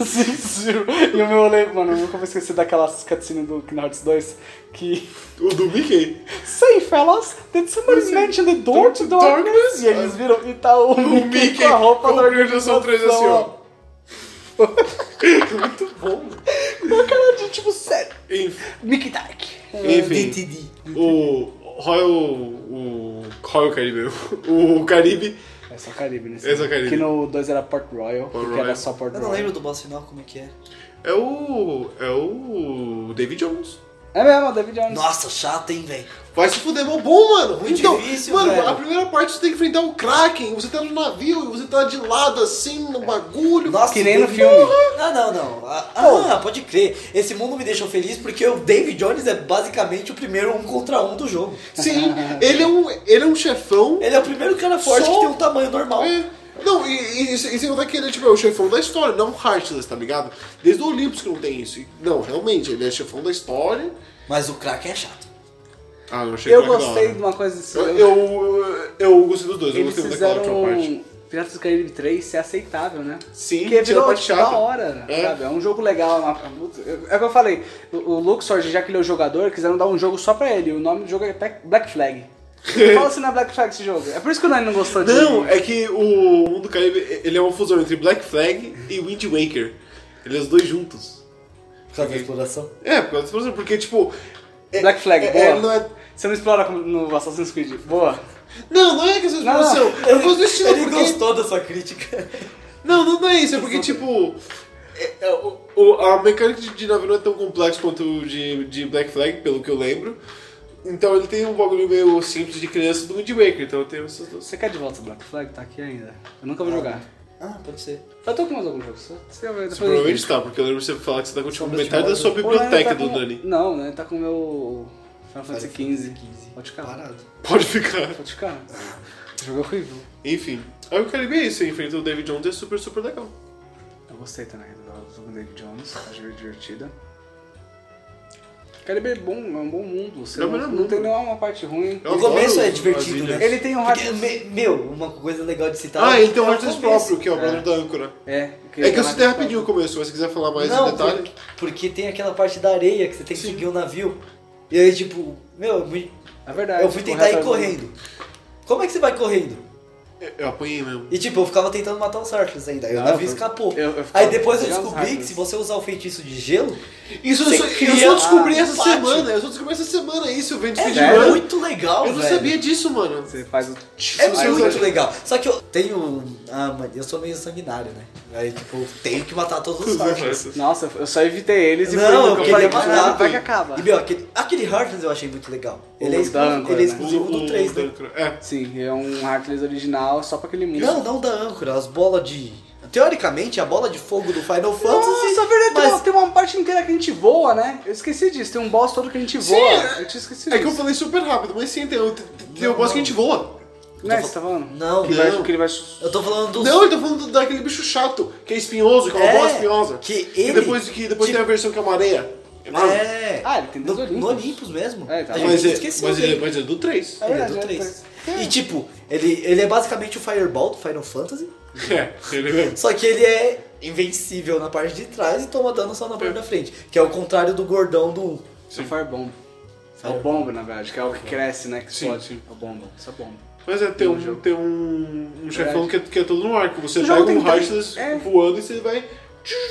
S1: Sincero. e o meu lembro, mano, eu nunca vou esquecer daquelas cutscene do Kingdom Hearts 2 que.
S3: O do Mickey.
S1: Say, fellas, did somebody mention the door to darkness? E eles viram e tá o,
S3: O Mickey
S1: com a roupa da organização
S3: organização 3 assim, ó. Muito bom.
S1: ó. Cara, de tipo, sério.
S3: Enfim,
S1: Mickey Dark.
S3: enfim
S2: DTD.
S3: o Royal. O Royal Caribe. O Caribe.
S1: É só Caribe nesse.
S3: É só Caribe.
S1: Que no 2 era Port Royal,
S3: Port
S1: porque
S3: Royal.
S1: era só Port
S2: Eu
S1: Royal.
S2: não lembro do boss final como é que é.
S3: É o. É o. David Jones.
S1: É mesmo, o David Jones.
S2: Nossa, chato, hein, velho?
S3: Vai se fuder, mó bom, mano.
S2: Muito
S3: então,
S2: difícil,
S3: mano,
S2: velho.
S3: a primeira parte você tem que enfrentar o Kraken. Você tá no navio e você tá de lado assim, no bagulho.
S2: Nossa,
S1: Que nem
S2: o
S1: no
S2: David-
S1: filme.
S2: Ah, não, não. Ah, ah, pode crer. Esse mundo me deixou feliz porque o David Jones é basicamente o primeiro um contra um do jogo.
S3: Sim, ele é um, ele é um chefão.
S2: Ele é o primeiro cara forte
S3: Só-
S2: que tem um tamanho normal.
S3: É. Não, e, e, e, sem- e sem contar que ele é, tipo, é o chefão da história, não o Heartless, tá ligado? Desde o Olympus que não tem isso. E- Não, realmente, ele é chefão da história.
S2: Mas o Kraken é chato.
S3: Ah, eu achei
S1: eu
S3: que era da hora.
S1: gostei de uma coisa assim.
S3: Eu, eu, eu gostei dos dois, eu
S1: eles
S3: gostei muito
S1: fizeram
S3: daquela última parte.
S1: um Piratas do Caribe 3 ser aceitável, né?
S3: Sim,
S1: Porque
S3: tira a
S1: virou
S3: parte
S1: tipo,
S3: chata.
S1: da hora,
S3: É.
S1: sabe? É um jogo legal. é uma- É o que eu falei, o- o Luxor, já que ele é o jogador, quiseram dar um jogo só pra ele. O nome do jogo é Pe- Black Flag. Fala se não é Black Flag esse jogo. É por isso que o Nani não gostou de
S3: Não, é que o Mundo Caribe, ele é uma fusão entre Black Flag e Wind Waker. Eles os dois juntos.
S2: Por causa da exploração.
S3: É, por causa disso, porque, tipo... é-
S1: Black Flag,
S3: é,
S1: boa.
S3: é, não, é,
S1: Você não explora como no Assassin's Creed. Boa.
S3: não, não é que essa
S1: Não, não.
S3: explosão. É por causa do estilo,
S2: Ele
S3: porque-
S2: gostou da sua crítica.
S3: Não, não, não é isso, é porque, tipo. é- é o- o- a mecânica de, de navio não é tão complexa quanto o de, de Black Flag, pelo que eu lembro. Então ele tem um bagulho meio simples de criança do Wind Waker, então eu tenho essas duas.
S1: Você quer de volta o Black Flag? Tá aqui ainda. Eu nunca vou jogar.
S2: Ah, pode ser.
S1: Eu tô com mais algum jogo. Você, você vai
S3: Você
S1: depois.
S3: provavelmente está, porque eu lembro você falar que você tá com tipo,
S2: Sombras de
S3: metade da sua
S1: O Nani
S3: biblioteca
S1: tá
S3: do
S1: com-
S3: Dani.
S1: Não, né? Tá com o meu Final Fantasy XV. Pode ficar.
S2: Parado.
S3: Pode ficar.
S1: Pode ficar. O jogo é horrível.
S3: Enfim. Aí o Caribe é isso, ele enfrenta o David Jones é super, super legal.
S1: Eu gostei também do do jogo do David Jones. Achei divertida. Calibre é bom, é um bom mundo. Você
S3: É o
S1: não,
S3: melhor
S1: não
S3: mundo.
S1: tem nenhuma parte ruim.
S3: Eu
S2: o começo
S3: adoro
S2: é divertido,
S3: as ilhas.
S2: né?
S1: Ele tem um hard...
S2: Porque, me- meu, uma coisa legal de citar.
S3: Ah, ele tem um
S2: é o
S3: artista
S2: começo.
S3: próprio, que é o brother da âncora.
S1: É,
S3: É que eu
S1: sou
S3: citei rapidinho o começo, mas se quiser falar mais
S2: não,
S3: em detalhe.
S2: por- porque tem aquela parte da areia que você tem que seguir o navio. E aí, tipo, meu, eu me-
S1: É verdade.
S2: eu fui tentar ir
S1: correto,
S2: correndo. Como é que você vai correndo?
S3: Eu- Eu apanhei mesmo.
S2: E tipo, eu ficava tentando matar os Sarkis ainda. Aí o
S1: Não,
S2: navio
S1: eu-
S2: escapou.
S1: Ah, eu- eu ficava
S2: aí depois eu
S1: pegando os
S2: descobri que
S1: Harkness.
S2: se você usar o feitiço de gelo,
S3: Isso
S2: Você
S3: eu, só, eu
S2: cria
S3: só descobri
S2: um
S3: essa
S2: pátio.
S3: semana, eu só descobri essa semana isso, eu venho de
S2: é
S1: Sério?
S3: speedrun.
S2: muito legal,
S3: Eu não
S2: velho.
S3: sabia disso, mano.
S1: Você faz o...
S2: É
S1: Aí
S3: Sim,
S2: muito
S3: sim.
S2: legal. Só que eu tenho. Ah, mano, eu sou meio sanguinário, né? Aí, tipo, eu tenho que matar todos os Harkness.
S1: Nossa, eu só evitei eles e
S2: Não,
S1: fui indo,
S2: eu
S1: que
S2: queria
S1: "Caralho,
S2: matar,
S1: vai que
S2: velho."
S1: acaba.
S2: E, meu, aquele, aquele Harkness eu achei muito legal. Ele é,
S1: O
S2: exclu-
S1: da âncora,
S2: ele é
S1: né?
S2: exclusivo do 3, né?
S3: da âncora. É.
S1: Sim, é um Heartless original só pra aquele mundo.
S2: Não, não da âncora, as bolas de. Teoricamente, a bola de fogo do Final Fantasy.
S1: Nossa, é verdade, tem, uma,
S2: mas
S1: tem uma parte inteira que a gente voa, né? Eu esqueci disso, tem um boss todo que a gente voa. eu tinha esquecido
S3: É que eu
S1: disso.
S3: falei super rápido, mas sim, tem, tem, tem um boss que a gente voa.
S1: Né, você tá falando?
S2: Não.
S1: Que, vai,
S3: Não.
S1: que ele vai...
S2: eu tô falando dos.
S3: Não, ele tá falando do- daquele bicho chato, que é espinhoso, que é uma
S2: É,
S3: bola espinhosa.
S2: que
S3: E
S2: ele-
S3: depois, que, depois
S2: tipo-
S3: tem a versão que é uma areia. enorme.
S2: É.
S1: Ah, ele tem
S2: no,
S1: dois
S2: no Olympus mesmo.
S1: É, tá.
S2: A gente
S3: Mas, é,
S2: esqueceu
S3: mas,
S2: dele.
S3: é, mas é do 3.
S1: É
S2: Ele é
S1: verdade,
S2: do
S1: é
S2: 3. E tipo, ele, ele é basicamente o Fireball do Final Fantasy,
S3: É, ele mesmo.
S2: só que ele é invencível na parte de trás e toma dano só na parte da frente, que é o contrário do gordão do 1.
S1: Isso é o Firebomb. É o Bomba, na verdade, que é o que cresce, né? Que
S3: Sim,
S1: explode.
S3: sim.
S1: É o Bomba, só Bomba.
S3: Mas é, tem
S1: No
S3: um,
S2: Uhum.
S1: jogo.
S3: tem um, um chefão que é, que é todo no arco. Você
S1: O
S3: pega
S1: jogo
S3: um
S1: tem três-
S3: Heartless
S1: é.
S3: voando e você vai...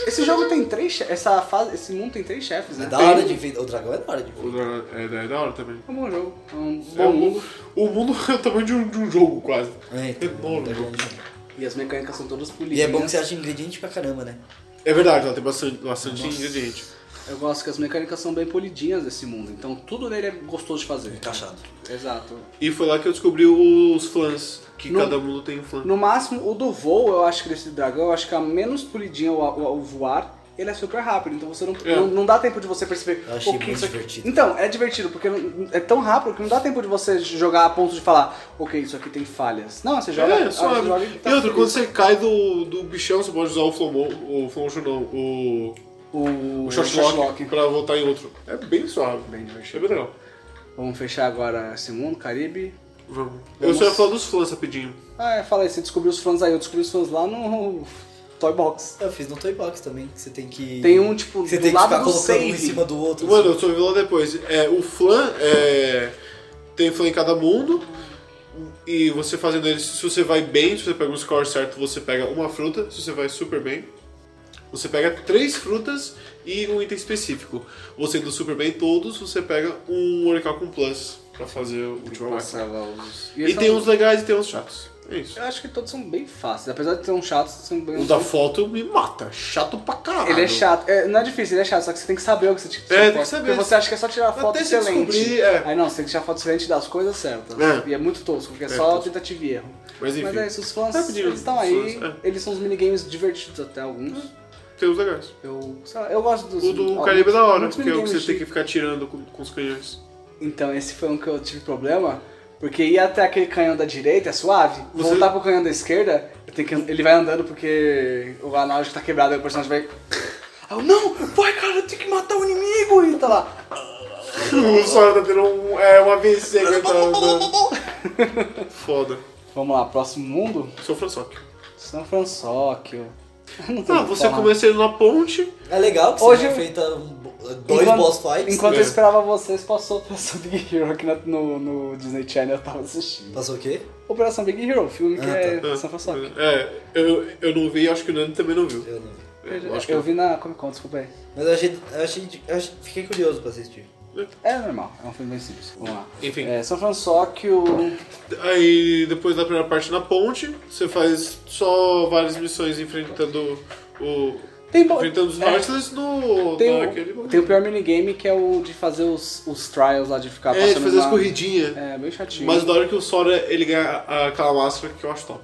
S1: Esse jogo tem três chefes, essa fase, esse mundo tem três chefes,
S2: É
S1: né?
S2: da hora de enfrentar. O dragão é da hora de enfrentar.
S3: É, da- é da hora também.
S1: É um bom jogo, é um bom
S3: É, o,
S1: mundo.
S3: mundo, o mundo é o tamanho de um, de um jogo, quase.
S2: É, então,
S3: Enorme.
S2: tá bom.
S1: E as mecânicas são todas
S2: E
S1: polidas.
S2: é bom que você acha ingrediente pra caramba, né?
S3: É verdade, ela tem bastante, bastante ingrediente.
S1: Eu gosto que as mecânicas são bem polidinhas desse mundo, então tudo nele é gostoso de fazer.
S2: Encaixado.
S1: Exato.
S3: E foi lá que eu descobri os flãs, que
S1: No-
S3: cada mundo tem um flã.
S1: No máximo, o do voo, eu acho que desse dragão, eu acho que a menos polidinha o, o- o voar, ele é super rápido, então você não,
S3: É.
S1: não, não dá tempo de você perceber.
S2: Eu achei
S1: "Pô, que
S2: muito
S1: isso aqui-"
S2: divertido.
S1: Então, é divertido, porque não- é tão rápido que não dá tempo de você jogar a ponto de falar, ok, isso aqui tem falhas. Não, você joga.
S3: é,
S1: ah,
S3: só
S1: você joga e tá
S3: E outra,
S1: feliz.
S3: quando você cai do, do bichão, você pode usar o Flomon, o Flomoncho não, o,
S1: O,
S3: o
S1: o
S3: Shot
S1: Shotlock.
S3: Lock pra voltar em outro. É bem suave. Bem divertido. É bem legal.
S1: Vamos fechar agora esse mundo, Caribe.
S3: Vamos. Eu só ia falar dos flãs rapidinho.
S1: Ah, é, fala aí, você descobriu os fãs aí, eu descobri os fãs lá no Toy Box.
S2: Eu fiz no Toy Box também, que você tem que.
S1: Tem um, tipo,
S2: Você
S1: do
S2: tem que
S1: lado
S2: ficar
S1: do
S2: colocando um em
S1: save.
S2: cima do outro. assim.
S3: Mano, eu só vi lá depois. É, o flan é, tem flan em cada mundo. E você fazendo ele, se você vai bem, se você pega um score certo, você pega uma fruta. Se você vai super bem, você pega três frutas e um item específico. Você indo super bem todos, você pega um Oracle com plus pra fazer o último máquina.
S1: Passava os... é
S3: E
S1: eles
S3: tem
S1: são-
S3: uns legais e tem uns chatos. É isso.
S1: Eu acho que todos são bem fáceis, apesar de ser um chato, são bem...
S3: O da foto me mata. Chato pra caralho.
S1: Ele é chato, é, não é difícil, ele é chato, só que você tem que saber o que você tinha que tirar
S3: É, tem
S1: foto,
S3: que saber.
S1: Porque você acha que é só tirar
S3: Até
S1: foto
S3: se
S1: excelente.
S3: descobrir, é.
S1: Aí não, você tem que tirar foto excelente das coisas certas.
S3: É.
S1: E é muito tosco, porque é, só
S3: tosco.
S1: tentativa e erro.
S3: Mas enfim,
S1: Mas é isso, os fãs,
S3: Rapidinho,
S1: eles estão
S3: os
S1: aí,
S3: fãs, é.
S1: eles são uns minigames divertidos até alguns.
S3: tem uns legais.
S1: Eu, sei lá, eu gosto dos...
S3: O do
S1: alguns-
S3: Caribe é da hora,
S1: muitos
S3: porque é o que
S1: minigames
S3: você tem
S1: de-
S3: que ficar tirando com, com os canhões.
S1: Então, esse foi um que eu tive problema, porque ir até aquele canhão da direita é suave,
S3: Você-
S1: voltar pro canhão da esquerda, eu tenho que- ele vai andando porque o analógico tá quebrado, aí o personagem vai... Aí eu, não, vai cara, eu tenho que matar o inimigo! E tá lá.
S3: O Sora tá tendo um, é, um AVC que ele tá andando. Foda.
S1: Vamos lá, próximo mundo,
S3: Sou Françoc.
S1: São Francisco. Não tem
S3: Ah,
S1: o que
S3: você
S1: falar.
S3: começa ele na ponte.
S2: É legal que
S1: Hoje-
S2: você enfrenta um bo- dois
S1: Enquanto-
S2: boss fights.
S1: Enquanto eu
S3: É.
S1: esperava vocês, passou Operação Big Hero aqui na- no, no Disney Channel, eu tava assistindo.
S2: Passou o quê?
S1: Operação Big Hero, o filme que
S2: Ah,
S1: é
S3: É,
S1: São Francisco.
S3: É, eu, eu não vi, acho que o Nando também não viu.
S2: Eu não vi.
S3: É,
S1: Eu,
S3: acho que
S1: eu vi na Comic Con, desculpa aí.
S2: Mas eu achei, eu achei, eu achei- Fiquei curioso pra assistir.
S1: É normal, é um filme bem simples. Vamos lá.
S3: Enfim.
S1: É, São Francisco.
S3: Aí depois da primeira parte na ponte, você faz só várias missões enfrentando o.
S1: Tem bo-
S3: enfrentando os
S1: é.
S3: Heartless no.
S1: Tem, um o-
S3: naquele
S1: tem o pior minigame que é o de fazer os, os trials lá, de ficar
S3: É, de
S1: passando.
S3: fazer as
S1: na-
S3: corridinhas.
S1: É, bem chatinho.
S3: Mas da hora que o Sora ele ganha a- aquela máscara que eu acho top.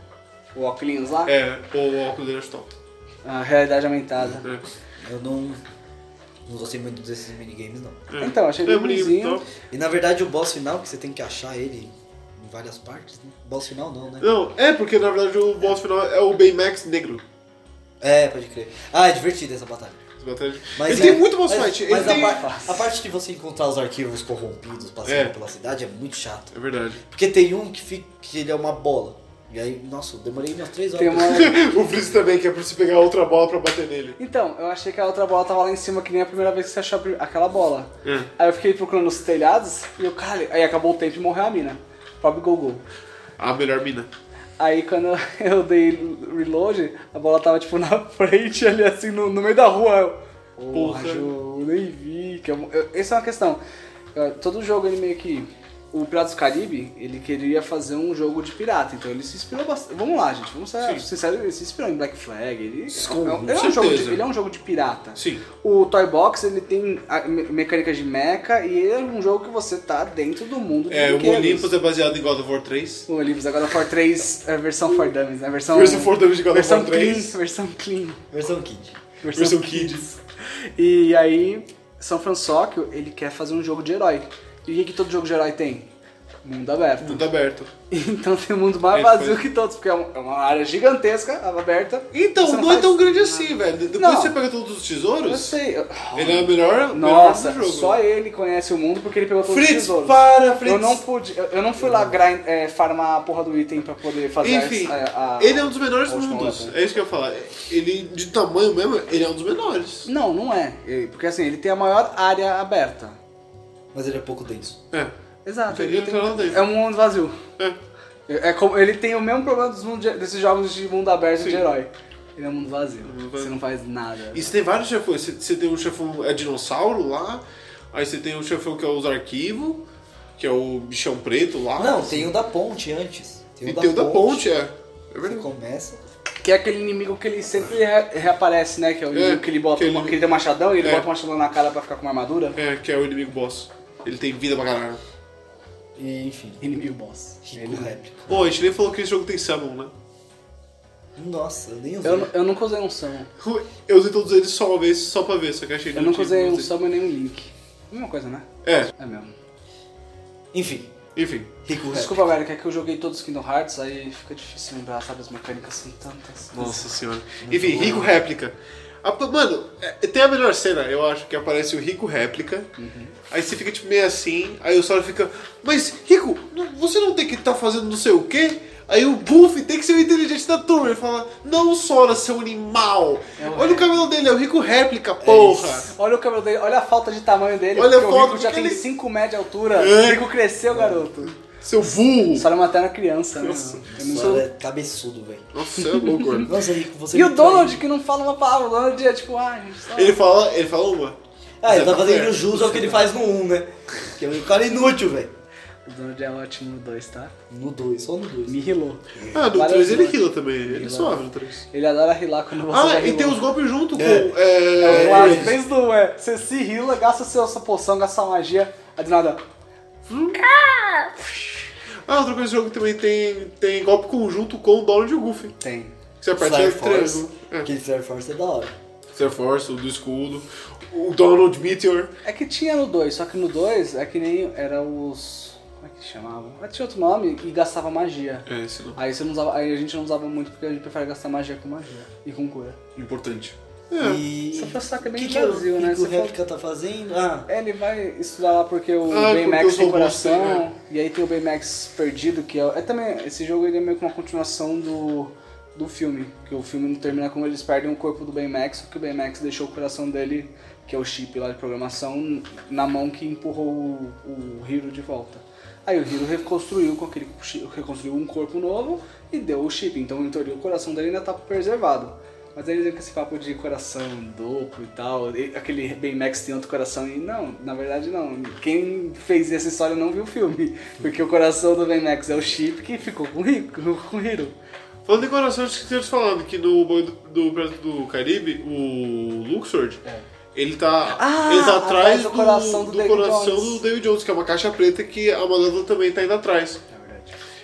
S1: O óculos lá,
S3: É, o óculos dele eu acho top.
S1: a realidade aumentada.
S3: É,
S2: Eu não. Não gostei muito desses minigames, não.
S3: é.
S1: Então, achei bem
S3: É bonito,
S1: bonzinho.
S3: top.
S2: E na verdade o boss final, que você tem que achar ele em várias partes, né? Boss final não, né?
S3: Não, é porque na verdade o boss final é o Baymax negro.
S2: É, pode crer. Ah, é divertido essa batalha.
S3: Essa Batalha de-
S2: Mas
S3: ele
S2: é-
S3: tem muito boss
S2: mas-
S3: fight.
S2: Mas
S3: ele tem...
S2: a, par- a parte de você encontrar os arquivos corrompidos passando
S3: É.
S2: pela cidade é muito chato.
S3: É verdade.
S2: Porque tem um que, fica, que ele é uma bola. E aí, nossa, eu demorei umas três horas.
S1: Tem uma...
S3: o Freeze também, que é pra você pegar outra bola pra bater nele.
S1: Então, eu achei que a outra bola tava lá em cima, que nem a primeira vez que você achou a pri- aquela bola.
S3: É.
S1: Aí eu fiquei procurando os telhados e eu, cara, aí acabou o tempo e morreu a mina. Pobre Gogol.
S3: A melhor mina.
S1: Aí quando eu dei reload, a bola tava tipo na frente ali assim, no, no meio da rua. Eu, Porra,
S3: Porra.
S1: jogo, nem vi. Que eu, eu- essa é uma questão. Eh, todo jogo ele meio que. O Piratas do Caribe, ele queria fazer um jogo de pirata, então ele se inspirou bastante. Vamos lá, gente, vamos ser
S3: Sim.
S1: sinceros, ele se inspirou em Black Flag. Ele,
S2: Sim,
S1: é um-
S2: com
S1: ele é um jogo de,
S3: certeza.
S1: ele é um jogo de pirata.
S3: Sim.
S1: O Toy Box ele tem a me- mecânicas de mecha e ele é um jogo que você tá dentro do mundo de
S3: É, o
S1: brinquedos.
S3: Olympus é baseado em God of War 3.
S1: O Olympus, agora For 3 é versão For Dummies, né? Versão,
S3: Versão For Dummies de God of
S1: versão
S3: War 3.
S1: Clean, versão clean.
S2: Versão Kid.
S3: Versão Kids.
S1: E aí, São Francisco, ele quer fazer um jogo de herói. E o que, que todo jogo de herói tem? Mundo aberto.
S3: Mundo aberto.
S1: Então tem um mundo mais
S3: Ele
S1: vazio
S3: foi-
S1: que todos, porque é um- é uma área gigantesca, aberta.
S3: Então,
S1: Você
S3: não,
S1: não
S3: é
S1: faz-
S3: tão grande assim, velho. Depois
S1: Não.
S3: que você pega todos os
S1: Eu
S3: tesouros,
S1: sei. eu-
S3: ele é o melhor,
S1: Nossa,
S3: melhor do jogo.
S1: só ele conhece o mundo porque ele pegou todos os
S3: Fritz,
S1: tesouros.
S3: para, Fritz.
S1: Eu não pude, eu, eu não fui lá grind, é, farmar a porra do item pra poder fazer
S3: Enfim,
S1: a, a-
S3: ele é um dos menores
S1: a última
S3: mundos.
S1: leva.
S3: É isso que eu ia falar. Ele, de tamanho mesmo, ele é um dos menores.
S1: Não, não é. Ele- Porque assim, ele tem a maior área aberta.
S2: Mas ele é pouco denso.
S3: É.
S1: Exato.
S3: Seria
S1: ele tem-
S3: literal dele.
S1: É um mundo vazio.
S3: É.
S1: É como, ele tem o mesmo problema dos mundos de- desses jogos de mundo aberto
S3: Sim.
S1: de herói. Ele é um mundo vazio. Você
S3: vazio.
S1: não faz nada.
S3: E você tem vários chefões. Você- Você tem um chefão é dinossauro lá, aí você tem um chefão que é os arquivos, que é o bichão preto lá.
S2: Não, tem o da ponte antes. Tem o
S3: E
S2: da
S3: tem o da
S2: ponte.
S3: ponte, é. É
S2: Você
S3: verdade.
S2: começa.
S1: Que é aquele inimigo que ele sempre re- reaparece, né? Que é o
S3: É,
S1: inimigo que ele bota.
S3: que ele-
S1: uma- Que ele tem um machadão e ele
S3: É.
S1: bota um machadão na cara pra ficar com uma armadura.
S3: É, que é o inimigo boss. Ele tem vida pra caralho.
S2: E, enfim.
S1: Inimigo é boss.
S2: Rico réplica.
S3: Pô, a gente nem falou que esse jogo tem summon, né?
S2: Nossa, eu nem usei.
S1: Eu, eu nunca usei um summon.
S3: Eu usei todos eles só uma vez, só pra ver, só que achei
S1: Eu nunca usei um
S3: divertido,
S1: summon nem um link. Mesma coisa, né?
S3: É,
S1: É mesmo.
S2: Enfim,
S3: enfim.
S2: rico réplica.
S1: Desculpa, velho, que é que eu joguei todos os Kingdom Hearts, aí fica difícil lembrar, sabe? As mecânicas são tantas.
S3: Nossa senhora. Enfim, Rico Réplica. A- mano, é- tem a melhor cena, eu acho, que aparece o Rico Réplica. Aí você fica tipo meio assim, aí o Sora fica, mas Rico, não- você não tem que estar fazendo não sei o quê? Aí o Buff tem que ser o inteligente da turma. Ele fala, não, Sora, seu animal.
S1: É,
S3: Olha o
S1: é.
S3: cabelo dele, é o Rico Réplica, porra.
S2: isso.
S1: Olha o cabelo dele, olha a falta de tamanho dele.
S3: Olha a
S1: porque o
S3: foto,
S1: Rico já
S3: porque
S1: tem
S3: ele-
S1: 5 metros de altura.
S3: É.
S1: O Rico cresceu, garoto.
S3: seu burro.
S1: Só era uma eterna criança, né? É muito-
S2: Nossa, é cabeçudo, velho.
S3: Nossa, você é louco, mano.
S2: Nossa, Rico, você
S1: E
S2: me
S1: o Donald
S2: traiu.
S1: que não fala uma palavra, o Donald é tipo, ah, gente, só...
S3: Ele fala, ele fala uma.
S2: Ah, ele
S3: Zé
S2: tá fazendo
S3: Roberto.
S2: jus ao que ele faz no 1, né? Que é um cara inútil, velho.
S1: O Donald é ótimo no 2, tá?
S2: No 2, só no 2.
S1: Me rilou.
S3: Ah, no
S1: Várias
S3: 3 ele
S1: vezes.
S3: rila também, ele é suave no 3.
S1: Ele adora rilar quando você já
S3: Ah, e
S1: rilou.
S3: tem os golpes junto
S2: É.
S3: com... é,
S1: É, claro,
S3: com-
S1: fez do é. Você se rila, gasta sua, sua poção, gasta sua magia, aí do nada.
S3: Ah, outra coisa do jogo que também tem, tem golpe conjunto com o Donald e o Goofy. Que
S1: Tem.
S3: Você aperta
S2: Fire
S3: o
S2: Force.
S3: triângulo. É.
S2: Aquele Fire Force é da hora.
S3: Fire Force, o do escudo. O Donald Meteor.
S1: É que tinha no 2, só que no 2 é que nem era os. Como é que chamava? Mas Tinha outro nome e gastava magia.
S3: É, esse não.
S1: Aí, você não usava, aí a gente não usava muito porque a gente prefere gastar magia com magia e com cura.
S3: Importante. É.
S2: E.
S1: Só pra sacar bem
S2: que
S1: no
S2: que o
S1: Brasil, né?
S2: Rico
S1: Você fala-
S2: réplica tá fazendo? Ah,
S1: É, Ele vai estudar lá porque o
S3: Ah, porque eu
S1: Baymax
S3: sou
S1: tem
S3: bom,
S1: coração.
S3: sim, né?
S1: E aí tem o Baymax perdido, que é, é também. Esse jogo ele é meio que uma continuação do, do filme. Que o filme não termina como eles perdem o corpo do Baymax, só que o Baymax deixou o coração dele, que é o chip lá de programação, na mão que empurrou o, o Hiro de volta. Aí o Hiro reconstruiu com aquele chi- reconstruiu um corpo novo e deu o chip. Então, em teoria, o coração dele ainda tá preservado. Mas eles vêm com esse papo de coração duplo e tal. e Aquele Baymax tem outro coração e não, na verdade não. Quem fez essa história não viu o filme. Porque o coração do Baymax é o chip que ficou com o Rico, com o Hiro.
S3: Falando em coração, acho que vocês falando que no boi do, do Pirata do Caribe, o Luxord, ele tá,
S1: Ah,
S3: ele tá
S1: atrás
S3: atrás
S1: do
S3: do,
S1: coração do David
S3: coração
S1: Jones.
S3: do David Jones, que é uma caixa preta que a Malévola também tá indo atrás.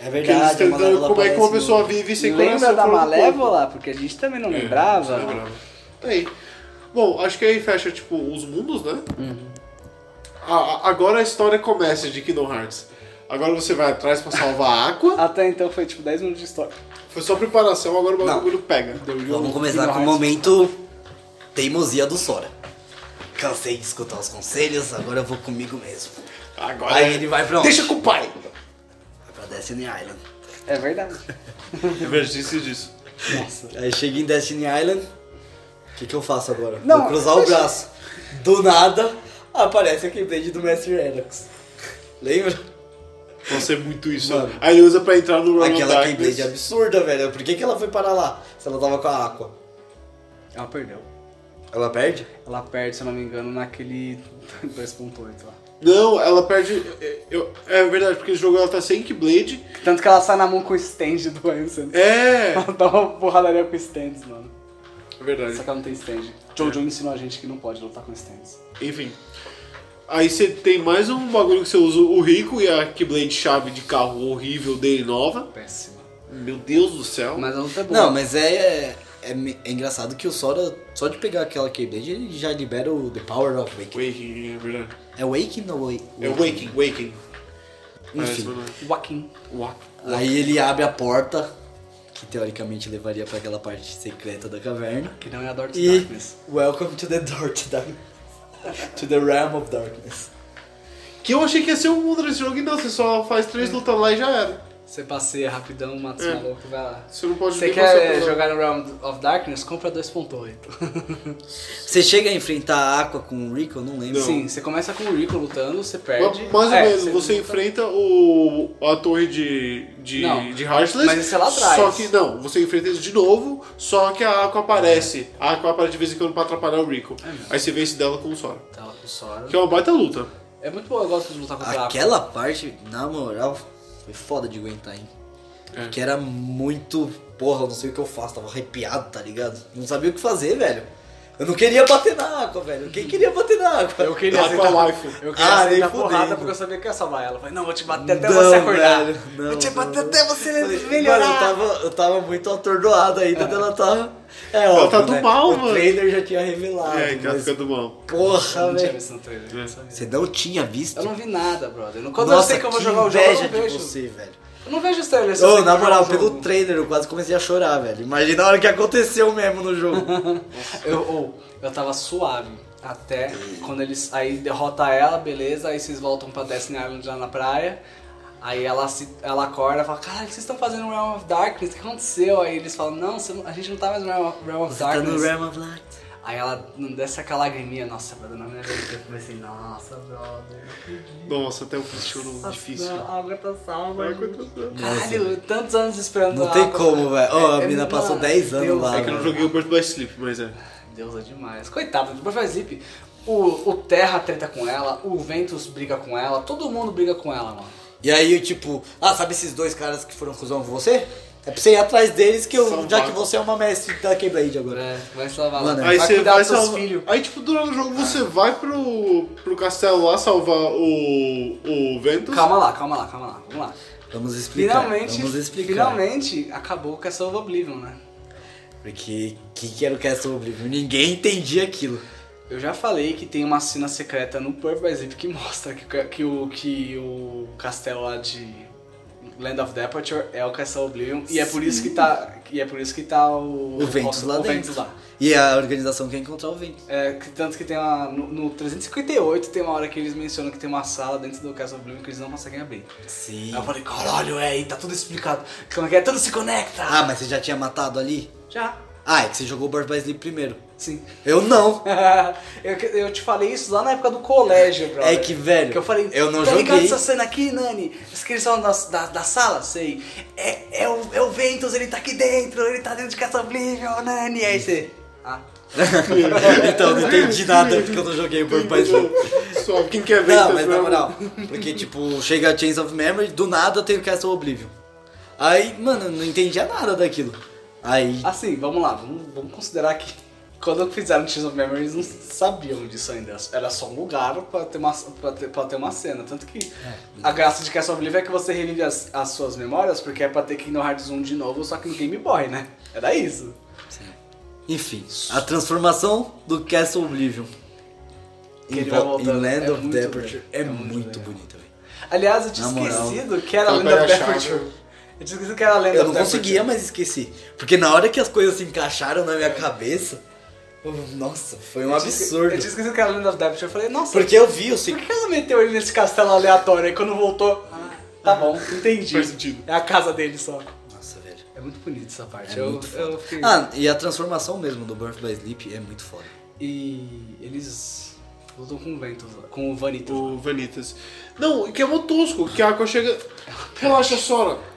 S1: Na verdade.
S2: é
S3: Porque eles
S2: verdade. a
S3: tentando
S2: Malévola
S3: como é que uma
S2: aparece
S3: pessoa
S2: no-
S3: vive sem
S1: Lembra
S3: coração. um
S1: da
S3: fora do corpo.
S1: Malévola? Porque a gente também não
S3: É,
S1: lembrava.
S3: não lembrava. Tá aí. Bom, acho que aí fecha, tipo, os mundos, né?
S2: Uhum.
S3: A- a- agora a história começa de Kingdom Hearts. Agora você vai atrás pra salvar a Aqua.
S1: Até então foi tipo 10 minutos de história.
S3: Foi só preparação, agora o
S2: Não.
S1: né?
S3: bagulho pega.
S2: Vamos começar com o momento Teimosia do Sora. Cansei de escutar os conselhos, agora eu vou comigo mesmo.
S3: Agora. é-
S2: Aí ele vai pra onde?
S4: Deixa com o pai.
S2: Vai pra Destiny Island.
S1: É verdade.
S3: Emergência disso.
S2: Aí chega em Destiny Island. O que, que eu faço agora?
S1: Não,
S2: vou cruzar o
S1: deixa-
S2: braço. Do nada, aparece a Keyblade do Mestre Erax. Lembra?
S3: Nossa, é muito isso.
S2: Mano.
S3: Aí ele usa pra entrar no Royal
S2: Aquela
S3: Darkness.
S2: Keyblade absurda, velho. Por que, que ela foi parar lá? Se ela tava com a Aqua.
S1: Ela perdeu.
S2: Ela perde?
S1: Ela perde, se eu não me engano, naquele 2.8 lá.
S3: Não, ela perde. é, eu- é verdade, porque esse jogo ela tá sem Keyblade.
S1: Tanto que ela sai na mão com o stand do Ansem.
S3: É!
S1: Ela dá uma porradaria com stands, mano.
S3: É verdade.
S1: Só que ela não tem stand. Jojo ensinou a gente que não pode lutar com stands.
S3: Enfim. Aí você tem mais um bagulho que você usa o Rico e a Keyblade chave de carro horrível dele nova.
S1: Péssima.
S3: Meu Deus do céu.
S1: Mas a luta é boa.
S2: Não, mas é, é, é me- é engraçado que o Sora, só de pegar aquela Keyblade, ele já libera o The Power of Waking.
S3: Waking, é verdade.
S2: É Waking ou Waking?
S3: É Waking, Waking. Parece,
S2: Enfim.
S3: mas não é.
S1: Joaquim.
S3: Wa-
S2: Aí ele abre a porta, que teoricamente levaria pra aquela parte secreta da caverna.
S1: Que não é a Dort
S2: E
S1: Darkness.
S2: Welcome to the Dark To the Realm of Darkness.
S3: Que eu achei que ia ser um mundo nesse jogo e não, você só faz
S1: Hum.
S3: três lutando lá e já era.
S1: Você passeia rapidão, mata os
S3: É.
S1: malucos, vai lá.
S3: Você não pode
S1: Você
S3: nem
S1: quer
S3: passar por lá.
S1: jogar no Realm of Darkness? Compra 2.8.
S2: Você chega a enfrentar a Aqua com o Rico, eu não lembro.
S1: Sim, você começa com o Rico lutando, você
S3: Ma-
S1: perde.
S3: Mais ou
S1: É,
S3: menos, você
S1: luta-
S3: enfrenta o, a torre de, de,
S1: Não,
S3: de Heartless.
S1: mas isso é lá atrás.
S3: Só que não, você enfrenta eles de novo, só que a Aqua aparece. A Aqua aparece de vez em quando pra atrapalhar o Rico.
S1: É
S3: Aí você vence dela com um o Sora.
S1: Tela com Sora.
S3: Que é uma baita luta.
S1: É muito bom, eu gosto de lutar com o
S2: Aquela parte, na moral, foi foda de aguentar, hein?
S3: É.
S2: Porque era muito. Porra, eu não sei o que eu faço, tava arrepiado, tá ligado? Não sabia o que fazer, velho. Eu não queria bater na Aqua, velho. Quem queria bater na Aqua?
S1: Eu queria
S3: Aqua
S1: aceitar,
S3: Life.
S1: eu queria
S2: Ah,
S1: aceitar
S2: nem
S1: porrada
S2: fudendo.
S1: porque eu sabia que eu ia salvar ela. Eu falei, não, vou te bater até
S2: Não,
S1: você acordar.
S2: velho, não,
S1: vou te
S2: não,
S1: bater
S2: não.
S1: até você
S2: Falei,
S1: melhorar.
S2: Mano, eu tava, eu tava muito atordoado ainda dela tava. É,
S3: Ela
S2: óbvio,
S3: tá do
S2: né?
S3: mal,
S2: o
S3: mano.
S2: O trailer já tinha revelado.
S3: é, que ela
S2: mas,
S3: fica do mal.
S2: Porra,
S1: não tinha
S2: velho.
S1: visto no trailer. eu sabia.
S2: Você não tinha visto?
S1: Eu não vi nada, brother. Quando eu
S2: Nossa,
S1: sei que eu vou
S2: que
S1: jogar o jogo, eu
S2: inveja
S1: não
S2: de
S1: vejo.
S2: você, velho.
S1: Eu não vejo os trailers. se eu
S2: Ô,
S1: sei que
S2: na
S1: eu vou
S2: moral,
S1: jogar o
S2: pelo
S1: jogo.
S2: trailer eu quase comecei a chorar, velho. Imagina a hora que aconteceu mesmo no jogo.
S1: Eu, ou, eu tava suave. Até quando eles. Aí derrota ela, beleza. Aí vocês voltam pra Destiny Island lá na praia. Aí ela, se, ela acorda e fala: Caralho, o que vocês estão fazendo no Realm of Darkness? O que aconteceu? Aí eles falam: Não, você não- a gente não tá mais no Realm of, Realm of
S2: Você tá no
S1: Darkness.
S2: Realm of Light.
S1: Aí ela não desce aquela lagriminha, nossa, brother, na minha vida. Eu comecei, nossa, brother, não acredito.
S3: Nossa, até o Cristiano difícil.
S1: A água tá salva.
S3: Ai, quanto-
S1: Caralho, tantos anos esperando
S2: Não
S1: a
S2: tem
S1: água.
S2: como, velho. Ó, a mina
S1: mano,
S2: passou 10 anos
S1: é Deus,
S2: lá,
S3: É que eu não joguei o Birth by Sleep, mas é.
S1: Deus é demais. Coitado, depois faz zip. O, o Terra treta com ela, o Ventus briga com ela, todo mundo briga com ela, mano.
S2: E aí, eu, tipo, ah, sabe esses dois caras que foram cuzão com você? É pra você ir atrás deles, que eu,
S3: Salvar.
S2: já que você é uma mestre da Keyblade agora.
S1: É, vai salvar
S2: Mano,
S1: lá.
S3: Aí
S1: vai
S3: você
S1: cuidar
S3: vai
S1: dos seus
S3: salvar.
S1: filhos.
S3: Aí, tipo, durante o jogo você vai pro, pro castelo lá salvar o. o Ventus.
S1: Calma lá, calma lá, calma lá, vamos lá.
S2: Vamos explicar.
S1: Finalmente,
S2: Vamos explicar.
S1: finalmente acabou com essa Oblivion, né?
S2: Porque o que, que era o Castle Oblivion? Ninguém entendia aquilo.
S1: Eu já falei que tem uma cena secreta no Purple by Zip que mostra que, que, o, que o castelo lá de Land of Departure é o Castle Oblivion e é por isso que tá e é por isso que tá o
S2: O Ventus
S1: o-
S2: lá
S1: o
S2: dentro.
S1: Ventus lá.
S2: E a organização quer encontrar o Ventus.
S1: É, que tanto que tem uma. No, no 358 tem uma hora que eles mencionam que tem uma sala dentro do Castle Oblivion que eles não conseguem abrir.
S2: Sim.
S1: Aí eu falei, caralho, é, e tá tudo explicado. Como é que é? Tudo se conecta!
S2: Ah, mas você já tinha matado ali?
S1: Já.
S2: Ah, é que você jogou o Birth by Sleep primeiro.
S1: Sim.
S2: Eu não.
S1: eu, que- eu te falei isso lá na época do colégio, brother.
S2: É que, velho,
S1: Que eu falei,
S2: eu não
S1: tá ligado
S2: joguei.
S1: essa cena aqui, Nani? Essa que eles falam das- da, da sala, sei. É, é, o, é o Ventus, ele tá aqui dentro, ele tá dentro de Castle Oblivion, Nani. Aí você... Ah,
S2: então, não entendi nada porque eu não joguei o Birth by Sleep.
S3: Só quem quer Ventus. né?
S2: Não, mas na
S3: mesmo?
S2: moral, porque tipo, chega a Chains of Memory, do nada tem o Castle Oblivion. Aí, mano, eu não entendia nada daquilo. Aí,
S1: Assim, vamos lá, vamos, vamos considerar que quando fizeram Tears of Memories não sabiam disso ainda. Era só um lugar pra ter uma, pra ter, pra ter uma cena. Tanto que a graça de Castle Oblivion é que você revive as, as suas memórias, porque é pra ter Kingdom Hearts 1 de novo, só que no Game Boy, né? Era isso.
S2: enfim, a transformação do Castle Oblivion
S1: Que
S2: em,
S1: ele vai
S2: Bo- em
S1: voltando.
S2: Land
S1: É
S2: of
S1: muito
S2: Departure
S1: legal.
S2: é,
S1: É muito
S2: muito
S1: legal.
S2: bonita, velho.
S1: Aliás, eu tinha
S2: Na moral.
S1: esquecido que era a
S3: Vai
S1: Lenda
S3: pegar a chave.
S1: Departure. Eu tinha esquecido que era a Lenda
S2: Eu não
S1: Departure.
S2: conseguia, mas esqueci. Porque na hora que as coisas se encaixaram na minha cabeça, Nossa, foi um
S1: Eu
S2: absurdo.
S1: tinha esquecido que era Land of Depth. Eu falei, nossa,
S2: Porque assim eu vi o
S1: por
S2: Secret.
S1: que ela meteu ele nesse castelo aleatório? Aí quando voltou, ah, tá bom, entendi.
S3: Faz sentido.
S1: É a casa dele só.
S2: Nossa, velho.
S1: É muito bonito essa parte.
S2: É
S1: eu,
S2: muito
S1: eu fiquei...
S2: Ah, e a transformação mesmo do Birth by Sleep é muito foda.
S1: E eles lutam com o Ventus, lá, com o Vanitas. lá.
S3: O Vanitas. Não, e que é mó tosco, que a Aqua chega. Relaxa, Sora.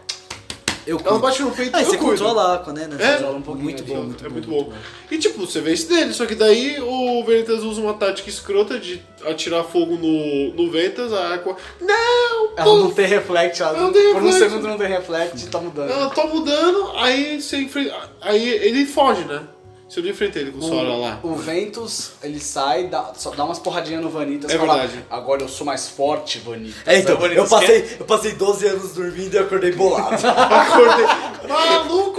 S1: Então
S2: Eu
S3: Ela
S2: curto.
S3: bate
S1: um
S3: no peito
S2: Ah, e
S3: eu
S2: você
S3: cuido.
S2: controla a Aqua, né? né? Você
S3: É?
S2: controla um pouquinho
S1: Muito
S2: ali,
S1: bom,
S2: ó.
S3: é muito bom. E tipo, você vê isso dele, só que daí o Vanitas usa uma tática escrota de atirar fogo no, no Ventas, a Aqua. Não!
S1: Ela
S3: pô,
S1: não tem reflect, ela
S3: Não tem
S1: por um
S3: reflect.
S1: segundo não tem reflect, tá mudando.
S3: Ela tá mudando, aí você enfrenta. Aí ele foge, né? Você não enfrenta ele com o Sora lá.
S1: O Ventus, ele sai, dá, só dá umas porradinhas no Vanitas.
S3: É
S1: fala,
S3: verdade.
S1: Agora eu sou mais forte, Vanitas.
S2: É, então,
S1: Aí o Vanitas
S2: eu passei, eu passei 12 anos dormindo e acordei bolado.
S3: Acordei. Maluco,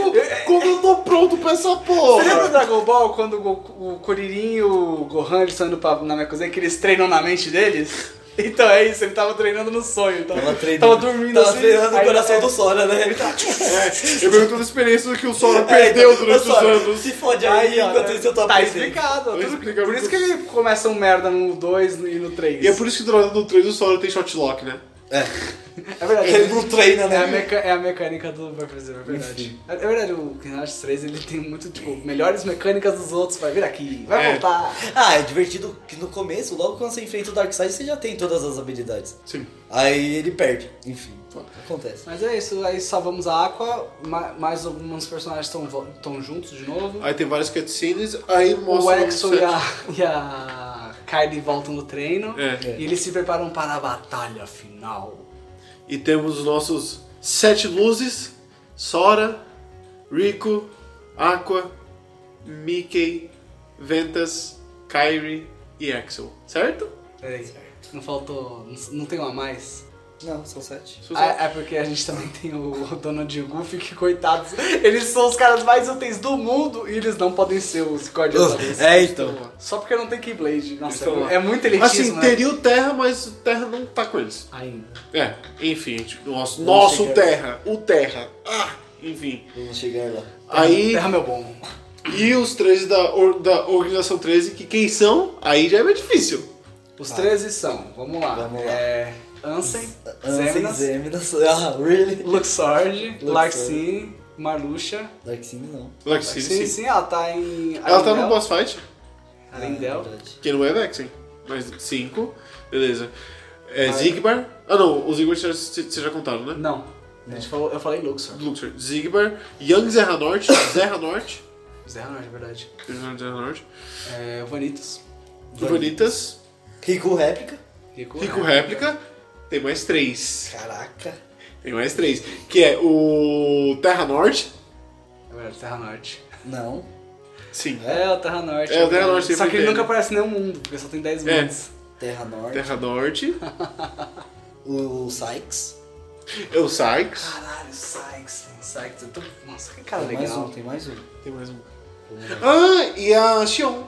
S3: como eu tô pronto pra essa
S1: Você lembra
S3: porra?
S1: do Dragon Ball quando o, Goku- o Kuririn e o Gohan eles estão indo pra Namekusei que eles treinam na mente deles? Então é isso, ele tava treinando no sonho, tava,
S2: Tava treinando.
S1: tava dormindo
S2: Tava
S1: assim.
S2: treinando o
S1: aí-
S2: coração
S1: é,
S2: do Sora, né?
S3: É, Eu pergunto da experiência que o Sora
S2: É, então,
S3: perdeu durante
S2: ô, Sora,
S3: os anos.
S2: Se fode
S1: Aí,
S2: aí,
S1: ó,
S2: enquanto isso eu tô
S1: tá
S2: aprendendo.
S1: explicado.
S3: Tá
S1: tudo-
S3: explicado.
S1: por isso que ele começa um merda no 2 e no 3.
S3: E é por isso que durante o 3 o Sora tem shot lock, né?
S1: É verdade.
S2: Ele não treina,
S1: É a,
S2: né?
S1: meca- é a mecânica do Burper Zero, é verdade. É, é verdade, o Kingdom 3 ele tem muito, tipo, melhores mecânicas dos outros. Vai vir aqui, vai
S3: É.
S1: voltar.
S2: Ah, é divertido que no começo, logo quando você enfrenta o Darkseid, você já tem todas as habilidades.
S3: Sim.
S2: Aí ele perde, enfim, acontece.
S1: Mas é isso, aí salvamos a Aqua, ma- mais alguns personagens estão juntos de novo.
S3: Aí tem várias cutscenes, aí
S1: O
S3: mostra.
S1: Exo e
S3: set.
S1: a, e a Kylie voltam no treino.
S3: É.
S1: E eles se preparam para a batalha final.
S3: E temos os nossos sete luzes: Sora, Rico, Aqua, Mickey, Ventas, Kairi e Axel. Certo?
S1: Peraí, não faltou. não- Não tem uma a mais?
S2: Não, são sete.
S3: São sete.
S1: Ah, é porque a gente também tem o Donald e o Goofy, que coitados, eles são os caras mais úteis do mundo e eles não podem ser os Guardiões da
S2: É, então.
S1: Só porque não tem Keyblade. Nossa,
S3: Então,
S1: é muito elitismo,
S3: Assim,
S1: né?
S3: teria o Terra, mas o Terra não tá com eles.
S1: Ainda.
S3: É, enfim, tipo, nosso,
S2: Não
S3: nosso
S2: sei que é.
S3: Terra, o Terra. Ah, enfim.
S2: Vamos chegar lá.
S3: Aí,
S1: Terra meu bom.
S3: e os 13 da, or- da Organização 13, que quem são, aí já é mais difícil.
S1: Os 13 são, vamos lá.
S2: Vamos lá.
S1: É, Ansem,
S2: Ansem,
S1: Zemnas,
S2: Zeminas. Ah, really?
S1: Luxord,
S2: Luxord.
S1: Larcine, Marluxia.
S2: Darkseid não.
S3: Lexi,
S1: Sim,
S3: sim.
S1: sim, ela tá em.
S3: Ela tá no
S1: Arendelle.
S3: boss fight,
S1: Arendelle.
S2: Ah, é verdade.
S3: que não é Vexen, mas 5, beleza. É, Zigbar. Ah, não, os Zigbar vocês já contaram, né?
S1: Não, a gente falou, eu falei Luxord.
S3: Luxor, Zigbar, Young Zerra Norte, Zerra Norte,
S1: Zerra, não é verdade.
S3: Zerra Norte,
S1: É, Vanitas.
S3: Vanitas,
S2: Rico réplica.
S1: Rico, né?
S3: Rico Réplica, tem mais 3.
S2: Caraca.
S3: Tem mais três. Que é o Terra Norte.
S1: É verdade, Terra Norte.
S2: Não.
S3: Sim.
S1: É, o Terra Norte.
S3: É, o Terra Norte
S1: Só
S3: sempre
S1: que ele
S3: tem.
S1: nunca aparece em nenhum mundo, porque só tem 10
S3: É.
S1: mundos.
S2: Terra Norte.
S3: Terra Norte.
S2: O Sykes.
S3: É o Sykes.
S1: Caralho, Sykes, tem Sykes. Eu tô... Nossa, que cara
S2: Tem mais
S1: Ah, legal.
S2: um, tem mais um.
S3: Tem mais um. Ah, e a Xion.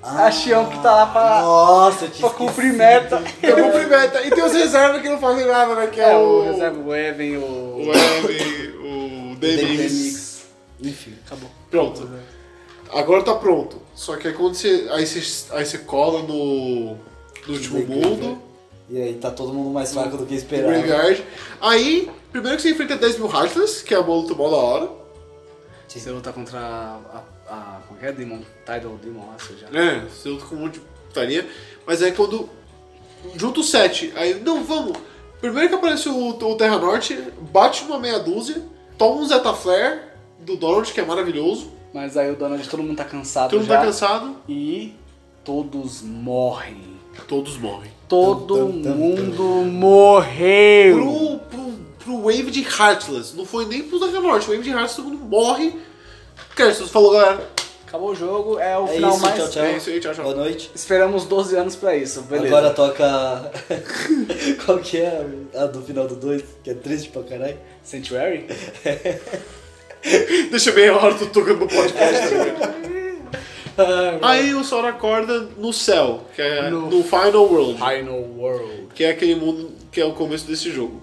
S1: A Xion que tá lá pra-
S2: Ah, Nossa, eu tinha
S1: Pra cumprir
S2: esquecido.
S1: meta.
S3: Eu vou primeiro. E tem os reservas que não fazem nada, né? Que
S1: Então, É,
S3: é
S1: o
S3: o.
S1: Reserva, o Evan, o...
S3: O Eve, o Demix.
S1: Demix.
S2: Enfim.
S1: Acabou.
S3: Pronto. Agora tá pronto. Só que aí quando você. Aí você, aí você cola no. No último mundo.
S2: E aí, tá todo mundo mais fraco do que
S3: no
S2: esperava.
S3: Graveyard. Aí, primeiro que você enfrenta 10 mil Heartless, que é uma luta mó da hora.
S2: Sim.
S1: Você luta contra a... a, a como que é? Demon? Tidal Demon, lá, seja.
S3: É, você luta com um monte de putaria. Mas aí quando. Junta os sete. Aí, não, vamos. Primeiro que aparece o, o Terra Norte, bate uma meia dúzia, toma um Zeta Flare do Donald, que é maravilhoso.
S1: Mas aí o Donald, todo mundo tá cansado
S3: Todo mundo
S1: já.
S3: tá cansado.
S1: E todos morrem.
S3: Todos morrem.
S1: Todo
S2: Tum, tum, tum,
S1: mundo morreu.
S3: Pro, pro, pro Wave de Heartless. Não foi nem pro Terra Norte. O Wave de Heartless todo mundo morre. Kerstos falou, galera.
S1: Acabou o jogo, é o
S2: É
S1: final
S2: isso,
S1: mais...
S2: tchau, tchau.
S3: É isso aí, tchau, tchau.
S2: Boa noite.
S1: Esperamos 12 anos pra isso, beleza.
S2: Agora toca. Qual que é a do final do 2? Que é triste pra caralho.
S1: Sanctuary?
S3: Deixa bem a hora do Tuca no podcast.
S1: Ah,
S3: aí o Sora acorda no céu, que é
S1: No-
S3: no, Final World.
S1: Final World.
S3: Que é aquele mundo que é o começo desse jogo.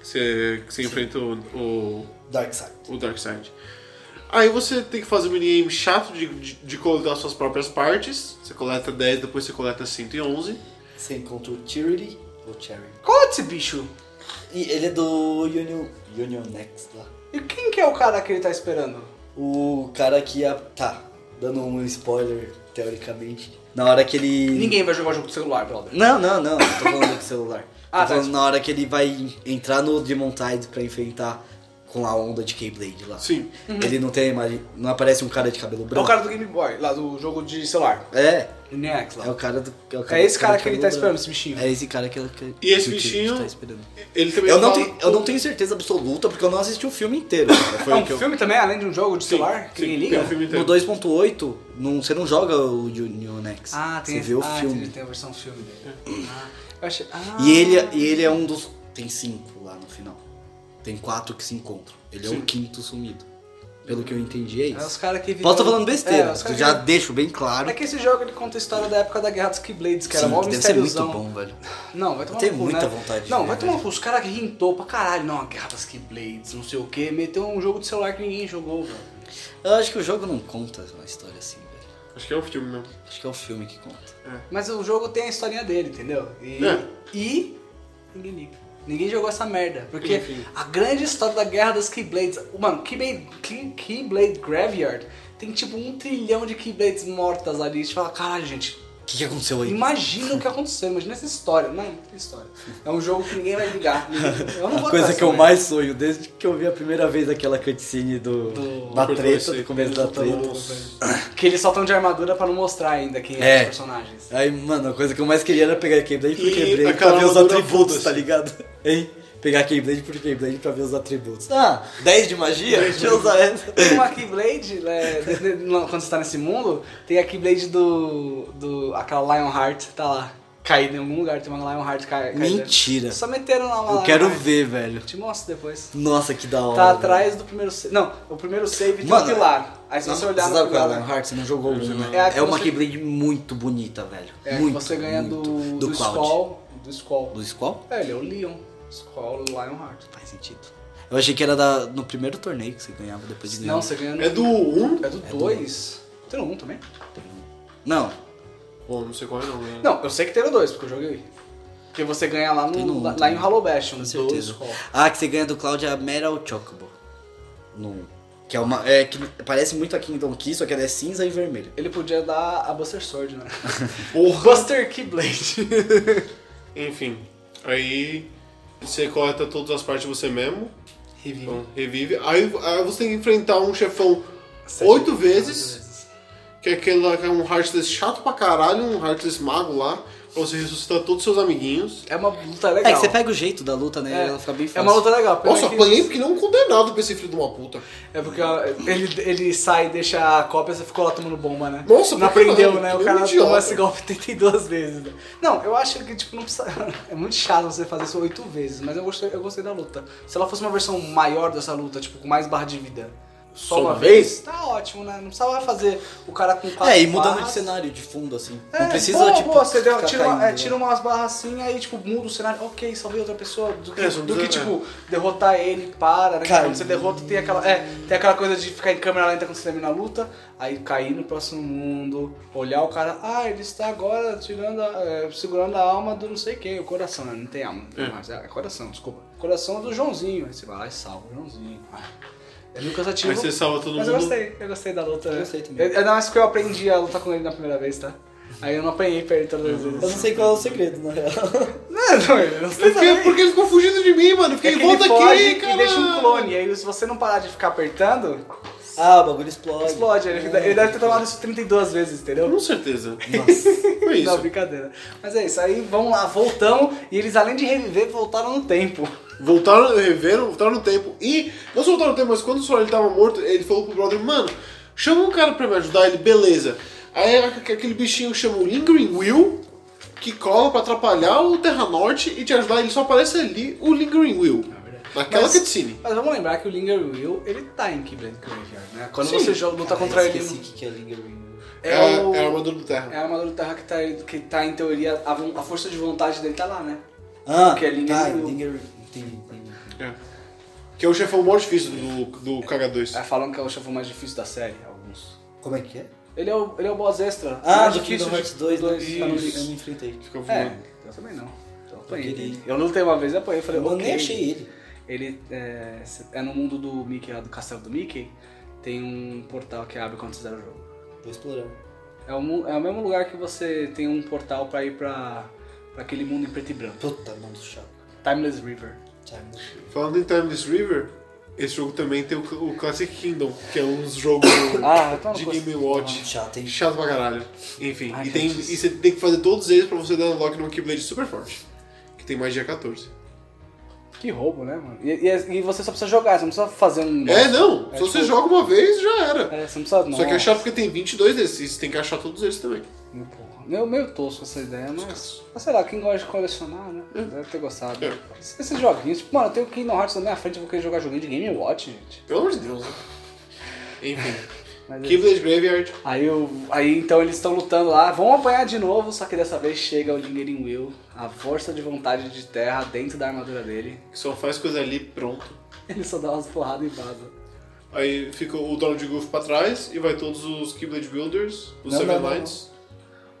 S3: Que você, que você enfrenta o, o,
S2: Darkseid.
S3: o Darkseid. Aí você tem que fazer um minigame chato de, de, de coletar suas próprias partes. Você coleta 10, depois você coleta 111.
S2: Você encontra o Tyranny ou Cherry.
S1: Qual é esse bicho?
S2: E ele é do Union, Union Next lá.
S1: E quem que é o cara que ele tá esperando?
S2: O cara que ia. Tá, dando um spoiler, teoricamente. Na hora que ele.
S1: Ninguém vai jogar jogo de celular, brother.
S2: Não, não, não. Tô falando do celular.
S1: Ah, tá.
S2: Tô falando na hora que ele vai entrar no Demon Tide pra enfrentar com a onda de Keyblade lá. Uhum.
S3: Sim.
S2: Ele não tem a imagem. Não aparece um cara de cabelo
S1: É o
S2: branco.
S1: cara do Game Boy, lá do jogo de celular.
S2: É,
S1: Nex lá.
S2: é o cara do. É, o
S1: É esse cara
S2: de
S1: que ele
S2: cabelo
S1: tá
S2: branco.
S1: esperando, esse bichinho.
S2: É esse cara que, que
S3: E esse
S2: que o Tite
S3: bichinho-
S2: tá esperando.
S3: Ele também
S2: Eu não,
S3: fala-
S2: tenho, eu não tenho certeza absoluta porque eu não assisti o filme inteiro. Foi
S1: É
S2: o
S1: um
S2: que eu-
S1: filme também, além de um jogo de
S3: Sim,
S1: celular? que
S3: sim,
S1: ninguém
S3: tem
S1: liga?
S3: um filme inteiro.
S2: No 2.8, não- você não joga o Union Next.
S1: Ah, tem
S2: Você vê o
S1: ah,
S2: filme.
S1: entendi, tem a versão filme dele. Ah, eu achei... ah.
S2: E ele, e ele é um dos. Tem cinco lá no final. Tem quatro que se encontram. Ele é o quinto sumido. Pelo que eu entendi, é
S1: É os
S2: isso.
S1: caras que
S2: Posso estar falando besteira,
S1: É, os
S2: eu
S1: cara
S2: já
S1: que...
S2: deixo bem claro.
S1: É que esse jogo ele conta a história da época da Guerra dos Keyblades, que era
S2: Sim,
S1: mó
S2: deve ser muito
S1: mistériozão.
S2: bom, velho.
S1: Não, vai tomar
S2: tenho
S1: no cu,
S2: muita
S1: né?
S2: vontade de
S1: Não,
S2: ver,
S1: vai tomar no cu. Os caras que rintou pra caralho. Não, a Guerra das Keyblades, não sei o que. Meteu um jogo de celular que ninguém jogou, velho.
S2: Eu acho que o jogo não conta uma história assim, velho.
S3: Acho que é o filme mesmo.
S2: Acho que é o filme que conta.
S1: Mas o jogo tem a historinha dele, entendeu? E,
S3: É.
S1: e ninguém liga. Ninguém jogou essa merda. Porque
S3: Enfim.
S1: a grande história da guerra das Keyblades. Mano, Keyblade, Key- Keyblade Graveyard tem tipo um trilhão de Keyblades mortas ali. Você fala, caralho, gente,
S2: O que, que aconteceu aí?
S1: imagina o que aconteceu, imagina essa história. Não, não tem história. É um jogo que ninguém vai ligar. Eu não vou
S2: A coisa
S1: atrás
S2: que eu
S1: também.
S2: mais sonho, desde que eu vi a primeira vez aquela cutscene do,
S1: Do-
S2: da
S3: Por
S2: treta,
S3: dois,
S2: do começo da treta.
S1: Que eles só estão de armadura pra não mostrar ainda quem é.
S2: É.
S1: os personagens.
S2: Aí, mano, a coisa que eu mais queria era pegar Keyblade por
S3: E
S2: Keyblade pra
S3: aquela
S2: ver os
S3: armadura
S2: atributos, tá
S3: foda-se.
S2: ligado? Hein? Pegar Keyblade por Keyblade pra ver os atributos. Ah, 10 de magia? Deixa eu usar essa.
S1: Tem uma Keyblade, né, de- de- no- quando você tá nesse mundo, tem a Keyblade do. do aquela Lionheart, tá lá. Caída em algum lugar, tem uma Lionheart ca- caída.
S2: Mentira.
S1: Só meteram lá uma
S2: Eu quero
S1: Lionheart.
S2: ver, velho.
S1: Te mostro depois.
S2: Nossa, que da hora.
S1: Tá
S2: velho.
S1: atrás do primeiro save. Não, o primeiro save tem um
S2: Mano,
S1: pilar. Aí se você
S2: Não,
S1: olhar
S2: você
S1: no
S2: sabe qual é a
S1: pilar.
S2: Heart, você não jogou uma.
S1: É a
S2: É,
S1: que
S2: uma
S1: você-
S2: Keyblade muito bonita, velho.
S1: É, que
S2: muito,
S1: você ganha
S2: muito.
S1: do. do
S2: Cloud.
S1: Squall. Do Squall.
S2: Do Squall?
S1: É, ele é o Leon. Squall Lionheart.
S2: Faz sentido. Eu achei que era da- no primeiro torneio que você ganhava depois de ganhar.
S1: Não, você ganha no-
S3: É do 1?
S1: É do 2. Tem um também?
S2: Não,
S3: Bom, não sei qual é não, né?
S1: Não, eu sei que teve o 2, porque eu joguei. Porque você ganha lá,
S2: Tem
S1: no,
S2: no
S1: lá,
S2: um
S1: lá em
S2: também.
S1: Hollow Bash, um
S2: Com
S1: dois
S2: certeza.
S1: qual?
S2: Ah, que você ganha do Cloud é a Metal Chocobo. No, que é uma. É, que parece muito a Kingdom Key, só que ela é cinza e vermelha.
S1: Ele podia dar a Buster Sword, né?
S3: Porra!
S1: Buster Keyblade.
S3: Enfim, aí você coleta todas as partes você mesmo, então revive. Aí, aí você tem que enfrentar um chefão
S1: Sete-
S3: oito vezes, que é, aquela, que é um Heartless chato pra caralho, um Heartless mago lá, pra você ressuscitar todos os seus amiguinhos.
S1: É uma luta
S2: É
S1: legal.
S2: que você pega o jeito da luta, né? Ela fica bem
S1: É
S2: fácil.
S1: uma luta legal. porque
S3: Nossa,
S1: é que-
S3: apanhei porque não condenado pra esse filho de uma puta.
S1: É porque ó, ele, ele sai e deixa a cópia, você ficou lá tomando bomba, né?
S3: Nossa,
S1: Não
S3: pra caralho,
S1: aprendeu, né?
S3: que é
S1: O cara
S3: um idiota.
S1: tomou esse golpe 32 vezes. né? Não, eu acho que, tipo, não precisa... É muito chato você fazer isso oito vezes, mas eu gostei, eu gostei da luta. Se ela fosse uma versão maior dessa luta, tipo, com mais barra de vida...
S3: Só uma vez?
S1: Tá ótimo, né? Não precisava fazer o cara com quatro
S2: É, e mudando
S1: barras.
S2: de cenário de fundo, assim.
S1: É,
S2: não precisa,
S1: boa,
S2: tipo.
S1: boa, você deu-
S2: ficar
S1: tira, uma-
S2: caindo,
S1: é,
S2: né?
S1: tira umas barras assim, aí, tipo, muda o cenário. Ok, salvei outra pessoa. Do que,
S3: É, só
S1: do que,
S3: precisa-
S1: tipo, derrotar ele, para, né?
S2: né? Cai.
S1: Quando você derrota, tem aquela, é, tem aquela coisa de ficar em câmera lenta quando você termina a luta, aí cair no próximo mundo, olhar o cara, ah, ele está agora tirando a- é, segurando a alma do não sei quem, o coração, né? Não tem alma, não tem mais, é coração, desculpa. Coração é do Joãozinho. Aí você vai lá e salva o Joãozinho. Ah, É meio cansativo.
S3: Aí você salva todo
S1: Mas eu
S3: mundo.
S1: gostei, eu gostei da luta.
S2: Eu
S1: né?
S2: gostei também.
S1: Eu- Ainda mais que eu aprendi a lutar com ele na primeira vez, tá? Aí eu não apanhei pra ele todas
S3: Uhum.
S1: as
S2: Eu
S1: vezes.
S2: não sei qual é o segredo, na real.
S1: Não, não, eu não sei
S3: Por quê?
S1: também.
S3: Porque ele ficou fugindo de mim, mano. Fiquei,
S1: É que ele
S3: volta
S1: foge
S3: aqui, cara.
S1: E deixa um clone. Aí se você não parar de ficar apertando,
S2: Ah, o bagulho explode.
S1: explode. Ele, ele deve ter tomado isso 32 vezes, entendeu?
S3: Com certeza.
S2: Nossa.
S3: Foi
S1: Não,
S3: isso.
S1: brincadeira. Mas é isso, aí vamos lá, voltamos. E eles, além de reviver, voltaram no tempo.
S3: Voltaram, reveram, voltaram no tempo. E não só voltaram no tempo, mas quando o Sorelli tava morto, ele falou pro brother, mano, chama um cara pra me ajudar, ele, beleza. Aí a- aquele bichinho chama o Lingering Will, que cola pra atrapalhar o Terra Norte e te ajudar, ele só aparece ali o Lingering Will. Naquela
S1: É Mas-
S3: cutscene.
S1: Mas vamos lembrar que o Linger Will, ele tá em Keyblade Graveyard, né? Quando
S3: Sim.
S1: você joga, luta contra
S2: eu
S1: ele.
S2: esqueci que que é Lingering.
S1: É,
S3: a-
S1: o...
S3: é a armadura do Terra.
S1: É a armadura do Terra que tá, que tá em teoria, a, von- a força de vontade dele tá lá, né?
S2: Ah,
S1: Que é Lingering.
S2: tá, Lingering. Entendi, entendi.
S3: É. Que é o chefão mais difícil do, do Kaga 2.
S1: Ah, falam que é o chefão mais difícil da série, alguns.
S2: Como é que é?
S1: Ele é o, ele é o boss extra.
S2: Ah,
S1: mais
S2: do
S1: difícil
S2: Kingdom Hearts
S1: de-
S2: 2, né?
S1: dois, tá no-
S2: Eu não enfrentei.
S3: Fica voando.
S1: É, eu também não. Eu apanhei
S2: queria.
S1: dele. Eu lutei uma vez e apanhei. Eu falei,
S2: Eu
S1: ok.
S2: nem achei ele.
S1: Ele é, é no mundo do Mickey, lá do castelo do Mickey. Tem um portal que abre quando você zera o jogo.
S2: Vou explorar.
S1: É o, mu- é o mesmo lugar que você tem um portal pra ir pra, pra aquele mundo em preto e branco.
S2: Puta, mão do chaco.
S1: Timeless River.
S2: Tchau, meu filho.
S3: Falando em Timeless River, esse jogo também tem o, o Classic Kingdom, que é um jogo
S1: Ah, então
S3: de Game Watch.
S2: Chato, hein?
S3: Chato pra caralho. Enfim,
S1: Ai,
S3: e, tem,
S1: cara, isso-
S3: e você tem que fazer todos eles pra você dar unlock numa Keyblade super forte. Que tem magia 14.
S1: Que roubo, né, mano? E, e- e você só precisa jogar, você não precisa fazer um.
S3: É, não.
S1: É
S3: Só você
S1: tipo-
S3: joga uma vez, já era.
S1: É, você não precisa.
S3: Só que é
S1: Nossa.
S3: chato porque tem 22 desses. E você tem que achar todos eles também.
S1: Porra, Meio, meio tosco essa ideia, mas.
S3: Descanso.
S1: Mas sei lá, quem gosta de colecionar, né? Deve ter gostado.
S3: É.
S1: Esses joguinhos, tipo, mano, eu tenho o Kingdom Hearts na minha frente, eu vou querer jogar joguinho de Game Watch, gente.
S3: Pelo amor de Deus. né? Enfim.
S1: Mas é-
S3: Keyblade Graveyard.
S1: Aí, eu, aí então eles estão lutando lá, vão apanhar de novo, só que dessa vez chega o Lingering Will, a força de vontade de terra dentro da armadura dele.
S3: Que só faz coisa ali, pronto.
S1: Ele só dá umas porradas e vaza.
S3: Aí fica o Donald Goof pra trás e vai todos os Keyblade Builders, os
S2: Não,
S3: Seven
S2: não, não,
S3: Knights.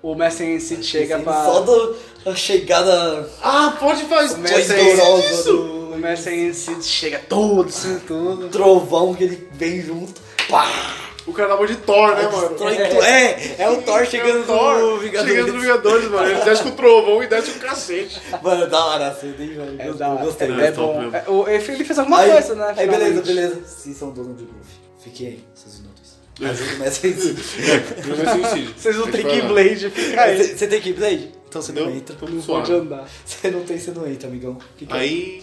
S1: O Messi Ancient chega
S2: Esse
S1: pra.
S2: Só do- da chegada
S3: Ah, pode fazer
S1: O
S3: Pode
S1: Messi
S3: fazer
S2: dolorosa
S3: isso!
S1: O
S2: do
S1: Messi Ancient chega todo, assim, tudo.
S2: um trovão que ele vem junto. Pá!
S3: O carnaval de Thor, né, mano?
S2: Destrói tudo. É, é o Thor chegando
S3: É o Thor
S2: no Vingadores.
S3: Chegando no Vingadores, mano. Ele desce com o trovão e desce com o cacete.
S2: Mano, da hora, assim, nem jogo.
S1: É
S2: Eu
S1: da
S2: gostei. né?
S1: É
S3: É top
S1: bom.
S3: mesmo.
S1: É, o- ele fez- ele fez alguma coisa, né?
S2: Aí, beleza,
S1: finalmente.
S2: beleza. Vocês são dono de Groove. Fiquem aí, seus inúteis. Ajuda o Messi
S3: Não vai ser incídio.
S1: Vocês não
S3: A gente
S1: tem
S3: vai lá.
S1: Keyblade, fica aí.
S2: Você você tem Keyblade? Então você não
S3: Entendeu?
S2: entra.
S3: Tamo
S1: Pode
S3: suave.
S1: andar.
S2: Você não tem, você não entra, amigão. Que que é?
S3: Aí.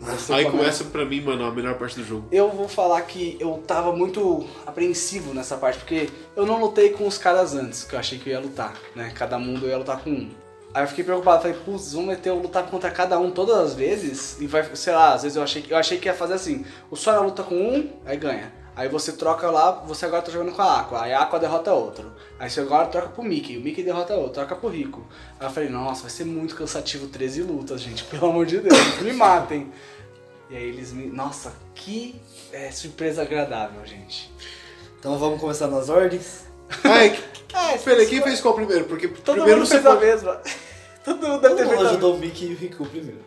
S1: Nossa,
S3: Aí
S1: como-
S3: começa pra mim, mano, a melhor parte do jogo.
S1: Eu vou falar que eu tava muito apreensivo nessa parte, porque eu não lutei com os caras antes, que eu achei que eu ia lutar, né? Cada mundo eu ia lutar com um. Aí eu fiquei preocupado, falei, putz, vão meter eu lutar contra cada um todas as vezes? E vai, sei lá, às vezes eu achei, que- eu achei que ia fazer assim, o Sora luta com um, aí ganha. Aí você troca lá, você agora tá jogando com a Aqua, aí a Aqua derrota outro. Aí você agora troca pro Mickey, o Mickey derrota outro, troca pro Rico. Aí eu falei, nossa, vai ser muito cansativo 13 lutas, gente, pelo amor de Deus, me matem. E aí eles me. Nossa, que é, surpresa agradável, gente.
S2: Então vamos começar nas ordens.
S3: Ai,
S1: É,
S3: peraí, quem fez qual primeiro? Porque
S1: Todo
S3: primeiro
S1: mundo
S3: você.
S1: fez a mesma. Todo mundo deve
S2: Todo
S1: ter
S2: mundo
S1: feito a mesma.
S2: ajudou o Mickey e o Riku primeiro.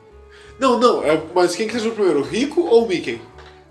S3: Não, não, é- mas quem que seja o primeiro? O Rico ou o Mickey?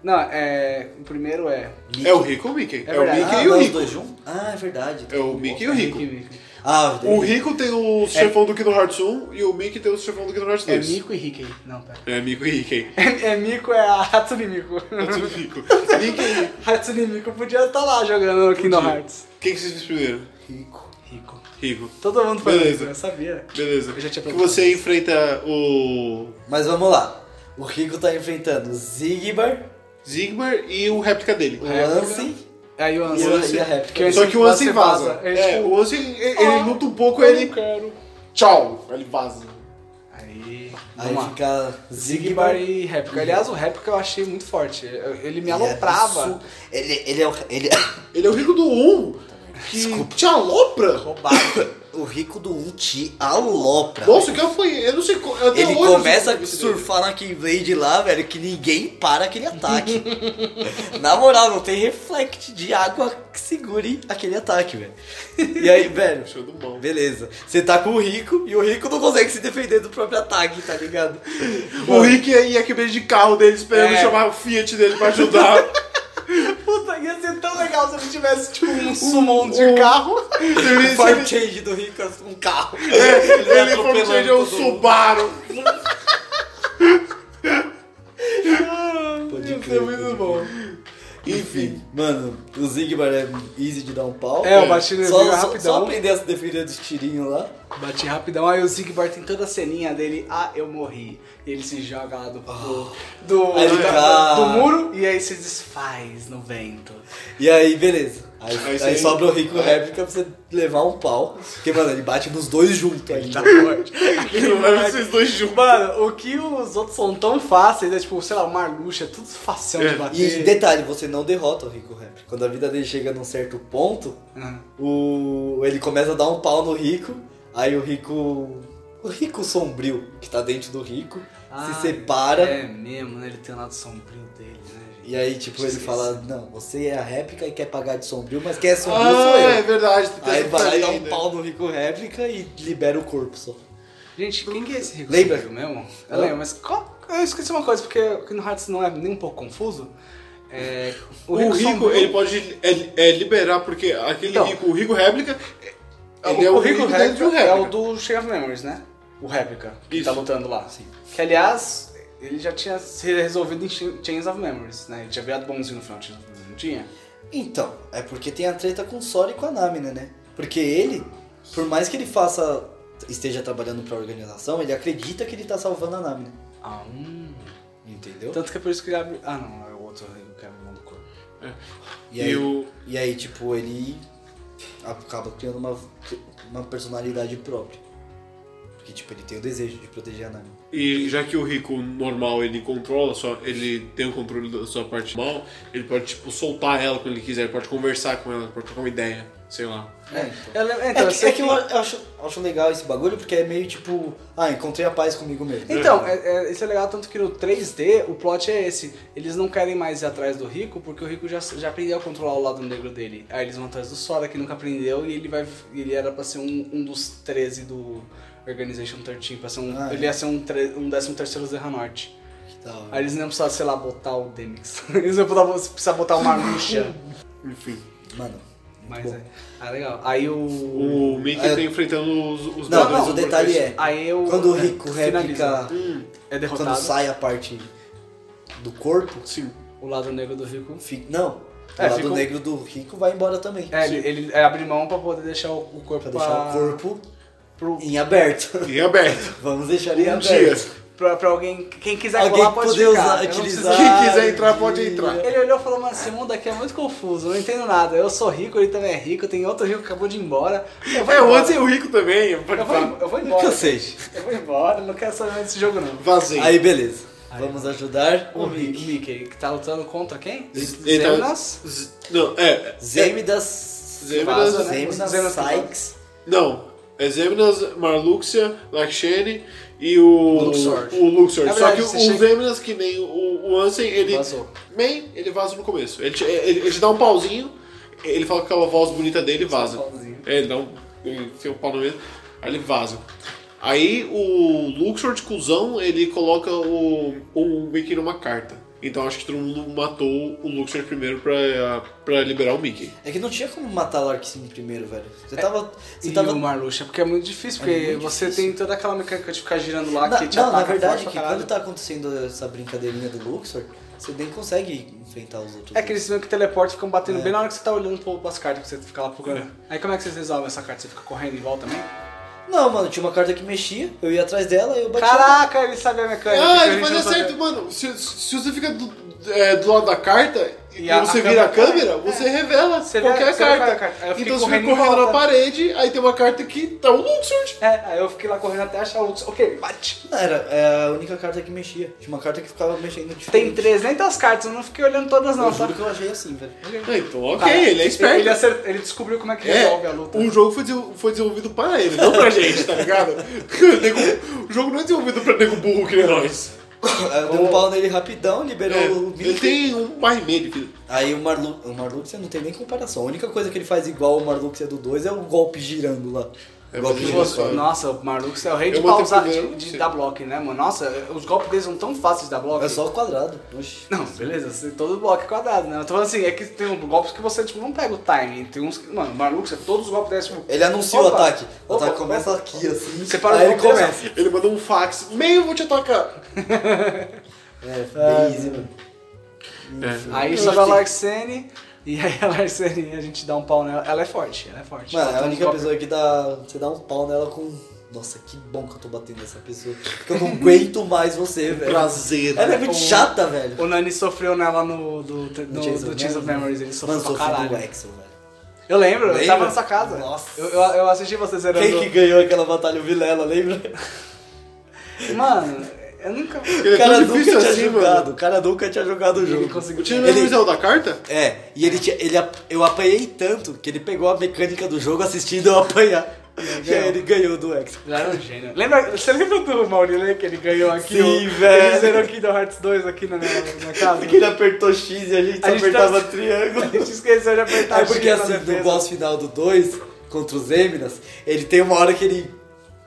S1: Não, é. O primeiro é.
S3: É o Rico ou o Mickey?
S1: É
S3: É o
S1: verdade.
S3: Mickey
S2: ah,
S3: e o
S2: não, os
S3: Rico.
S2: dois juntos? Ah, é verdade.
S3: É o Mickey e o Rico.
S1: Mickey, Mickey.
S2: Ah,
S3: O Rico tem o chefão do Kingdom Hearts 1 e o Mickey tem o chefão do Kingdom Hearts
S1: É
S3: 2.
S1: Mico e Rico aí. Não, pera.
S3: É Mico e Rickey.
S1: É, é Mico, é a Hatsune Mico.
S3: É tudo Rico. Mickey
S1: Hatsune Mico podia estar lá jogando no Kingdom
S3: Podia.
S1: Hearts.
S3: Quem que você fez primeiro?
S2: Rico.
S1: Rico.
S3: Rico.
S1: Todo mundo faz
S3: Beleza.
S1: isso, eu sabia.
S3: Beleza.
S1: Eu já tinha
S3: que
S1: perguntado.
S3: você enfrenta o
S2: Mas vamos lá. O Rico tá enfrentando o Zigbar,
S3: Zigmar e o réplica dele.
S2: o
S1: Réplica.
S2: Lance.
S1: Aí o Ansem.
S2: E a- e a réplica.
S1: Porque
S3: Só que o
S1: Ansem
S3: Ansem vaza. É,
S1: tipo,
S3: o Ansem, ele, ele
S1: ah,
S3: luta um pouco,
S1: eu
S3: ele...
S1: não quero.
S3: Tchau. Ele vaza.
S1: Aí.
S2: Aí
S1: vamos lá.
S2: fica
S1: Zigbar
S2: Zigbar.
S1: e réplica. Aliás, o réplica eu achei muito forte. Eu- Ele me
S2: Ele é
S1: aloprava.
S2: absurdo. Ele, ele é o. Ele,
S3: Ele é o Rico do 1, que te alopra.
S2: roubado. o rico do um te alopra.
S3: Nossa, que eu fui... Eu não sei... co- Até
S2: Ele
S3: hoje eu não sei
S2: começa
S3: como
S2: a
S3: é que
S2: surfar na Keyblade lá, velho, que ninguém para aquele ataque. na moral, não tem reflect de água que segure aquele ataque, velho. E aí, velho,
S3: Show do mal.
S2: beleza. Você tá com o Rico e o Rico não consegue se defender do próprio ataque, tá ligado?
S3: O Rick ia quebrar de carro dele esperando
S1: É.
S3: chamar o Fiat dele pra ajudar.
S1: Puta, ia ser tão legal se ele tivesse, tipo, um summon
S3: um-
S1: carro.
S3: Ele-
S2: O
S3: ele-
S2: Fire Change do Rico é um carro.
S3: Ele, tá
S2: vai
S3: ele foi
S2: atropelando
S3: pro um
S2: todo mundo.
S3: Subaru.
S2: Pode
S3: Ia ser
S2: crer,
S3: muito
S2: pode
S3: bom. Enfim.
S2: Enfim, mano, o Zigbar é easy de dar um pau.
S1: É, eu bati nele
S2: só, só,
S1: rapidão.
S2: só aprender a se defender dos tirinhos lá.
S1: Bati rapidão, aí o Zigbar tem toda a ceninha dele, ah, eu morri. E ele se joga lá do, do, do,
S2: Ah. Aí ele
S1: da-
S2: tá-
S1: do muro e aí se desfaz no vento.
S2: E aí, beleza. Aí,
S3: Aí
S2: aí
S3: você-
S2: sobra o Rico réplica pra você levar um pau. Porque, mano, ele bate nos dois juntos ainda.
S3: Ele não leva esses dois um. juntos.
S1: Mano, o que os outros são tão fáceis, é tipo, sei lá, o Marluxa, é tudo facão de
S3: É.
S1: bater.
S2: E detalhe, você não derrota o Rico réplica. Quando a vida dele chega num certo ponto,
S1: Ah.
S2: o... ele começa a dar um pau no Rico. Aí o Rico. O Rico sombrio, que tá dentro do Rico,
S1: Ah,
S2: se separa.
S1: É mesmo, né? Ele tem o lado sombrio dele, né, gente?
S2: E aí, tipo, ele
S1: Esqueci.
S2: fala, não, você é a réplica e quer pagar de sombrio, mas quer sombrio sou
S3: Ah, é tá
S2: eu.
S3: verdade. tem
S2: Aí
S3: essa
S2: vai lá e dá
S3: putaria
S2: um pau no Rico Réplica e libera o corpo só.
S1: Gente, quem que é esse Rico
S2: Lembra?
S1: Sujo mesmo? Eu lembro, mas qual- eu esqueci uma coisa, porque o Kingdom Hearts não é nem um pouco confuso. É,
S3: O rico,
S1: sombrio-
S3: ele pode é, é, liberar, porque aquele
S1: Então.
S3: rico, o rico réplica, é- ele
S1: o,
S3: é o rico
S1: Rico
S3: dentro de um
S1: é o
S3: réplica.
S1: do Chain of Memories, né? O réplica, que
S3: Isso.
S1: tá lutando lá. Que, aliás, ele já tinha se resolvido em Chain- Chains of Memories, né? Ele tinha virado bonzinho no final de Chains of Memories, não tinha?
S2: Então, é porque tem a treta com o Sora e com a Namina, né? Porque ele, por mais que ele faça, esteja trabalhando pra organização, ele acredita que ele tá salvando a Namina.
S1: Ah, hum.
S2: Entendeu?
S1: Tanto que é por isso que ele abre... Ah, não, é o outro Rico que abre mão do corpo.
S2: E aí,
S3: E o-
S2: e aí, tipo, ele acaba criando uma, uma personalidade própria. Porque, tipo, ele tem o desejo de proteger a Namina.
S3: E já que o rico normal ele controla, só ele tem o controle da sua parte mal, ele pode tipo soltar ela quando ele quiser, ele pode conversar com ela, pode trocar uma ideia, sei lá.
S2: É, então.
S1: Eu lembro-
S2: É
S1: então, eu
S2: que,
S1: sei
S2: é que eu, eu acho, eu acho legal esse bagulho, porque é meio tipo, ah, encontrei a paz comigo mesmo.
S1: Então, é, é, isso é legal, tanto que no 3D o plot é esse. Eles não querem mais ir atrás do Rico, porque o Rico já, já aprendeu a controlar o lado negro dele. Aí eles vão atrás do Sora, que nunca aprendeu, e ele vai. Ele era pra ser um, um dos 13 do Organization 13, pra ser um.
S2: Ah, é.
S1: ele ia ser um, tre- um 13 terceiro Zerra Norte.
S2: Que da hora.
S1: Aí eles não precisavam, sei lá, botar o Demix. Eles não precisavam precisavam botar o Marmuxa.
S3: Enfim.
S2: Mano.
S1: Mas é. Ah, legal. Aí o.
S3: O Mickey
S2: É.
S3: tá enfrentando os, os
S2: Não,
S3: brothers
S2: mas o
S3: do
S2: detalhe é,
S1: Aí eu.
S2: quando o
S1: é,
S2: Rico
S1: finaliza.
S2: réplica,
S1: É derrotado.
S2: quando sai a parte do corpo,
S3: Sim.
S1: O lado negro do Rico
S2: fica, não, o
S1: É,
S2: lado
S1: fica um-
S2: negro do Rico vai embora também.
S1: É, ele, ele é, abre mão pra poder deixar o, o corpo
S2: Pra deixar o
S1: pra-
S2: corpo
S1: pro-
S2: em aberto.
S3: E é aberto.
S2: Vamos deixar ele em
S3: Um dia.
S2: é aberto.
S1: pra, pra alguém. Quem quiser
S2: Alguém
S1: colar pode
S2: poder
S1: ficar.
S2: usar,
S1: Eu não preciso-
S2: utilizar.
S3: Quem quiser entrar, pode entrar.
S1: Ele olhou e falou, mano, esse mundo aqui é muito confuso, eu não entendo nada. Eu sou rico, ele também é rico, tem outro rico que acabou de ir embora. Eu vou
S3: É, o
S1: embora.
S3: outro é o rico também.
S1: Eu
S3: pode
S1: vou,
S3: falar.
S1: em- eu vou
S2: Eu
S1: embora.
S2: Cansei.
S1: Eu vou embora, não quero saber mais desse jogo não.
S3: Vazei.
S2: Aí, beleza. Vamos ajudar
S1: O
S2: o
S1: Mickey,
S2: Rico.
S1: Mickey, que tá lutando contra quem?
S3: Ele tá-
S1: Zemnas?
S3: Z- Não, é.
S2: Zemdas...
S3: Zemnas-
S1: né?
S2: Zemdas
S1: Zemnas-
S2: Sykes.
S3: Não. É Zemnas, Marluxia, Lakshene e o.
S1: Luxor.
S3: O Luxor.
S1: É
S3: Só
S1: verdade,
S3: que
S1: você
S3: o
S1: chega-
S3: Zemnas, que nem o, o Ansem, ele.
S1: Vazou.
S3: Bem, ele vaza no começo. Ele te, ele, ele te dá um pauzinho, ele fala com aquela voz bonita dele e vaza.
S1: pauzinho.
S3: É, ele dá um. Ele enfia o pau no meio, aí ele vaza. Aí o Luxor de cuzão, ele coloca o, o Mickey numa carta. Então acho que todo mundo matou o Luxor primeiro pra, pra liberar o Mickey.
S2: É que não tinha como matar Larkin primeiro, velho. Você tava. Você
S1: É. E
S2: tava.
S1: o Marluxa, porque é muito difícil, porque
S2: muito
S1: você
S2: difícil.
S1: tem toda aquela mecânica de ficar girando lá
S2: Na,
S1: que te
S2: não,
S1: ataca
S2: na verdade,
S1: forte
S2: que
S1: pra caralho.
S2: quando tá acontecendo essa brincadeirinha do Luxor, você nem consegue enfrentar os outros.
S1: É que eles meio que teleportam e ficam
S3: É.
S1: batendo bem na hora que você tá olhando pro- pras cartas que você fica lá procurando. Aí como é que vocês resolvem essa carta? Você fica correndo em volta também?
S2: Não, mano, tinha uma carta que mexia, eu ia atrás dela e eu batia.
S1: Caraca, ele sabe É, a mecânica.
S3: Ah,
S1: que a
S3: ele
S1: gente não
S3: fazia
S1: sabe.
S3: certo, mano. Se, se você fica do, é, do lado da carta e,
S1: E a-
S3: você
S1: a
S3: vira a
S1: câmera-
S3: câmera,
S1: é.
S3: você revela
S1: Você vê-
S3: qualquer
S1: você vê
S3: carta.
S1: qual é a carta. Aí eu fiquei
S3: Então você fica
S1: correndo em
S3: correndo na
S1: volta.
S3: parede, aí tem uma carta que tá o Luxord.
S1: É, aí eu fiquei lá correndo até achar o Lux. Ok, bate.
S2: Não, era é a única carta que mexia. Tinha uma carta que ficava mexendo diferente.
S1: Tem 300 cartas, eu não fiquei olhando todas não,
S2: Eu
S1: tá?
S2: juro que eu achei assim, velho.
S3: Ah, Então, ok,
S1: Cara,
S3: ele é esperto.
S1: Ele, acert- ele descobriu como é que resolve a luta.
S3: O jogo foi, desel- foi desenvolvido para ele, não pra gente, tá ligado? Nego- o jogo não é desenvolvido pra nego burro que nem nós.
S2: Aí eu dei
S1: Oh.
S2: um pau nele rapidão, liberou
S3: É,
S2: o Mickey.
S3: ele tem um pai meio, filho.
S2: Aí o Marlu... o Marluxia não tem nem comparação. A única coisa que ele faz igual o Marluxia do 2 é o golpe girando lá.
S3: É,
S2: O golpe
S3: mas eu
S2: girando.
S3: gosto. cara.
S1: Nossa, o Marlux é o rei
S3: Eu
S1: de
S3: botei
S1: pausar,
S3: primeiro,
S1: de, de
S3: sim.
S1: dar bloco, né, mano? Nossa, os golpes deles são tão fáceis de dar bloco.
S2: É só o quadrado. Oxi.
S1: Não, beleza, você- todo bloco é quadrado, né? Eu tô falando assim, é que tem um- golpes que você, tipo, não pega o timing. Tem uns que, mano, Marlux, é todos os golpes desses, tipo...
S2: Ele anuncia o
S1: Opa!
S2: ataque. O
S1: Opa!
S2: ataque começa aqui, assim.
S1: Você para
S2: aí
S1: o
S2: ele
S1: golpe, né?
S2: começa.
S3: Ele mandou um fax, meio vou te atacar.
S2: É, bem easy, mano.
S1: Aí
S2: Eu
S1: sobe a
S2: acho que-
S1: Larcene, e aí a Larcene, a gente dá um pau nela. Ela é forte, ela é forte.
S2: Mano, é
S1: Ela
S2: a
S1: tem um
S2: única
S1: golpe-
S2: pessoa que dá. Você dá um pau nela com. Nossa, que bom que eu tô batendo nessa pessoa. Porque eu não aguento mais você, velho.
S3: Prazer.
S2: Ela é muito
S1: O-
S2: chata, velho.
S1: O Nani sofreu nela no, do, do, do Chains of Memories, ele sofreu
S2: Mano,
S1: pra
S2: sofreu do
S1: caralho.
S2: Axel, velho.
S1: Eu lembro, eu
S2: Lembra?
S1: tava nessa casa.
S2: Nossa.
S1: Eu, eu, eu assisti você zerando.
S2: Quem que ganhou aquela batalha? O Vilela, lembra?
S1: Mano, eu nunca...
S3: Ele
S2: o
S3: é
S2: cara
S3: tão
S2: nunca
S3: difícil
S2: tinha
S3: assim,
S2: jogado.
S3: mano.
S2: O cara nunca tinha jogado o jogo.
S1: Ele conseguiu...
S3: O time é
S2: Ele-
S3: ele... da carta?
S2: É, e ele tinha. Ele, ap- eu apanhei tanto que ele pegou a mecânica do jogo assistindo eu apanhar.
S1: E aí ele ganhou do X. Ele era um gênio. Lembra, você lembra do Maurilê que ele ganhou aqui?
S2: Sim,
S1: o-
S2: velho.
S1: Eles zeram Kingdom Hearts 2 aqui na, na casa.
S2: Porque ele apertou X e a gente só
S1: A gente
S2: apertava
S1: tá- A
S2: triângulo.
S1: gente esqueceu de
S3: Tá
S1: apertar
S2: É porque
S1: X na
S2: assim, no
S1: defesa.
S2: boss final do 2, contra os Eminas, ele tem uma hora que ele.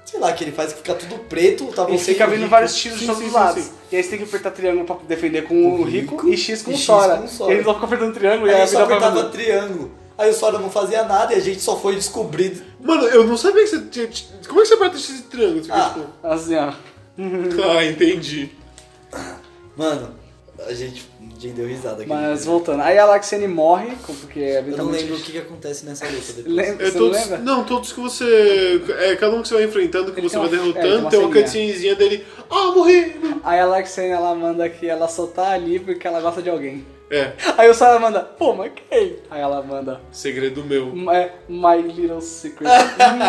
S2: Sei lá, que ele faz que fica tudo preto, tá
S1: E
S2: você
S1: fica vindo vários tiros de
S3: Sim,
S1: todos
S3: sim,
S1: os
S3: sim,
S1: lados.
S3: sim.
S1: assim. E aí você tem que apertar triângulo pra defender com o Rico, e X com
S2: e
S1: o
S2: X
S1: Sora.
S2: com o Sora.
S1: E ele só ficou apertando triângulo e aí
S2: Aí
S1: a
S2: eu só
S1: vida vai
S2: apertava
S1: mudando.
S2: triângulo. Aí o Sora não fazia nada e a gente só foi descobrindo.
S3: Mano, eu não sabia que você tinha. Como é que você aperta esse triângulo? Você
S2: Ah.
S3: fica, tipo,
S1: Assim, ó.
S3: Ah, entendi.
S2: Mano, a gente, a gente deu risada aqui.
S1: Mas voltando. Aí a Laxene morre, porque é
S2: eu não
S1: eventualmente...
S2: lembro o que, que acontece nessa luta depois.
S1: Lembra?
S3: É
S1: você
S3: todos,
S1: não lembra?
S3: não, todos que você. É, cada um que você vai enfrentando, que
S1: Ele
S3: você
S1: tem
S3: vai
S1: uma- é, tem
S3: derrotando,
S1: uma
S3: tem uma
S1: ceninha.
S3: cutscenezinha dele. Ah, morri!
S1: Aí a Laxene, ela manda que ela só tá ali porque ela gosta de alguém.
S3: É,
S1: Aí o Sora manda, pô, mas quem? Aí ela manda,
S3: segredo meu.
S1: "My- My Little Secret.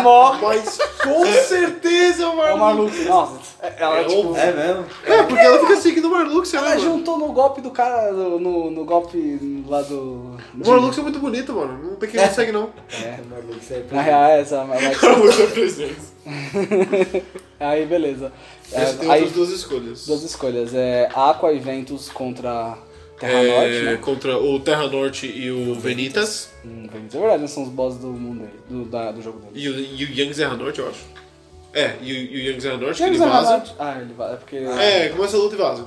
S1: Morre!
S3: Mas com certeza,
S1: É o
S3: Marlux.
S1: maluco. Nossa, ela
S3: É
S1: tipo...
S3: o-
S2: É mesmo?
S3: É, porque ela fica seguindo o Marlux,
S1: Ela é
S3: ela junto.
S1: juntou no golpe do cara, no, no- no golpe lá do...
S3: O Marlux é muito bonito, mano. Não tem quem não segue, não.
S1: É.
S2: Maluco, isso aí é
S1: Na real, é essa, mas...
S3: Marlux é presença.
S1: Aí, beleza. É,
S3: Você tem
S1: aí,
S3: outras duas escolhas.
S1: duas escolhas. É Aqua e Ventus contra Terra Norte,
S3: É,
S1: né?
S3: contra o Terra Norte e o Venitas.
S1: Hum, Ventus, é verdade, né? são os bosses do mundo dele, do, da- do jogo dele.
S3: E o, e o Yang Terra Norte, eu acho. É, e o, e o Yang Terra Norte, que ele
S1: Terra
S3: vaza.
S1: Norte- Ah, ele vaza, é porque...
S3: É, começa a luta e vaza.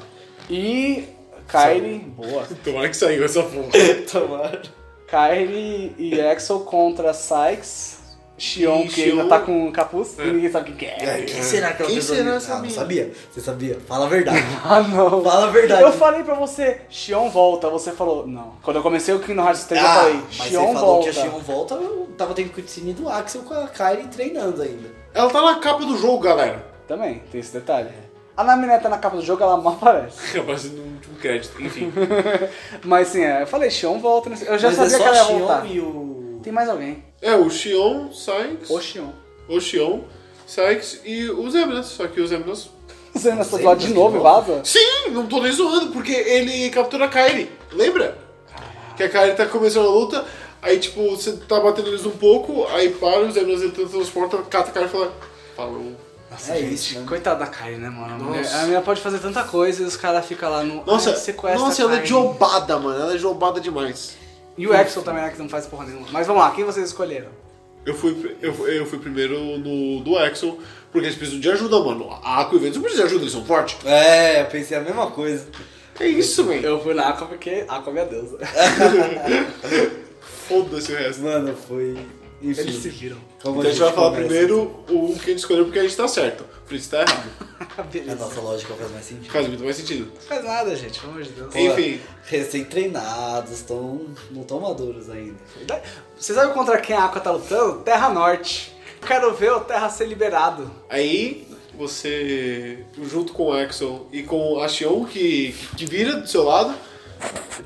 S1: E Kairi, boa.
S3: Tomara que saiu essa porra.
S2: Tomara.
S1: Kairi e Axel contra Sykes. Xion,
S3: E
S1: que ainda
S3: Xion-
S1: tá com o capuz,
S3: É.
S1: e ninguém sabe o que que é.
S2: Quem será que é o
S3: Quem
S2: tesouro?
S3: será
S2: Ah,
S3: essa
S2: não
S3: mina?
S2: sabia? Você sabia? Fala a verdade.
S1: Ah, não.
S2: Fala a verdade.
S1: Eu falei pra você, Xion volta. Você falou, não. Quando eu comecei o Kingdom Hearts 3,
S2: Ah,
S1: eu falei,
S2: mas
S1: Xion
S2: você falou
S1: volta.
S2: que a Xion volta, eu tava tendo cutscene do Axel com a Kylie treinando ainda.
S3: Ela tá na capa do jogo, galera.
S1: Também, tem esse detalhe. A Naminé tá na capa do jogo, ela mal aparece.
S3: Aparecendo no último crédito, enfim.
S1: Mas assim, é, eu falei, Xion volta. nesse- Eu já
S2: Mas
S1: sabia
S2: é só
S1: que ela ia
S2: a Xion
S1: voltar.
S2: e o...
S1: Tem mais alguém.
S3: É, o Xion, Sykes,
S1: O Xion.
S3: o Xion, Sykes e os Emnas. Só que os Emnas...
S1: Você ainda tá
S2: sei,
S1: do lado
S2: mas
S1: de
S2: que
S1: novo e
S2: volta.
S1: vaza?
S3: Sim, não tô nem zoando, porque ele captura a Kairi, lembra? Que a Kairi tá começando a luta, aí tipo, você tá batendo eles um pouco, aí para, os Emnas entram, transportam, cata a Kairi e fala... Falou.
S1: Nossa,
S2: É isso, né?
S1: Coitada da Kairi, né, mano? A
S3: Nossa.
S1: mulher, a mulher pode fazer tanta coisa e os caras ficam lá no.
S3: Nossa,
S1: "Ai, sequestra
S3: nossa
S1: a
S3: ela é
S1: Kairi."
S3: jobada, mano. Ela é jobada demais.
S1: E o Axel também, né, que não faz porra nenhuma. Mas vamos lá, quem vocês escolheram?
S3: Eu fui, eu, fui- eu fui primeiro no do Axel, porque eles precisam de ajuda, mano. A Aqua e o Ventus não precisam de ajuda, eles são fortes.
S2: É, eu pensei a mesma coisa.
S3: É isso, velho.
S1: Eu fui na Aqua porque Aqua é minha deusa.
S3: Foda-se o resto.
S2: Mano, foi... Enfim.
S1: Eles se viram.
S2: Como
S3: Então a gente vai falar
S2: começa?
S3: primeiro o que a gente escolheu porque a gente tá certo. O Fritz tá errado.
S2: A
S1: Beleza.
S2: É, nossa lógica faz mais sentido.
S3: Faz muito mais sentido.
S1: Não faz nada, gente, pelo amor de Deus.
S2: Sim.
S3: Enfim,
S2: Recém-treinados, tão, não tão maduros ainda.
S1: Você sabe contra quem a Aqua tá lutando? Terra Norte. Quero ver o Terra ser liberado.
S3: aí você, junto com o Axel e com a Xion, que, que vira do seu lado,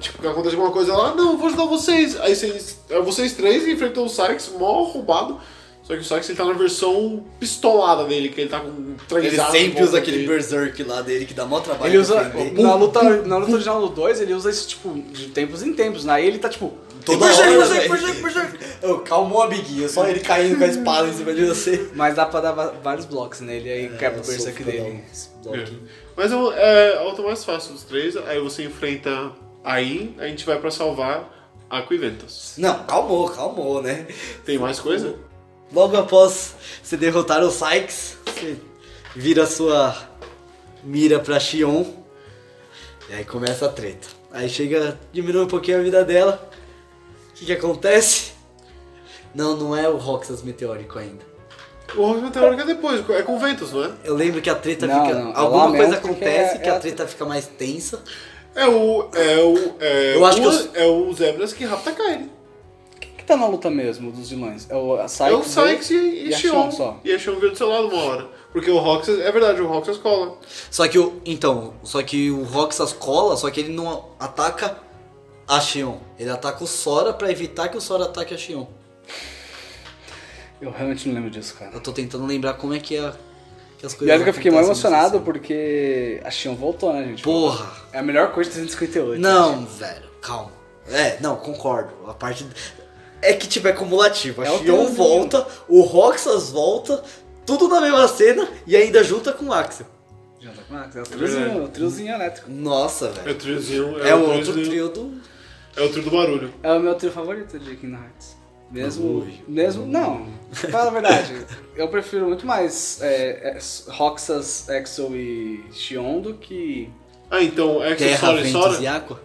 S3: tipo, que acontece alguma coisa lá, não, eu vou ajudar vocês. Aí vocês, aí vocês três enfrentam o Sykes, mó roubado. Só que o Sykes ele tá na versão pistolada dele, que ele tá com três um
S2: Ele
S3: asas em
S2: sempre
S3: volta
S2: usa aquele
S3: dele.
S2: berserk lá dele que dá mó trabalho.
S1: é. Ele usa.
S2: defender.
S1: Na luta, na luta original do 2, ele usa isso, tipo, de tempos em tempos. Aí ele tá tipo.
S2: Toda
S1: berserk,
S2: hora,
S1: berserk,
S2: velho. Eu, calmou, amiguinho. Só ele caindo com a espada em cima de você.
S1: Mas dá pra dar va- vários blocos nele, aí quebra o
S2: É, Eu sou
S1: berserk
S2: fodão.
S1: dele.
S2: Bloquinho.
S3: Mas é o- é a luta mais fácil dos três, aí você enfrenta aí, a gente vai pra salvar Aqua e Ventus.
S2: Não, calmou, calmou, né?
S3: Tem mais coisa?
S2: Logo após você derrotar o Sykes, você vira sua mira pra Xion. E aí começa a treta. Aí chega, diminui um pouquinho a vida dela. O que, que acontece? Não, não é o Roxas meteórico ainda.
S3: O Rock Meteoric é depois, é com Ventus, não é?
S2: Eu lembro que a treta
S1: Não,
S2: fica.
S1: não, é lá
S2: alguma coisa
S1: mesmo, porque
S2: acontece
S1: é-
S2: que
S1: é
S2: a
S1: a
S2: treta fica mais tensa.
S3: É o. É o. É
S2: Eu acho
S3: o,
S2: que eu-
S3: É o Zebras que rapta a Kairi.
S1: Quem que tá na luta mesmo dos vilões? É o a Sykes?
S3: É o Sykes e,
S1: e
S3: e
S1: a Xion
S3: Xion.
S1: só.
S3: E a Xion vira do seu lado uma hora. Porque o Roxas. É verdade, o Roxas cola.
S2: Só que o. Então, só que o Roxas cola, só que ele não ataca a Xion. Ele ataca o Sora pra evitar que o Sora ataque a Xion.
S1: Eu realmente não lembro disso, cara.
S2: Eu tô tentando lembrar como é que é que as coisas.
S1: E olha que eu fiquei mais
S2: acontecem
S1: emocionado
S2: nessa
S1: porque a Xion voltou, né, gente?
S2: Porra.
S1: É a melhor coisa de 358.
S2: cena. Não, velho, calma. É, não, concordo. A parte. É que, tipo, é cumulativo. A
S1: É o
S2: Shion
S1: triozinho.
S2: volta, o Roxas volta, tudo na mesma cena e ainda junta com o Axel.
S1: Junta com o Max, é o triozinho,
S3: verdade.
S1: o triozinho elétrico.
S2: Nossa,
S3: É o
S2: velho.
S3: triozinho.
S2: É, o outro
S3: do-
S2: trio do...
S3: É o trio do barulho.
S1: É o meu trio favorito de Kingdom Hearts. Mesmo.
S2: Ui.
S1: mesmo. Não, fala a verdade. Eu prefiro muito mais é, é, Roxas, Exo e Xion do que
S3: Ah, então, é que
S2: Terra,
S3: Sora e Sora.
S2: Ventos e Aqua.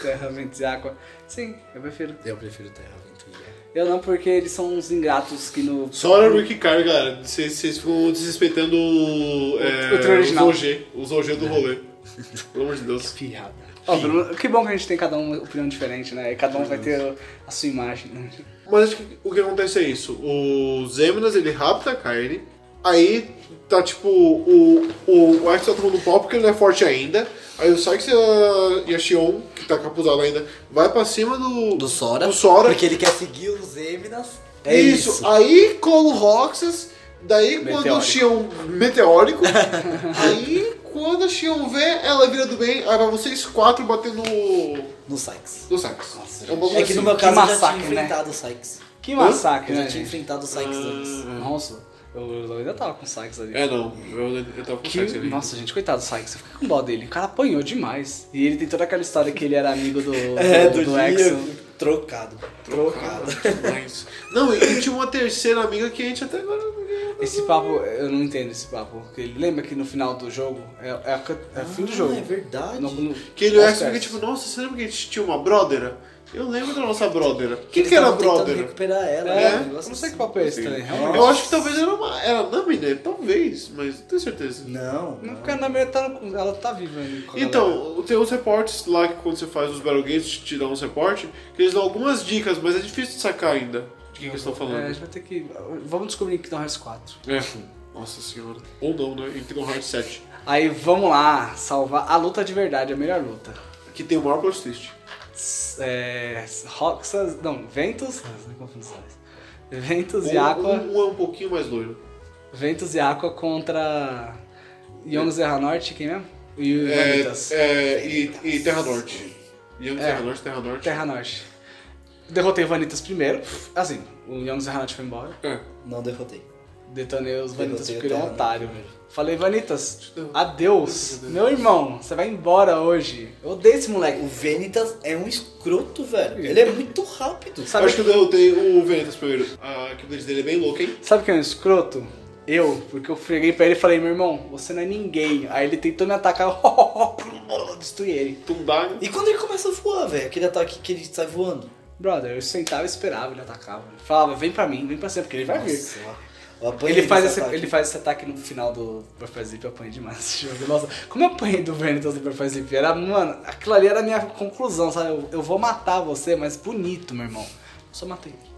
S1: Terra, Ventos e Aqua. Sim, eu prefiro.
S2: Eu prefiro Terra, Ventos e Aqua.
S1: Eu não, porque eles são uns ingratos que no.
S3: Sora e Rick Carr, galera. Vocês vocês ficam desrespeitando o, é,
S1: o trio original.
S3: os OG. Os OG do rolê. Pelo amor de Deus.
S2: Piada.
S1: Ó, pelo- que bom que a gente tem cada um uma opinião diferente, né? E cada um vai ter a sua imagem. né?
S3: Mas acho que o que acontece é isso. O Zeminas, ele rapta a Kairi. Aí tá tipo. O, o, o Axel tá tomando pau porque ele não é forte ainda. Aí o Sykes e a, e a Shion, que tá capuzada ainda, vai pra cima do.
S2: Do Sora,
S3: Do Sora.
S2: porque ele quer seguir os Eminas. É
S3: isso.
S2: isso.
S3: Aí cola o Roxas. Daí quando o
S1: Meteórico.
S3: Shion. Meteórico. aí quando a Shion vê, ela vira do bem. Aí vai vocês quatro batendo no,
S2: No Sykes.
S3: no Sykes. é um bagulho
S2: É que
S3: assim.
S2: no meu
S1: Que
S2: caso eu já
S1: massacre,
S2: tinha
S1: né?
S2: enfrentado o Sykes.
S1: Que
S3: Hã?
S1: massacre,
S2: Eu já
S1: né?
S2: tinha
S1: Gente?
S2: enfrentado o Sykes antes.
S1: Nossa, eu ainda tava com o Sykes ali.
S3: É, não. Eu, eu tava com o
S1: Que-
S3: Sykes ali.
S1: nossa, gente, coitado do Sykes, eu fico com dó dele. O cara apanhou demais. E ele tem toda aquela história que ele era amigo do,
S2: É,
S1: do,
S2: do,
S1: do
S2: dia,
S1: Exo.
S2: Trocado. Trocado.
S3: Mas- Não, e tinha uma terceira amiga que a gente até agora. não ganhou.
S1: Esse papo, eu não entendo esse papo. Porque ele lembra que no final do jogo, é, é, a cut- é o fim do jogo.
S2: Ah, É verdade.
S1: No- no-
S3: Que ele olha
S1: aos
S3: assim e fica
S1: créditos.
S3: tipo, nossa, você lembra que a gente tinha uma brother? Eu lembro da nossa brother. Quem
S2: Eles
S3: que era a
S2: tavam tentando
S3: brother?
S2: recuperar ela.
S1: É,
S2: né? Um
S1: eu
S2: negócio
S1: não sei que
S2: assim.
S1: papo é esse também. Realmente.
S3: Eu acho que talvez era uma. Era a Namine, talvez, mas não tenho certeza.
S2: Não,
S1: Não,
S2: não.
S1: porque a Namira tá, no- ela tá viva ainda. com a galera.
S3: Então, tem uns reportes lá que quando você faz os Battle Games, te te dão uns reportes, que eles dão algumas dicas, mas é difícil de sacar ainda de que, que eles estão
S1: É, a
S3: falando.
S1: gente vai ter que. Vamos descobrir em Kingdom Hearts 4.
S3: É. Nossa senhora. Ou não, né? Em Kingdom Hearts 7.
S1: Aí vamos lá, salvar a luta de verdade, a melhor luta.
S3: Que tem o maior plot twist.
S1: S- É, Roxas. Não, Ventos. Não
S2: né?
S1: confundo os dois. Ventos e
S3: Um-
S1: Aqua.
S3: um, um é um pouquinho mais loiro.
S1: Ventos e Aqua contra Young Zerra Norte, quem mesmo? E o
S3: É,
S1: Vanitas.
S3: é, e, e Terra Norte. E eu,
S1: É.
S3: Terra Norte, Terra Norte.
S1: Terra Norte. Derrotei o Vanitas primeiro. Assim, o Young Zerra Norte foi embora.
S3: É.
S2: Não derrotei.
S1: Detonei os Vanitas
S2: Derrotei
S1: porque
S2: o
S1: ele é um
S2: Terra
S1: otário.
S2: Norte
S1: Falei, Vanitas, adeus. Meu irmão, você vai embora hoje. Eu odeio esse moleque.
S2: O Venitas é um escroto, velho. Ele é muito rápido.
S1: Sabe-
S3: Eu acho que eu derrotei o Venetas primeiro. A equipe dele é bem louca, hein?
S1: Sabe quem é um escroto? Eu, porque eu freguei pra ele e falei, meu irmão, você não é ninguém. Aí ele tentou me atacar, eu destruí ele.
S3: Tundar.
S2: E quando ele começa a voar, velho? Aquele ataque que ele sai voando.
S1: Brother, eu sentava e esperava, ele atacava. Ele falava, vem pra mim, vem pra cima, porque ele vai vir.
S2: Nossa, eu apanhei
S1: Ele
S2: desse
S1: faz, esse,
S2: ataque.
S1: ele faz esse ataque no final do Perfect Zip, eu apanhei demais esse jogo. Nossa, como eu apanhei do Vanitas do Perfect Zip? Era, mano, aquilo ali era a minha conclusão, sabe? Eu, eu vou matar você, mas bonito, meu irmão. Eu só matei ele.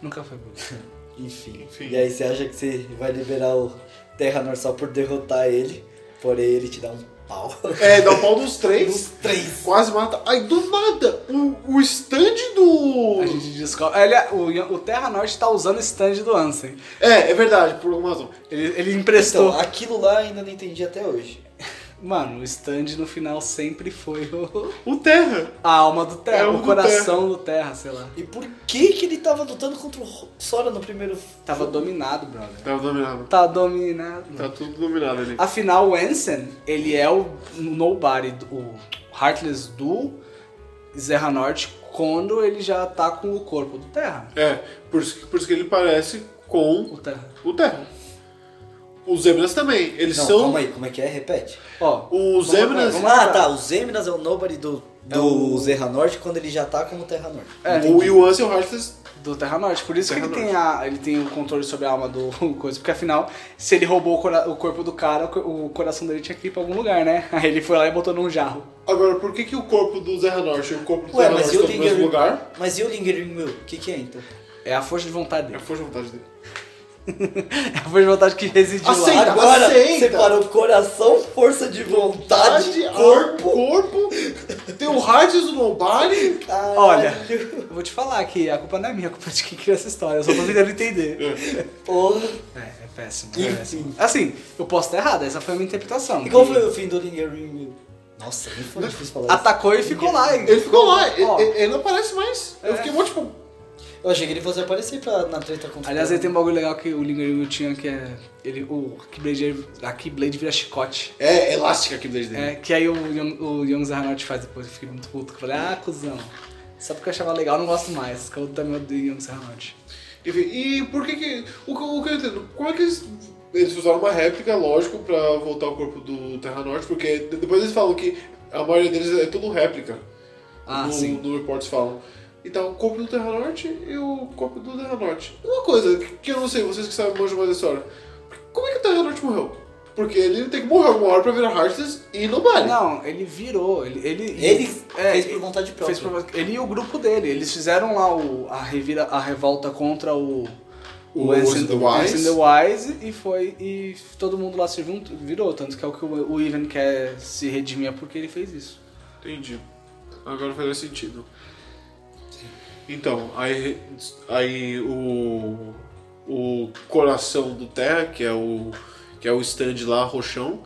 S1: Nunca foi bonito.
S2: Enfim.
S3: Enfim.
S2: E aí você acha que você vai liberar o Terra Nor só por derrotar ele. Porém, ele te dá um pau.
S3: É, dá o pau dos três.
S2: Dos três.
S3: Quase mata. Aí do nada, o, o stand do.
S1: A gente descobre. Ele, é, o, o Terra Norte tá usando o stand do Ansem.
S3: É, é verdade, por alguma razão.
S1: Ele, ele emprestou.
S2: Então, aquilo lá ainda não entendi até hoje.
S1: Mano, o stand no final sempre foi o-
S3: O Terra.
S1: a alma do Terra,
S3: É, o
S1: o
S3: do
S1: coração do Terra, sei lá.
S2: E por que que ele tava lutando contra o Ro- Sora no primeiro...
S1: Tava dominado, brother.
S3: Tava dominado.
S1: Tá dominado.
S3: Tá tudo dominado ali.
S1: Afinal, o Ansem, ele é o nobody, o Heartless do Zerra Norte quando ele já tá com o corpo do Terra.
S3: É, por isso, que- por isso que ele parece com
S1: O Terra.
S3: o Terra. Os Zebras também. Eles
S2: Não,
S3: são.
S2: calma aí. Como é que é? Repete.
S1: Ó,
S3: Os Zebras.
S1: Vamos lá,
S2: Ah, tá. O Zeminas é o Nobody do, do Terra Norte quando ele já tá como Terra Norte.
S1: É,
S3: O Yuan e o Heartless.
S1: do Terra Norte. Por isso
S3: Terra
S1: que ele tem, a, ele tem o controle sobre a alma do coisa. Porque afinal, se ele roubou o, cora- o corpo do cara, o co- o coração dele tinha que ir pra algum lugar, né? Aí ele foi lá e botou num jarro.
S3: Agora, por que, que o corpo do Zerra Norte e o corpo do
S2: Ué,
S3: Terra
S2: mas
S3: Norte
S2: e o
S3: estão no
S2: Lingering
S3: mesmo lugar?
S2: Mas e o Lingering Will? O que que é então?
S1: É a força de vontade
S3: É a
S1: dele.
S3: força de vontade dele.
S1: É a força de vontade que reside
S3: Aceita.
S1: lá.
S2: Agora
S3: aceita.
S2: separou coração, força de vontade, Ah,
S3: Vontade,
S2: corpo.
S3: ar, corpo. Tem o Hades do Lombardi.
S2: Caralho.
S1: Olha, eu vou te falar que a culpa não é minha, a culpa é de quem criou essa história. Eu só tô tentando entender.
S2: Porra.
S1: É, é péssimo, é
S2: Enfim.
S1: péssimo. Assim, eu posso estar errado, essa foi a minha interpretação.
S2: E qual
S1: Que
S2: foi o fim do Lingering Will? Nossa, nem
S1: Ah,
S2: foi difícil falar isso.
S1: Atacou e ficou lá.
S3: Ele ficou lá, ele,
S1: Ó,
S3: ele- ele não aparece mais. Eu fiquei muito tipo.
S2: Eu achei que ele fosse aparecer pra, na treta contra
S1: tá. Aliás,
S2: o
S1: ele tem um bagulho legal que o Linguinho tinha, que é. Ele, o Keyblade, a Keyblade vira chicote.
S3: É elástica aqui desde dele.
S1: É, que aí o, Young- o Young Zaharnotti faz depois. Eu fiquei muito puto. que Eu falei, ah, cuzão. Só porque eu achava legal, eu não gosto mais. Que eu também odeio o Young Zaharnotti.
S3: Enfim, e por que que... O, que- o que eu entendo, como é que eles... Eles usaram uma réplica, lógico, pra voltar o corpo do Terra Norte, porque de- depois eles falam que a maioria deles é tudo réplica.
S1: Ah,
S3: no,
S1: sim.
S3: no Reports falam. Então, o corpo do Terra Norte e o corpo do Terra Norte. Uma coisa que- que eu não sei, vocês que sabem manjam mais da história. Como é que o Terra Norte morreu? Porque ele tem que morrer alguma hora pra virar Heartless e ir no baile.
S1: Não, ele virou. Ele, ele,
S2: Ele
S1: é,
S2: fez por vontade própria.
S1: fez por- ele e o grupo dele. Eles fizeram lá o, a, revira, a revolta contra o.
S3: O Ants and the Wise.
S1: Ants and the Wise, E foi. E todo mundo lá se juntou, virou. Tanto que é o que o, o Ivan quer se redimir é porque ele fez isso.
S3: Entendi. Agora faz mais sentido. Então, aí, aí o, o coração do Terra, que é o que é o stand lá, roxão,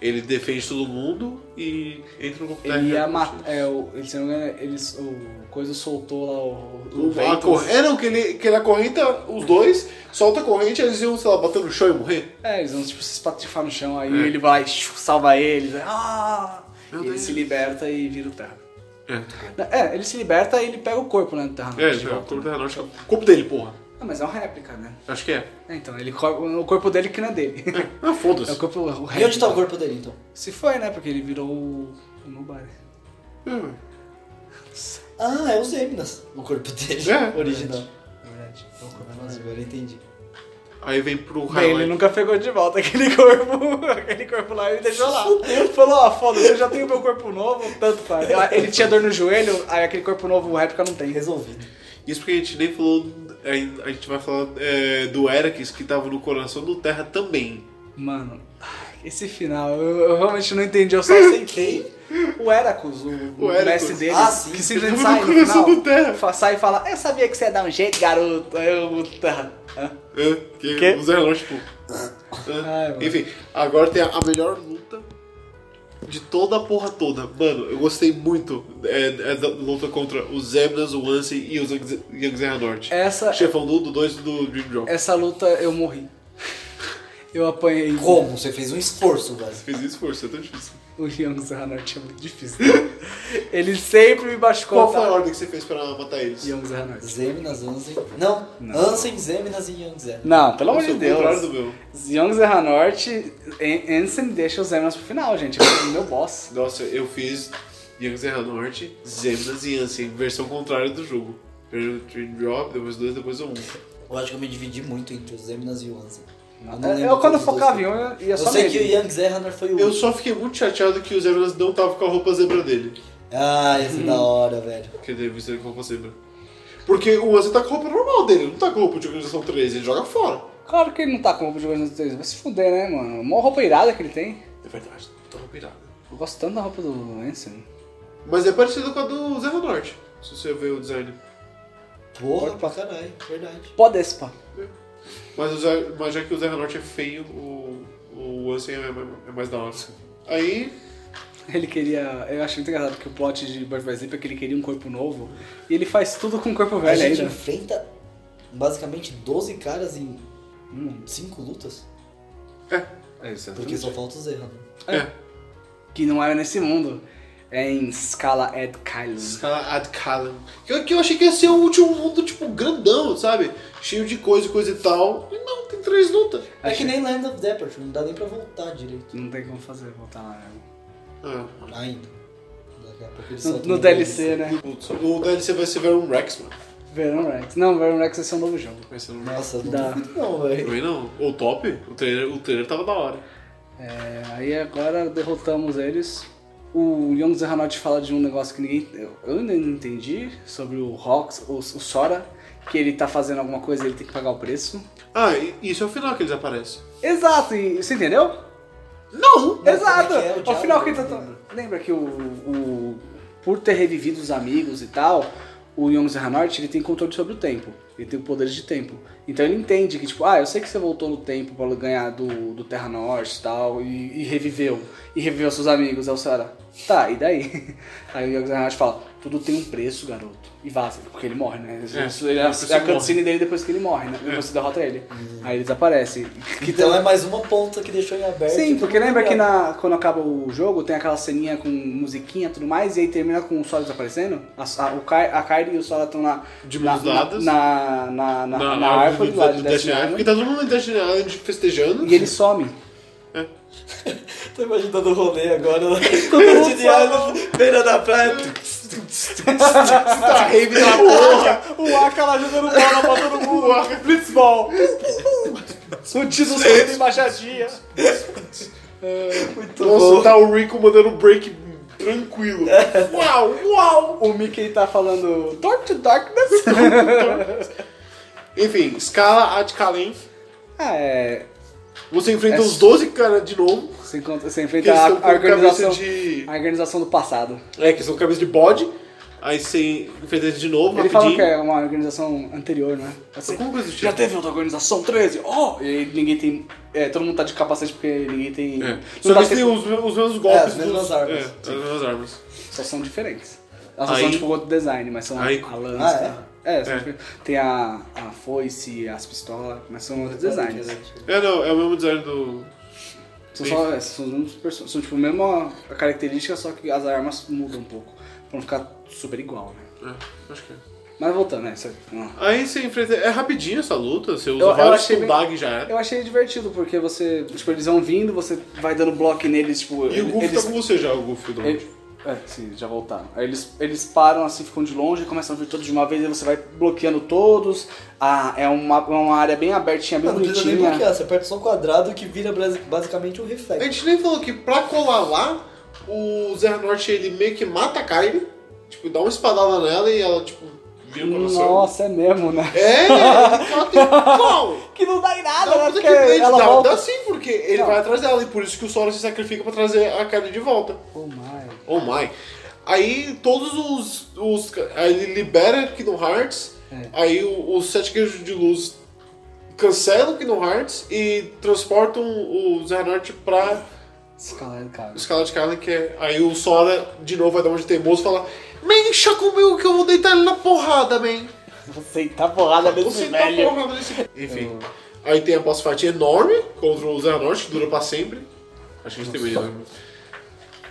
S3: ele defende todo mundo e entra no corpo da
S1: Ele ia
S3: Terra.
S1: matar. É, o, ele, se não me engano, ele, o Coisa soltou lá o.
S3: O- a
S1: Ventus.
S3: cor- É, não, que ele, que ele acorrenta os dois, solta a corrente, eles iam, sei lá, bater no chão e morrer.
S1: É, eles vão tipo, se espatifar no chão, aí ele vai, shoo, salva eles, aí, ah!
S3: É. Meu
S1: E ele
S3: Deus.
S1: se liberta e vira o Terra.
S3: É,
S1: É, ele se liberta e ele pega o corpo, né, do Terra Norte de
S3: ele é, o
S1: volta.
S3: corpo da Terra Norte. O corpo dele, porra.
S1: Ah, mas é uma réplica, né?
S3: Acho que é.
S1: É, então, ele, co- o corpo dele que não é dele.
S3: Ah, foda-se.
S1: É o corpo o
S2: E onde
S1: réplica.
S2: tá o corpo dele, então?
S1: Se foi, né, porque ele virou o, o Nobari.
S3: É,
S2: Ah, é o Zemnas, o corpo dele.
S3: É.
S2: original.
S1: Na verdade.
S2: Então, Nossa, agora eu entendi.
S3: Aí vem pro
S1: Bem, ele
S3: highlight.
S1: nunca pegou de volta aquele corpo, aquele corpo lá e deixou lá. Falou, ó, foda-se, eu já tenho meu corpo novo, tanto faz. Ah, Ele tinha dor no joelho, aí aquele corpo novo, o réplica não tem.
S2: Resolvido.
S3: Isso porque a gente nem falou. A a gente vai falar é, do Eric's que tava no coração do Terra também.
S1: Mano, ai, esse final, eu, eu realmente não entendi, eu só aceitei o Heracles, o, o,
S3: Heracles.
S1: mestre dele,
S2: Ah, sim.
S1: que
S3: Ele
S1: simplesmente
S3: tava
S1: sai
S3: no
S1: no
S3: coração
S1: final,
S3: do Terra.
S1: fa- sai e fala, eu sabia que você ia dar um jeito, garoto, aí eu... Tá. Hã?
S3: É, que
S1: Quê?
S3: o Zé Lorde, tipo.
S1: Ai, mano.
S3: Enfim, agora tem a, a melhor luta de toda a porra toda. Mano, eu gostei muito é, é, da luta contra o Zemnas, o Ansem e o Zang- Young Zerra Norte.
S1: Essa,
S3: Chefão do 2 do Dream Drop.
S1: essa luta eu morri. Eu apanhei
S2: Como? Você fez um esforço, velho.
S3: Fiz isso, força, é tão difícil.
S1: o Young Zahanort, é muito difícil. Ele sempre me machucou.
S3: Qual foi
S1: tá?
S3: a ordem que você fez pra matar eles?
S1: Young Zahanort.
S2: Zemnas, Ansem. Não,
S1: Não.
S2: Ansem, Zemnas e Yangzé.
S1: Não, pelo amor
S3: Nossa,
S1: de
S3: o contrário
S1: Deus.
S3: do meu.
S1: Young Zahanort, En- Ansem deixa os Zemnas pro final, gente. É o meu boss.
S3: Nossa, eu fiz Young Zerra Norte, Zemnas e Ansem, versão contrária do jogo. Primeiro o Dream Drop, depois o 2, depois o 1. Um.
S2: Eu acho que eu me dividi muito entre o Zemnas e o Ansem. Eu, não
S1: É, Eu,
S2: lembro
S1: quando
S2: quantos
S1: focava
S2: dois
S1: em um,
S2: foi.
S1: eu ia
S2: Eu
S1: só
S2: sei
S1: nele.
S2: que o Yangzé Hanor foi o
S3: Eu
S2: último.
S3: só fiquei muito chateado que o Zemnas não tava com a roupa zebra dele.
S2: Ah, esse é da hora, velho.
S3: Quer dizer, visto ele com a roupa zebra. Porque o Ansem tá com a roupa normal dele, ele não tá com a roupa de organização 3, ele joga fora.
S1: Claro que ele não tá com roupa de Guardiões 3. Vai se fuder, né, mano? Mó roupa irada que ele tem.
S3: É verdade, tô pirada.
S1: Eu gosto tanto da roupa do Ansem.
S3: Mas é parecido com a do Zerra Norte, se você ver o design.
S2: Porra, pra caralho, verdade.
S1: Podespa.
S3: Mas, o Zé- mas já que o Zerra Norte é feio, o, o Ansem é, mais- é mais da hora. Aí,
S1: Ele queria. Eu acho muito engraçado que o plot de Bird by Sleep é que ele queria um corpo novo. E ele faz tudo com o corpo
S2: A
S1: velho
S2: gente
S1: ainda.
S2: enfrenta basicamente 12 caras em
S1: Hum.
S2: 5 lutas.
S1: É isso.
S2: Porque só falta o Zé Hanor.
S1: Que não era nesse mundo. É em Scala et Kylos.
S3: Escala ad Calum. Que eu, que eu achei que ia ser o último mundo, tipo, grandão, sabe? Cheio de coisa, e coisa e tal. E não, tem três lutas.
S2: É que
S1: Achei.
S2: nem Land of Deppert, não dá nem pra voltar direito.
S1: Não tem como fazer, voltar lá, né?
S3: Ah.
S2: Ainda. Daqui a pouco eles
S1: No,
S2: soltam
S1: no
S2: uma
S1: DLC, né?
S3: Putz, O DLC vai ser Verum Rex, mano.
S1: Venom Rex. Não, Venom Rex vai ser um novo jogo.
S3: Vai ser
S2: DLC.
S3: um...
S2: assim. Nossa, não
S1: Dá.
S2: duvido não, velho.
S3: Também não. Ou top. O trailer, o trailer tava da hora.
S1: É, aí agora derrotamos eles. O Young Zeranotti fala de um negócio que ninguém. Eu, eu ainda não entendi sobre o Hawks, o, o Sora, que ele tá fazendo alguma coisa e ele tem que pagar o preço.
S3: Ah, e isso é o final que eles aparecem.
S1: Exato, e, você entendeu?
S3: Não!
S1: Exato!
S2: como é que é o
S1: Ao
S2: diálogo?
S1: final que ele tá. Lembra que o, o- Por ter revivido os amigos e tal, o Young Zeranotti ele tem controle sobre o tempo. Ele tem poderes de tempo. Então ele entende que, tipo, ah, eu sei que você voltou no tempo pra ganhar do, do Terra Norte e tal, e, e reviveu. E reviveu seus amigos. Aí o Sarah, tá, e daí? Aí o Yogi fala, tudo tem um preço, garoto. E vaza, porque ele morre, né? Isso, ele é,
S3: depois
S1: a
S3: ele morre.
S1: cutscene dele depois que Uhum. ele morre, né? Depois você derrota ele. Aí ele desaparece.
S2: Então é mais uma ponta que deixou em aberto.
S1: Sim,
S2: Todo
S1: porque
S2: mundo
S1: lembra que
S2: ligado.
S1: na, quando acaba o jogo tem aquela ceninha com musiquinha e tudo mais, e aí termina com o Sora desaparecendo? A, a, o Kai- a Kairi e o Sora estão na,
S3: De
S1: na,
S3: mãos
S1: na,
S3: dadas.
S1: na, na, na, na árvore
S3: do-
S1: lá
S3: do
S1: de
S3: Death
S1: Death
S3: Island, Porque
S1: Island,
S3: tá todo mundo em Death Island festejando.
S1: e ele some.
S2: Tô imaginando o rolê agora. Todo mundo beira da praia.
S3: tá rave na porra.
S1: O Aka lá jogando bola pra todo mundo. O Aka Blitzball. O Tiso saindo embaixadinha.
S2: Muito
S3: Nossa,
S2: bom.
S3: tá o Rico mandando um break tranquilo. Uau, uau.
S1: O Mickey tá falando Dark to Darkness.
S3: Enfim, escala Atkalem.
S1: ah, é.
S3: Você enfrenta
S1: É
S3: os 12 caras de novo.
S1: Você, encontra, você
S3: Que
S1: enfrenta
S3: eles
S1: a,
S3: estão com
S1: a
S3: cabeça
S1: organização,
S3: de.
S1: a organização do passado.
S3: É, que são cabeça de bode. Aí você enfrenta eles de novo,
S1: Ele fala
S3: rapidinho.
S1: que é uma organização anterior, né? Assim,
S3: Alguma coisa do tipo.
S1: já teve outra organização 13? Oh! E aí ninguém tem. é, todo mundo tá de capacete porque ninguém tem.
S3: É.
S1: não
S3: Só
S1: tá
S3: que eles têm
S1: sempre-
S3: os, os mesmos golpes.
S2: É, as mesmas
S3: dos-
S2: armas.
S3: É, as mesmas armas.
S1: Só são diferentes. Elas só
S3: Aí-
S1: são tipo outro design, mas são
S3: Aí-
S1: a lança.
S2: Ah,
S1: é? são
S3: É.
S1: diferentes. Tem a, a foice, as pistolas, mas são outros designs.
S3: É, não, é o mesmo design do.
S1: São, só, é, são, os mesmos perso- são tipo a mesma característica, só que as armas mudam um pouco. Pra não ficar super igual, né?
S3: É, acho que é.
S1: Mas voltando, né? Você- vamos lá.
S3: Aí você enfrenta. É rapidinho essa luta, você usa
S1: Eu- eu
S3: vários
S1: achei bem-
S3: cooldag já é.
S1: Eu achei divertido, porque você. Tipo, eles vão vindo, você vai dando bloco neles, tipo.
S3: E o Goof
S1: eles,
S3: tá com você já, o Goof do
S1: Ele- É, sim, já voltaram. Aí eles, eles param assim, ficam de longe, começam a vir todos de uma vez, aí você vai bloqueando todos. Ah, é uma, é uma área bem abertinha, bem
S2: Não, não precisa nem
S1: bonitinha.
S2: bloquear, você aperta só um quadrado que vira bras- basicamente um
S3: A
S2: reflexo.
S3: gente nem falou que pra colar lá, o Zé Norte ele meio que mata a Kylie, tipo, dá uma espadada nela e ela, tipo, vira pra você.
S1: Nossa, é mesmo, né?
S3: É, ele mata e pau!
S1: Que não dá em nada,
S3: Dá
S1: né?
S3: uma puta
S1: Porque
S3: que dente,
S1: ela
S3: dá,
S1: volta.
S3: dá sim, assim, porque ele
S1: Não.
S3: vai atrás dela e por isso que o Sora se sacrifica pra trazer a Kylie de volta.
S1: Oh my.
S3: Oh my. Aí todos os. os ca- aí ele libera Kingdom Hearts.
S1: É.
S3: Aí o- os sete queijos de luz cancelam Kingdom Hearts e transportam o Zernort pra
S1: Escalado, cara.
S3: escala de Kylan, que é. Aí o Sora de novo vai dar um de teimoso e fala: Man, encha comigo que eu vou deitar ele na porrada, man.
S1: Você tá porrada mesmo,
S3: Você tá
S1: velho.
S3: porrada nesse. Enfim. Aí tem a boss fight enorme contra o Zernort, que dura pra sempre. Acho que a gente tem medo. né?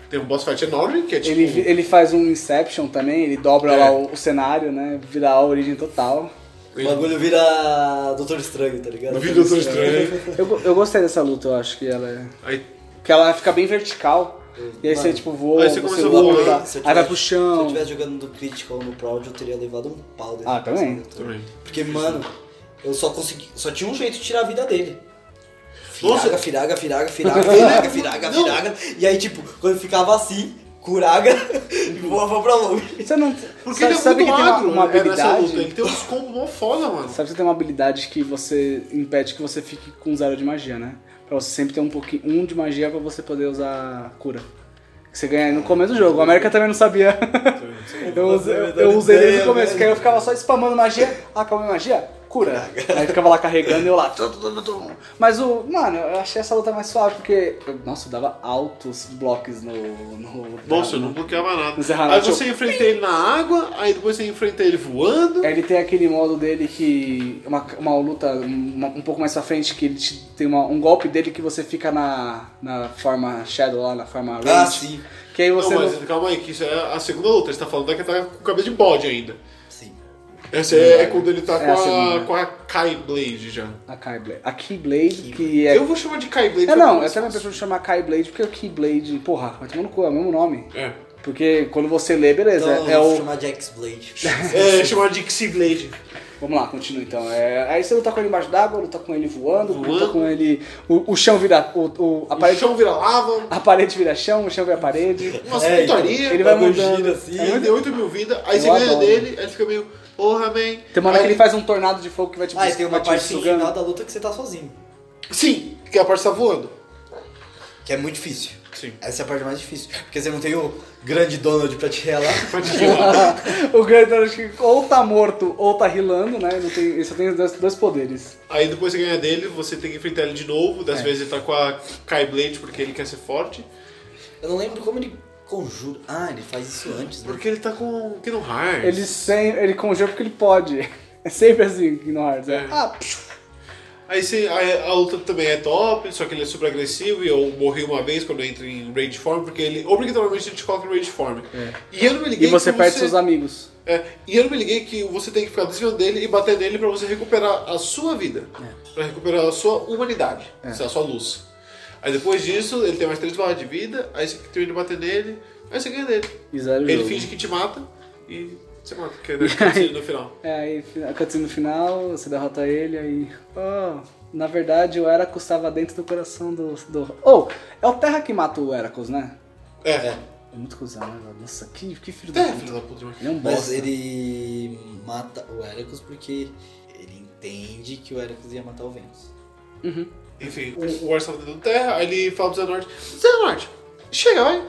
S3: Tem um boss fight enorme, que é tipo.
S1: Ele, vi- ele faz um Inception também, ele dobra
S3: É.
S1: lá o, o cenário, né? Vira a origem total.
S2: O bagulho vira Doutor Estranho, tá ligado?
S3: Vira Doutor Estranho.
S1: Eu, go- eu gostei dessa luta, eu acho que ela é.
S3: Aí
S1: Porque ela fica bem vertical.
S2: É,
S1: E aí você, tipo, voa,
S3: Aí você começa a
S1: voa,
S3: voar,
S1: tá?
S2: Se eu
S1: aí vai
S2: tivesse-
S1: pro
S2: Se eu
S1: chão.
S2: tivesse jogando no Critical ou no Proud, eu teria levado um pau desse né?
S1: Ah, também.
S3: Também.
S2: Porque, mano, eu só consegui. Só tinha um jeito de tirar a vida dele.
S3: Nossa.
S2: Firaga, firaga, firaga, firaga, firaga, firaga,
S3: Não.
S2: firaga. E aí, tipo, quando eu ficava assim, curaga e voava pra longe.
S1: Você não.
S3: Porque
S1: sabe, sabe
S3: ele é muito
S1: que tem uma,
S3: magro
S1: uma
S3: né, nessa luta.
S1: habilidade.
S3: Ele tem uns combos mó foda, mano.
S1: Sabe que você tem uma habilidade que você impede que você fique com zero de magia, né? Pra você sempre ter um pouquinho um de magia pra você poder usar cura. Que você ganha no começo do jogo. O América também não sabia. eu, usei, eu, eu usei desde o começo, que aí eu ficava só spamando magia. Ah, calma, magia? Cura. Aí ficava lá carregando e eu lá. tu, tu, tu, tu. Mas o. Mano, eu achei essa luta mais suave porque. eu- nossa, eu dava altos blocos no. no
S3: Nossa, eu não bloqueava
S1: No Zé
S3: nada. Aí
S1: Ranaldi,
S3: você enfrenta ele na água, aí depois você enfrenta ele voando.
S1: É, Ele tem aquele modo dele que. Uma, uma luta um- um pouco mais pra frente, que ele te- tem uma- um golpe dele que você fica na, na forma Shadow lá, na forma Rage.
S2: Ah, sim.
S1: Que aí você.
S3: não,
S1: Não,
S3: mas calma aí, que isso é a segunda luta. Você tá falando que tá com cabeça de bode ainda.
S2: Sim.
S3: Essa é, é quando ele tá
S1: É
S3: com,
S1: a
S3: a,
S1: segunda.
S3: com a Kai Blade já.
S1: A Keyblade. A Keyblade, que é.
S3: Eu vou chamar de Kai Blade.
S1: É, não,
S3: pra-
S1: eu também prefiro chamar Keyblade, porque o Keyblade, porra, vai tomar no cu, é o mesmo nome.
S3: É.
S1: Porque quando você lê, beleza,
S2: Então,
S1: é
S2: eu vou
S1: o.
S2: chamar de X-Blade.
S3: É, chamar de Xi Blade.
S1: Vamos lá, continua então. É, aí você luta com ele embaixo d'água, luta com ele voando, luta
S3: Voando.
S1: com ele. O, o chão vira. O, o- a,
S3: O
S1: parede,
S3: chão vira lava.
S1: a parede vira chão, o chão vira parede.
S3: Umas
S2: É, então,
S3: putaria.
S1: Ele vai
S2: bagulho
S1: mudando.
S2: gira assim.
S3: Ele deu 8 mil vidas,
S1: é
S3: aí
S1: Eu
S3: você ganha
S1: adoro.
S3: dele, aí ele fica meio, porra, man.
S1: Tem uma hora
S3: Aí
S1: que ele faz um tornado de fogo que vai te
S2: Ah, e tem uma
S1: vai te
S2: parte no
S1: sugando.
S2: final da luta que você tá sozinho.
S3: Sim, que a parte tá voando.
S2: Que é muito difícil.
S3: Sim.
S2: Essa é a parte mais difícil. Porque você não tem o grande Donald pra te relar.
S3: Pode falar.
S1: o Gurton acho que ou tá morto ou tá rilando, né? Não tem, ele só tem dois, dois poderes.
S3: Aí depois que você ganha dele, você tem que enfrentar ele de novo.
S1: É.
S3: Das vezes ele tá com a Kai Blade porque ele quer ser forte.
S2: Eu não lembro como ele conjura. Ah, ele faz isso antes, né?
S3: Porque ele tá com o Kingdom Hearts.
S1: Ele sem, ele conjura porque ele pode. É sempre assim, Kingdom Hearts. É.
S3: É.
S1: Ah, psh,
S3: Aí você, a, a luta também é top, só que ele é super agressivo e eu morri uma vez quando eu entro em Rage Form, porque ele obrigatoriamente ele te coloca em Rage Form. E eu não me liguei
S1: É. e você
S3: que
S1: perde seus amigos.
S3: É, e eu não me liguei que você tem que ficar desviando dele e bater nele pra você recuperar a sua vida. Pra recuperar a sua humanidade, a sua luz. Aí depois disso, ele tem mais três barras de vida, aí você termina de bater nele, aí você ganha dele.
S1: E zero
S3: Ele
S1: jogo.
S3: finge que te mata e você mata, que é o que acontece no final.
S1: É, aí a cutscene no final, você derrota ele, aí. Oh, na verdade o Heracles estava dentro do coração do. do... Oh, é o Terra que mata o Heracles, né?
S3: É,
S1: É muito cuzão, né? velho? Nossa, que, que filho da
S3: é
S1: puta.
S3: filho da puta.
S1: Ele é um
S2: Mas
S1: bosta.
S2: ele mata o Heracles porque ele entende que o Heracles ia matar o Vênus.
S3: Enfim, o, o Orson tá dentro da terra, aí ele fala pro Zé Norte, Zé Norte, chega, vai.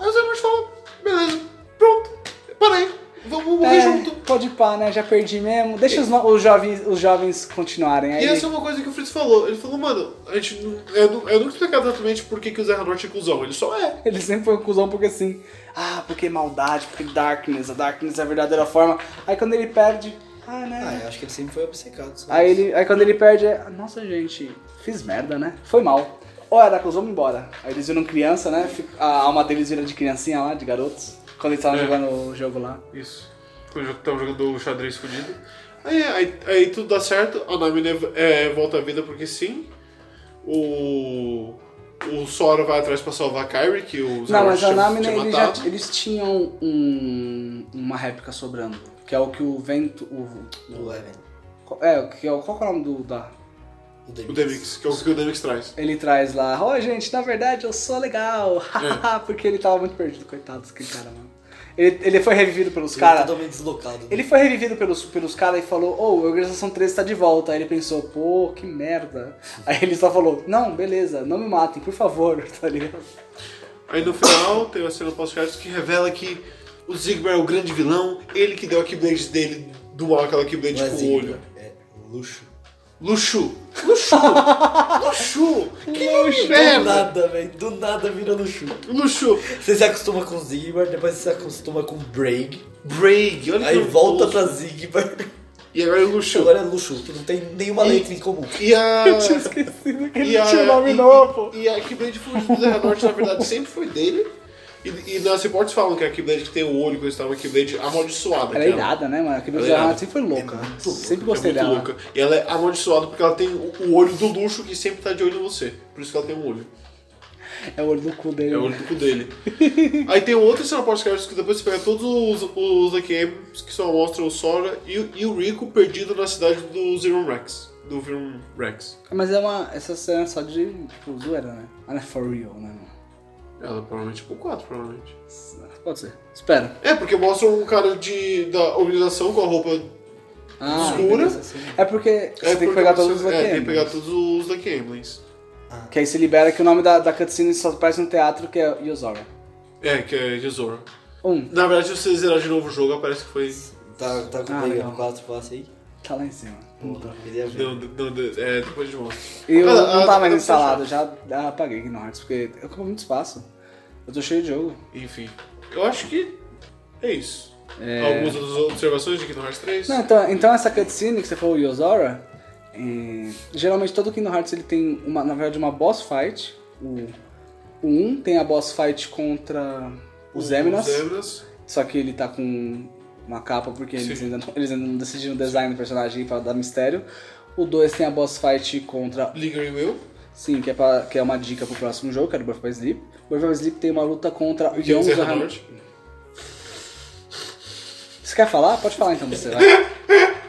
S3: Aí o Zé Norte fala, beleza, pronto, parei, vamos morrer
S1: É,
S3: junto.
S1: pode pá, né? Já perdi mesmo. Deixa os, no- os jovens, os jovens continuarem aí.
S3: E essa é uma coisa que o Fritz falou. Ele falou, mano, a gente não, eu, não, eu nunca explicar exatamente por que, que o Zé Norte é cuzão. Ele só é.
S1: Ele sempre foi um cuzão porque assim, ah, porque maldade, porque darkness, a darkness é a verdadeira forma. Aí quando ele perde, ah,
S2: Ah,
S1: né?
S2: eu acho que ele sempre foi obcecado. só
S1: Aí,
S2: isso.
S1: ele, aí quando ele perde, é, nossa gente, fiz merda, né? Foi mal. Ô, Heracles, vamos embora. Aí eles viram criança, né? Fica- A alma deles vira de criancinha lá, de garotos. Quando eles estavam
S3: É.
S1: jogando o jogo lá.
S3: Isso. Quando estão jogando o xadrez fudido. Aí, aí, aí tudo dá certo, a Namine é, volta à vida porque sim. O. O Sora vai atrás pra salvar a Kyrie, que o Zé
S1: Não,
S3: Norte
S1: mas a
S3: tinha-
S1: Namine,
S3: tinha
S1: eles, já,
S3: matado.
S1: eles tinham um- uma réplica sobrando. Que é o que o vento. O,
S2: O Evan.
S1: é, o que é, o- qual que é o nome do. Da,
S2: O Demix.
S3: O Demix, que é o que o Demix traz.
S1: ele traz lá, ó gente, na verdade eu sou legal.
S3: É.
S1: Porque ele tava muito perdido, coitado daquele cara, mano. Ele, ele foi revivido pelos
S2: Ele é
S1: caras.
S2: totalmente deslocado. né?
S1: Ele foi revivido pelos, pelos caras e falou, ô, a organização 13 tá de volta. Aí ele pensou, pô, que merda. Aí ele só falou, não, beleza, não me matem, por favor, tá ligado?
S3: Aí no final tem a cena pós-créditos que revela que o Zigbar é o grande vilão, ele que deu a Keyblade dele, do mal aquela Keyblade
S2: Não é
S3: com o
S2: Zigbar,
S3: tipo olho.
S2: É luxo.
S3: Luxu! Luxu! Luxu! Que nome
S2: Do
S3: merda!
S2: nada, velho. Do nada vira luxo.
S3: Luxu!
S2: Você se acostuma com Zigbar, depois você se acostuma com Break.
S3: Break! Olha que
S2: Aí
S3: nome
S2: volta
S3: tosco.
S2: pra Zigbar.
S3: E agora é Luxu.
S2: Agora é luxo, que não tem nenhuma letra em comum.
S3: E a...
S1: Tinha esquecido que
S3: E
S1: ele
S3: a...
S1: tinha um nome
S3: e,
S1: novo.
S3: E a Keyblade Full do Zé Norte, na verdade, sempre foi dele. E, e nas reportes falam que a Keyblade que tem o olho, coisa e tal, é uma Keyblade amaldiçoada.
S1: Ela é
S3: que ela-
S1: irada, né, mano? Aquele
S3: então, Ela é
S1: Zermatt
S3: irada.
S1: sempre foi louca.
S2: É muito louca,
S1: sempre
S3: É
S1: gostei
S3: muito
S1: dela.
S3: louca. E ela é amaldiçoada porque ela tem o o olho do luxo que sempre tá de olho em você. Por isso que ela tem um olho.
S1: É o olho do cu dele.
S3: É o olho do cu dele. Aí tem outra cena pós-créditos que depois você pega todos os, os AQMs que só mostram o Sora e, o- e o Rico perdido na cidade do Zero Rex. Do Zero Rex.
S1: Mas é uma. Essa cena é só de tipo, zoeira, né? Ah, não é for real, né? mano?
S3: Ela provavelmente tipo 4, provavelmente.
S1: Pode ser. Espera.
S3: É, porque mostra um cara de, da organização com a roupa.
S1: Ah,
S3: Escura.
S1: beleza, sim. É porque você
S3: é,
S1: tem que
S3: porque
S1: pegar
S3: você-
S1: todos os
S3: É, tem
S1: aqui.
S3: que pegar todos os da Camlins.
S1: Que aí se libera que o nome da, da cutscene só aparece no teatro, que é Yozora.
S3: É, que é Tesouro.
S1: Um,
S3: Na verdade, se você zerar de novo o jogo, parece que foi.
S2: Tá, tá com
S1: Ah,
S2: o Break
S1: legal.
S2: com 4 passos aí.
S1: tá lá em cima. Puta.
S2: Queria ver.
S3: Não, não, não, é, depois de mostra.
S1: E eu
S3: Ah,
S1: não
S3: ah,
S1: tá
S3: dá
S1: mais
S3: pra fechar.
S1: instalado, já ah, apaguei Kingdom Hearts, porque eu ocupo muito espaço. Eu tô cheio de jogo.
S3: Enfim. Eu acho que é isso. Algumas outras observações de Kingdom Hearts 3.
S1: Não, então, então essa cutscene que você falou, Yozora, é, geralmente todo Kingdom Hearts ele tem, uma, na verdade, uma boss fight. O, o 1 tem a boss fight contra os Eminas,
S3: Os Eminas.
S1: só que ele tá com uma capa porque eles
S3: Sim.
S1: ainda, não, eles ainda não decidiram o design do personagem pra dar mistério. O 2 tem a boss fight contra...
S3: Lingering Will.
S1: Sim, que é, pra- que é uma dica pro próximo jogo, que é era o Birth by Sleep. O Birth by Sleep tem uma luta contra o
S3: Que é o
S1: Yon
S3: Serra
S1: Zahan...
S3: Norte.
S1: Você quer falar? Pode falar então, você vai.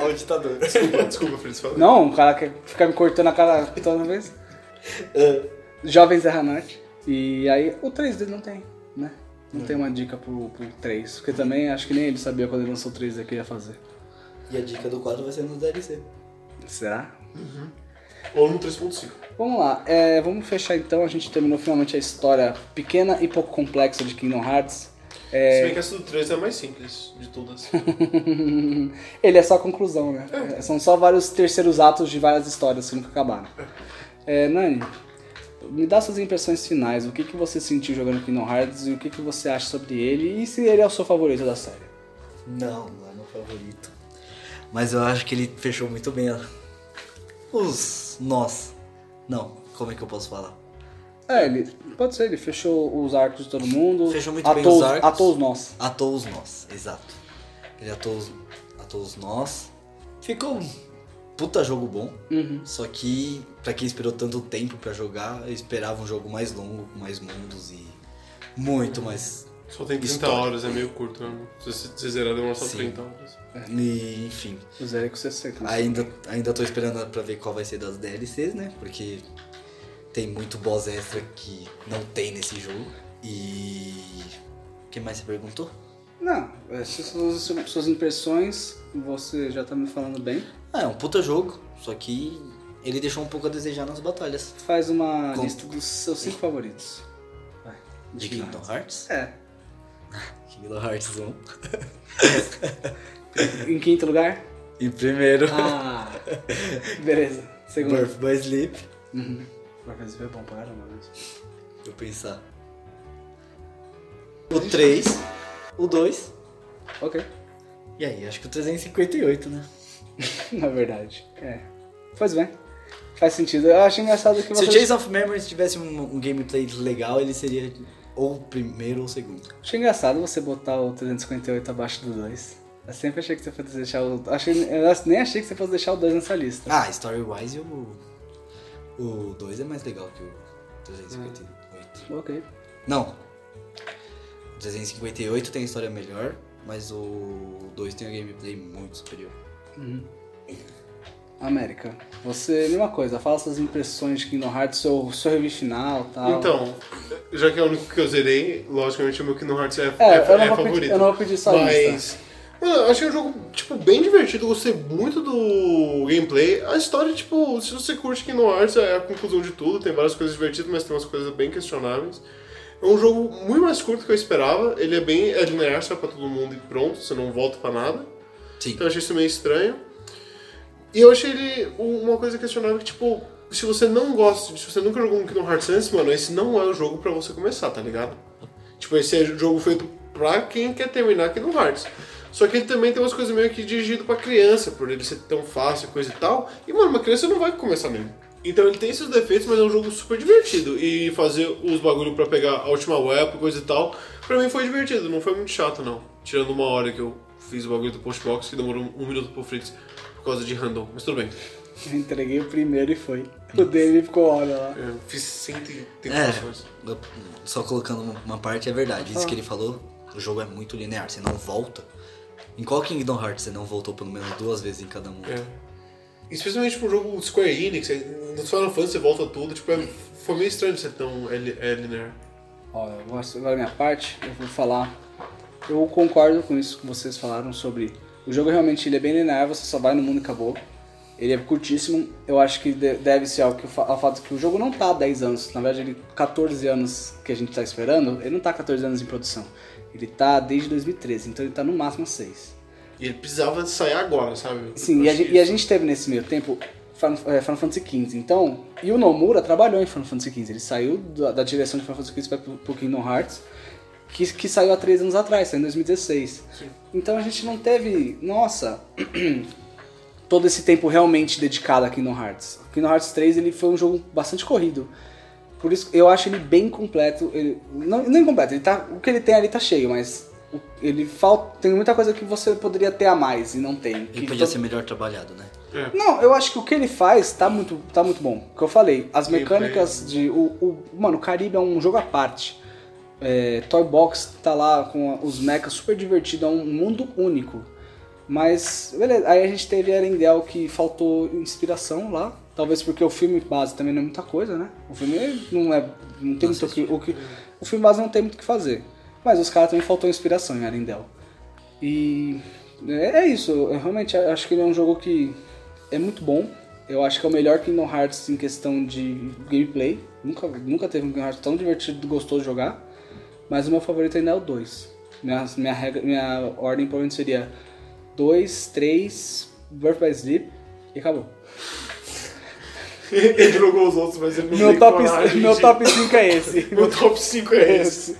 S2: Ó, o ditador.
S3: Desculpa, desculpa, Fritz, fala.
S1: Não, o cara quer ficar me cortando a cara toda vez.
S2: Ah,
S1: Jovens Erranate. E aí o 3 dele não tem, né? Não tem uma dica pro, pro 3. Porque também acho que nem ele sabia quando ele lançou o 3 o que ia fazer.
S2: E a dica do 4 vai ser no DLC.
S1: Será?
S3: Ou no 3.5.
S1: Vamos lá, é, vamos fechar então. A gente terminou finalmente a história pequena e pouco complexa de Kingdom Hearts. É,
S3: Se bem que essa do 3 é a mais simples de todas.
S1: Ele é só a conclusão, né? É, São só vários terceiros atos de várias histórias que nunca acabaram. É, Nani, me dá suas impressões finais. O que, que você sentiu jogando Kingdom Hearts e o que, que você acha sobre ele e se ele é o seu favorito da série?
S2: Não, não é meu favorito. Mas eu acho que ele fechou muito bem a- os nós. Não, como é que eu posso falar?
S1: É, ele pode ser, ele fechou os arcos de todo mundo.
S2: Fechou muito
S1: atou,
S2: bem os arcos.
S1: Atou os nós.
S2: Atou os nós, exato. Ele atou os, atou os nós. Ficou um puta jogo bom.
S1: Uhum.
S2: Só que, pra quem esperou tanto tempo pra jogar, eu esperava um jogo mais longo, com mais mundos e muito mais.
S3: Só tem 30
S2: História.
S3: horas, é meio curto, né? Se você- se você zerar, demora só
S2: Sim.
S3: 30 horas.
S2: É. E, enfim.
S1: O Zé com 60. né?
S2: Ainda, ainda tô esperando pra ver qual vai ser das DLCs, né? Porque tem muito boss extra que não tem nesse jogo. E. O que mais você perguntou?
S1: Não, é, essas são as su- suas impressões, você já tá me falando bem.
S2: Ah, é um puta jogo, só que ele deixou um pouco a desejar nas batalhas.
S1: Faz uma
S2: Com-
S1: lista dos seus cinco favoritos. Vai,
S2: De
S1: Kingdom
S2: Kingdom Hearts?
S1: É.
S2: Kingdom Hearts 1.
S1: Em quinto lugar?
S2: E primeiro,
S1: Ah, beleza. Segundo.
S2: Birth by Sleep.
S1: Uhum. Vai fazer bom pra caramba, né? mesmo.
S2: Eu pensar. O 3, o 2.
S1: Ok.
S2: E aí, acho que o 358, né?
S1: Na verdade. É. Faz bem. Faz sentido. Eu acho engraçado que
S2: Se
S1: você.
S2: o Chase of Memories tivesse um, um gameplay legal, ele seria ou o primeiro ou o segundo.
S1: Achei engraçado você botar o 358 abaixo do 2. Eu sempre achei que você fosse deixar o. Achei... Eu nem achei que você fosse deixar o 2 nessa lista.
S2: Ah, story-wise, o. O 2 é mais legal que o 358.
S1: Ok.
S2: Não. O 358 tem a história melhor, mas o 2 tem um gameplay muito superior.
S1: América, você, mesma coisa, fala suas impressões de Kingdom Hearts, seu, seu review final e tal.
S3: Então, já que é o único que eu zerei, logicamente o meu Kingdom Hearts é,
S1: É,
S3: é,
S1: eu, não
S3: é
S1: vou
S3: favorito.
S1: pedir, eu não vou pedir só lista.
S3: Mas.
S4: Mano, eu achei um jogo, tipo, bem divertido, eu gostei muito do gameplay. A história, tipo, se você curte Kingdom Hearts, é a conclusão de tudo, tem várias coisas divertidas, mas tem umas coisas bem questionáveis. É um jogo muito mais curto que eu esperava, ele é bem é linear, sai pra todo mundo e pronto, você não volta pra nada.
S2: Sim.
S4: Então eu achei isso meio estranho. E eu achei ele um- uma coisa questionável que, tipo, se você não gosta, se você nunca jogou um Kingdom Hearts antes, mano, esse não é o jogo pra você começar, tá ligado? Tipo, esse é jogo feito pra quem quer terminar Kingdom Hearts. Só que ele também tem umas coisas meio que dirigido pra criança, por ele ser tão fácil, coisa e tal. E, mano, uma criança não vai começar nele. Então ele tem esses defeitos, mas é um jogo super divertido. E fazer os bagulho pra pegar a última weapon, coisa e tal, pra mim foi divertido, não foi muito chato, não. Tirando uma hora que eu fiz o bagulho do postbox, que demorou um minuto pro Fritz por causa de random. Mas tudo bem.
S1: Eu entreguei o primeiro e foi. O dele ficou hora lá.
S3: Eu fiz 130 coisas.
S2: É, eu- só colocando uma- uma parte, é verdade.
S1: Ah.
S2: Isso que ele falou, o jogo é muito linear, você não volta. Em qual Kingdom Hearts você não voltou pelo menos duas vezes em cada um? mundo?
S3: É. Especialmente pro jogo Square Enix, é- no Final Fantasy você volta tudo, tipo, é- foi meio estranho de ser tão é, li- é linear.
S1: Ó, eu vou- agora minha parte, eu vou falar. Eu concordo com isso que vocês falaram sobre. O jogo realmente ele é bem linear, você só vai no mundo e acabou. Ele é curtíssimo, eu acho que de- deve ser ao, que, o fa- ao fato que o jogo não tá há 10 anos, na verdade ele 14 anos que a gente tá esperando, ele não tá 14 anos em produção. Ele tá desde 2013, então ele tá no máximo 6.
S3: E ele precisava sair agora, sabe?
S1: Sim,
S3: Eu
S1: e a,
S3: acho
S1: gen-
S3: que
S1: e a
S3: isso-
S1: gente teve nesse meio tempo Final, eh, Final Fantasy XV. Então, e o Nomura trabalhou em Final Fantasy XV. Ele saiu da, da direção de Final Fantasy XV para pro Kingdom Hearts, que, que saiu há três anos atrás, saiu em 2016. Então a gente não teve, nossa, todo esse tempo realmente dedicado a Kingdom Hearts. Kingdom Hearts 3 ele foi um jogo bastante corrido. Por isso eu acho ele bem completo. Ele, não, não incompleto, ele tá, o que ele tem ali tá cheio, mas o- ele falta. Tem muita coisa que você poderia ter a mais e não tem.
S2: Ele
S1: que
S2: podia
S1: to-
S2: ser melhor trabalhado, né?
S3: É.
S1: não, eu acho que o que ele faz tá muito, tá muito bom. O que eu falei, as
S3: Gameplay.
S1: mecânicas de. O, o- mano, o Caribe é um jogo à parte. É, Toy Box tá lá com os mechas super divertido, é um mundo único. Mas, beleza, aí a gente teve Arendelle que faltou inspiração lá. Talvez porque o filme base também não é muita coisa, né? O filme não é. Não tem muito o que, o que. O filme base não tem muito o que fazer. Mas os caras também faltou inspiração em Arendelle. né, E é, é isso, eu realmente acho que ele é um jogo que é muito bom. Eu acho que é o melhor Kingdom Hearts em questão de gameplay. Nunca, nunca teve um Kingdom Hearts tão divertido e gostoso de jogar. Mas o meu favorito ainda é o 2. Minha, minha, regra, minha ordem provavelmente seria 2, 3, Birth by Sleep e acabou.
S3: Ele jogou os outros, mas ele não
S1: Meu
S3: tem
S1: top,
S3: coragem.
S1: meu top 5 é esse.
S3: Meu top 5 é esse.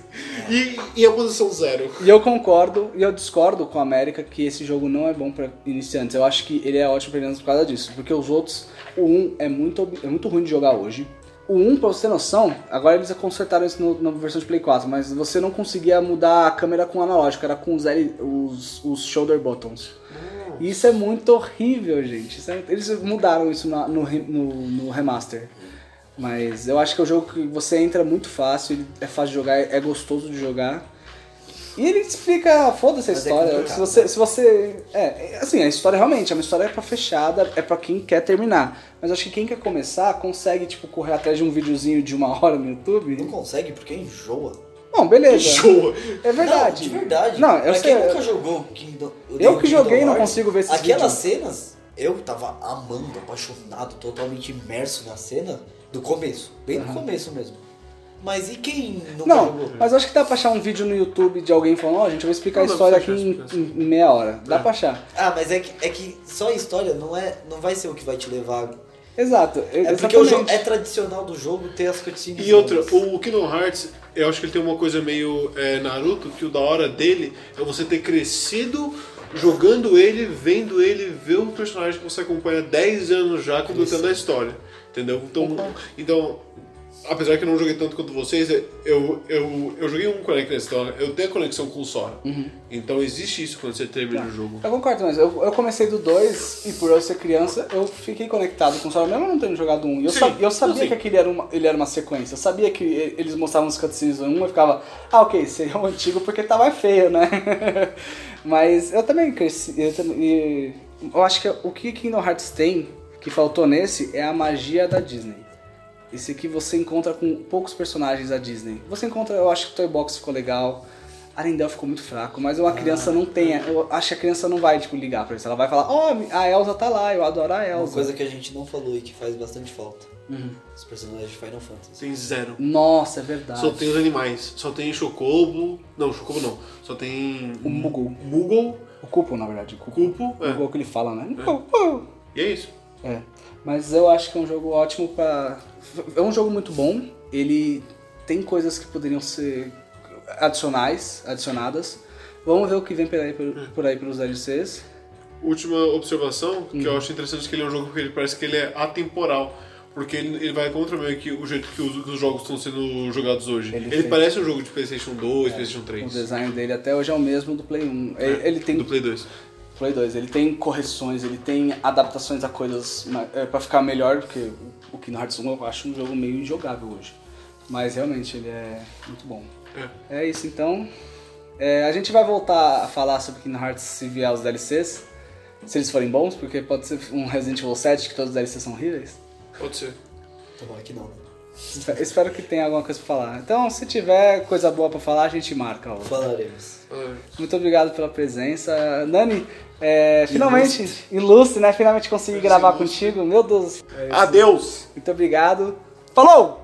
S3: E, e a posição zero?
S1: E eu concordo e eu discordo com a América que esse jogo não é bom pra iniciantes. Eu acho que ele é ótimo pra iniciantes por causa disso, porque os outros, o 1 é muito, ob- é muito ruim de jogar hoje. O 1, pra você ter noção, agora eles consertaram isso no- na versão de Play 4, mas você não conseguia mudar a câmera com o analógico, era com os, L- os, os shoulder buttons. E Isso é muito horrível, gente. Isso é- eles mudaram isso na- no, re- no- no remaster. Mas eu acho que é um jogo que você entra muito fácil, ele é fácil de jogar, é gostoso de jogar. E ele explica, foda-se a
S2: Mas é
S1: história.
S2: complicado,
S1: se você. Se você é, é, assim, a história realmente é uma história pra fechada, é pra quem quer terminar. Mas eu acho que quem quer começar consegue, tipo, correr atrás de um videozinho de uma hora no
S2: Não
S1: YouTube.
S2: consegue porque enjoa.
S1: Bom, beleza.
S3: Show!
S1: É verdade.
S2: Não, de verdade.
S1: Não, eu
S2: pra
S1: sei.
S2: quem nunca jogou Kingdom o
S1: Eu que
S2: Kingdom
S1: joguei e não
S2: Hearts,
S1: consigo ver esses
S2: Aquelas
S1: vídeos.
S2: cenas, eu tava amando, apaixonado, totalmente imerso na cena do começo. Bem no começo mesmo. Mas e quem nunca
S1: Não,
S2: jogou?
S1: mas eu acho que dá pra achar um vídeo no YouTube de alguém falando, ó, gente, eu vou explicar a
S3: Não, não,
S1: história aqui
S3: você
S1: em,
S3: acha que
S1: em- em meia hora. Dá pra achar.
S2: Ah, mas é que, é que só a história não, é, não vai ser o que vai te levar.
S1: Exato.
S2: É porque o jogo,
S1: exatamente.
S2: é tradicional do jogo ter as cutscenes.
S3: E outra,
S2: longas.
S3: o Kingdom Hearts, eu acho que ele tem uma coisa meio é, Naruto, que o da hora dele é você ter crescido jogando ele, vendo ele, ver o personagem que você acompanha há 10 anos já completando a história. Entendeu? Então, então apesar que eu não joguei tanto quanto vocês, é, eu, eu, eu joguei um Connect na história, eu tenho a conexão com o Sora. Então existe isso quando você termina o jogo.
S1: Eu concordo, mas eu, eu comecei do 2 e por eu ser criança, eu fiquei conectado com o Sora, mesmo não tendo jogado um. E eu,
S3: Sim,
S1: sa- eu sabia
S3: sim.
S1: que aquele era uma, ele era uma sequência. Eu sabia que e- eles mostravam os cutscenes do 1 eu ficava, ah, ok, seria um antigo porque tá mais feio, né? mas eu também cresci. Eu, tam- e eu acho que o que Kingdom Hearts tem, que faltou nesse, é a magia da Disney. Esse aqui você encontra com poucos personagens da Disney. Você encontra, eu acho que o Toy Box ficou legal. Arendelle ficou muito fraco, mas uma criança
S3: Ah,
S1: não tem.
S3: é.
S1: Eu acho que a criança não vai, tipo, ligar pra isso. Ela vai falar, ó, a Elsa tá lá, eu adoro a
S2: É Uma
S1: Elsa.
S2: coisa que a gente não falou e que faz bastante falta.
S3: Uhum.
S2: Os personagens de Final Fantasy.
S3: Tem zero.
S1: Nossa, é verdade.
S3: Só tem os animais. Só tem Chocobo. Não, Chocobo não. Só tem.
S1: O Moogle.
S3: Moogle,
S1: O Cupo, na verdade. O Cupo,
S3: um Cupo.
S1: o
S3: É.
S1: Google que ele fala, né? Cupo.
S3: E é isso.
S1: É. Mas eu acho que é um jogo ótimo pra. É um jogo muito bom. Ele tem coisas que poderiam ser adicionais, adicionadas. Vamos ver o que vem por aí,
S3: É.
S1: por, por aí pelos DLCs.
S3: Última observação, que
S1: Hum.
S3: eu acho interessante que ele é um jogo que ele parece que ele é atemporal. Porque ele, ele vai contra meio que o jeito que os, que os jogos estão sendo jogados hoje.
S1: Ele
S3: Ele,
S1: fez- É.
S3: parece um jogo de Playstation 2, Playstation
S1: O
S3: 3.
S1: design dele até hoje é o mesmo do Play 1. Ele, ele tem
S3: É, Do Play 2.
S1: Play 2, ele tem correções, ele tem adaptações a coisas ma- é, pra ficar melhor, porque o Kingdom Hearts 1 eu acho um jogo meio injogável hoje. Mas realmente ele é muito bom. É, isso então. É, a gente vai voltar a falar sobre Kingdom Hearts se vier os DLCs, se eles forem bons, porque pode ser um Resident Evil 7 que todos os DLCs são horríveis.
S3: Pode ser.
S2: Tá bom, aqui não. né?
S1: Espe- Espero que tenha alguma coisa pra falar. Então, se tiver coisa boa pra falar, a gente marca. ó.
S2: Falaremos.
S1: Muito obrigado pela presença. Nani, é, finalmente, ilustre, né? Finalmente consegui gravar contigo. Meu Deus.
S3: Adeus!
S1: Muito obrigado. Falou!